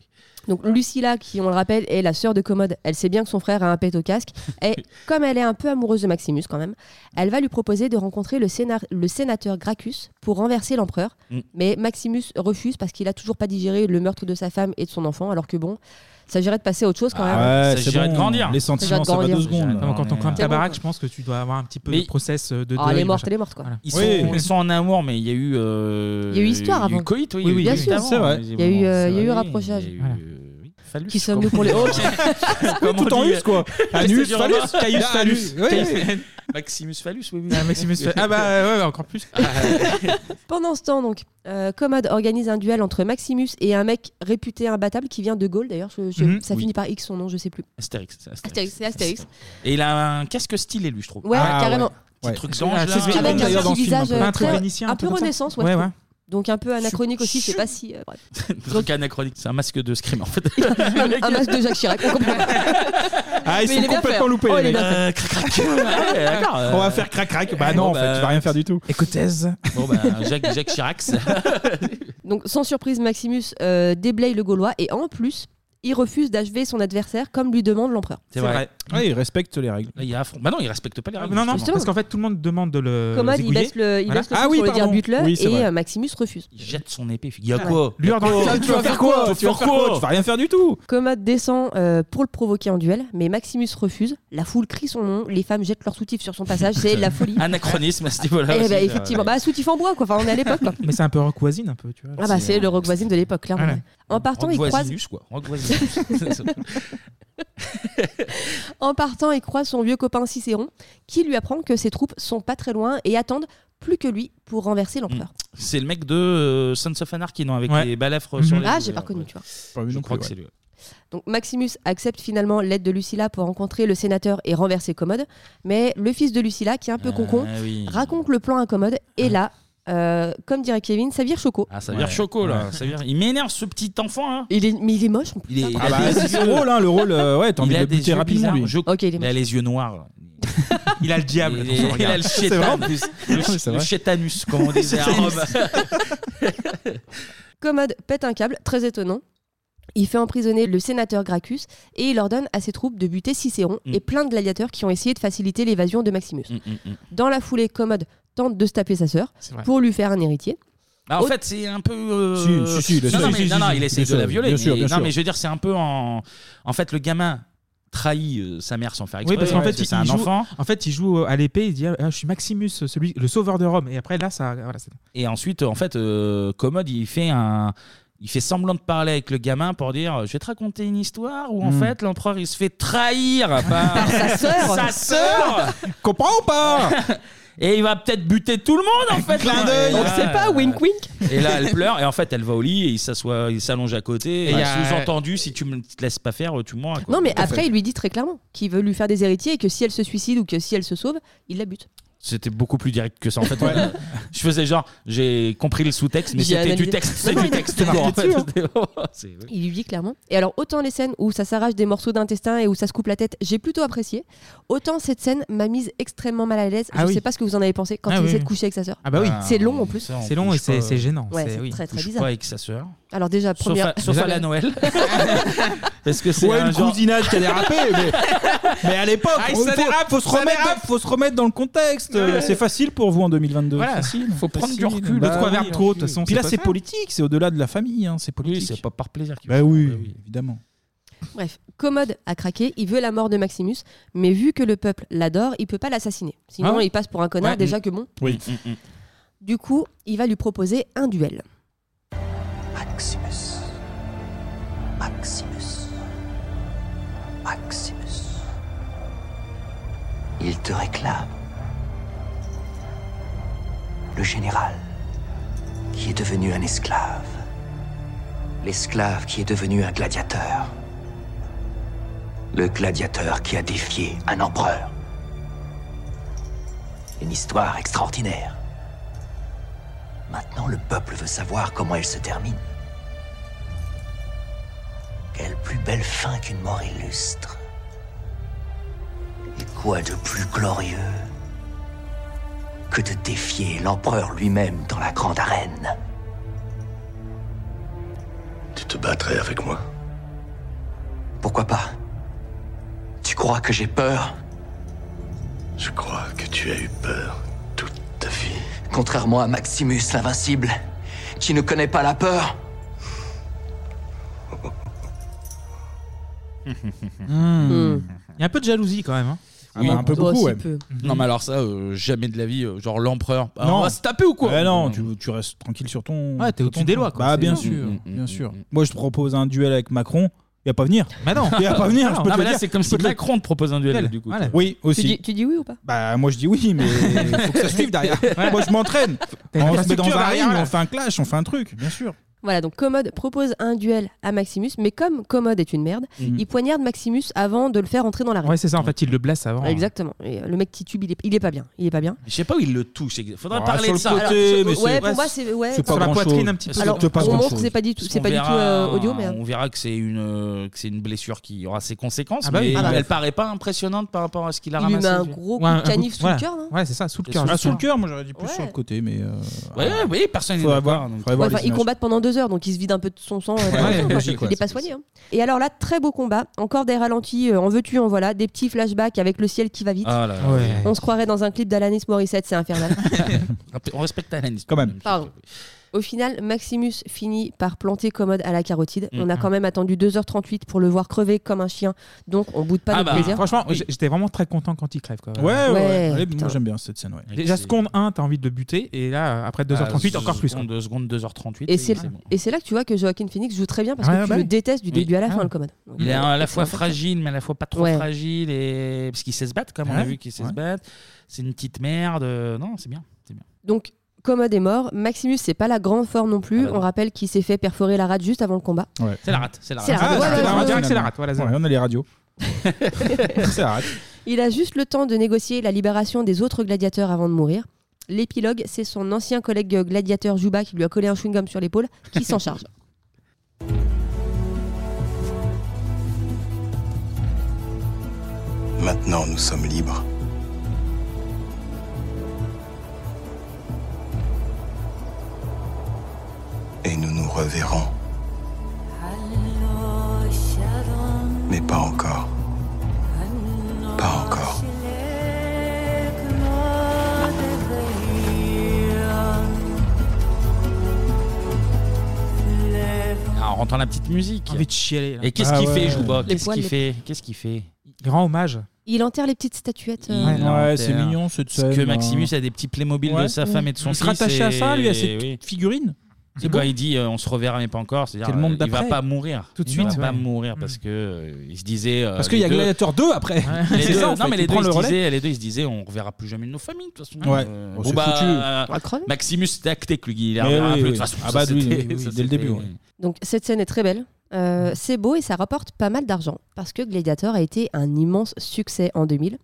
Donc Lucilla, qui on le rappelle est la sœur de Commode, elle sait bien que son frère a un pet au casque, et comme elle est un peu amoureuse de Maximus quand même, elle va lui proposer de rencontrer le, sénar- le sénateur Gracchus pour renverser l'empereur,
Mm.
mais Maximus refuse parce qu'il a toujours pas digéré le meurtre de sa femme et de son enfant, alors que bon, ça s'agirait de passer à autre chose quand
Ah
même.
ouais, c'est bon, Les sentiments, ça va deux secondes.
Non, mais quand on crame
C'est
ta
bon,
baraque, je pense que tu dois avoir un petit peu
Mais-
de process euh, de.
Ah, elle
deuil,
est morte,
machin.
elle est morte quoi.
Voilà.
Ils,
Oui.
sont, ils sont en amour, mais il y a eu. euh,
Il y a eu histoire
Il y a
avant.
eu coït, oui.
Oui,
il y a eu
oui, bien
coït
sûr.
avant,
C'est vrai.
mais
Il y a eu, euh,
c'est
il y a eu
vrai,
rapprochage.
il y a eu,
Voilà.
euh, oui. phallus.
Qui sommes-nous pour les.
Ok. Comment
Tout en
on dit
us, quoi. Anus, phallus, caius,
Ah,
phallus.
anus,
Oui.
caius. Maximus phallus, oui. Ah, oui.
Ah, Maximus phallus. Ah bah, ouais, encore plus.
Pendant ce temps, donc, euh, Commode organise un duel entre Maximus et un mec réputé imbattable qui vient de Gaulle, d'ailleurs. je- je-
Mhm.
Ça
Oui.
finit par X, son nom, je sais plus.
Astérix. c'est
Astérix, c'est Astérix.
Et il a un casque stylé, lui, je trouve.
Ouais, Ah, carrément. ouais.
Petit
Ouais.
truc
C'est
d'ange,
ce qu'il
là.
y a Avec un d'ailleurs petit dans ce film, un
hein.
visage, peu. euh, Un truc très- vénitien, un un peu peu comme ça. Renaissance, ouais, je trouve. Donc, un peu anachronique aussi, je sais pas si. euh, bref.
truc anachronique. C'est un masque de Scream, en fait.
un masque de Jacques Chirac, on comprend pas.
Ah, ils
Mais
sont
il est bien
complètement
fait.
loupés,
Oh,
les
il est
mecs.
bien fait.
Euh, crac, crac. Ouais, d'accord, euh.
On va faire crac-crac. Bah non,
Bon,
en fait,
bah,
tu vas rien faire du tout.
Écoutez-ze.
Bon, bah, Jacques, Jacques Chirac. c'est-
Donc, sans surprise, Maximus euh, déblaye le Gaulois et en plus, il refuse d'achever son adversaire comme lui demande l'empereur.
Ouais, ils respectent les règles.
il y a affront. Bah non, il respecte pas les règles.
Ah, Non, non,
justement.
parce qu'en fait, tout le monde demande de le.
Commode, il
Euh, zigouiller.
baisse le, il
Voilà. Ah
baisse le pouce pour lui dire bute-le
Oui, c'est
et
vrai.
euh, Maximus refuse.
Il jette son épée. Il y a
Ouais.
quoi
Lui, dans le-
Tu vas faire quoi
Tu vas faire quoi Tu vas rien faire du tout.
Commode descend euh, pour le provoquer en duel, mais Maximus refuse. La foule crie son nom, les femmes jettent leurs soutifs sur son passage, c'est la folie.
Anachronisme à ce niveau-là.
Eh
aussi, euh,
bah,
c'est-
effectivement, bah, soutif en bois, quoi. Enfin, on est à l'époque, quoi.
Mais c'est un peu rock voisine, un peu, tu vois. euh,
Ah bah c'est le rock voisine de l'époque, clairement.
Voilà.
ouais. En partant, il croise.
Roquevoisinus, quoi. Roquevoisinus.
En partant, il croise son vieux copain Cicéron, qui lui apprend que ses troupes sont pas très loin et attendent plus que lui pour renverser l'empereur.
C'est le mec de euh, Sons of Anarchy, non Avec
Ouais.
les balafres
Mhm.
sur les. euh,
Ah, j'ai pas reconnu, tu vois.
Je
non
crois
plus,
que c'est
ouais.
lui.
Donc Maximus accepte finalement l'aide de Lucilla pour rencontrer le sénateur et renverser Commode, mais le fils de Lucilla, qui est un peu
Ah
concon,
oui.
raconte le plan à Commode et là, euh, comme dirait Kevin, ça vire Choco.
Ah, ça vire Choco, là. Ça vire- Il m'énerve, ce petit enfant, hein.
Il est, mais il est moche en plus.
Il est- il
Ah
a
bah,
des
c'est son
yeux-
rôle, hein, le rôle, euh, ouais, t'as envie
il
de
a
le
des
buter
yeux
rapidement,
bizarres.
lui.
Je- il, a les yeux noirs. Il a le diable. Il,
son
il
regard.
a le
C'est vrai,
chétan.
en plus.
Le,
Non, mais
ch-
c'est
le
vrai.
chétanus, comme on disait à
Chétanus.
Rome.
Commode pète un câble, très étonnant. Il fait emprisonner le sénateur Gracchus et il ordonne à ses troupes de buter Cicéron
Mm.
et plein de gladiateurs qui ont essayé de faciliter l'évasion de Maximus. Dans la foulée, Commode tente de se taper sa sœur
C'est vrai.
pour lui faire un héritier.
Ah, en fait, c'est un peu. euh,
Si, si, si, il essaye.
non, non,
Si,
mais-
si,
non, non,
si,
il
bien
essaye de
sûr,
la violer.
bien sûr,
mais-
bien
non,
sûr.
mais je veux dire, c'est un peu en. En fait, le gamin trahit euh, sa mère sans faire
Oui,
exprès.
parce qu'en fait,
que
il,
c'est un
joue,
enfant.
en fait, il joue à l'épée, il dit ah, Je suis Maximus, celui, le sauveur de Rome. Et après, là, ça. Voilà, c'est-
Et ensuite, en fait, euh, Commode, il fait un. Il fait semblant de parler avec le gamin pour dire Je vais te raconter une histoire où en
Hmm.
Mm.
fait l'empereur il se fait trahir par
sa sœur.
Sa sœur Comprends ou pas Et il va peut-être buter tout le monde en fait
Clin d'œil. On sait pas, wink wink.
Et là elle pleure et en fait elle va au lit et il s'assoit, il s'allonge à côté.
Et
Et
il y a-
sous-entendu si tu me te laisses pas faire, tu mourras. quoi.
Non, mais après, il lui dit très clairement qu'il veut lui faire des héritiers et que si elle se suicide ou que si elle se sauve, il la bute.
C'était beaucoup plus direct que ça. En fait, euh, je faisais genre, j'ai compris le sous-texte, mais
J'ai
c'était du
analysé.
texte. C'est
Non,
du
non,
texte.
il a
quoi, en
marqué
fait.
dessus,
C'est-
Il lui dit clairement. Et alors, autant les scènes où ça s'arrache des morceaux d'intestin et où ça se coupe la tête, j'ai plutôt apprécié. Autant cette scène m'a mise extrêmement mal à l'aise.
Ah
je
oui.
sais pas ce que vous en avez pensé quand
Ah
il
oui.
essaie de coucher avec sa sœur.
Ah bah oui.
C'est long en plus.
Ça, on
C'est long et
touche
c'est-
pas-
c'est gênant.
Ouais, c'est très, très
touche
bizarre.
pas avec sa sœur.
Alors déjà,
Sauf
première.
à- Sauf à la Noël. Parce que c'est
Ouais,
un
le
genre-
cousinage qui a dérapé, mais, mais à l'époque,
Ah,
il
et
faut,
ça dérape,
faut se
ça
remettre,
dérape.
faut se remettre dans le contexte. Euh,
Ouais.
C'est facile pour vous en 2022.
Voilà,
facile,
faut prendre du
facile.
recul.
Bah
Le trois
oui,
verres trop, de toute
oui.
façon,
Puis
c'est
là,
pas
c'est
ça.
politique, c'est au-delà de la famille, hein, c'est politique.
c'est pas par plaisir. qu'il
Bah
fait ça.
oui,
Bah oui.
évidemment.
Bref, Commode a craqué, il veut la mort de Maximus, mais vu que le peuple l'adore, il peut pas l'assassiner. Sinon,
Ah.
il passe pour un connard
Ouais,
déjà
mm.
que bon.
Oui. Mm, mm, mm.
Du coup, il va lui proposer un duel.
Maximus. Maximus. Maximus. Il te réclame. Le général qui est devenu un esclave. L'esclave qui est devenu un gladiateur. Le gladiateur qui a défié un empereur. Une histoire extraordinaire. Maintenant, le peuple veut savoir comment elle se termine. Quelle plus belle fin qu'une mort illustre. Et quoi de plus glorieux que de défier l'empereur lui-même dans la grande arène
Tu te battrais avec moi
Pourquoi pas Tu crois que j'ai peur
Je crois que tu as eu peur.
Contrairement à Maximus l'invincible, qui ne connaît pas la peur.
Hmm. Il y a un peu de jalousie quand même. hein.
Oui.
Ah bah,
Oh, si
Mhm.
peu. Non, mais alors ça, euh, jamais de la vie. euh, Genre l'empereur. Ah,
Non.
On va se taper ou quoi
Ouais, non, tu, tu restes tranquille sur ton.
Ouais, t'es
sur
au-dessus
ton
des
plan.
lois, quoi.
Bah,
C'est
bien
ça.
sûr,
Mm, mm,
bien sûr. Moi, je propose un duel avec Macron. Il va pas venir.
Mais non.
Il va pas venir. je peux
Ah,
te
mais
le
là,
dire.
c'est comme
Je
si
peux te le-
Macron te propose un duel,
Duel,
du coup.
voilà. Oui, aussi.
Tu dis, tu dis oui ou pas
Bah, moi je dis oui, mais faut que ça suive derrière.
Ouais.
Moi je m'entraîne.
une
On se met dans
infrastructure
un
derrière,
ring,
là.
on fait un clash, on fait un truc, bien sûr.
Voilà, donc Commode propose un duel à Maximus, mais comme Commode est une merde,
Mhm.
il poignarde Maximus avant de le faire entrer dans l'arène.
Ouais, c'est ça, en fait, il le blesse avant. hein.
Exactement. Et, euh, le mec titube, il est, il est pas bien. Il est pas bien.
Je sais pas où il le touche. Il faudra
Ah,
parler
sur
de
le
ça.
côté,
Alors, mais je- c'est- ouais, pour moi, c'est- ouais. Sur la
grand-chose.
poitrine, un petit peu. Alors,
C'est pas
on montre
grand-chose.
que c'est pas du tout-
Parce
c'est
qu'on
pas du tout, euh, audio, mais-
On verra que c'est une, euh, que c'est une blessure qui aura ses conséquences,
Ah bah oui.
mais
Ah bah.
elle paraît pas impressionnante par rapport à ce qu'il a
Il lui
ramassé.
met un gros coup
Ouais, un
de canif
coup-
sous
voilà.
le cœur. là.
Ouais, c'est ça, Ah, sous le
C'est
cœur.
sous le
justement.
cœur, moi,
j'aurais dit plus sur le côté, mais. euh,
Ouais, ouais, oui, personne n'est
Faudrait
d'accord,
voir,
donc.
faudrait voir
Ouais, enfin,
les
ils
images.
combattent pendant deux heures, donc ils se vident un peu de son sang. euh,
Ouais,
dans le sang,
logique,
il
ouais,
n'est pas soigné. hein. Et alors là, très beau combat. Encore des ralentis, euh, en veux-tu, en voilà. Des petits flashbacks avec le ciel qui va vite.
Ah là là. Ouais.
On se croirait dans un clip d'Alanis Morissette, c'est infernal.
On respecte Alanis. Quand même.
Pardon. Au final, Maximus finit par planter Commode à la carotide.
Mhm.
On a quand même attendu 2h38 pour le voir crever comme un chien, donc on boude pas
Ah
notre
bah,
plaisir.
Franchement, j- j'étais vraiment très content quand il crève. Quoi.
Ouais, ouais,
Ouais,
ouais.
putain.
Moi j'aime bien cette scène, ouais. Bah,
Déjà, seconde 1, t'as envie de le buter, et là, après 2h38,
Ah,
encore plus.
seconde, deux secondes, 2h38.
Et c'est et c'est là que tu vois que Joaquin Phoenix joue très bien parce que
Ouais,
tu
bah
le
oui.
détestes du
Oui.
début à la
Ah.
fin, le Commode. Donc,
Il est
euh,
à la
excellent.
fois fragile, mais à la fois pas trop
Ouais.
fragile. Et... Parce qu'ils sait se battre, comme on a
Ouais.
vu qu'ils sait se
Ouais.
battre. C'est une petite merde. euh, Non, c'est bien. c'est bien.
Donc Commode est mort. Maximus, c'est pas la grande forme non
Ah
plus.
bah
on rappelle qu'il s'est fait perforer la rate juste avant le combat.
C'est la rate. C'est la
C'est la rate.
rate.
Ouais, ouais, ouais.
c'est la rate.
Voilà,
Ouais, on a les radios. c'est la rate.
Il a juste le temps de négocier la libération des autres gladiateurs avant de mourir. L'épilogue, c'est son ancien collègue gladiateur Juba qui lui a collé un chewing-gum sur l'épaule qui s'en charge.
Maintenant, nous sommes libres. Et nous nous reverrons, mais pas encore. Pas encore.
Ah, on rentre dans la petite musique.
Envie de chialer, là.
Et qu'est-ce
Ah
qu'il
ouais.
fait, Jouba
Les
Qu'est-ce
poils,
qu'il
les-
fait Qu'est-ce qu'il fait
Il rend hommage.
Il enterre les petites statuettes. euh,
Ouais,
l'inventaire.
c'est mignon, cette
Parce que
scène,
Maximus
hein.
a des petits Playmobil
Ouais.
de sa femme et de son
Il
fils.
sera attaché à ça, lui, à
ses
cette figurine.
C'est quand il dit euh, on se reverra mais pas encore, c'est-à-dire
C'est le monde
euh, il va
d'après.
pas mourir.
Tout de
il
suite,
va
ouais.
pas mourir parce que euh, il se disait. euh,
Parce qu'il y
les
a
deux-
Gladiator 2 après.
Les
C'est
deux-
ça, en
non
fait,
mais
il
les deux,
prend
ils
le
se
relais.
disaient, les deux ils se disaient on reverra plus jamais nos familles de toute façon.
Ouais.
Euh,
Oh,
bon
c'est
bah
foutu.
euh,
On va crever.
Maximus était acté que lui il
Mais
reverra
oui,
plus de
oui.
toute façon.
Ah
Ça,
bah, oui,
c'était-
oui, oui,
ça,
dès le début,
c'était-
ouais.
Donc cette scène est très belle. Euh, c'est beau et ça rapporte pas mal d'argent parce que Gladiator a été un immense succès en 2000.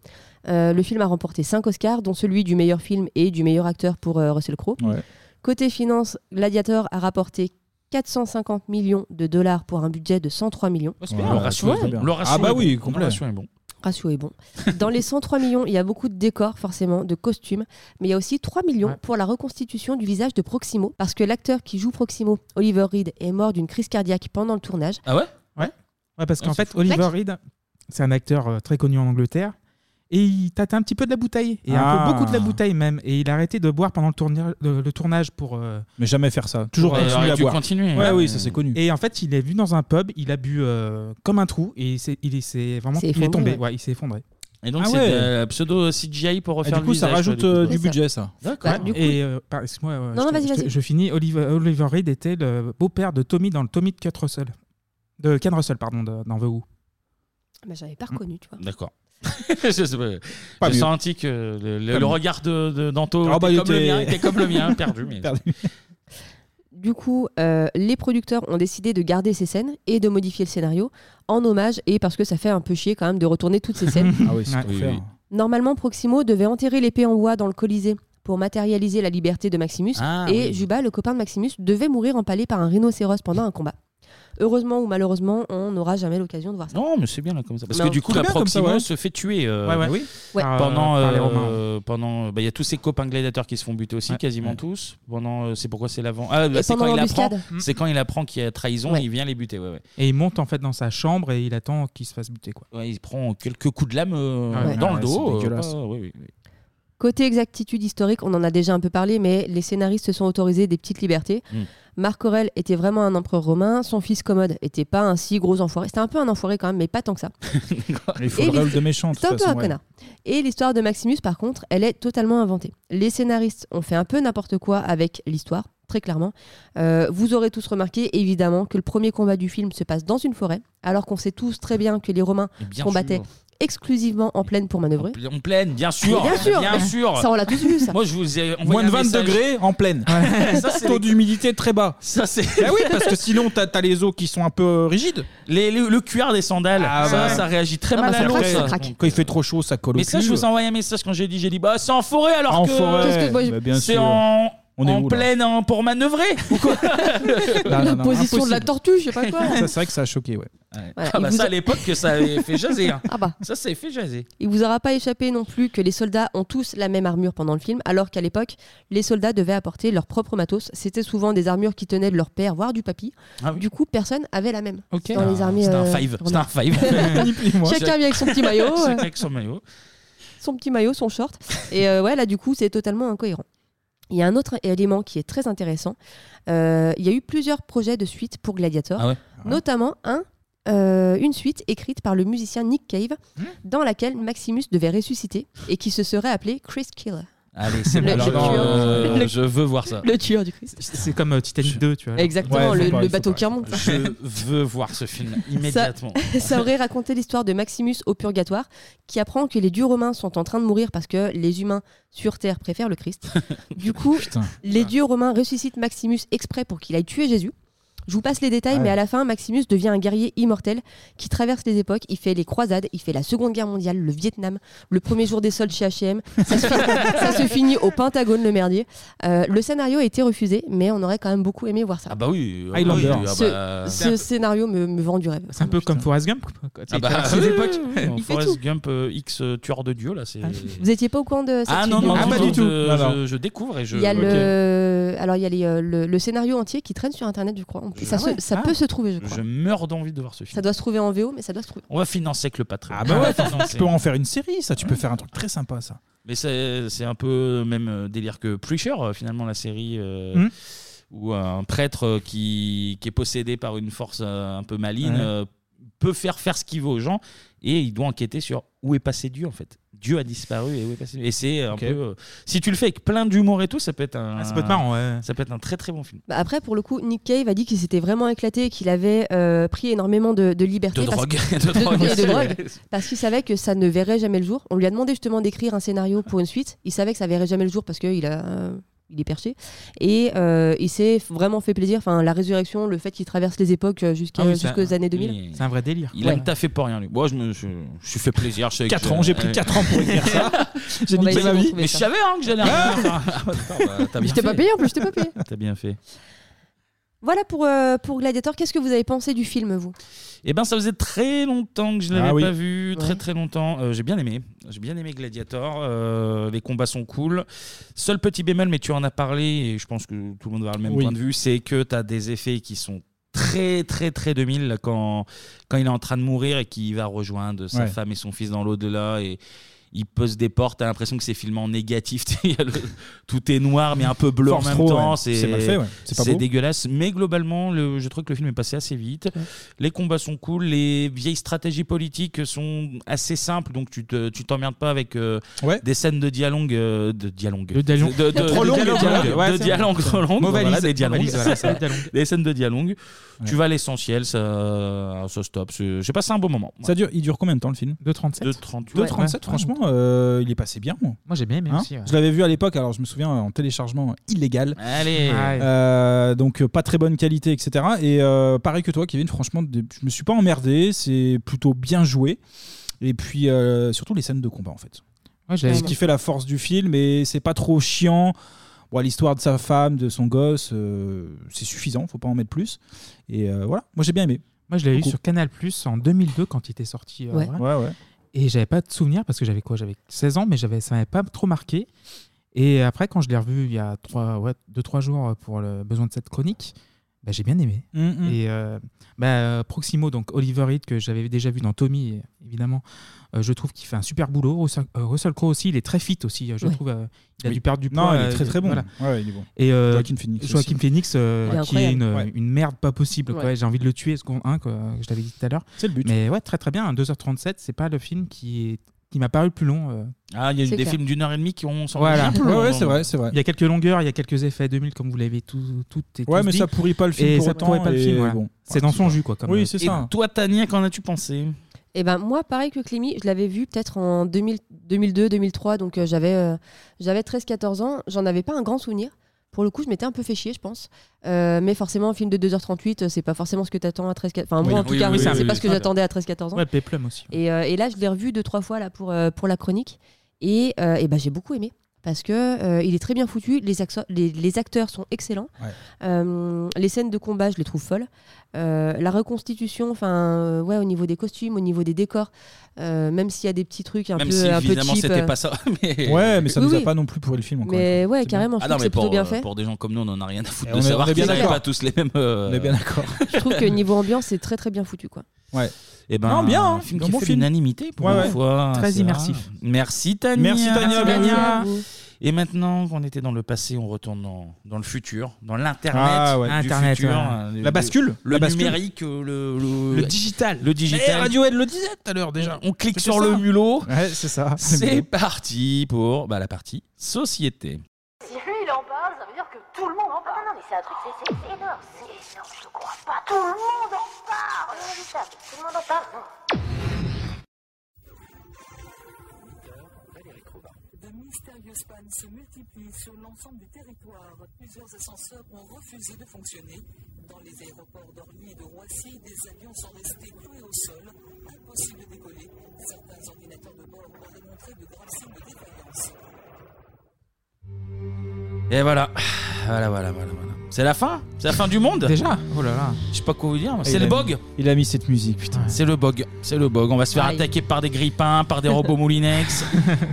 Euh, le film a remporté 5 Oscars, dont celui du meilleur film et du meilleur acteur pour euh, Russell Crowe.
Ouais.
Côté finance, Gladiator a rapporté 450 millions de dollars pour un budget de 103 millions.
c'est bien, le ratio est bon. Le ratio
Ah bah
est bon.
oui,
Le
complet.
ratio est bon.
Ratio est bon. Dans les 103 millions, il y a beaucoup de décors, forcément, de costumes, mais il y a aussi 3 millions pour la reconstitution du visage de Proximo, parce que l'acteur qui joue Proximo, Oliver Reed, est mort d'une crise cardiaque pendant le tournage.
Ah ouais
Ouais. Ouais,
Ah,
parce
Ouais,
qu'en
c'est
fait,
fou.
Oliver
Claque.
Reed, c'est un acteur euh, très connu en Angleterre. Et il tâtait un petit peu de la bouteille. Et un
Ah.
peu beaucoup de la bouteille même. Et il a arrêté de boire pendant le, tourni- le- le tournage pour. euh,
Mais jamais faire ça. Toujours
Ouais,
continuer
aurait
à
dû
boire.
continuer,
Ouais,
hein.
oui, ça c'est connu.
Et en fait, il est vu dans un pub, il a bu euh, comme un trou et il s'est- il s'est vraiment.
C'est
il est
effondré,
tombé,
ouais.
ouais, il s'est effondré.
Et donc
Ah
c'est
ouais.
euh, pseudo CGI pour refaire
du
le
coup, ça
visage, quoi,
rajoute,
du coup.
euh, du Ouais, ça- budget, ça.
D'accord.
Bah,
Ouais, Et euh, par- excuse-moi, euh,
Non,
je,
non,
te-
vas-y,
je te-
vas-y.
je finis. Oliver, Oliver Reed était le beau-père de Tommy dans le Tommy de Kurt Russell. De Ken Russell, pardon, de- dans The Who.
Bah, J'avais
Mm.
pas reconnu, tu vois.
D'accord. je sais pas.
Pas
J'ai
mieux.
senti que le, le-
Pas
le
mieux.
regard de, de d'Anto
Ah bah,
était
il
comme le
était-
mien, était comme le mien, perdu. Mais...
Du coup, euh, les producteurs ont décidé de garder ces scènes et de modifier le scénario en hommage et parce que ça fait un peu chier quand même de retourner toutes ces scènes.
Ah oui, c'est trop faire.
Normalement, Proximo devait enterrer l'épée en bois dans le Colisée pour matérialiser la liberté de Maximus.
Ah,
et
oui.
Juba, le copain de Maximus, devait mourir empalé par un rhinocéros pendant un combat. Heureusement ou malheureusement, on n'aura jamais l'occasion de voir ça.
Non, mais c'est bien là comme ça. Parce
Non.
que du coup,
Très
la
bien comme ça,
Proximo
ouais.
se fait tuer. euh,
Ouais, ouais. Oui. Ouais.
Pendant,
Par les
euh,
Romains.
pendant, bah, il y a tous ses copains gladiateurs qui se font buter aussi, quasiment tous. Pendant, euh, c'est pourquoi c'est l'avant. Ah, bah,
Et
c'est quand
pendant
il apprend.
l'embuscade.
C'est quand il apprend qu'il y a trahison,
Ouais.
il vient les buter. Ouais, ouais.
Et il monte en fait dans sa chambre et il attend qu'il se fasse buter. Quoi.
Ouais, il prend quelques coups de lame euh,
Ouais.
dans
Ouais,
le
c'est
dos. euh,
dégueulasse.
bah, oui, oui, oui.
Côté exactitude historique, on en a déjà un peu parlé, mais les scénaristes se sont autorisés des petites libertés.
Mm.
Marc Aurel était vraiment un empereur romain, son fils Commode était pas un si gros enfoiré. C'était un peu un enfoiré quand même, mais pas tant que ça.
Il faut
Et
le
les-
rôle de méchant. de
C'est un
toute
peu un
façon, ouais.
connard. Et l'histoire de Maximus, par contre, elle est totalement inventée. Les scénaristes ont fait un peu n'importe quoi avec l'histoire. très clairement. Euh, vous aurez tous remarqué, évidemment, que le premier combat du film se passe dans une forêt, alors qu'on sait tous très bien que les Romains
Mais bien
combattaient
sûr.
exclusivement en plaine pour manœuvrer.
En pleine, bien sûr.
Bien sûr. Ça, on l'a tous vu, ça.
Moi, je vous ai envoyé
Moins de
un
20
message.
degrés en pleine.
Ça, c'est
Taux
les-
d'humidité très bas.
Ça, c'est.
Ah oui, parce que sinon, t'as as les os qui sont un peu euh, rigides.
le cuir des sandales, Ah,
Ah
ça, ça réagit
Ah
très
bah,
mal à l'eau. ça.
Quand il fait trop chaud, ça colle au
Mais ça, je
cul.
vous envoie un message quand j'ai dit, j'ai dit, bah c'est en forêt alors
En
que
forêt, Qu'est-ce que moi, je- bah, bien
c'est
sûr.
en,
On est
en
où, là
pleine hein, pour manœuvrer ou quoi
Non, non, non,
Position de la
impossible.
tortue, je sais pas quoi.
Ça, C'est vrai que ça a choqué, ouais.
Voilà,
Ah
il
bah
vous
ça
a-
à l'époque que ça avait fait jaser. hein.
Ah bah.
Ça, ça avait fait jaser.
Il vous aura pas échappé non plus que les soldats ont tous la même armure pendant le film, alors qu'à l'époque, les soldats devaient apporter leur propre matos. C'était souvent des armures qui tenaient de leur père, voire du papy.
Ah oui.
Du coup, personne avait la même. Dans
Ah,
les armées.
C'était
euh,
un five. C'était un
romaines.
five. Ni plus, ni moins.
Chacun vient avec son petit maillot. euh,
Chacun avec son maillot.
son petit maillot, son short. Et euh, ouais, là, du coup, c'est totalement incohérent. Il y a un autre élément qui est très intéressant. Euh, il y a eu plusieurs projets de suite pour Gladiator,
Ah ouais
notamment un, euh, une suite écrite par le musicien Nick Cave, dans laquelle Maximus devait ressusciter et qui se serait appelé Chris Killer.
Allez, c'est
Le
bon. Alors,
tueur.
euh,
Le-
je veux voir ça.
Le tueur du Christ.
C'est comme euh, Titanic 2, tu vois.
Exactement, le, le bateau qui remonte.
Je veux voir ce film
Ça,
immédiatement.
ça aurait raconté l'histoire de Maximus au purgatoire, qui apprend que les dieux romains sont en train de mourir parce que les humains sur Terre préfèrent le Christ. Du coup, les dieux romains ressuscitent Maximus exprès pour qu'il aille tuer Jésus. Je vous passe les détails,
Ouais.
mais à la fin, Maximus devient un guerrier immortel qui traverse les époques. Il fait les croisades, il fait la Seconde Guerre mondiale, le Vietnam, le premier jour des soldes chez H&M. Ça, se fi- ça se finit au Pentagone, le merdier. Euh, le scénario a été refusé, mais on aurait quand même beaucoup aimé voir ça.
Ah bah oui. ah
Highlander.
oui, ah
Ce,
bah-
ce scénario me, me vend du rêve.
C'est un peu comme Forrest Gump. quoi. Tu sais,
Ah bah,
à ces
oui,
époques.
oui, oui, oui.
Il fait
Forrest
tout.
Gump euh, X euh, tueur de dieu là, c'est.
Vous étiez pas au courant de cette
Ah non,
vidéo
non,
Ah, pas
non,
du tout.
Je,
Alors.
je- je découvre et je.
Il y a
Ok.
le... Alors, il y a les, euh, le, le scénario entier qui traîne sur Internet, je crois. On- Ça,
Ah
se-
ouais.
ça
Ah.
peut se trouver, je crois.
Je meurs d'envie de voir ce film.
Ça doit se trouver en VO, mais ça doit se trouver.
On va financer avec le Patreon.
Ah bah ouais,
Financer.
tu peux en faire une série, ça. Tu peux faire un truc très sympa, ça.
Mais c'est c'est un peu le même euh, délire que Preacher, euh, finalement, la série euh,
Hmm.
où un prêtre euh, qui, qui est possédé par une force euh, un peu maligne
Ouais.
euh, peut faire faire ce qu'il veut aux gens et il doit enquêter sur où est passé Dieu, en fait. Dieu a disparu et où est passé Et c'est un
Ok.
peu. euh, si tu le fais avec plein d'humour et tout, ça peut être un.
ça peut être marrant, ouais.
Ça peut être un très très bon film.
Bah après, pour le coup, Nick Cave a dit qu'il s'était vraiment éclaté et qu'il avait euh, pris énormément de, de liberté.
De
parce
drogue.
que-
De drogue
et de
aussi,
drogue,
ouais.
Parce qu'il savait que ça ne verrait jamais le jour. On lui a demandé justement d'écrire un scénario pour une suite. Il savait que ça verrait jamais le jour parce qu'il a. euh, Il est perché. Et euh, il s'est vraiment fait plaisir. Enfin, la résurrection, le fait qu'il traverse les époques euh, jusqu'à-
Ah oui, ça-
jusqu'aux années 2000.
oui.
C'est un vrai délire.
Il a taffé pour rien, lui. Moi, je me je, je suis fait plaisir. je sais que
Quatre
je-
ans, j'ai pris
Ouais.
quatre ans pour écrire ça. J'ai
On va
niqué
essayer
ma
de
vie.
retrouver Mais je ça. savais, hein, que j'allais
Ah.
arriver. bah,
Je t'ai pas payé en plus, je t'ai pas payé.
T'as bien fait.
Voilà pour, euh, pour Gladiator. Qu'est-ce que vous avez pensé du film, vous
Eh ben, ça faisait très longtemps que je
Ah
l'avais
oui.
pas vu, très
Ouais.
très longtemps. Euh, j'ai bien aimé, j'ai bien aimé Gladiator. Euh, les combats sont cool. Seul petit bémol, mais tu en as parlé et je pense que tout le monde va avoir le même
Oui.
point de vue, c'est que tu as des effets qui sont très très très 2000 là, quand quand il est en train de mourir et qu'il va rejoindre sa
Ouais.
femme et son fils dans l'au-delà et il pose des portes, t'as l'impression que c'est filmé en négatif, Il y a le- tout est noir mais un peu bleu
Force
en même
trop,
temps,
ouais.
c'est
C'est mal fait, ouais. C'est pas
c'est
beau.
dégueulasse, mais globalement, le, je trouve que le film est passé assez vite. Les combats sont cool, les vieilles stratégies politiques sont assez simples, donc tu te- tu t'emmerdes pas avec euh, des scènes de dialogue. euh, de dialogue.
De dialogue.
De, de-
Trop
de
longue,
dialogue.
dialogue. Ouais,
de
c'est
dialogue
vrai.
trop longue.
Mauvaise
Voilà,
liste,
des dialogues.
mauvaise liste, voilà, c'est des dialogues.
Des scènes de dialogue. Tu vas à l'essentiel, ça, ça stoppe. c'est- J'ai passé un bon moment.
Ça dure, il dure combien de temps le film
2,37.
2,38.
2,37,
Ouais.
franchement, euh, il est passé bien. Moi,
j'ai bien aimé
Hein
aussi, ouais.
Je l'avais vu à l'époque, alors je me souviens en téléchargement illégal.
Allez. Ouais.
Euh, donc, euh, pas très bonne qualité, etc. Et euh, pareil que toi, Kevin, franchement, des- je me suis pas emmerdé. C'est plutôt bien joué. Et puis, euh, surtout les scènes de combat, en fait.
Ouais, je l'avais
c'est ce
aimé.
qui fait la force du film et c'est pas trop chiant. Bon, L'histoire de sa femme, de son gosse, euh, c'est suffisant, faut pas en mettre plus. Et euh, voilà, moi j'ai bien aimé.
Moi, je l'avais eu
Beaucoup.
sur Canal Plus en 2002 quand il était sorti. euh,
Ouais.
voilà.
Ouais, ouais.
Et j'avais pas de souvenir parce que j'avais quoi J'avais 16 ans, mais j'avais ça m'avait pas trop marqué. Et après, quand je l'ai revu il y a 2-3 jours euh, pour le besoin de cette chronique, bah, j'ai bien aimé.
Mm, mm.
Et euh, bah, euh, Proximo, donc Oliver Reed, que j'avais déjà vu dans Tommy, évidemment, euh, je trouve qu'il fait un super boulot. Russell, euh, Russell Crowe aussi, il est très fit aussi, je
Ouais.
trouve. euh, il a
Oui.
dû perdre du
Non,
poids.
il est
euh,
très, très bon.
voilà.
Ouais, ouais, il est bon.
Et euh,
Joaquin Phoenix
Joaquin
aussi.
Phoenix, euh,
Il est
qui est une,
incroyable. Ouais.
une merde pas possible. quoi.
Ouais.
J'ai envie de le tuer, ce qu'on- hein, quoi, que je t'avais dit tout à l'heure.
C'est le but.
Mais ouais, très très bien. 2h37, c'est pas le film qui, est- qui qui m'a paru le plus long. euh.
Ah, il y a eu
C'est
des
clair.
films d'une heure et demie qui ont sorti
Voilà,
bien plus long.
Il y a quelques longueurs, il y a quelques effets 2000 comme vous l'avez tout, tout et
Ouais,
tous
mais
dit.
ça pourrit pas le film
Et
pour
ça
autant,
pourrit pas le
et
film. voilà.
bon.
c'est dans son jus quoi. Comme
Et toi, Tania, qu'en as-tu pensé
Et ben moi, pareil que Clémy, je l'avais vu peut-être en 2000 2002, 2003, donc euh, j'avais euh, j'avais 13-14 ans. J'en avais pas un grand souvenir. Pour le coup, je m'étais un peu fait chier, je pense. Euh, mais forcément, un film de 2h38, euh, c'est pas forcément ce que t'attends à 13 14 Enfin,
Oui,
moi, en tout
oui,
cas,
oui,
c'est
oui,
pas
oui,
ce que
oui.
j'attendais à 13-14 ans.
Ouais, Peplum aussi.
Et, euh, et là, je l'ai revu deux, trois fois là, pour, euh, pour la chronique. Et, euh, eh ben, j'ai beaucoup aimé. Parce que euh, il est très bien foutu, les, axo- les, les acteurs sont excellents,
Ouais.
Euh, les scènes de combat je les trouve folles, Euh, la reconstitution, enfin euh, ouais au niveau des costumes, au niveau des décors, euh, même s'il y a des petits trucs un
Même
peu
si,
un peu
évidemment,
cheap,
c'était
euh,
pas ça. Mais...
Ouais, mais ça
Oui,
nous a
oui.
pas non plus pourri le film encore.
Mais ouais carrément, je trouve
Ah non,
que
mais
c'est plutôt
pour,
bien
euh,
fait.
pour des gens comme nous, on en a rien à foutre
On
de
est- on
savoir
est bien
qu'ils avaient
d'accord.
pas tous les mêmes. euh,
On est bien d'accord.
Je trouve que niveau ambiance c'est très très bien foutu quoi.
Ouais.
Eh ben,
Non, bien, hein.
un film
Un
qui
bon
fait
film.
l'unanimité pour
Ouais,
une
ouais.
fois.
Très
c'est
immersif.
rare. Merci Tania.
Merci, Tania, bienvenue.
Tania.
à vous.
Et maintenant qu'on était dans le passé, on retourne dans, dans le futur, dans l'internet,
Ah ouais,
du
Internet,
futur,
ouais.
hein,
La
le-
bascule,
le
la bascule.
numérique, euh, le,
Le digital.
le digital.
Eh,
Radiohead le disait tout à l'heure déjà. On clique
C'était
sur
ça.
le mulot.
Ouais, c'est ça.
C'est parti pour bah, la partie société.
Si lui il en parle, ça veut dire que tout le monde en parle. Non, mais c'est un truc, c'est énorme. C'est énorme, je te crois pas. Tout le monde en parle. Tout le monde en parle.
De mystérieuses pannes se multiplient sur l'ensemble du territoire. Plusieurs ascenseurs ont refusé de fonctionner. Dans les aéroports d'Orly et de Roissy, des avions sont restés cloués au sol, impossible de décoller. Certains ordinateurs de bord ont démontré de graves signes de défaillance.
Et voilà. Voilà, voilà, voilà. voilà. C'est la fin C'est la fin du monde
Déjà Oh là là.
Je sais pas quoi vous dire. mais
Et
C'est
il
le
a mis-
bog.
Il a mis cette musique, putain.
C'est le bog, c'est le bog. On va se faire
Aïe.
attaquer par des grippins, par des robots moulinex.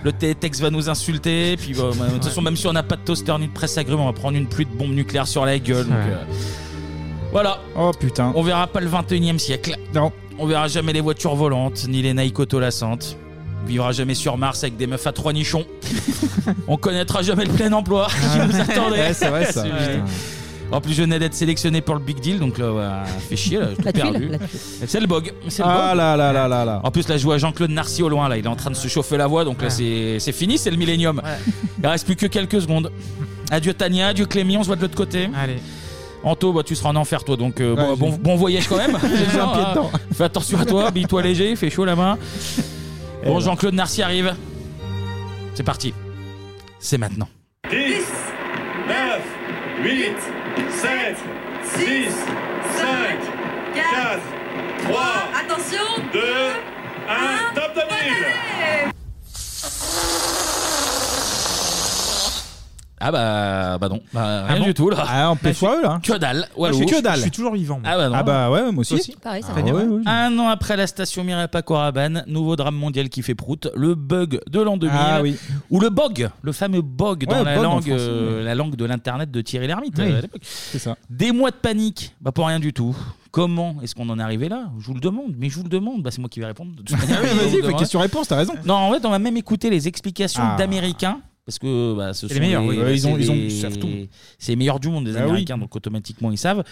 le T-Tex va nous insulter. Puis bah, bah, de toute façon, même si on n'a pas de toaster ni de presse agrumes, on va prendre une pluie de bombes nucléaires sur la gueule. donc,
Ouais.
euh, voilà.
Oh putain.
On verra pas le 21 e siècle.
Non.
On verra jamais les voitures volantes, ni les Nike autolassantes. On vivra jamais sur Mars avec des meufs à trois nichons. on connaîtra jamais le plein emploi qui nous attendait.
Ah. Ouais, c'est vrai, ça.
C'est
Putain.
vrai. En plus, je venais d'être sélectionné pour le Big Deal, donc là, ouais, fait chier, là, j'ai tout
La tuile,
perdu.
la
C'est le bog. c'est le
Ah
bog.
là là là là là.
En plus, là, je vois Jean-Claude Narcy au loin, là. Il est en train de se chauffer la voix, donc là, c'est- c'est fini, c'est le millénium. Il reste plus que quelques secondes. Adieu Tania, adieu Clémy, on se voit de l'autre côté.
Allez.
Anto, bah, tu seras en enfer, toi, donc euh, bon- bon, bon voyage quand même.
J'ai déjà un pied dedans.
Fais attention à toi, bille-toi léger, fais chaud la main.
Et
Bon,
voilà.
Jean-Claude Narcy arrive. C'est parti. C'est maintenant.
10, 9, 8, 7, 6, 5, 4, 3, attention, 2, 1, top de mille
Ah bah, bah non, bah, rien
bon
du tout là.
Ah, en PFOE, là.
Que dalle.
Moi, je
Walou.
suis que dalle. Je suis toujours vivant, moi.
Ah bah non.
Ah bah ouais, moi aussi.
Toi
Pareil, ça
Ah
va.
ouais,
Ouais,
ouais, ouais. Un an après la station Mirepa Koraban, nouveau drame mondial qui fait prout, le bug de l'an 2000.
Ah oui.
Ou le bog, le fameux bog dans
Ouais,
la,
bog en
langue,
français,
euh,
oui.
la langue de l'internet de Thierry Lhermitte
Oui.
euh, à l'époque.
C'est ça.
Des mois de panique, bah pour rien du tout. Comment est-ce qu'on en est arrivé là Je vous le demande, mais je vous le demande. Bah, c'est moi qui vais répondre. de toute manière.
oui, vas-y,
Je vous le
fais
demande.
question-réponse, t'as raison.
Non, en fait, on va même écouter les explications
Ah.
d'Américains. Parce que bah, ce
C'est
sont
les meilleurs,
les-
oui. Ouais, ils
c'est
ont- ils ont-
les-
ils savent tout.
C'est les meilleurs du monde, les
Bah oui.
Américains, donc automatiquement ils savent.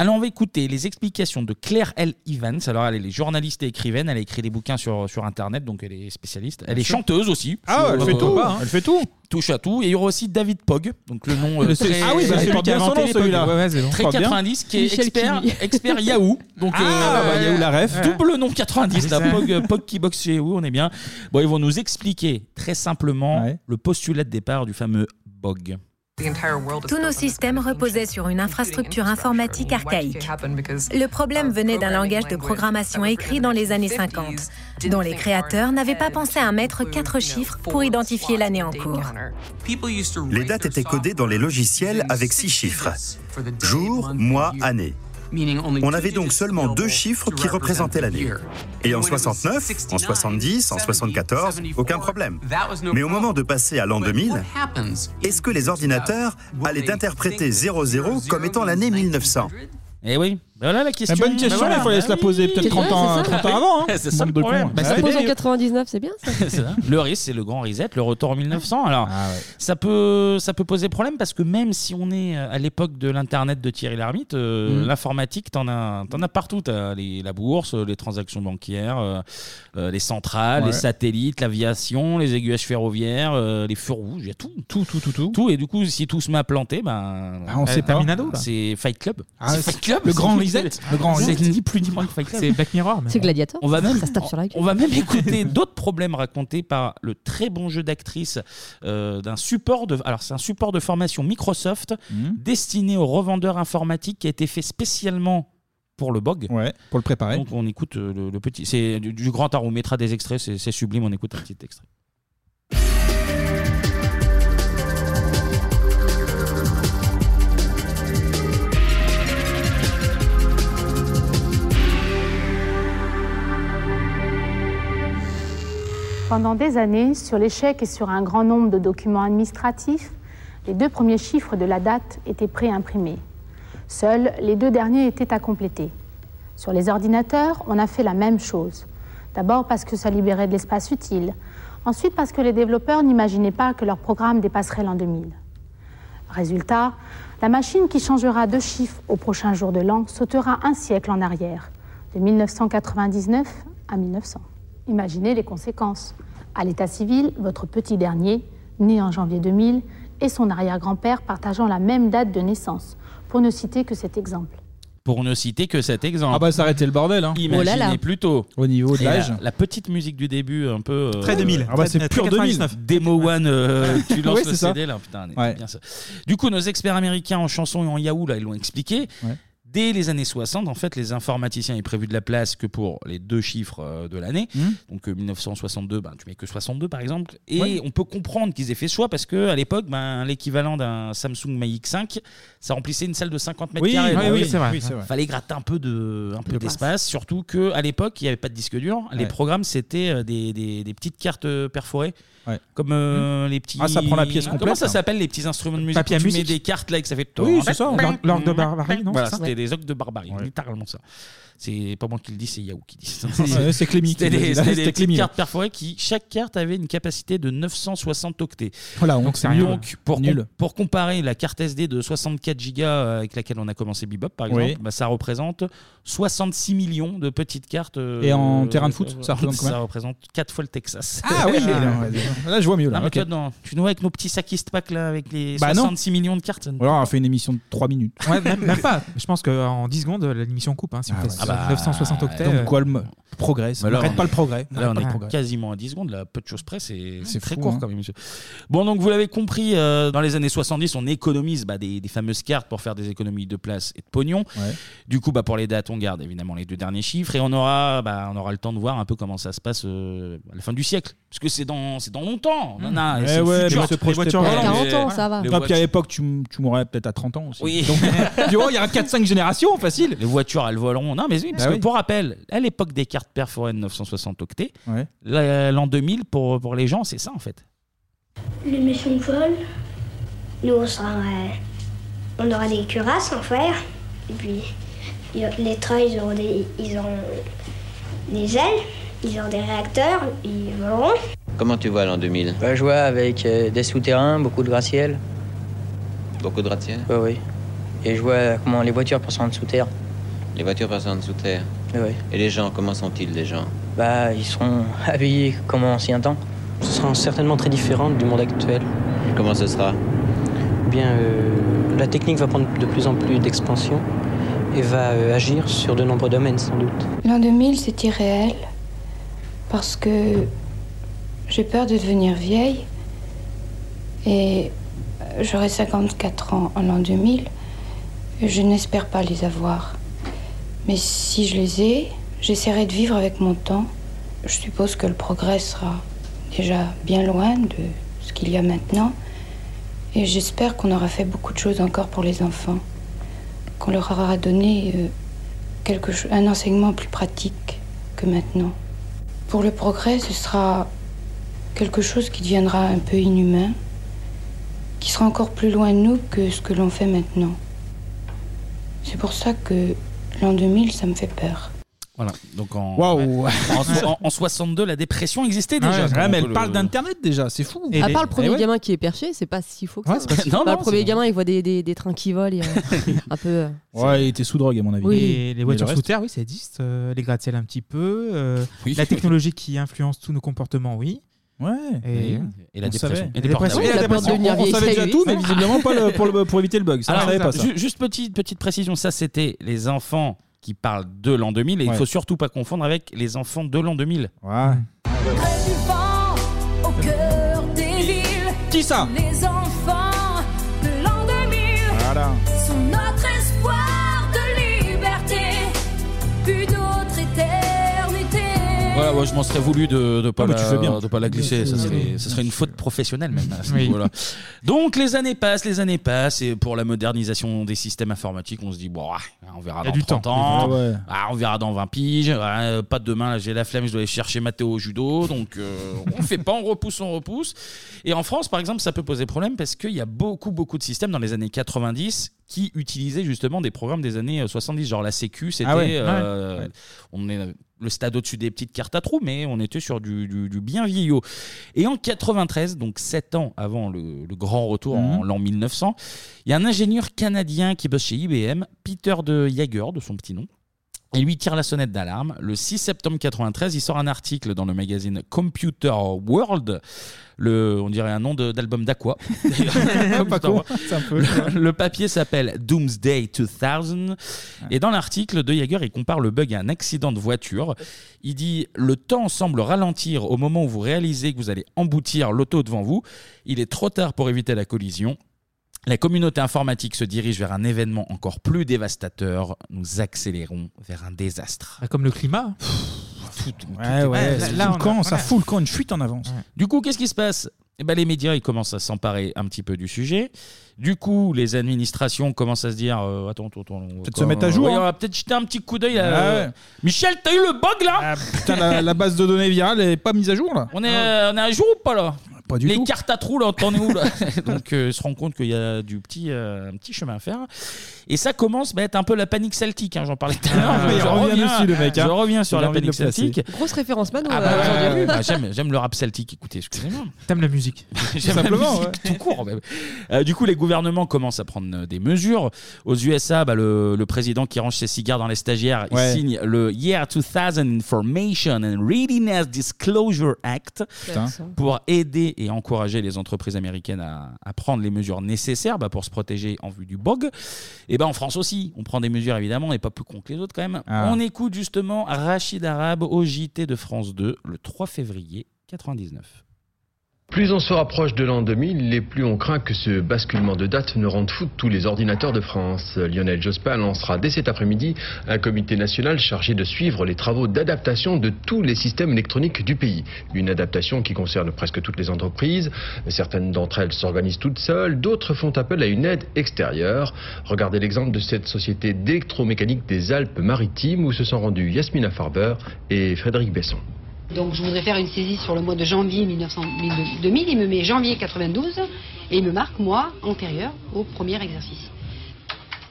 Alors on va écouter les explications de Claire L. Evans. Alors elle est journaliste et écrivaine, elle a écrit des bouquins sur, sur Internet, donc elle est spécialiste. Elle
Bien
est
sûr.
chanteuse aussi. Euh,
Ah ouais, elle fait tout, hein. Elle fait tout.
Touche à tout. Et il y aura aussi David Pog, donc le nom. euh,
Le-
très-
ah oui, bah,
très-
il porte bien son nom, celui-là. Ouais, ouais, c'est bon.
Très
Porte bien.
90, qui est
Michel
expert,
Kimi.
expert Yahoo. Donc, euh,
Ah, bah, Yahoo, la ref. Ah,
Double nom 90, la
C'est ça.
Pog, euh, Pog qui boxe chez Yahoo, on est bien. Bon, ils vont nous expliquer très simplement le postulat de départ du fameux Bog.
Tous nos systèmes reposaient sur une infrastructure informatique archaïque. Le problème venait d'un langage de programmation écrit dans les années 50, dont les créateurs n'avaient pas pensé à mettre quatre chiffres pour identifier l'année en cours.
Les dates étaient codées dans les logiciels avec six chiffres. Jour, mois, année. On avait donc seulement deux chiffres qui représentaient l'année. Et en 69, en 70, en 74, aucun problème. Mais au moment de passer à l'an 2000, est-ce que les ordinateurs allaient interpréter 00 comme étant l'année 1900
Eh oui, voilà la question.
bonne question,
Bah voilà.
il faut aller se la poser peut-être
C'est
30 ans,
vrai, c'est ça.
30 ans avant. hein.
C'est ça
Manque de
le problème.
con.
Bah,
Ça
c'est
pose en
bien.
99, c'est bien ça.
C'est ça. Le risque, c'est le grand reset, le retour en 1900. Alors,
Ah,
ça, peut, ça peut poser problème parce que même si on est euh, à l'époque de l'Internet de Thierry Lhermitte, euh,
Mm.
l'informatique, t'en as, t'en as partout. T'as les, la bourse, les transactions bancaires, euh, euh, les centrales,
Ouais.
les satellites, l'aviation, les aiguillages ferroviaires, euh, les feux rouges, il y a tout. Tout, tout, tout, tout. et du coup, si tout se met à planter, ben,
Ah, on sait pas. Terminado, là.
C'est Fight Club.
Ah,
c'est
c'est-
Fight Club.
le grand
c'est- Ah,
reset, le grand
C'est
reset.
ni plus ni moins que Fight Club.
C'est Black Mirror,
C'est Gladiator.
On va même,
Ça se tape sur la gueule.
on va même écouter d'autres problèmes racontés par le très bon jeu d'actrice euh, d'un support de. Alors c'est un support de formation Microsoft
Mhm.
destiné aux revendeurs informatiques qui a été fait spécialement pour le bog.
pour le préparer.
Donc on écoute euh, le, le petit. C'est du, du grand art. On mettra des extraits. C'est c'est sublime. On écoute un petit extrait.
Pendant des années, sur les chèques et sur un grand nombre de documents administratifs, les deux premiers chiffres de la date étaient préimprimés. Seuls les deux derniers étaient à compléter. Sur les ordinateurs, on a fait la même chose. D'abord parce que ça libérait de l'espace utile. Ensuite parce que les développeurs n'imaginaient pas que leur programme dépasserait l'an 2000. Résultat, la machine qui changera de chiffre au prochain jour de l'an sautera un siècle en arrière, de 1999 à 1900. Imaginez les conséquences. À l'état civil, votre petit dernier, né en janvier 2000, et son arrière-grand-père partageant la même date de naissance, pour ne citer que cet exemple.
Pour ne citer que cet exemple.
Ah bah ça arrêtait le bordel. Hein.
Oh
Imaginez plutôt.
Au niveau de
Et la-
l'âge.
La, petite musique du début, un peu. euh,
Très 2000. Ah bah, c'est
très-
pur
très
99.
Demo One, euh, tu lances
Oui,
le
c'est ça.
CD là. Putain,
Ouais.
c'est bien ça. Du coup, nos experts américains en chansons et en Yahoo, là, ils l'ont expliqué.
Ouais.
Dès les années 60, en fait, les informaticiens, il est prévu de la place que pour les deux chiffres euh, de l'année.
Mmh.
Donc euh, 1962, ben, tu mets que 62 par exemple. Et
Ouais.
on peut comprendre qu'ils aient fait ce choix parce que à l'époque, ben, l'équivalent d'un Samsung Mavic 5, ça remplissait une salle de 50 mètres
Oui,
carrés.
oui,
Donc,
oui, c'est vrai. Oui, c'est vrai.
Fallait gratter un peu de, un peu d'espace, surtout que à l'époque, il n'y avait pas de disque dur. Les
Ouais.
programmes, c'était euh, des, des- des petites cartes euh, perforées, comme euh, les petits.
Ah, ça prend la pièce
Comment
complète,
ça
hein.
s'appelle les petits instruments de musique
Papier
où
à
Tu mets
musique.
des cartes là et que ça fait.
Oui, c'est ça, l'orgue- l'orgue de barbarie, non,
Voilà,
c'est ça
c'était des orgues de barbarie, littéralement ça. C'est pas moi qui le dis, c'est Yahoo qui dit. ça.
Ouais, c'est Clémy qui
C'était
l'a
des,
dit, là,
c'était des
c'était
petites
Clémy, hein.
cartes perforées qui, chaque carte avait une capacité de 960 octets.
Voilà, donc c'est nul.
Donc, pour,
Nul.
com- pour comparer la carte SD de 64 Go euh, avec laquelle on a commencé Bebop, par
Oui.
exemple, bah, ça représente 66 millions de petites cartes. euh,
Et en
euh,
terrain de foot, ça représente combien
Ça représente 4 fois le Texas.
Ah oui, là, là, je vois mieux, là,
Non, mais
ok.
toi, dans- tu nous vois avec nos petits sackist pack là, avec les
Bah non.
66 millions de cartes. ça ne
Ou alors on a fait une émission de 3 minutes.
Ouais, même, même pas. Je pense qu'en 10 secondes, l'émission coupe. hein, si on fait
Ah bah,
960 octets.
donc
euh,
quoi,
le progrès
Mais là,
On arrête
on
pas
est-
le progrès. On
Là,
arrête
on
pas
est
le progrès.
quasiment à 10 secondes, là, peu de choses près, c'est c'est très
fou,
court
hein.
quand même. monsieur. Bon, donc vous l'avez compris, euh, dans les années 70, on économise bah, des, des fameuses cartes pour faire des économies de place et de pognon. Du coup, bah, pour les dates, on garde évidemment les deux derniers chiffres et on aura, bah, on aura le temps de voir un peu comment ça se passe euh, à la fin du siècle. Parce que c'est dans, c'est dans longtemps. On en a,
Eh
c'est le
ouais,
futur.
mais se projeter pas.
Les
Bah, puis à
voitures-
l'époque, tu, m- tu mourrais peut-être à 30 ans aussi.
Oui.
Donc, tu vois, il y aura 4-5 générations, facile.
Les voitures, elles voleront. Non, mais oui, parce
Bah
que
oui.
pour rappel, à l'époque des cartes perforées de 960 octets,
Ouais.
la- l'an 2000, pour, pour les gens, c'est ça en fait.
Les méchants volent. Nous, on sera, euh, on aura des cuirasses en fer. Et puis, il- les trains, ils auront des, ils auront des ailes. Ils auront des réacteurs. Ils voleront.
Comment tu vois l'an 2000 Bah, Je vois avec euh, des souterrains, beaucoup de gratte-ciel.
Beaucoup de ratières
Oui, oui. Et je vois euh, comment les voitures passent en dessous de terre.
Les voitures passent sous terre.
Oui, oui.
Et les gens, comment sont-ils les gens
Bah, ils seront habillés comme en ancien temps. Ce sera certainement très différent du monde actuel.
Comment ce sera
Bien, euh, la technique va prendre de plus en plus d'expansion et va euh, agir sur de nombreux domaines, sans doute.
L'an 2000, c'est irréel parce que j'ai peur de devenir vieille et j'aurai 54 ans en l'an 2000. Je n'espère pas les avoir. Mais si je les ai, j'essaierai de vivre avec mon temps. Je suppose que le progrès sera déjà bien loin de ce qu'il y a maintenant. Et j'espère qu'on aura fait beaucoup de choses encore pour les enfants. Qu'on leur aura donné euh, quelque cho- un enseignement plus pratique que maintenant. Pour le progrès, ce sera quelque chose qui deviendra un peu inhumain, qui sera encore plus loin de nous que ce que l'on fait maintenant. C'est pour ça que L'an 2000, ça me fait peur.
Voilà. Donc en,
Waouh.
ouais. en, so- en- en 62, la dépression existait déjà.
Ouais, mais elle parle
d'Internet déjà, c'est fou.
à part le premier gamin qui est perché, c'est pas si faux que
Eh Ouais,
ça.
c'est pas si
Bah,
faux. Non,
le
non,
premier
c'est-
gamin, il voit des, des- des trains qui volent. et, euh, un peu. euh,
Ouais, il était sous drogue à mon avis.
Oui.
Et les voitures
Mais le
sous
reste-
terre, oui, ça existe. Euh, les gratte-ciel un petit peu. euh, La technologie qui influence tous nos comportements, oui.
Ouais.
Et,
Oui.
Et la
on
dépression.
savait.
Et les portables.
Et la dépression. On- on savait déjà tout, mais visiblement pas le- pour, le- pour éviter le bug. Ça, on
Alors,
savait pas ça.
ju- Juste petite, petite précision, ça c'était les enfants qui parlent de l'an 2000 et il
Ouais.
faut surtout pas confondre avec les enfants de l'an 2000.
Près du vent, au cœur des villes.
Qui ça
Les enfants de l'an 2000
Voilà.
sont notre espoir de liberté. Plus d'autre éternité.
Voilà, moi je m'en serais voulu de ne pas,
Ah, mais
la-
tu fais bien.
de pas la glisser. Ça
Oui.
serait, ça serait une faute professionnelle même. à ce
Oui.
niveau-là. Donc les années passent, les années passent. Et pour la modernisation des systèmes informatiques, on se dit, bon, ah, on verra
Il y a
dans
du
30
temps.
ans.
Ah ouais.
Ah, on verra dans 20 piges. Ah, euh, pas demain, là j'ai la flemme, je dois aller chercher Mathéo au judo. Donc euh, on fait pas, on repousse, on repousse. Et en France, par exemple, ça peut poser problème parce qu'il y a beaucoup, beaucoup de systèmes dans les années 90 qui utilisaient justement des programmes des années 70, genre la Sécu, c'était
Ah ouais,
euh,
ouais, ouais.
on est le stade au-dessus des petites cartes à trous, mais on était sur du, du- du bien vieillot. Et en 93, donc 7 ans avant le, le grand retour en l'an 1900, il y a un ingénieur canadien qui bosse chez IBM, Peter de Jaeger, de son petit nom. Et lui tire la sonnette d'alarme. Le 6 septembre 93, il sort un article dans le magazine Computer World. Le, on dirait un nom de- d'album d'Aqua.
Pas con. C'est un peu.
Le, le papier s'appelle Doomsday 2000 et dans l'article de Jaeger, il compare le bug à un accident de voiture. Il dit le temps semble ralentir au moment où vous réalisez que vous allez emboutir l'auto devant vous. Il est trop tard pour éviter la collision. La communauté informatique se dirige vers un événement encore plus dévastateur. Nous accélérons vers un désastre.
Ah, Comme le climat.
Ouais, ouais.
Ah, Là,
Ça
là,
fout le
on a-
camp, ça
voilà.
fout le camp, une fuite en avance.
Du coup, qu'est-ce qui se passe eh ben, Les médias ils commencent à s'emparer un petit peu du sujet. Du coup, les administrations commencent à se dire euh, Attends, attends, attends.
Peut-être se mettre à jour,
Ouais,
hein.
on va peut-être jeter un petit coup d'œil. là.
Ah ouais.
Euh,
Ah,
Michel, t'as eu le bug là
Putain, la, la base de données virale est pas mise à jour là.
on, est, euh, on est à jour ou pas là
Pas du
Les
tout.
cartes à trous là, t'en es où là Donc, euh, ils se rend compte qu'il y a du petit, euh, un petit chemin à faire. Et ça commence à être un peu la panique celtique. hein, J'en parlais tout à l'heure.
Ah, il
je
revient dessus, le mec, hein.
Je reviens sur
Il a
la
envie de
panique
le placer.
celtique.
Grosse référence Mano.
Ah bah,
euh,
ouais,
aujourd'hui.
ouais, bah, j'aime, j'aime le rap celtique, écoutez, excusez-moi.
T'aimes la musique.
J'aime la
Simplement,
musique, tout court. même. Euh, du coup, les gouvernements commencent à prendre euh, des mesures. Aux USA, bah, le, le président qui range ses cigares dans les stagiaires,
Ouais.
il signe le Year 2000 Information and Readiness Disclosure Act
Putain.
pour aider et encourager les entreprises américaines à, à prendre les mesures nécessaires bah, pour se protéger en vue du bug. Et ben en France aussi, on prend des mesures évidemment, on n'est pas plus con que les autres quand même.
Ah.
On écoute justement Rachid Arabe au JT de France 2 le 3 février 99.
Plus on se rapproche de l'an 2000, et plus on craint que ce basculement de date ne rende fou tous les ordinateurs de France. Lionel Jospin lancera dès cet après-midi un comité national chargé de suivre les travaux d'adaptation de tous les systèmes électroniques du pays. Une adaptation qui concerne presque toutes les entreprises. Certaines d'entre elles s'organisent toutes seules, d'autres font appel à une aide extérieure. Regardez l'exemple de cette société d'électromécanique des Alpes-Maritimes où se sont rendus Yasmina Farber et Frédéric Besson.
Donc je voudrais faire une saisie sur le mois de janvier 1900 2000. Il me met janvier 92 et il me marque mois antérieur au premier exercice.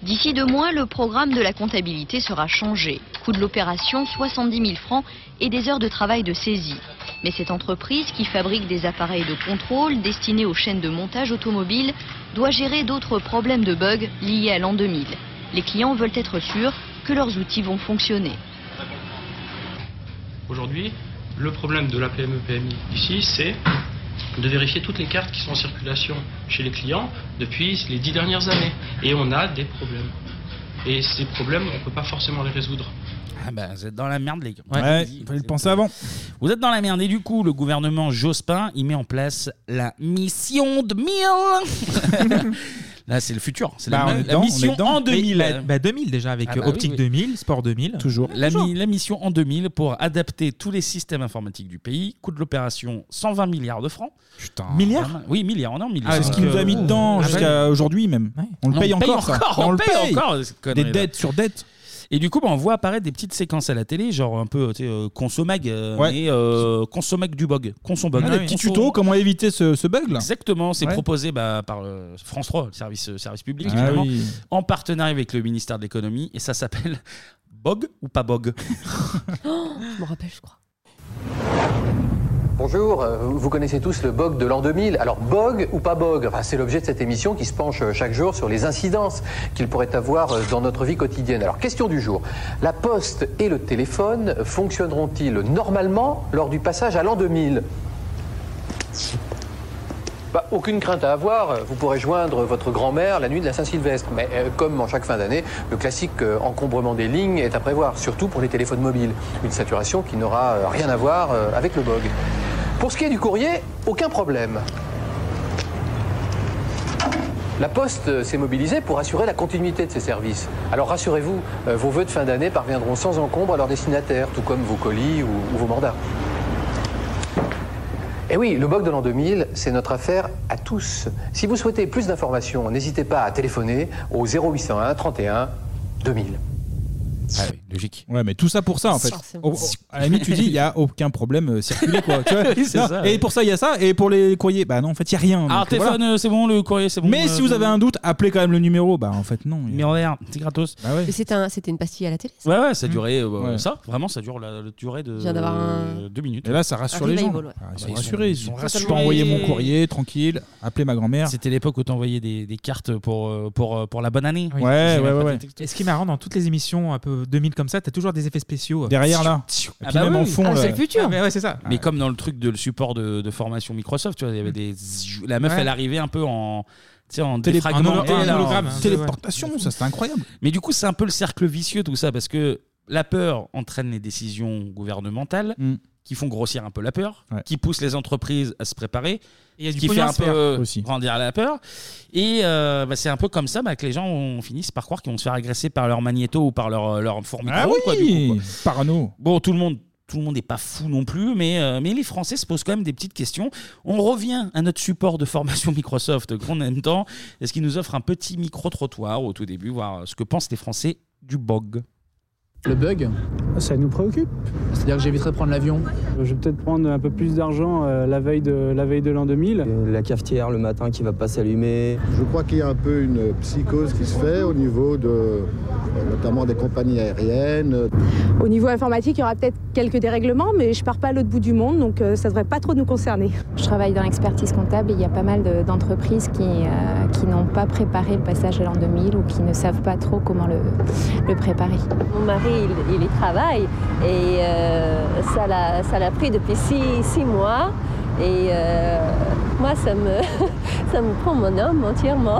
D'ici deux mois, le programme de la comptabilité sera changé. Coût de l'opération 70 000 francs et des heures de travail de saisie. Mais cette entreprise qui fabrique des appareils de contrôle destinés aux chaînes de montage automobile doit gérer d'autres problèmes de bugs liés à l'an 2000. Les clients veulent être sûrs que leurs outils vont fonctionner.
Aujourd'hui, le problème de la E, PME-PMI ici, c'est de vérifier toutes les cartes qui sont en circulation chez les clients depuis les dix dernières années. Et on a des problèmes. Et ces problèmes, on ne peut pas forcément les résoudre.
Ah bah, vous êtes dans la merde, les gars.
Ouais, il fallait le penser avant.
Vous êtes dans la merde. Et du coup, le gouvernement Jospin, il met en place la mission 2000. Là, c'est le futur. C'est la,
Bah, on
la
est dedans, on est
mission
dedans.
en Ah 2000.
Mais, bah, bah, 2000 déjà, avec euh, Optique 2000, Sport 2000.
Toujours.
La, mi- la mission en 2000 pour adapter tous les systèmes informatiques du pays. Coût de l'opération 120 milliards de francs. Putain.
Milliards
Oui, milliards. Euh, Ah, On est en milliards.
Ah, ce qui nous a mis dedans
bah
jusqu'à aujourd'hui même. On le
Ah, On
paye
le paye
encore, ça.
encore, on
le
paye
paye
encore, cette
Des
connerie-là.
dettes sur dettes.
Et du coup, bah, on voit apparaître des petites séquences à la télé, genre un peu tu sais, euh, consommag, euh,
Ouais.
mais euh, consommag du bug. Consommag.
Ah, des petits tutos, comment éviter ce, ce bug là
Exactement, c'est
Ouais.
proposé bah, par euh, France 3, le service, euh, service public,
Ah
finalement,
oui.
en partenariat avec le ministère de l'économie, et ça s'appelle Bog ou pas Bog
Oh, je me rappelle, je crois.
Bonjour, euh, vous connaissez tous le BOG de l'an 2000. Alors BOG ou pas BOG Enfin, C'est l'objet de cette émission qui se penche euh, chaque jour sur les incidences qu'il pourrait avoir euh, dans notre vie quotidienne. Alors question du jour, la poste et le téléphone fonctionneront-ils normalement lors du passage à l'an 2000 bah, aucune crainte à avoir, vous pourrez joindre votre grand-mère la nuit de la Saint-Sylvestre. Mais euh, comme en chaque fin d'année, le classique euh, encombrement des lignes est à prévoir, surtout pour les téléphones mobiles. Une saturation qui n'aura euh, rien à voir euh, avec le bug. Pour ce qui est du courrier, aucun problème. La Poste euh, s'est mobilisée pour assurer la continuité de ses services. Alors rassurez-vous, euh, vos vœux de fin d'année parviendront sans encombre à leurs destinataires, tout comme vos colis ou- ou vos mandats. Et oui, le bug de l'an 2000, c'est notre affaire à tous. Si vous souhaitez plus d'informations, n'hésitez pas à téléphoner au 0801 31 2000.
Ah oui, logique.
Ouais, mais tout ça pour ça en fait.
Forcément.
Au- au- à la limite, tu dis, il n'y a aucun problème euh, circuler quoi. Tu vois
Oui, c'est
Non,
ça,
et
ouais.
pour ça, il y a ça. Et pour les courriers, bah non, en fait, il n'y a rien.
Ah,
donc, voilà.
téléphone, euh, c'est bon, le courrier, c'est bon.
Mais si vous avez un doute, appelez quand même le numéro. Bah en fait, non. Numéro
vert, c'est gratos.
Bah ouais.
Mais c'était un- c'était une pastille à la télé. ça.
Ouais, ouais, ça durait. euh,
Mm. Ouais.
Ça, vraiment, ça dure la, la durée de
Je viens d'avoir un-
deux minutes.
Et là, ça rassure
bah,
les gens. Ah, ils, sont rassurés. Ils sont rassurés. Je peux envoyer mon courrier tranquille, appeler ma grand-mère.
C'était l'époque où t'envoyais des, des cartes pour, euh, pour, euh, pour la bonne année.
Oui. Ouais, ouais, ouais, ouais.
Et ce qui est marrant, dans toutes les émissions un peu 2000 comme ça, t'as toujours des effets spéciaux. euh,
Derrière, là.
tchou, tchou.
Et puis même en fond, Ah, là. c'est le futur.
Ah, mais ouais, c'est ça.
Mais comme dans le truc de le support de, de formation Microsoft, tu vois, il y avait des la meuf
Ouais.
elle arrivait un peu en tu sais, en
Télé-
défragmenté,
en holo-
là,
en
en-
hologramme, hein, Téléportation, ouais. ça, c'était incroyable.
Mais du coup, c'est un peu le cercle vicieux tout ça parce que la peur entraîne les décisions gouvernementales
Mm.
qui font grossir un peu la peur, qui poussent les entreprises à se préparer.
Et il y a du
qui
pognon
fait
à
un
se faire,
peu
aussi.
grandir la peur. Et euh, bah, c'est un peu comme ça bah, que les gens ont- finissent par croire qu'ils vont se faire agresser par leur magnéto ou par leur, leur fourmicron.
Ah
quoi, du
oui, parano.
Bon, tout le monde. Tout le monde n'est pas fou non plus, mais, euh, mais les Français se posent quand même des petites questions. On revient à notre support de formation Microsoft qu'on aime tant, est-ce qu'il nous offre un petit micro-trottoir au tout début, voir ce que pensent les Français du BOG.
Le bug, ça nous préoccupe. C'est-à-dire que j'éviterai de prendre l'avion.
Je vais peut-être prendre un peu plus d'argent euh, la veille de la veille de l'an 2000.
La cafetière le matin qui va pas s'allumer.
Je crois qu'il y a un peu une psychose qui se fait au niveau de, euh, notamment des compagnies aériennes.
Au niveau informatique, il y aura peut-être quelques dérèglements, mais je pars pas à l'autre bout du monde, donc euh, ça devrait pas trop nous concerner.
Je travaille dans l'expertise comptable et il y a pas mal de- d'entreprises qui, euh, qui n'ont pas préparé le passage à l'an 2000 ou qui ne savent pas trop comment le, le préparer.
Mon mari, il, il y travaille et euh, ça l'a ça l'a pris depuis six, six mois. Et euh, moi, ça me, ça me prend mon homme entièrement.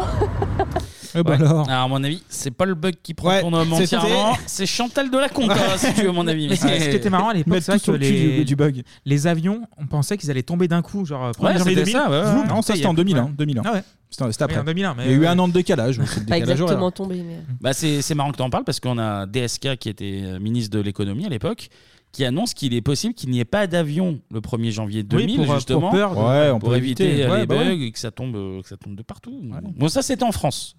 Eh ben
Ouais. à mon avis, c'est pas le bug qui prend ton homme
c'est-
entièrement, c'est Chantal de la Conca, si tu veux, à mon avis.
Mais ce qui- ce qui était marrant à l'époque,
Mettre
c'est vrai
tout sur
que
le cul
les,
du- du
bug.
les avions, on pensait qu'ils allaient tomber d'un coup, genre euh, 1er
Ouais,
janvier 2000.
c'était ça, ouais, ouais.
Vroom,
Non, ça, c'était en
y est.
2000, hein,
Ouais.
2000, hein.
Ah ouais.
C'était c'était
Oui,
après.
en 2001, mais
Il y a eu
ouais.
un an de décalage. mais c'est le
Pas
décalage horaire.
exactement tombé, mais. euh.
Bah, c'est c'est marrant que tu en parles parce qu'on a DSK qui était euh, ministre de l'économie à l'époque qui annonce qu'il est possible qu'il n'y ait pas d'avion le 1er janvier 2000
pour, euh, pour
justement
peur de- Ouais, on
pour
peut
éviter
éviter.
euh,
Ouais,
les
bah
bugs
ouais.
et que ça tombe euh, que ça tombe de partout. Bon ça c'était en France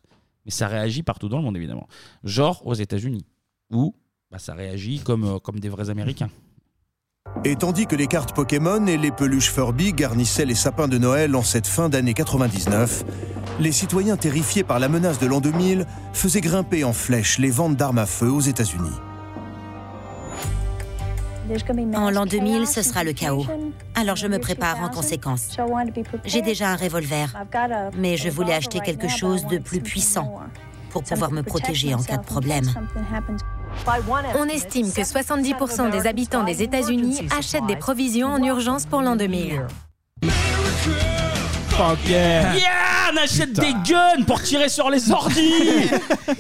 mais ça réagit partout dans le monde évidemment. Genre aux États-Unis où bah, ça réagit comme euh, comme des vrais américains.
Et tandis que les cartes Pokémon et les peluches Furby garnissaient les sapins de Noël en cette fin d'année 99, les citoyens terrifiés par la menace de l'an 2000 faisaient grimper en flèche les ventes d'armes à feu aux États-Unis.
En l'an 2000, ce sera le chaos. Alors je me prépare en conséquence. J'ai déjà un revolver, mais je voulais acheter quelque chose de plus puissant pour pouvoir me protéger en cas de problème. On estime que 70% des habitants des États-Unis achètent des provisions en urgence pour l'an 2000.
Ah.
Yeah, on achète des guns pour tirer sur les ordis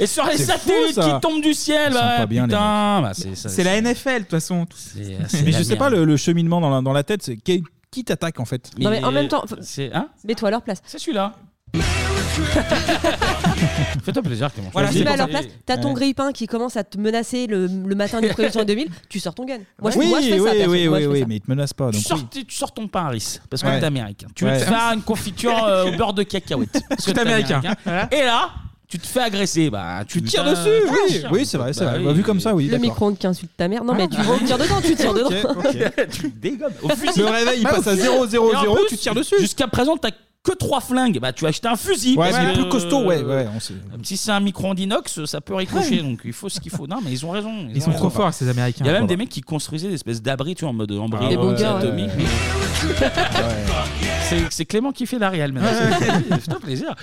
et sur les
C'est fou,
satellites
ça.
qui tombent du ciel. ouais, putain, bah, c'est ça-
C'est la NFL, de toute façon.
c'est
Mais
la
je sais
merde.
pas le, le cheminement dans la, dans la tête, c'est qui, qui t'attaque en fait
Non, mais en même temps, faut-
c'est hein
mets-toi à leur place.
C'est celui-là. Fais-toi plaisir, Clément.
Voilà,
Choisis.
tu mets à leur place, t'as ton
Ouais.
grille-pain qui commence à te menacer le, le matin du 1er janvier 2000, tu sors ton gun. Moi, je,
oui,
moi, je fais
oui,
ça. perso.
oui,
Moi, je
oui,
fais
oui,
ça.
mais il te menace pas.
Tu
Donc
sors,
oui.
tu sors ton pain à riz parce
Ouais.
qu'on est américain. Tu veux
Ouais.
te faire une confiture euh, au beurre de cacahuète. parce que
Tout
t'es
américain.
Et là, tu te fais agresser. Bah, tu
Tire
t'as-
dessus,
Ah,
oui,
chien.
oui, c'est vrai, c'est
Bah
vrai.
oui.
Bah, vu comme ça, oui.
le
d'accord. Ah.
micro-ondes qui insulte ta mère. Non, mais tu vas- tu tires dedans, tu tires dedans.
Ok, ok.
tu dégommes. Bah,
Le réveil, il passe à 0, 0, 0, tu tires dessus.
Jusqu'à présent, t'as que trois flingues, bah tu as acheté un fusil.
Ouais,
parce
mais
que-
plus costaud, ouais, ouais, on sait.
Euh, Si c'est un micro en inox, ça peut ricocher,
Ouais.
donc il faut ce qu'il faut. Non, mais ils ont raison.
Ils
ont
sont
raison.
trop forts, ces Américains.
Il y a même
Voilà.
des mecs qui construisaient des espèces d'abris, tu vois, en mode embryon
Des bunkers, ouais.
atomique. C'est- C'est Clément qui fait la réelle maintenant. C'est- C'est un plaisir.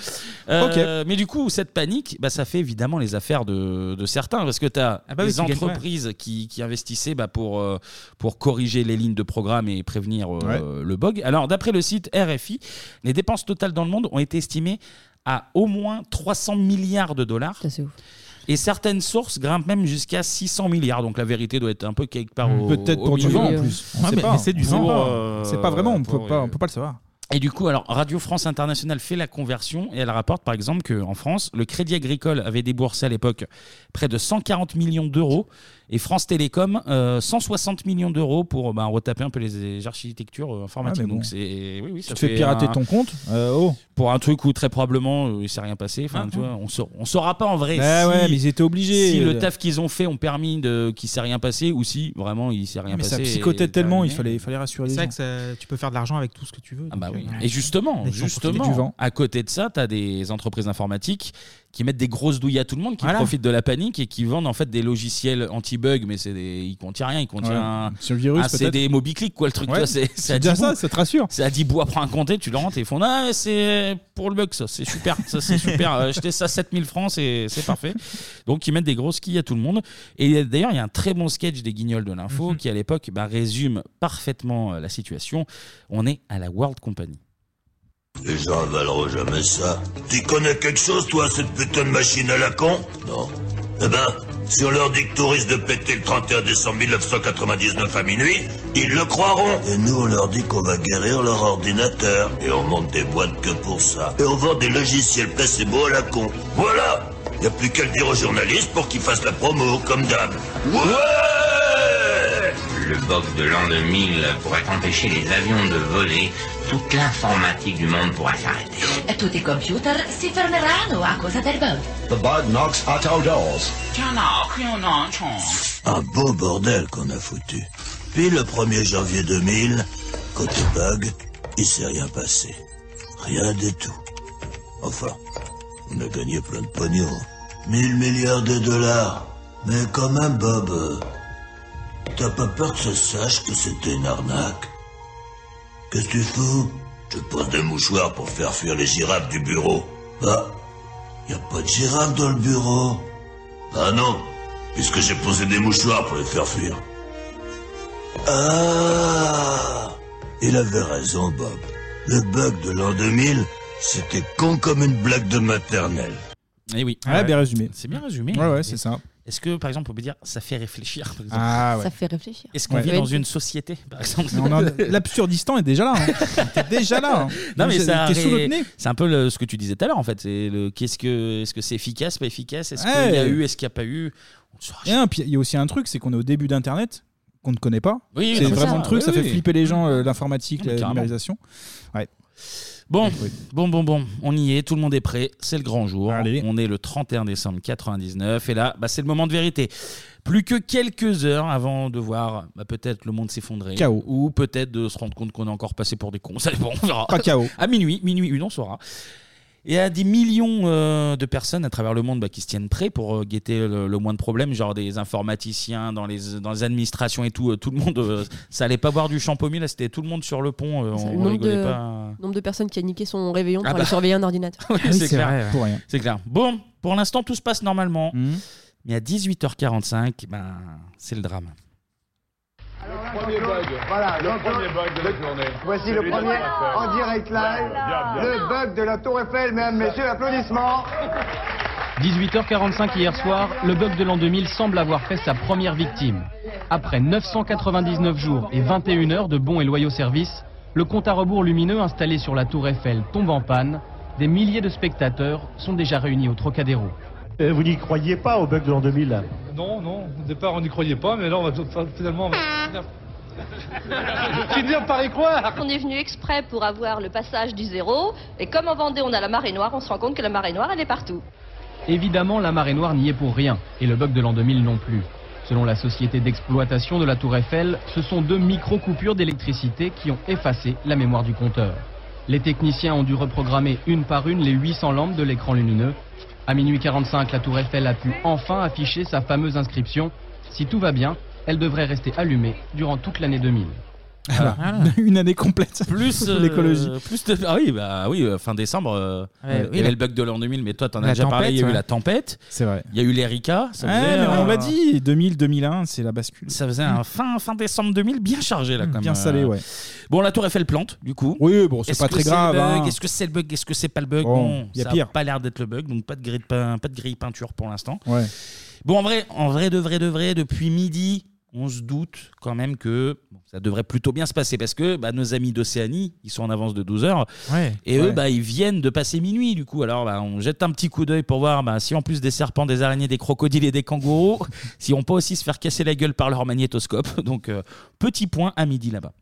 Euh, Mais du coup, cette panique, bah, ça fait évidemment les affaires de, de certains. Parce que tu as
Ah bah oui,
des
tu gagnes,
entreprises qui, qui investissaient bah, pour, euh, pour corriger les lignes de programme et prévenir euh, le bug. Alors, d'après le site RFI, les dépenses totales dans le monde ont été estimées à au moins 300 milliards de dollars. Et certaines sources grimpent même jusqu'à 600 milliards. Donc la vérité doit être un peu quelque part au
Peut-être
au
pour du
milieu.
vent en plus. On
Ouais,
sait
mais-
pas.
mais c'est du
On sait
vent.
pas.
euh,
C'est pas vraiment, on
pour-
peut pas, on peut pas le savoir.
et du coup, alors Radio France Internationale fait la conversion et elle rapporte par exemple qu'en France, le Crédit Agricole avait déboursé à l'époque près de 140 millions d'euros et France Télécom euh, 160 millions d'euros pour bah, retaper un peu les, les architectures euh, informatiques.
Ah, mais bon.
Donc c'est oui, oui,
Tu
ça
te fais pirater
un-
ton compte euh, oh. Ah,
pour un truc où très probablement euh, il s'est rien passé. Enfin, tu vois, on saura, on saura pas en vrai.
Bah
si,
ouais, mais ils étaient obligés.
Si le taf qu'ils ont fait ont permis de qu'il s'est rien passé ou si vraiment il s'est rien
Ah, Mais
passé.
ça
et-
psychotait
et
tellement, il
terminé.
fallait, il fallait rassurer les
C'est
gens.
vrai que ça- tu peux faire de l'argent avec tout ce que tu veux.
Ah bah
donc,
oui.
euh,
Et justement,
les gens
justement,
profitent du vent.
à côté de ça, tu as des entreprises informatiques qui mettent des grosses douilles à tout le monde, qui
Voilà.
profitent de la panique et qui vendent en fait des logiciels anti-bug, mais c'est des... il contient rien, Ah, il contient
Ouais.
un,
C'est le virus,
un CD
peut-être.
MobiClick quoi le truc.
Ouais.
tu vois, C'est
C'est
c'est à
déjà
10
ça,
bouts.
ça te rassure.
C'est à 10 bouts, apprends un compter, tu le rentres et ils font ah c'est pour le bug ça, c'est super, ça c'est super, Euh, achetez ça 7000 francs, c'est c'est parfait. Donc ils mettent des grosses quilles à tout le monde. Et il y a- d'ailleurs il y a un très bon sketch des Guignols de l'info
Mhm.
qui à l'époque bah, résume parfaitement euh, la situation. On est à la World Company.
Les gens avaleront jamais ça. Tu connais quelque chose, toi, à cette putain de machine à la con Non. Eh ben, si on leur dit que touristes de péter le 31 décembre 1999 à minuit, ils le croiront. Et nous, on leur dit qu'on va guérir leur ordinateur. Et on monte des boîtes que pour ça. Et on vend des logiciels placebo à la con. Voilà Y a plus qu'à le dire aux journalistes pour qu'ils fassent la promo, comme d'hab. Ouais
Le bug de l'an 2000 pourrait empêcher les avions de voler. Toute l'informatique du monde pourrait s'arrêter.
Tutti i computer si fermeranno a causa del bug.
The bug knocks hot outdoors. Un beau bordel qu'on a foutu. Puis le 1er janvier 2000, côté bug, il s'est rien passé. Rien du tout. Enfin, on a gagné plein de pognon. 1000 milliards de dollars. Mais quand même, Bob, euh, t'as pas peur que ça sache que c'était une arnaque Qu'est-ce que tu fous Je pose des mouchoirs pour faire fuir les girafes du bureau. Bah, y a pas de girafe dans le bureau. Ah non, puisque j'ai posé des mouchoirs pour les faire fuir. Ah Il avait raison, Bob. Le bug de l'an 2000, c'était con comme une blague de maternelle.
Eh oui.
Ouais, bien résumé.
C'est bien résumé.
Ouais, ouais,
Et-
c'est ça.
Est-ce que, par exemple, on peut dire ça fait réfléchir par exemple
Ah, ouais.
Ça fait réfléchir.
Est-ce qu'on
Ouais.
vit
Ouais.
dans une société, par exemple
Mais on en- L'absurdistan est déjà là. hein. T'es déjà là. hein.
Non mais
T'es-
ça,
t'es sous
ré-
le nez.
c'est un peu le- ce que tu disais tout à l'heure en fait. C'est le qu'est-ce que est-ce que c'est efficace, pas efficace Est-ce
Ouais.
qu'il y a eu, est-ce qu'il n'y a pas eu
Et un, puis il y a aussi un truc, c'est qu'on est au début d'Internet, qu'on ne connaît pas.
Oui, oui,
c'est
non, mais
vraiment
ça,
le truc,
oui,
ça fait
oui.
flipper les gens, euh, l'informatique, la
Mais carrément.
numérisation. Ouais.
Bon, bon, bon, bon, on y est, tout le monde est prêt, c'est le grand jour. On est le 31 décembre 99 et là, bah, c'est le moment de vérité. Plus que quelques heures avant de voir bah, peut-être le monde s'effondrer.
Chaos.
Ou peut-être de se rendre compte qu'on est encore passé pour des cons. Ça dépend, on verra.
Pas chaos.
À minuit, minuit une, on saura. Et à des millions euh, de personnes à travers le monde bah, qui se tiennent prêts pour euh, guetter le, le moins de problèmes, genre des informaticiens dans les, dans les administrations et tout. euh, tout le monde, euh, ça allait pas boire du champomis, là c'était tout le monde sur le pont. euh,
Ça,
on
le nombre
rigolait
de,
pas.
nombre de personnes qui a niqué son réveillon
Ah
pour
bah.
aller surveiller un ordinateur.
Ah
Oui, c'est clair.
pour rien.
C'est clair. Bon, pour l'instant, tout se passe normalement. Mais à 18h45, ben, c'est le drame.
Premier bug.
Voilà,
le
donc,
premier bug de la journée.
Voici le
Celui de
premier
l'ordinateur.
en direct live,
Bien, bien, bien.
le bug de la Tour Eiffel, mesdames, messieurs, applaudissements.
18h45 hier soir, le bug de l'an 2000 semble avoir fait sa première victime. Après 999 jours et 21 heures de bons et loyaux services, le compte à rebours lumineux installé sur la tour Eiffel tombe en panne. Des milliers de spectateurs sont déjà réunis au Trocadéro.
Eh, vous n'y croyez pas au bug de l'an 2000
Non, non, au départ on n'y croyait pas, mais là finalement on va... Qui vient par y croire
Ah. On est venu exprès pour avoir le passage du zéro, et comme en Vendée on a la marée noire, on se rend compte que la marée noire elle est partout.
Évidemment, la marée noire n'y est pour rien, et le bug de l'an 2000 non plus. Selon la société d'exploitation de la Tour Eiffel, ce sont deux micro-coupures d'électricité qui ont effacé la mémoire du compteur.
Les techniciens ont dû reprogrammer une par une les 800 lampes de l'écran lumineux. À minuit 45, la tour Eiffel a pu enfin afficher sa fameuse inscription. Si tout va bien, elle devrait rester allumée durant toute l'année 2000.
Voilà. Une année complète
Plus
sur l'écologie.
euh, plus de- Ah oui, bah oui, euh, fin décembre. euh,
Ouais, oui,
il
la-
y avait le bug de l'an 2000, mais toi, t'en as
La
déjà parlé. Il y a eu
tempête,
la
ouais.
tempête.
C'est vrai.
Il y a eu l'Erika. ça
Ouais,
faisait,
mais
euh,
on l'a dit, 2000, 2001, c'est la bascule.
Ça faisait un fin, fin décembre 2000 bien chargé là quand même. euh.
Bien salé, ouais.
Bon, la tour Eiffel plante, du coup.
Oui, bon, c'est
Est-ce
pas
que
très
c'est
grave,
le bug
hein.
Est-ce que c'est le bug Est-ce que c'est pas le bug
Bon,
Non,
y a
ça
pire.
pas l'air d'être le bug, donc pas de grille, de pein- pas de grille peinture pour l'instant.
Ouais.
Bon, en vrai, en vrai, de vrai, de vrai, depuis midi, on se doute quand même que bon, ça devrait plutôt bien se passer parce que bah, nos amis d'Océanie, ils sont en avance de 12 heures.
Ouais,
et
ouais.
eux, bah, ils viennent de passer minuit, du coup. Alors, bah, on jette un petit coup d'œil pour voir bah, si en plus des serpents, des araignées, des crocodiles et des kangourous, si on peut aussi se faire casser la gueule par leur magnétoscope. Donc, euh, petit point à midi là-bas.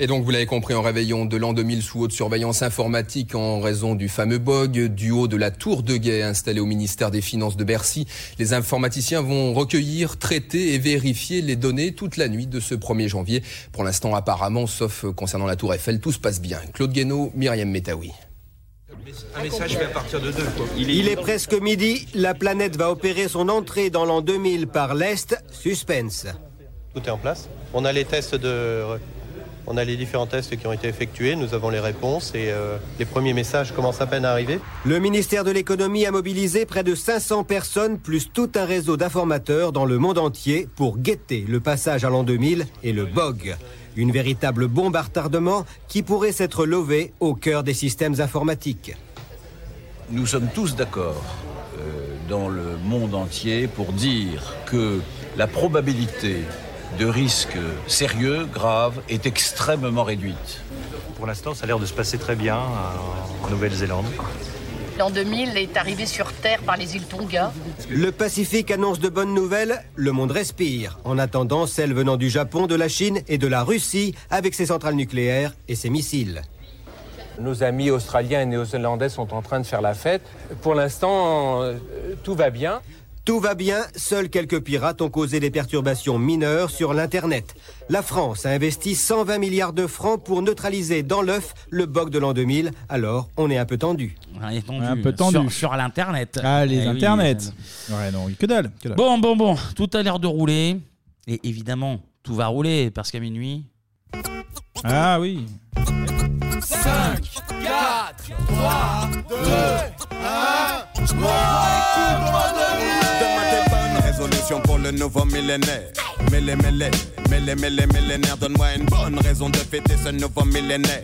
Et donc, vous l'avez compris, en réveillon de l'an 2000 sous haute surveillance informatique en raison du fameux bug du haut de la tour de guet installée au ministère des Finances de Bercy, les informaticiens vont recueillir, traiter et vérifier les données toute la nuit de ce 1er janvier. Pour l'instant, apparemment, sauf concernant la tour Eiffel, tout se passe bien. Claude Guénaud, Myriam Metaoui.
Un message fait à partir de deux.
Il est... presque midi, la planète va opérer son entrée dans l'an 2000 par l'Est, suspense.
Tout est en place. On a les tests de. On a les différents tests qui ont été effectués, nous avons les réponses et euh, les premiers messages commencent à peine à arriver.
Le ministère de l'économie a mobilisé près de 500 personnes, plus tout un réseau d'informateurs dans le monde entier pour guetter le passage à l'an 2000 et le BOG. Une véritable bombe à retardement qui pourrait s'être levée au cœur des systèmes informatiques.
Nous sommes tous d'accord euh, dans le monde entier pour dire que la probabilité de risques sérieux, graves, est extrêmement réduite.
Pour l'instant, ça a l'air de se passer très bien euh, en Nouvelle-Zélande.
L'an 2000 est arrivé sur Terre par les îles Tonga.
Le Pacifique annonce de bonnes nouvelles, le monde respire, en attendant celles venant du Japon, de la Chine et de la Russie avec ses centrales nucléaires et ses missiles.
Nos amis australiens et néo-zélandais sont en train de faire la fête. Pour l'instant, euh, tout va bien.
Tout va bien, seuls quelques pirates ont causé des perturbations mineures sur l'Internet. La France a investi 120 milliards de francs pour neutraliser dans l'œuf le bug de l'an 2000, alors on est un peu tendu.
Ouais, tendu.
Un peu tendu.
Sur, sur l'internet.
Ah, les
Eh oui,
internets.
euh,
Ouais, non, que dalle. que dalle.
Bon, bon, bon, tout a l'air de rouler. Et évidemment, tout va rouler parce qu'à minuit.
Ah oui.
4, 3, 2, 1, Demain tes bonnes résolutions pour le nouveau millénaire. Mêlé, mêlé, mêlé, mêlé, millénaire. Donne-moi une bonne raison de fêter ce nouveau millénaire.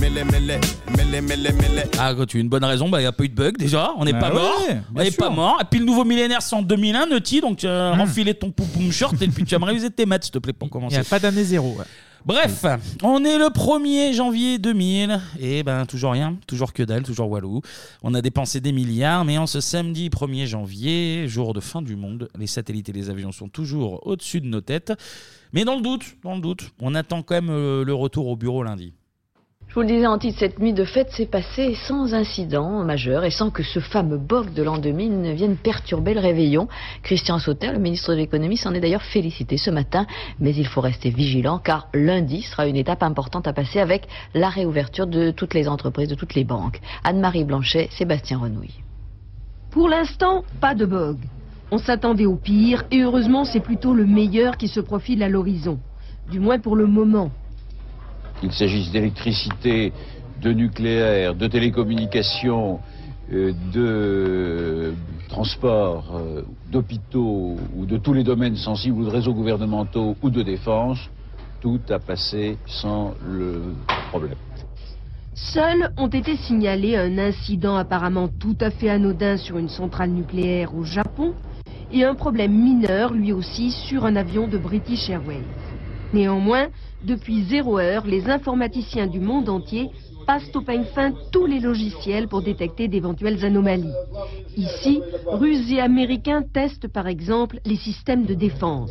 Mêlé, mêlé, mêlé, mêlé, mêlé.
Ah, quand tu as une bonne raison, bah, il n'y a pas eu de bug déjà. On n'est
Bah
pas
ouais,
mort.
bien
On n'est
sûr.
pas mort. Et puis le nouveau millénaire, c'est en 2001, Nutty. Donc tu as renfilé ton poupoum short et puis tu as révisé tes maths, s'il te plaît, pour
Il
commencer.
n'y a pas d'année zéro. ouais.
Bref, on est le 1er janvier 2000 et ben toujours rien, toujours que dalle, toujours Walou. On a dépensé des milliards, mais en ce samedi 1er janvier, jour de fin du monde, les satellites et les avions sont toujours au-dessus de nos têtes. Mais dans le doute, dans le doute, on attend quand même euh, le retour au bureau lundi.
Je vous le disais en titre, cette nuit de fête s'est passée sans incident majeur et sans que ce fameux bug de l'an 2000 ne vienne perturber le réveillon. Christian Sauter, le ministre de l'économie, s'en est d'ailleurs félicité ce matin, mais il faut rester vigilant car lundi sera une étape importante à passer avec la réouverture de toutes les entreprises, de toutes les banques. Anne-Marie Blanchet, Sébastien Renouille.
Pour l'instant, pas de bug. On s'attendait au pire et heureusement c'est plutôt le meilleur qui se profile à l'horizon. Du moins pour le moment.
Qu'il s'agisse d'électricité, de nucléaire, de télécommunications, euh, de transport, euh, d'hôpitaux ou de tous les domaines sensibles ou de réseaux gouvernementaux ou de défense, tout a passé sans le problème.
Seuls ont été signalés un incident apparemment tout à fait anodin sur une centrale nucléaire au Japon et un problème mineur lui aussi sur un avion de British Airways. Néanmoins, depuis zéro heure, les informaticiens du monde entier passent au peigne fin tous les logiciels pour détecter d'éventuelles anomalies. Ici, Russes et Américains testent par exemple les systèmes de défense.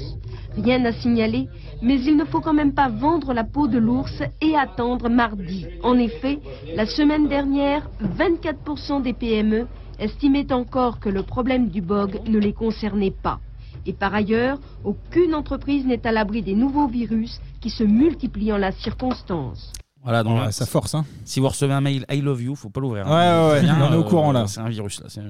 Rien à signaler, mais il ne faut quand même pas vendre la peau de l'ours et attendre mardi. En effet, la semaine dernière, 24% des PME estimaient encore que le problème du bug ne les concernait pas. Et par ailleurs, aucune entreprise n'est à l'abri des nouveaux virus qui se multiplient en la circonstance.
Voilà, donc
Ouais, ça force, hein.
Si vous recevez un mail I love you, faut pas l'ouvrir. hein. euh,
Ouais, ouais, ouais, on est au courant, là.
C'est un virus là. c'est un-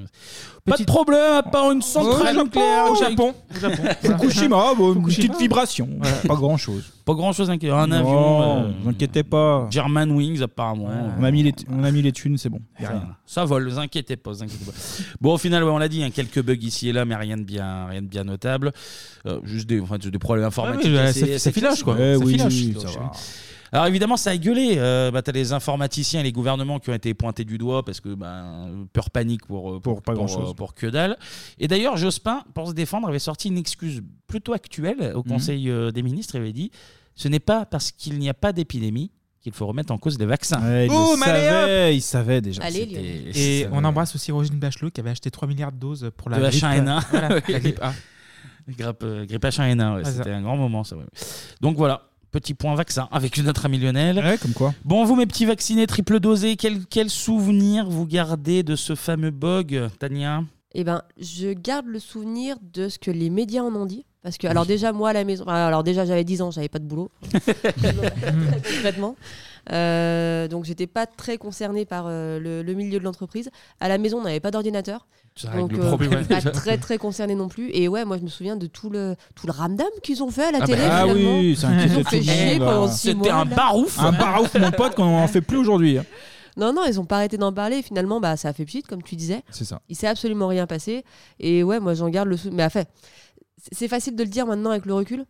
Pas de problème à part une centrale
Au
nucléaire
Japon, au Japon. Fukushima, bon, une petite vibration. Pas grand chose.
Pas grand chose, un
Non,
avion. euh,
vous inquiétez pas.
German Wings, apparemment.
On a mis les, on a mis les thunes, c'est bon. Y a
Ça,
rien.
ça vole, vous inquiétez pas, vous inquiétez pas. Bon, au final, ouais, on l'a dit, hein, quelques bugs ici et là, mais rien de bien, rien de bien notable. Euh, juste des, enfin, des problèmes informatiques.
Ouais, euh, ouais,
c'est-
ça-
c'est
ça filage,
classique,
quoi. Eh
Ouais,
Ça
oui,
filage.
oui, oui, ça va. Alors évidemment, ça a gueulé. Euh, bah, t'as les informaticiens et les gouvernements qui ont été pointés du doigt parce que bah, peur panique pour, euh, pour,
pas grand-chose.
euh, pour que dalle. Et d'ailleurs, Jospin, pour se défendre, avait sorti une excuse plutôt actuelle au
Mhm.
Conseil euh, des ministres. Il avait dit ce n'est pas parce qu'il n'y a pas d'épidémie qu'il faut remettre en cause les vaccins.
Ouais, Eh, il le savait, il savait déjà.
Allez, Lionel.
Et on embrasse aussi Rogine Bachelot qui avait acheté 3 milliards de doses pour la
de
grippe. euh,
H1N1.
Voilà, la grippe A.
Grippe, euh, grippe H1N1, ouais,
Ah, ça.
c'était un grand moment ça. ouais. Donc voilà, petit point vaccin avec notre ami Lionel.
comme quoi.
Bon, vous mes petits vaccinés triple dosés, quel, quel souvenir vous gardez de ce fameux bug, Tania
Eh ben, je garde le souvenir de ce que les médias en ont dit. Parce que, alors déjà, moi, à la maison, enfin, alors déjà, j'avais 10 ans, j'avais pas de boulot. Concrètement. Euh, donc, j'étais pas très concernée par euh, le, le milieu de l'entreprise. À la maison, on n'avait pas d'ordinateur.
Ça
Donc, euh,
règle le problème, ouais.
pas très, très concernée non plus. Et ouais, moi, je me souviens de tout le, tout le ramdam qu'ils ont fait à la
Ah
télé.
bah, ah
finalement.
oui, ça
Ils
inquiétait
ont
tout
fait
le
chier
monde,
pendant
là.
six mois, là.
Un barouf, mon pote, qu'on en fait plus aujourd'hui. hein.
Non, non, ils ont pas arrêté d'en parler. Et finalement, bah, ça a fait pchit, comme tu disais.
C'est ça.
Il s'est absolument rien passé. Et ouais, moi, j'en garde le sou. Mais à fait, c'est- c'est facile de le dire maintenant avec le recul.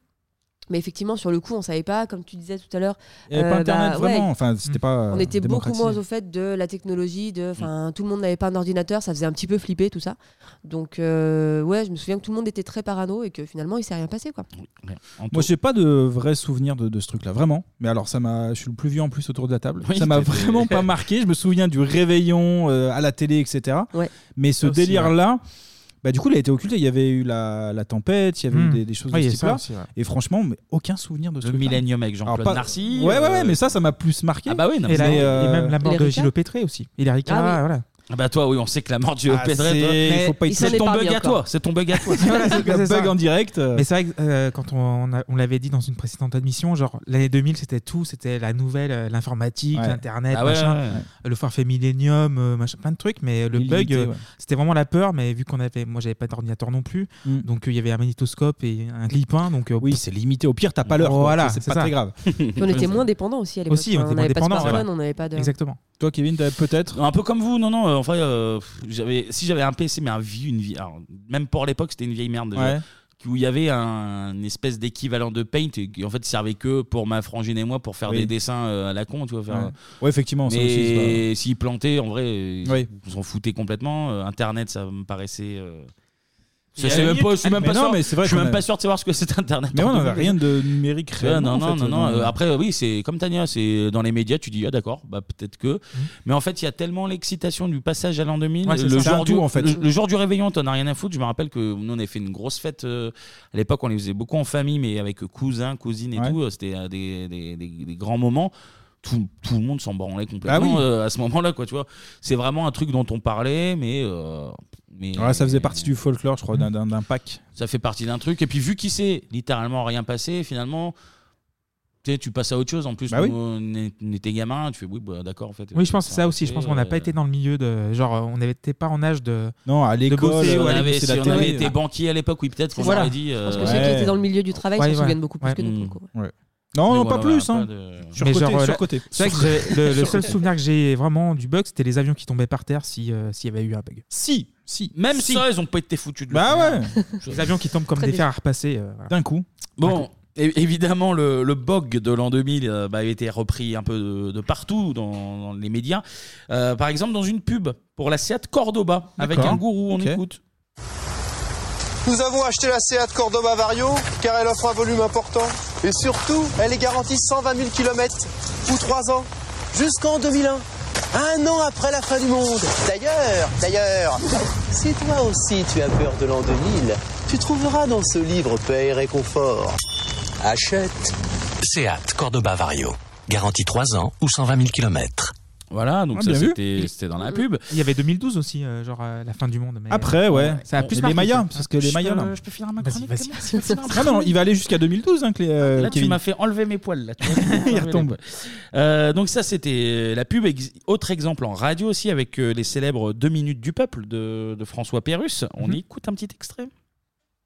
Mais effectivement, sur le coup, on savait pas, comme tu disais tout à l'heure.
Il n'y avait
euh,
pas
bah,
Internet vraiment.
ouais,
Enfin, c'était pas. euh,
on était beaucoup
démocratisé. Mm.
moins au fait de la technologie, de, enfin, tout le monde n'avait pas un ordinateur, ça faisait un petit peu flipper tout ça. Donc euh, ouais, je me souviens que tout le monde était très parano et que finalement il s'est rien passé quoi.
Moi, j'ai pas de vrai souvenir de, de ce truc-là, vraiment. Mais alors, ça m'a. Je suis le plus vieux en plus autour de la table.
Oui,
ça m'a
t'étais-
vraiment pas marqué. Je me souviens du réveillon euh, à la télé, etc. Mais ce
Ça aussi,
délire-là. Bah, du coup, il a été occulté. Il y avait eu la, la tempête, il y avait eu
Hmm.
des, des choses
Ouais, il y
de
a
ce
ça
type-là.
aussi, ouais.
Et franchement, mais aucun souvenir de ce
Le
truc-là.
Millennium avec Jean-Claude
Alors, pas-
Narcy,
Ouais, ouais,
euh,
ouais, mais ça, ça m'a plus marqué.
Ah bah oui, non,
et,
mais
la-
c'est-
et, euh,
Et même la mort
les
de
Ricards.
Gilles Pétré aussi. Il est Ricard,
Ah oui.
voilà.
Ah bah toi, oui, on sait que la mort du
Ah,
Pedret,
c'est-
toi,
il faut pas y
c'est
toucher.
ton
Il s'en est
bug
pas
à
mis
toi.
encore.
C'est ton bug à toi.
Le bug en direct. euh.
Mais c'est vrai que euh, quand on, a- on l'avait dit dans une précédente admission, genre l'année 2000, c'était tout, c'était la nouvelle, euh, l'informatique,
Ouais.
l'internet,
Ah ouais,
machin,
ouais, ouais.
Euh, le forfait Millennium, euh, machin, plein de trucs. Mais le bug,
Illimité,
euh,
ouais.
c'était vraiment la peur. Mais vu qu'on avait, moi, j'avais pas d'ordinateur non plus,
Mm.
donc euh, il y avait un magnétoscope et un clipin. Donc oui,
c'est limité. Au pire, t'as pas l'heure, quoi.
Voilà,
C'est pas
ça.
très grave.
Puis on était moins dépendants aussi à l'époque.
Aussi, on était moins
n'avait pas de
dépendants,
smartphone,
ouais.
on n'avait pas de.
Exactement.
Toi, Kevin, t'avais peut-être.
Un peu comme vous, non, non. euh, En vrai, euh, pff, j'avais, si j'avais un PC, mais un vieux, une vie, alors, même pour l'époque, c'était une vieille merde. déjà,
Ouais.
qui- Où il y avait un une espèce d'équivalent de Paint et qui en fait servait que pour ma frangine et moi pour faire
Oui.
des dessins euh, à la con, tu vois. Faire, euh,
Ouais. Ouais, effectivement, ça
Mais
aussi, c'est
s'ils plantaient, en vrai, euh, ils
Oui.
s'en foutaient complètement. Euh, Internet, ça me paraissait. euh,
Et
ça,
à
c'est
la
même pas-
limite-
je suis même
Ah, mais
pas
non,
sûr-
mais c'est vrai
je suis
qu'on
même
a-
pas sûr de savoir ce que c'est Internet.
Mais on
en
n'avait
2000.
rien de numérique
Ouais,
réellement.
non,
en
non,
fait, hein.
non, non.
dans-
Euh, Après, oui, c'est comme Tania, c'est dans les médias, tu dis, ah d'accord, bah peut-être que. Mais en fait, il y a tellement l'excitation du passage à l'an 2000.
Mhm. Ouais, c'est
le,
ça.
jour du,
Tout, en fait.
le, le jour du réveillon, t'en as rien à foutre. Je me rappelle que nous, on avait fait une grosse fête. euh, à l'époque, on les faisait beaucoup en famille, mais avec cousins, cousines et tout. euh, C'était euh, des, des- des- des grands moments. Tout, tout le monde s'en branlait complètement
Ah oui.
euh, à ce moment-là, quoi, tu vois. C'est vraiment un truc dont on parlait, mais. euh, mais
Ouais, ça faisait partie du folklore, je crois, d'un- d'un d'un pack.
ça fait partie d'un truc. Et puis vu qu'il s'est littéralement rien passé, finalement, tu sais, tu passes à autre chose. En plus,
Bah oui.
nous, on est- on était gamin, tu fais oui, bah, d'accord, en fait.
Oui, je pense que
Ça
ça
a
aussi. Je pense
passé,
qu'on n'a
euh,
pas été dans le milieu de. Genre, euh, on n'était pas en âge de.
Non, à l'école,
si on
ouais,
avait,
c'est
si
la
on
télé.
avait
hein.
été banquier à l'époque, oui, peut-être qu'on
Voilà.
aurait dit.
Je pense
euh,
que ceux qui étaient dans le milieu du travail
Ouais,
s'en
ouais.
souviennent beaucoup plus
Ouais.
que nous. pour le
Mm.
coup.
Non,
Mais
non,
voilà,
pas plus.
pas
Hein.
de-
Surcoté,
Mais genre, euh,
surcoté.
c'est vrai que j'avais- le, le seul souvenir que j'ai vraiment du bug, c'était les avions qui tombaient par terre si, euh, s'il y avait eu un bug.
Si, si.
Même ça, ils ont pas été foutus de
Bah
le faire.
Les avions qui tombent comme
Très
des
bien.
fers à repasser. euh, voilà.
D'un coup.
Bon, é- évidemment, le, le bug de l'an 2000 euh, bah, a été repris un peu de, de partout dans, dans les médias. Euh, par exemple, dans une pub pour la Seat Cordoba avec
D'accord.
un gourou, on
Ok.
écoute.
Nous avons acheté la Seat Cordoba Vario car elle offre un volume important et surtout elle est garantie 120 000 km ou 3 ans jusqu'en 2001. Un an après la fin du monde. D'ailleurs, d'ailleurs, si toi aussi tu as peur de l'an 2000, tu trouveras dans ce livre paix et réconfort. Achète.
Seat Cordoba Vario. Garantie 3 ans ou 120 000 km.
Voilà, donc
Ah,
ça
bien vu.
c'était c'était dans la pub.
Il y avait 2012 aussi, euh, genre euh, la fin du monde. mais-
Après, ouais.
Ça a plus
Les
marqué,
Mayas,
ça.
parce que les
Je
Mayas,
peux-
là.
Je peux finir ma
Vas-y,
chronique
vas-y,
comme
vas-y,
ça
vas-y.
Je peux
Ah
finir ma
non, non,
chronique.
il va aller jusqu'à 2012, hein, Clé- euh,
Là, tu
Kevin.
m'as fait enlever mes poils. Là. Tu m'as fait enlever mes
retombe.
poils. Euh, donc ça, c'était la pub. Ex- Autre exemple en radio aussi, avec euh, les célèbres 2 minutes du peuple de, de François Pérus. On
Mhm.
écoute un petit extrait.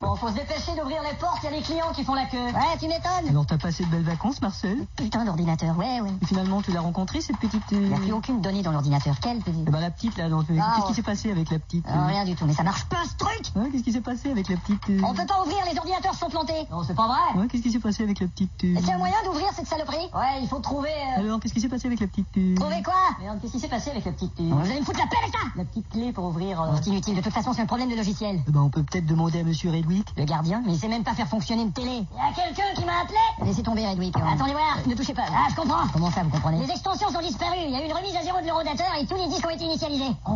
Bon, faut se dépêcher d'ouvrir les portes, il y a les clients qui font la queue. Ouais, tu m'étonnes.
Alors t'as passé de belles vacances, Marcel
Putain d'ordinateur, ouais, ouais.
Finalement, tu l'as rencontrée, cette petite... euh,
Il n'y a plus aucune donnée dans l'ordinateur. Quelle petite
Eh ben, la petite, là, dans...
Ah,
qu'est-ce
ouais.
qui s'est passé avec la petite euh
Ah, Rien du tout, mais ça marche pas ce truc
Ouais, qu'est-ce qui s'est passé avec la petite euh,
On peut pas ouvrir, les ordinateurs sont plantés. Non, c'est pas vrai.
Ouais, qu'est-ce qui s'est passé avec la petite euh,
Est-ce qu'il y a moyen d'ouvrir cette saloperie Ouais, il faut trouver. Eh euh, Oh.
Alors, qu'est-ce qui s'est passé avec la petite euh,
Trouver quoi Merde, qu'est-ce qui s'est passé avec la petite. Vous allez me foutre la paix avec ça La petite clé pour ouvrir. euh, C'est inutile, de toute façon, c'est un problème de logiciel.
Eh ben, on peut peut-être demander à Monsieur Redwick.
Le gardien, mais il sait même pas faire fonctionner une télé. Il y a quelqu'un qui m'a appelé Laissez tomber, Redwick. hein. Attendez voir, ne touchez pas. Ah, je comprends. Comment ça, vous comprenez Les extensions sont disparues, il y a eu une remise à zéro de l'eurodateur et tous les disques ont été initialisés. Oh,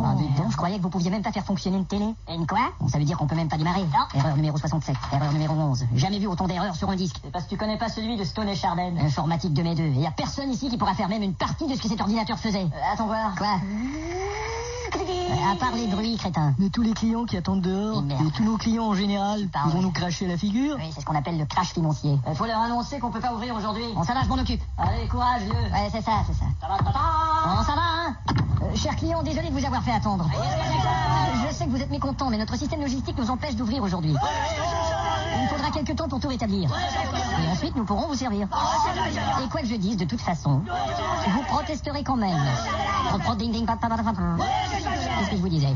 je croyais que vous pouviez même pas faire fonctionner une télé. Une quoi Bon, Ça veut dire qu'on peut même pas démarrer. Erreur numéro 67, erreur numéro 11. Jamais vu autant d'erreurs sur un disque. C'est parce que tu connais pas celui de Stone et Chardin. Informatique de mes deux. Il y a personne ici qui pourra faire même une partie de ce que cet ordinateur faisait. attends voir. Quoi Euh, À part les bruits, crétin.
Mais tous les clients qui attendent dehors,
Merde.
et tous nos clients en général,
Pardon.
ils vont nous cracher à la figure.
Oui, c'est ce qu'on appelle le crash financier. Il faut leur annoncer qu'on peut pas ouvrir aujourd'hui. Bon, ça va, je m'en occupe. Allez, courage, vieux. Ouais, c'est ça, c'est ça. Ça va, Bon, ça va, hein Euh, Cher client, désolé de vous avoir fait attendre. je sais que vous êtes mécontent, mais notre système logistique nous empêche d'ouvrir aujourd'hui. Il faudra quelques temps pour tout rétablir. Et ensuite, nous pourrons vous servir.
Ah,
Et quoi que je dise, de toute façon, vous protesterez quand même. Ding, ding, pa, pa, pa, pa, pa. C'est ce que je vous disais.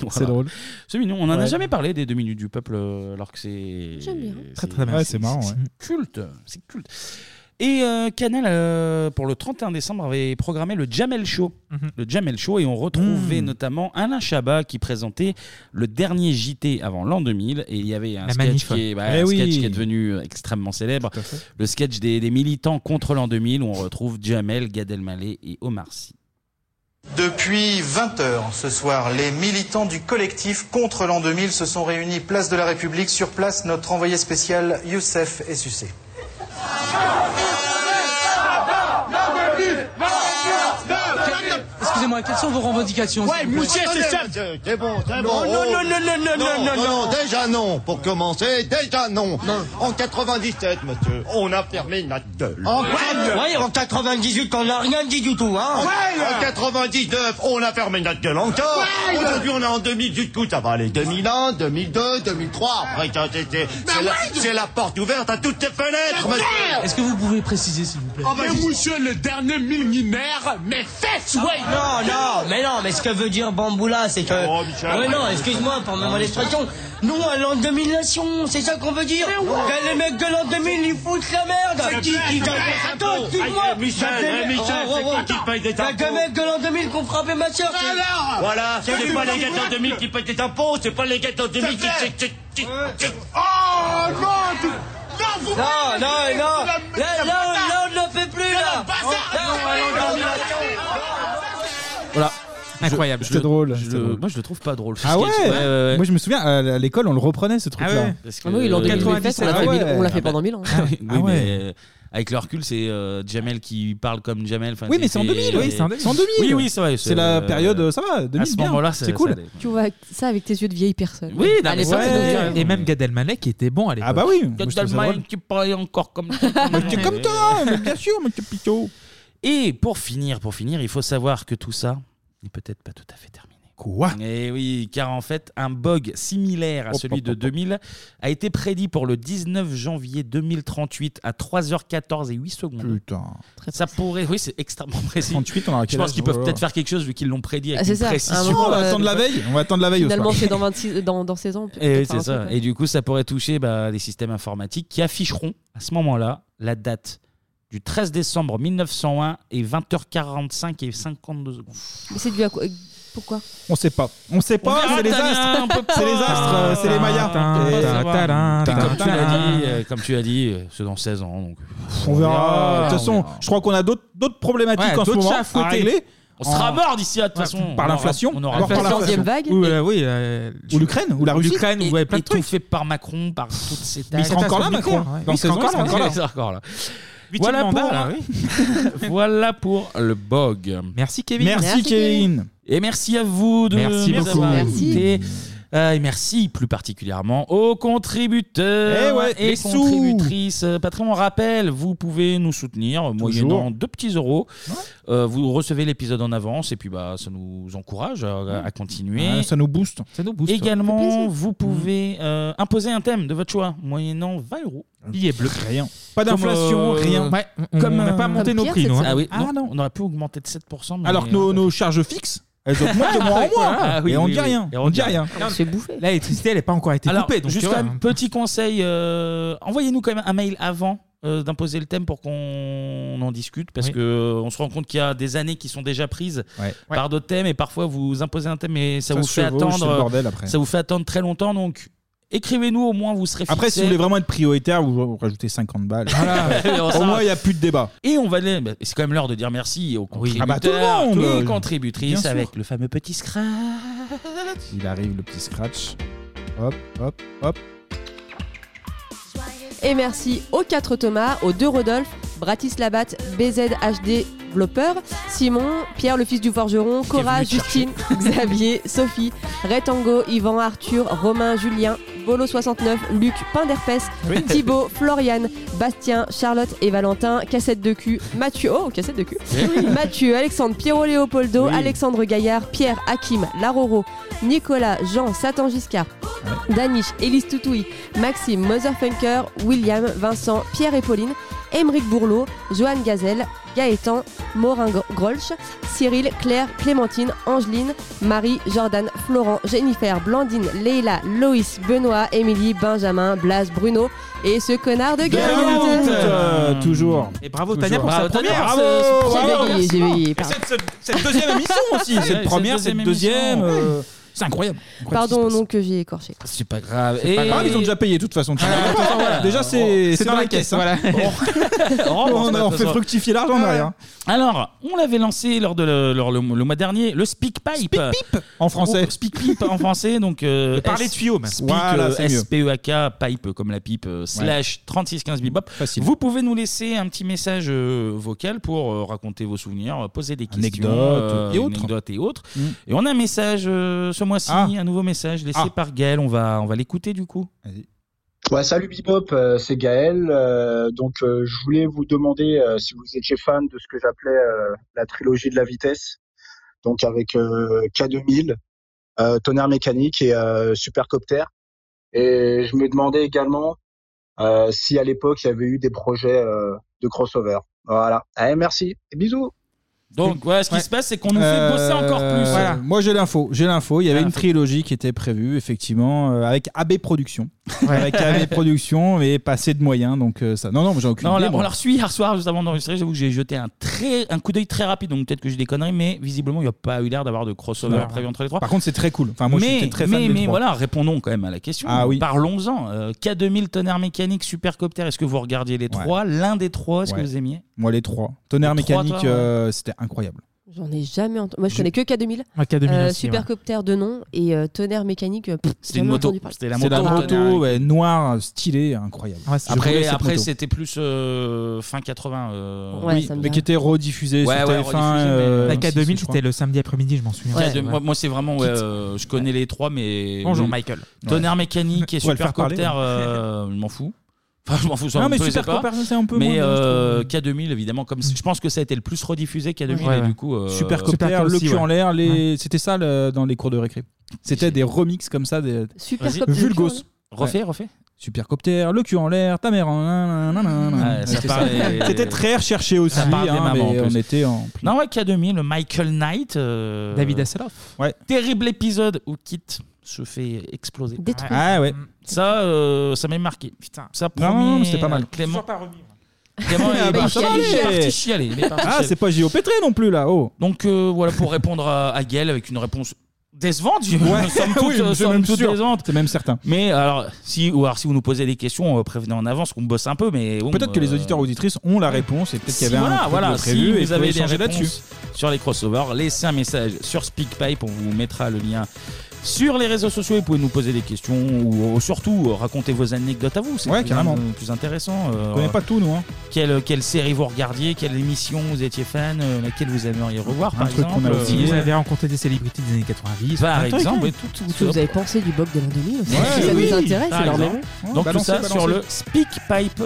Voilà.
drôle.
C'est mignon. On en a
Ouais.
jamais parlé des 2 minutes du peuple, euh, alors que c'est.
J'aime bien.
c'est-
Très, très bien. Ouais, c'est marrant, ouais.
Culte. C'est culte. Et euh, Canal, euh, pour le 31 décembre, avait programmé le Jamel Show.
Mhm.
Le Jamel Show, et on retrouvait
Mm.
notamment Alain Chabat qui présentait le dernier JT avant l'an 2000. Et il y avait un,
La
sketch
manif.
qui, est, bah,
Eh
un
oui.
sketch qui est devenu extrêmement célèbre. Le sketch des, des militants contre l'an 2000, où on retrouve Jamel, Gad Elmaleh et Omar Sy.
Depuis 20h ce soir, les militants du collectif contre l'an 2000 se sont réunis place de la République. Sur place, notre envoyé spécial Youssef est sucé.
Excusez-moi, quelles sont vos revendications
Ouais, monsieur, c'est ça. C'est bon, c'est bon.
Non, non, non, non, non, non, non, non.
Déjà non, pour commencer, déjà non. En 97, monsieur, on a fermé notre gueule.
En gueule Ouais, en 98, on n'a rien dit du tout, hein
En 99, on a fermé notre gueule encore.
Ouais.
Aujourd'hui, on est en 2000, du coup, ça va aller 2001, 2002, 2003. Après, ça, c'est- c'est c'est la, c'est la porte ouverte à toutes les fenêtres, monsieur.
Est-ce que vous pouvez préciser, s'il vous plaît
monsieur, le dernier millionnaire, mes fesses,
Non, non, mais non, mais ce que veut dire Bamboula, c'est que...
Oh, Michel.
Ah Ouais, non, excuse-moi pour mon expression. Nous, à l'an 2000 nation, c'est ça qu'on veut dire Que les mecs de l'an 2000, ils foutent la merde
C'est qui qui donne les impôts
Attends, excuse-moi
Aïe, Michel,
Ça, c'est-
eh, Michel,
Oh, oh,
c'est
oh.
qui qui paye des
T'as que
impôts
mecs de l'an 2000 qui ont frappé ma soeur
Voilà, c'est pas les gars de 2000 qui payent des impôts, c'est pas les gars de 2000 qui... qui- qui- qui-
Oh non tu... Non, non, non, non Là, là, là, on ne le fait plus, là
Voilà.
Incroyable.
Je-
C'était
je-
drôle,
je-
c'était drôle.
Moi, je le trouve pas drôle. ce
Ah ouais,
sketch. ouais.
Moi, je me souviens, à l'école, on le reprenait, ce truc-là.
Parce que-
Ah oui, l'an
97,
2000, on l'a fait mille- on l'a fait
bah-
pendant mille ans.
Ah oui,
Ah ouais.
mais, euh, avec le recul, c'est euh, Jamel qui parle comme Jamel. enfin,
Oui, mais c'est en 2000, oui,
et-
c'est en 2000.
Oui, oui, c'est Ah, vrai.
C'est la
euh,
période, euh, ça va, 2000,
À ce
bien.
moment-là,
C'est cool.
Tu vois ça avec tes yeux de vieille personne.
Oui, non,
À
mais
l'époque,
ouais.
c'était bien.
Et même Gad Elmaleh qui était bon à l'époque.
Ah bah oui.
qui parlait encore comme ça.
t'es comme hein,
toi,
mais bien sûr, mais t'es pitot.
Et pour finir, pour finir, il faut savoir que tout ça n'est peut-être pas tout à fait terminé.
Quoi
Eh oui, car en fait, un bug similaire à
Hop,
celui
hop,
de 2000 a été prédit pour le 19 janvier 2038 à 3h14 et 8 secondes.
Putain.
Ça pourrait, oui, c'est extrêmement précis.
38, on aura
Je
quel
pense
âge
qu'ils peuvent
Oh là
peut-être
là.
faire quelque chose vu qu'ils l'ont prédit avec
Ah, c'est
une
ça, à un
précision.
moment, On va euh, attendre
la veille, on Oh, va attendre la veille au
Finalement,
soir.
c'est dans, 26, dans, dans 16 ans. peut-être,
Et Eh oui,
enfin,
c'est
un truc,
ça.
ouais.
Et du coup, ça pourrait toucher bah, les systèmes informatiques qui afficheront à ce moment-là la date du 13 décembre 1901 et 20h45 et 52 secondes.
hein. Mais c'est dû à quoi euh, Pourquoi
On sait pas. On sait
On
pas,
verra,
c'est les
Damien, on peut
astres.
pas.
C'est les astres, euh,
ah,
c'est les mayas.
On peut pas
Et-
savoir.
tadam,
Et Comme tu
tadam.
l'as dit, euh, comme tu l'as dit, euh, c'est dans 16 ans. Donc.
On verra. De
on
toute façon, je crois qu'on a d'autres d'autres problématiques
Ouais,
en ce
d'autres
moment
chats à
à
fouetter.
régler.
On sera
En-
mort d'ici là, de toute façon.
Par
On aura-
l'inflation
on aura
Mort par
l'inflation.
Oui,
euh,
oui,
euh,
Ou l'Ukraine, ou la Russie.
L'Ukraine, ou ouais, plein de
Étouffé par Macron, par toutes ces
Mais il sera
taxes.
encore là, Macron.
Ouais.
Dans
Il
saison,
sera encore
il sera
là,
encore là.
il sera encore là.
Huitième
Voilà
mandat,
pour-
là, oui.
voilà pour le bog.
Merci Kevin.
Merci,
Merci,
Kevin.
Kevin.
Et merci à vous de
Merci
nous
beaucoup.
avoir
Merci.
écoutés. Euh, et merci plus particulièrement aux contributeurs
Eh ouais,
et
les sous.
contributrices. Euh, Patreon, on rappelle, vous pouvez nous soutenir euh, moyennant deux petits euros. Euh, vous recevez l'épisode en avance et puis bah, ça nous encourage à, à continuer.
Ah, ça nous booste. Ça nous
Également, vous pouvez euh, imposer un thème de votre choix, moyennant 20 euros.
Billet bleu. Rien. Pas
Comme,
d'inflation,
euh,
rien.
ouais, on-
Comme,
on n'a
euh,
pas monté nos prix, nous. hein. Ah oui,
Ah
non, on aurait pu augmenter de 7%. mais-
Alors que nos, nos charges fixes, elles augmentent de mois en mois.
Ah oui,
et on
oui,
dit
oui.
rien.
Et
on dit rien.
C'est bouffé.
L'électricité, elle n'est pas encore été
Alors,
coupée. Donc,
juste
tu
quand
vois.
même, petit conseil, euh, envoyez-nous quand même un mail avant euh, d'imposer le thème pour qu'on en discute, parce
Oui.
que euh, on se rend compte qu'il y a des années qui sont déjà prises
Ouais.
par d'autres thèmes, et parfois vous imposez un thème et ça,
Ça
vous
se
fait
chevauche,
attendre, euh,
c'est le bordel après.
ça vous fait attendre très longtemps, donc écrivez-nous au moins, vous serez
Après, si
fixés.
vous voulez vraiment être prioritaire, vous vous rajoutez 50 balles. Au moins, il n'y a plus de débat.
Et on va les... bah, c'est quand même l'heure de dire merci aux contributeurs,
Ah bah, tout le monde.
et contributrices
Bien sûr.
avec le fameux petit scratch.
Il arrive le petit scratch. Hop, hop, hop.
Et merci aux 4 Thomas, aux 2 Rodolphe, Bratislavat, BZHD Vlopper, Simon, Pierre le fils du forgeron, Cora,
venu te
Justine, Xavier, Sophie, Retango, Yvan, Arthur, Romain, Julien, Bolo69, Luc, Pinderpès,
Oui.
Thibaut, Floriane, Bastien, Charlotte et Valentin, Cassette de cul, Mathieu, oh, Cassette de cul,
Eh oui.
Mathieu, Alexandre, Pierrot Léopoldo,
Oui.
Alexandre Gaillard, Pierre, Hakim, Laroro, Nicolas, Jean, Satan Giscard, Danish, Élise Toutoui, Maxime, Motherfunker, William, Vincent, Pierre et Pauline, Émeric Bourlot, Johan Gazelle, Gaëtan, Morin Gro- Grolsch, Cyril, Claire, Clémentine, Angeline, Marie, Jordan, Florent, Jennifer, Blandine, Leila, Loïs, Benoît, Émilie, Benjamin, Blaise, Bruno et ce connard de
Gaëtan,
Gaël.
euh, toujours.
Et bravo
Toujours.
Tania pour sa
Bravo, Tania,
première.
bravo,
ce- ce
bravo,
premier
merci.
remerciement.
J'ai
oublié,
Et cette, cette- cette deuxième émission aussi.
Ouais,
Cette
cette
première,
deuxième
cette deuxième.
émission.
euh, C'est incroyable.
Pardon non que j'ai écorché.
C'est pas grave.
C'est pas
Et-
grave, ils ont déjà payé de toute façon.
voilà.
Déjà, c'est
On-
c'est dans la caisse. hein.
voilà. On
On-
rembourse
Oh, on
notre
fait
trésor.
fructifier l'argent hein.
Ah,
derrière.
Alors, on l'avait lancé lors de le, lors le- le mois dernier, le Speak Pipe.
en français.
speak Pipe en français. Donc, euh,
Le parler
S-
de tuyaux, même.
Speak,
Voilà,
euh,
c'est mieux.
SPEAK, pipe euh, comme la pipe, euh, slash 3615 bebop. Vous pouvez nous laisser un petit message euh, vocal pour euh, raconter vos souvenirs, euh, poser des questions. euh,
Anecdotes et autres.
Anecdotes et autres.
Mm.
Et on a un message euh, ce mois-ci,
Ah.
un nouveau message laissé
Ah.
par Gaël. On va, on va l'écouter du coup.
Ouais, salut Bibop, euh, c'est Gaël. Euh, donc, euh, je voulais vous demander euh, si vous étiez fan de ce que j'appelais euh, la trilogie de la vitesse, donc avec euh, K2000, euh, Tonnerre mécanique et euh, Supercopter. Et je me demandais également euh, si à l'époque il y avait eu des projets euh, de crossover. Voilà. Allez, merci. Et bisous.
Donc, voilà, ce qui
Ouais.
se passe, c'est qu'on nous fait bosser encore plus.
Euh, Voilà. Moi j'ai l'info, j'ai l'info. Il y avait une
L'info.
trilogie qui était prévue effectivement euh, avec AB Productions, avec AB Productions mais pas assez de moyens donc euh, ça. Non non, mais j'ai aucune
Non, on
idée.
l'a- on
moi.
l'a reçu hier soir, juste avant d'enregistrer. J'avoue que j'ai jeté un, très, un coup d'œil très rapide, donc peut-être que j'ai des conneries, mais visiblement, il n'y a pas eu l'air d'avoir de crossover
Ouais.
prévu entre les trois.
Par contre c'est très cool. Enfin moi
mais,
j'étais très fan
mais,
des
mais
trois.
voilà, répondons quand même à la question.
Ah oui.
Parlons-en. Euh, K2000, tonnerre mécanique, supercopter, est-ce que vous regardiez les trois L'un des trois, est-ce
Ouais.
que vous aimiez
Moi les trois. Tonnerre
Les trois,
mécanique,
toi, ouais.
euh, c'était incroyable.
J'en ai jamais entendu. Moi je connais que K2000.
Ah,
Ouais, K2000 aussi, ouais.
Supercopter Euh, de nom et euh, tonnerre mécanique. euh, pff,
C'était
jamais
une moto.
entendu parler.
C'était la
C'est la
moto,
moto
Tonnerre
ouais, noire, stylée, incroyable. Je voulais
après,
cette
après
moto.
c'était plus euh, fin 80. euh,
Oui, mais qui était rediffusée
Ouais,
sur
ouais,
TF1.
rediffusée, mais-
euh,
La
ainsi de
K2000,
suite, je crois.
c'était le samedi après-midi, je m'en souviens.
K2000, Moi, moi, c'est vraiment. ouais, euh, je connais les trois, mais.
Bonjour,
Oui.
Michael.
Tonnerre mécanique et
On va le faire
supercopter,
parler, ouais.
euh, je m'en fous. Enfin, je m'en fous. ça
Non,
me
mais
plaisait
Supercopter,
pas.
c'est un peu moins
Mais
bien, je trouve. Mm.
euh, K2000, évidemment, comme je pense que ça a été le plus rediffusé K2000,
Ouais,
et
ouais.
du coup. euh,
Supercopter, le cul en l'air, les... c'était ça le- dans les cours de récré. C'était des remixes comme ça, des
Supercopter, le cul en
vulgos.
l'air.
hein.
Refais, refais.
Supercopter, le cul en l'air, ta mère. en- nan, nan, nan, nan.
Ouais, ça
C'était
parle
ça.
des-
C'était très recherché aussi,
Ça parle des
hein,
mamans,
mais
en plus.
on était en.
Non, ouais, K2000, le Michael Knight. euh,
David Hasselhoff. Ouais.
Terrible épisode où Kit se fait exploser.
Détruit. Ah ouais.
Ça, euh, ça m'a marqué. Putain. Ça,
Non,
promis,
non, mais c'était pas mal.
euh, Clément. Clément,
Clément,
il est
bah,
parti
ça va
chialer, il est
aller.
parti chialer, il est parti
Ah,
chialer.
c'est pas J.O. Pétré non plus là. Oh.
Donc euh, voilà pour répondre à, à Gaël avec une réponse décevante. je-
Ouais.
somme toute,
Oui,
euh,
c'est
somme
même
toute
sûr.
décevante.
C'est même certain.
Mais alors si ou alors si vous nous posez des questions, euh, prévenez en avance qu'on bosse un peu. Mais bon,
Peut-être que les
euh,
auditeurs auditrices ont la réponse et peut-être qu'il y
si,
avait un
voilà,
truc
voilà,
de prévu
si
et
vous avez des
changer
réponses
là-dessus.
sur les crossovers, laissez un message sur SpeakPipe, on vous mettra le lien Sur les réseaux sociaux, vous pouvez nous poser des questions ou euh, surtout euh, raconter vos anecdotes à vous. C'est
Ouais,
plus- euh,
carrément.
plus intéressant.
On connaît pas tout, nous. Hein.
Quelle, quelle série vous regardiez, quelle émission vous étiez fan, euh, laquelle vous aimeriez revoir par
un truc
exemple.
qu'on a aussi.
euh,
Vous avez rencontré des célébrités des années 90.
Par
Un truc,
exemple,
hein.
et tout-
Ce
tout- tout-
que vous avez
pensé du Bob de l'an 2000 aussi.
Ouais,
Si ça
oui,
nous intéresse,
par
alors
exemple.
même.
Donc
Balancez,
tout ça
balancez.
sur le SpeakPipe,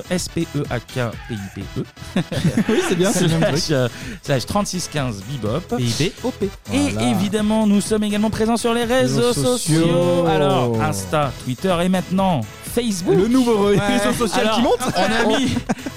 E S-P-E-A-K-P-I-P-E. oui,
c'est bien, c'est le même truc.
Slash, euh, slash 3615 Bebop.
B-I-B-O-P.
Et
Voilà.
évidemment, nous sommes également présents sur les réseaux
Réseaux
sociaux.
sociaux.
Alors, Insta, Twitter et maintenant Facebook.
Le nouveau re- réseau social
Alors,
qui monte.
On a mis,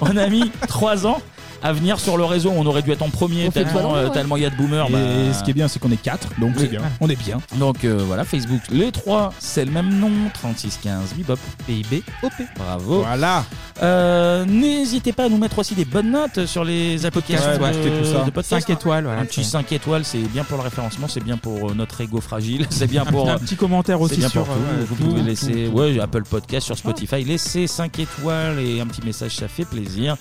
on a mis 3 ans à venir sur le réseau. On aurait dû être en premier,
fait trois
tellement
ans,
euh,
ouais.
tellement il y a de boomers.
Et
bah,
ce qui est bien, c'est qu'on est quatre, donc
Oui.
c'est bien.
Ah.
On est bien.
Donc euh, voilà, Facebook, les trois, c'est le même nom, 3615 Bibop, PIB, OP. Bravo.
Voilà.
Euh, N'hésitez pas à nous mettre aussi des bonnes notes sur les applications
podcasts,
de,
ouais, tout ça.
de podcast.
5 étoiles, voilà.
Un petit 5 étoiles, c'est bien pour le référencement, c'est bien pour euh, notre ego fragile, c'est bien pour...
Un
euh,
petit commentaire aussi
c'est bien
sur,
pour
euh,
tout.
ouais,
Vous
tout,
pouvez
tout,
laisser
tout.
ouais, Apple Podcast sur Spotify, laissez 5 étoiles et un petit message, ça fait plaisir.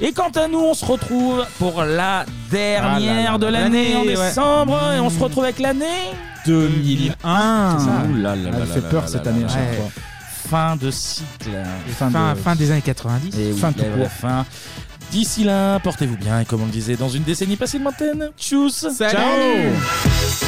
Et quant à nous, on se retrouve pour la dernière
Ah là là,
de l'année en
l'année, ouais.
décembre et on se retrouve avec l'année
2001.
C'est ça.
Ah, Ouh là là
Elle
là
Ah, fait
là
peur
là
cette
là
année
là
à chaque
là.
fois. Fin de cycle.
Fin, fin, des années 90.
Et Eh oui,
fin tout
la vraie
court.
fin. D'ici là, portez-vous bien et comme on le disait, dans une décennie, passez le matin. Tchuss
Ciao